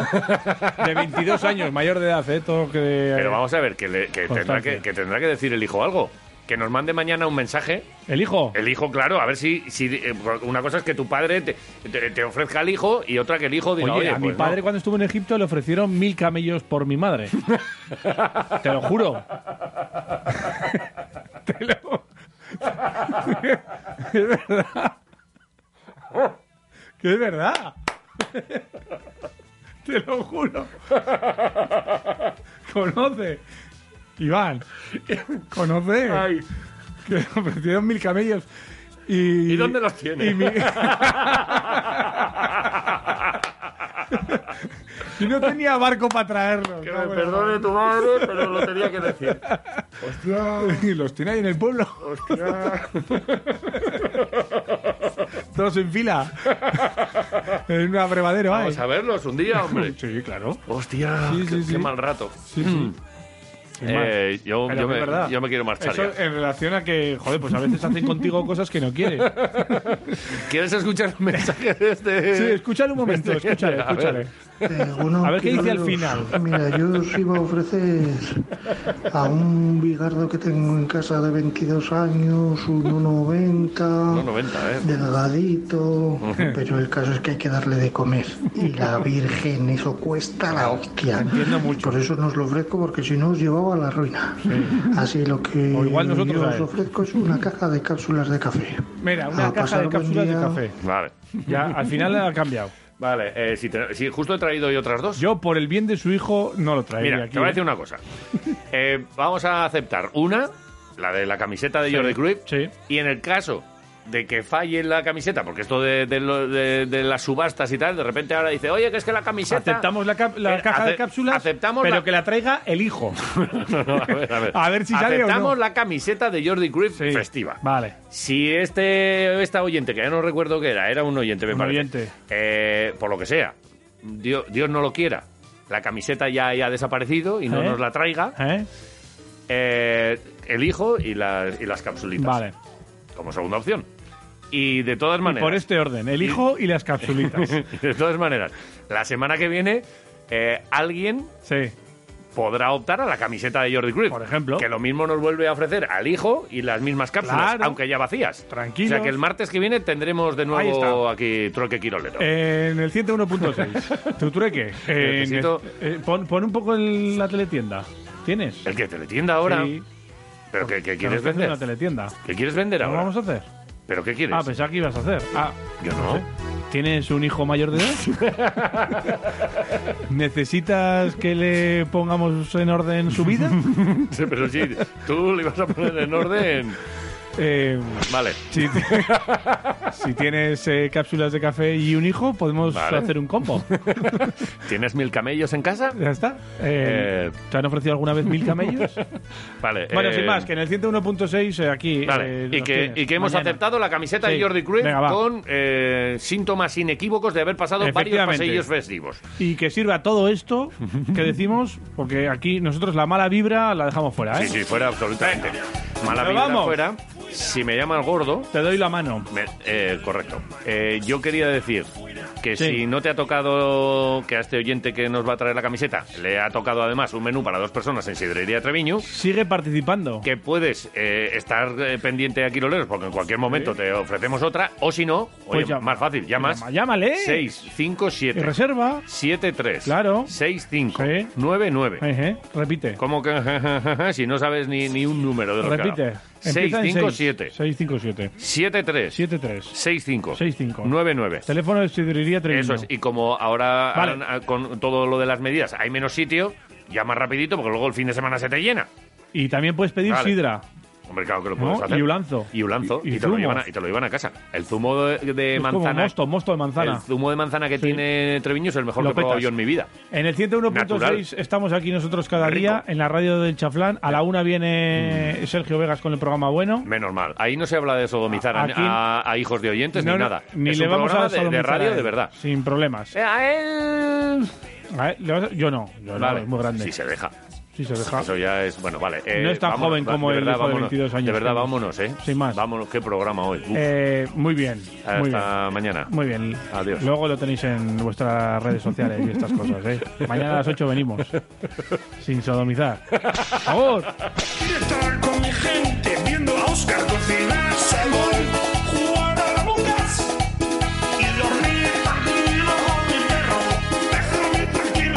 [SPEAKER 3] de 22 años, mayor de edad, ¿eh? Todo que...
[SPEAKER 2] Pero vamos a ver, que, le- que tendrá
[SPEAKER 3] Constancia.
[SPEAKER 2] que, que tendrá que decir el hijo algo. Que nos mande mañana un mensaje.
[SPEAKER 3] ¿El hijo?
[SPEAKER 2] El hijo, claro, a ver si... si eh, una cosa es que tu padre te, te- te ofrezca al hijo y otra que el hijo diga,
[SPEAKER 3] Oye,
[SPEAKER 2] oye,
[SPEAKER 3] a mi
[SPEAKER 2] pues
[SPEAKER 3] padre
[SPEAKER 2] no".
[SPEAKER 3] cuando estuvo en Egipto le ofrecieron mil camellos por mi madre. Te lo juro. Te lo... Que es verdad. Que es verdad. Te lo juro. Conoce. Iván. Conoce. Que le ofrecieron mil camellos. ¿Y,
[SPEAKER 2] ¿Y dónde los tiene?
[SPEAKER 3] y mi- Y no tenía barco para traerlos.
[SPEAKER 2] Que me perdone tu madre, pero lo tenía que decir.
[SPEAKER 3] Y los tiene ahí en el pueblo. Todos en fila. en un abrevadero, hay.
[SPEAKER 2] Vamos a verlos un día, hombre.
[SPEAKER 3] Sí, claro.
[SPEAKER 2] Hostia,
[SPEAKER 3] Sí,
[SPEAKER 2] qué,
[SPEAKER 3] sí, sí.
[SPEAKER 2] qué mal rato.
[SPEAKER 3] sí. Sin más.
[SPEAKER 2] Eh, yo,
[SPEAKER 3] Pero
[SPEAKER 2] yo
[SPEAKER 3] que es
[SPEAKER 2] me,
[SPEAKER 3] verdad.
[SPEAKER 2] yo me quiero marchar
[SPEAKER 3] Eso
[SPEAKER 2] ya.
[SPEAKER 3] en relación a que, joder, pues a veces hacen contigo cosas que no quieres.
[SPEAKER 2] ¿Quieres escuchar un mensaje de este?
[SPEAKER 3] Sí, escúchale un momento,
[SPEAKER 2] Este-
[SPEAKER 3] escúchale,
[SPEAKER 2] A ver.
[SPEAKER 3] escúchale.
[SPEAKER 19] Eh, Bueno,
[SPEAKER 3] A ver qué dice al
[SPEAKER 19] quiero
[SPEAKER 3] final.
[SPEAKER 19] veros. Mira, yo os iba a ofrecer a un bigardo que tengo en casa de 22 años, un 1,90,
[SPEAKER 2] 90, ¿eh?
[SPEAKER 19] delgadito, pero el caso es que hay que darle de comer. Y la Virgen, eso cuesta la hostia. Entiendo mucho. Por eso no os lo ofrezco, porque si no os llevaba a la ruina. Así lo que
[SPEAKER 3] igual nosotros
[SPEAKER 19] yo
[SPEAKER 3] a
[SPEAKER 19] os
[SPEAKER 3] él.
[SPEAKER 19] ofrezco es una caja de cápsulas de café.
[SPEAKER 3] Mira,
[SPEAKER 19] A
[SPEAKER 3] una caja
[SPEAKER 19] pasar
[SPEAKER 3] de
[SPEAKER 19] buen
[SPEAKER 3] cápsulas de
[SPEAKER 19] día.
[SPEAKER 3] café.
[SPEAKER 2] Vale.
[SPEAKER 3] Ya, al final ha cambiado.
[SPEAKER 2] Vale, eh, si, te- si justo he traído hoy otras dos.
[SPEAKER 3] Yo, por el bien de su hijo, no lo traería
[SPEAKER 2] Mira,
[SPEAKER 3] aquí. ¿eh?
[SPEAKER 2] te voy a decir una cosa. Eh, vamos a aceptar una, la de la camiseta de
[SPEAKER 3] Sí,
[SPEAKER 2] Jordi Cruyff. Y en el caso de que falle la camiseta, porque esto de, de lo- de- de las subastas y tal, de repente ahora dice, oye, que es que la camiseta...
[SPEAKER 3] Aceptamos la, cap- la
[SPEAKER 2] Eh,
[SPEAKER 3] caja de
[SPEAKER 2] ace-
[SPEAKER 3] cápsulas,
[SPEAKER 2] Aceptamos
[SPEAKER 3] pero
[SPEAKER 2] la-
[SPEAKER 3] que la traiga el hijo.
[SPEAKER 2] No, no, a, ver, a, ver.
[SPEAKER 3] A ver si sale o no.
[SPEAKER 2] Aceptamos la camiseta de Jordi Cruyff festiva.
[SPEAKER 3] Vale.
[SPEAKER 2] Si este esta oyente, que ya no recuerdo qué era, era un oyente, me
[SPEAKER 3] Un
[SPEAKER 2] parece.
[SPEAKER 3] oyente.
[SPEAKER 2] eh, por lo que sea, Dios, Dios no lo quiera, la camiseta ya haya desaparecido y no
[SPEAKER 3] ¿Eh?
[SPEAKER 2] nos la traiga,
[SPEAKER 3] ¿Eh?
[SPEAKER 2] eh, el hijo y las, y las capsulitas.
[SPEAKER 3] Vale.
[SPEAKER 2] Como segunda opción. Y de todas
[SPEAKER 3] Y
[SPEAKER 2] maneras.
[SPEAKER 3] por este orden, el hijo y las capsulitas.
[SPEAKER 2] de todas maneras, la semana que viene, eh, alguien
[SPEAKER 3] Sí.
[SPEAKER 2] podrá optar a la camiseta de Jordi Cruz. Por ejemplo. Que lo mismo nos vuelve a ofrecer al hijo y las mismas cápsulas,
[SPEAKER 3] Claro.
[SPEAKER 2] aunque ya vacías.
[SPEAKER 3] Tranquilos.
[SPEAKER 2] O sea que el martes que viene tendremos de
[SPEAKER 3] Ahí
[SPEAKER 2] nuevo
[SPEAKER 3] está.
[SPEAKER 2] aquí Troque Quirolero.
[SPEAKER 3] En el 101.6. ¿Tu trueque? En-
[SPEAKER 2] Necesito-
[SPEAKER 3] eh, pon, pon un poco el- la teletienda. ¿Tienes?
[SPEAKER 2] El que teletienda ahora.
[SPEAKER 3] Sí.
[SPEAKER 2] ¿Pero qué, qué
[SPEAKER 3] Tenemos
[SPEAKER 2] quieres
[SPEAKER 3] que hacer
[SPEAKER 2] vender?
[SPEAKER 3] Una teletienda.
[SPEAKER 2] ¿Qué quieres vender
[SPEAKER 3] ¿No
[SPEAKER 2] ahora?
[SPEAKER 3] vamos a hacer?
[SPEAKER 2] ¿Pero qué quieres?
[SPEAKER 3] Ah, pensaba que ibas a hacer. Ah,
[SPEAKER 2] Yo no.
[SPEAKER 3] sé. ¿Tienes un hijo mayor de edad? ¿Necesitas que le pongamos en orden su vida?
[SPEAKER 2] Sí, Pero sí, tú le ibas a poner en orden.
[SPEAKER 3] Eh,
[SPEAKER 2] Vale.
[SPEAKER 3] si, ti- si tienes eh, cápsulas de café y un hijo, podemos
[SPEAKER 2] Vale.
[SPEAKER 3] hacer un combo.
[SPEAKER 2] ¿Tienes mil camellos en casa?
[SPEAKER 3] Ya está. Eh,
[SPEAKER 2] Eh,
[SPEAKER 3] ¿Te han ofrecido alguna vez mil camellos?
[SPEAKER 2] Vale.
[SPEAKER 3] bueno,
[SPEAKER 2] eh,
[SPEAKER 3] sin más, que en el 101.6 eh, aquí.
[SPEAKER 2] Vale,
[SPEAKER 3] eh,
[SPEAKER 2] y,
[SPEAKER 3] nos
[SPEAKER 2] que,
[SPEAKER 3] tienes.
[SPEAKER 2] y que hemos
[SPEAKER 3] Mañana.
[SPEAKER 2] aceptado la camiseta
[SPEAKER 3] Sí.
[SPEAKER 2] de Jordi Cruyff
[SPEAKER 3] Venga, va.
[SPEAKER 2] con eh, síntomas inequívocos de haber pasado varios
[SPEAKER 3] Efectivamente.
[SPEAKER 2] paseillos festivos.
[SPEAKER 3] Y que sirva todo esto que decimos, porque aquí nosotros la mala vibra la dejamos fuera, ¿eh?
[SPEAKER 2] Sí, sí, fuera absolutamente. Mala
[SPEAKER 3] Nos
[SPEAKER 2] vida
[SPEAKER 3] vamos.
[SPEAKER 2] fuera. Si me llama el gordo...
[SPEAKER 3] Te doy la mano.
[SPEAKER 2] me- eh, correcto. Eh, yo quería decir que
[SPEAKER 3] Sí.
[SPEAKER 2] si no te ha tocado que a este oyente que nos va a traer la camiseta le ha tocado además un menú para dos personas en Sidrería Treviño,
[SPEAKER 3] Sigue participando.
[SPEAKER 2] que puedes eh, estar eh, pendiente a Quiroleros porque en cualquier momento te ofrecemos otra, o si no,
[SPEAKER 3] Pues
[SPEAKER 2] oye,
[SPEAKER 3] llama.
[SPEAKER 2] más fácil, llamas.
[SPEAKER 3] Llama- llámale.
[SPEAKER 2] 6, 5, 7.
[SPEAKER 3] Y reserva.
[SPEAKER 2] 7, 3.
[SPEAKER 3] Claro.
[SPEAKER 2] 6, 5. 9, 9.
[SPEAKER 3] Ejé, eh, Repite.
[SPEAKER 2] ¿Cómo que si no sabes ni, ni un número de los que
[SPEAKER 3] Repite.
[SPEAKER 2] habla? 6, 5, 7.
[SPEAKER 3] 657.
[SPEAKER 2] 7, 3.
[SPEAKER 3] 7, 3.
[SPEAKER 2] 6, 5.
[SPEAKER 3] 6, 5.
[SPEAKER 2] 9, 9.
[SPEAKER 3] Teléfono de Sidrería Treviño.
[SPEAKER 2] Eso es. Y como ahora
[SPEAKER 3] Vale.
[SPEAKER 2] ahora, ah, con todo lo de las medidas hay menos sitio, llama rapidito porque luego el fin de semana se te llena.
[SPEAKER 3] Y también puedes pedir
[SPEAKER 2] Vale.
[SPEAKER 3] sidra.
[SPEAKER 2] Hombre, claro que lo
[SPEAKER 3] ¿no?
[SPEAKER 2] puedes hacer.
[SPEAKER 3] Y un lanzo.
[SPEAKER 2] Y un lanzo.
[SPEAKER 3] Y-
[SPEAKER 2] Y,
[SPEAKER 3] y
[SPEAKER 2] te lo
[SPEAKER 3] zumo.
[SPEAKER 2] llevan a, y te lo llevan a casa. El zumo de, de
[SPEAKER 3] Es como
[SPEAKER 2] manzana.
[SPEAKER 3] mosto, mosto de manzana.
[SPEAKER 2] El zumo de manzana que tiene Treviño es el mejor
[SPEAKER 3] Lo
[SPEAKER 2] que he probado
[SPEAKER 3] petas.
[SPEAKER 2] yo en mi vida.
[SPEAKER 3] En el
[SPEAKER 2] Natural.
[SPEAKER 3] 101.6 estamos aquí nosotros cada día en la radio del Chaflán. A la una viene
[SPEAKER 2] Mm.
[SPEAKER 3] Sergio Vegas con el programa bueno.
[SPEAKER 2] Menos mal. Ahí no se habla de sodomizar a,
[SPEAKER 3] Aquí-
[SPEAKER 2] a- a hijos de oyentes
[SPEAKER 3] No,
[SPEAKER 2] ni
[SPEAKER 3] no,
[SPEAKER 2] nada.
[SPEAKER 3] Ni
[SPEAKER 2] es
[SPEAKER 3] le
[SPEAKER 2] un
[SPEAKER 3] vamos
[SPEAKER 2] programa
[SPEAKER 3] a
[SPEAKER 2] de- de,
[SPEAKER 3] sodomizar a
[SPEAKER 2] radio
[SPEAKER 3] él,
[SPEAKER 2] de verdad.
[SPEAKER 3] Sin problemas.
[SPEAKER 2] Eh, A él.
[SPEAKER 3] A él, le vas a- yo no. Yo no,
[SPEAKER 2] Vale.
[SPEAKER 3] es muy grande.
[SPEAKER 2] Si se deja.
[SPEAKER 3] Si se deja.
[SPEAKER 2] Eso ya es. Bueno, vale. Eh,
[SPEAKER 3] No es tan
[SPEAKER 2] vámonos,
[SPEAKER 3] joven
[SPEAKER 2] va-
[SPEAKER 3] como
[SPEAKER 2] de
[SPEAKER 3] el
[SPEAKER 2] verdad,
[SPEAKER 3] hijo de
[SPEAKER 2] vámonos.
[SPEAKER 3] 22 años
[SPEAKER 2] De
[SPEAKER 3] que
[SPEAKER 2] verdad,
[SPEAKER 3] hemos-
[SPEAKER 2] vámonos, ¿eh?
[SPEAKER 3] Sin más.
[SPEAKER 2] Vámonos, qué programa hoy. Uf.
[SPEAKER 3] Eh, muy bien.
[SPEAKER 2] Hasta
[SPEAKER 3] Muy bien. Mm.
[SPEAKER 2] mañana.
[SPEAKER 3] Muy bien.
[SPEAKER 2] Adiós.
[SPEAKER 3] Luego lo tenéis en vuestras redes sociales y estas cosas, ¿eh? Mañana a las 8 venimos. Sin sodomizar. ¡Vamos!
[SPEAKER 7] Quiero estar con mi gente viendo a Oscar cocinar salmón, jugar a las mucas y dormir tranquilo con mi perro. Déjame tranquilo.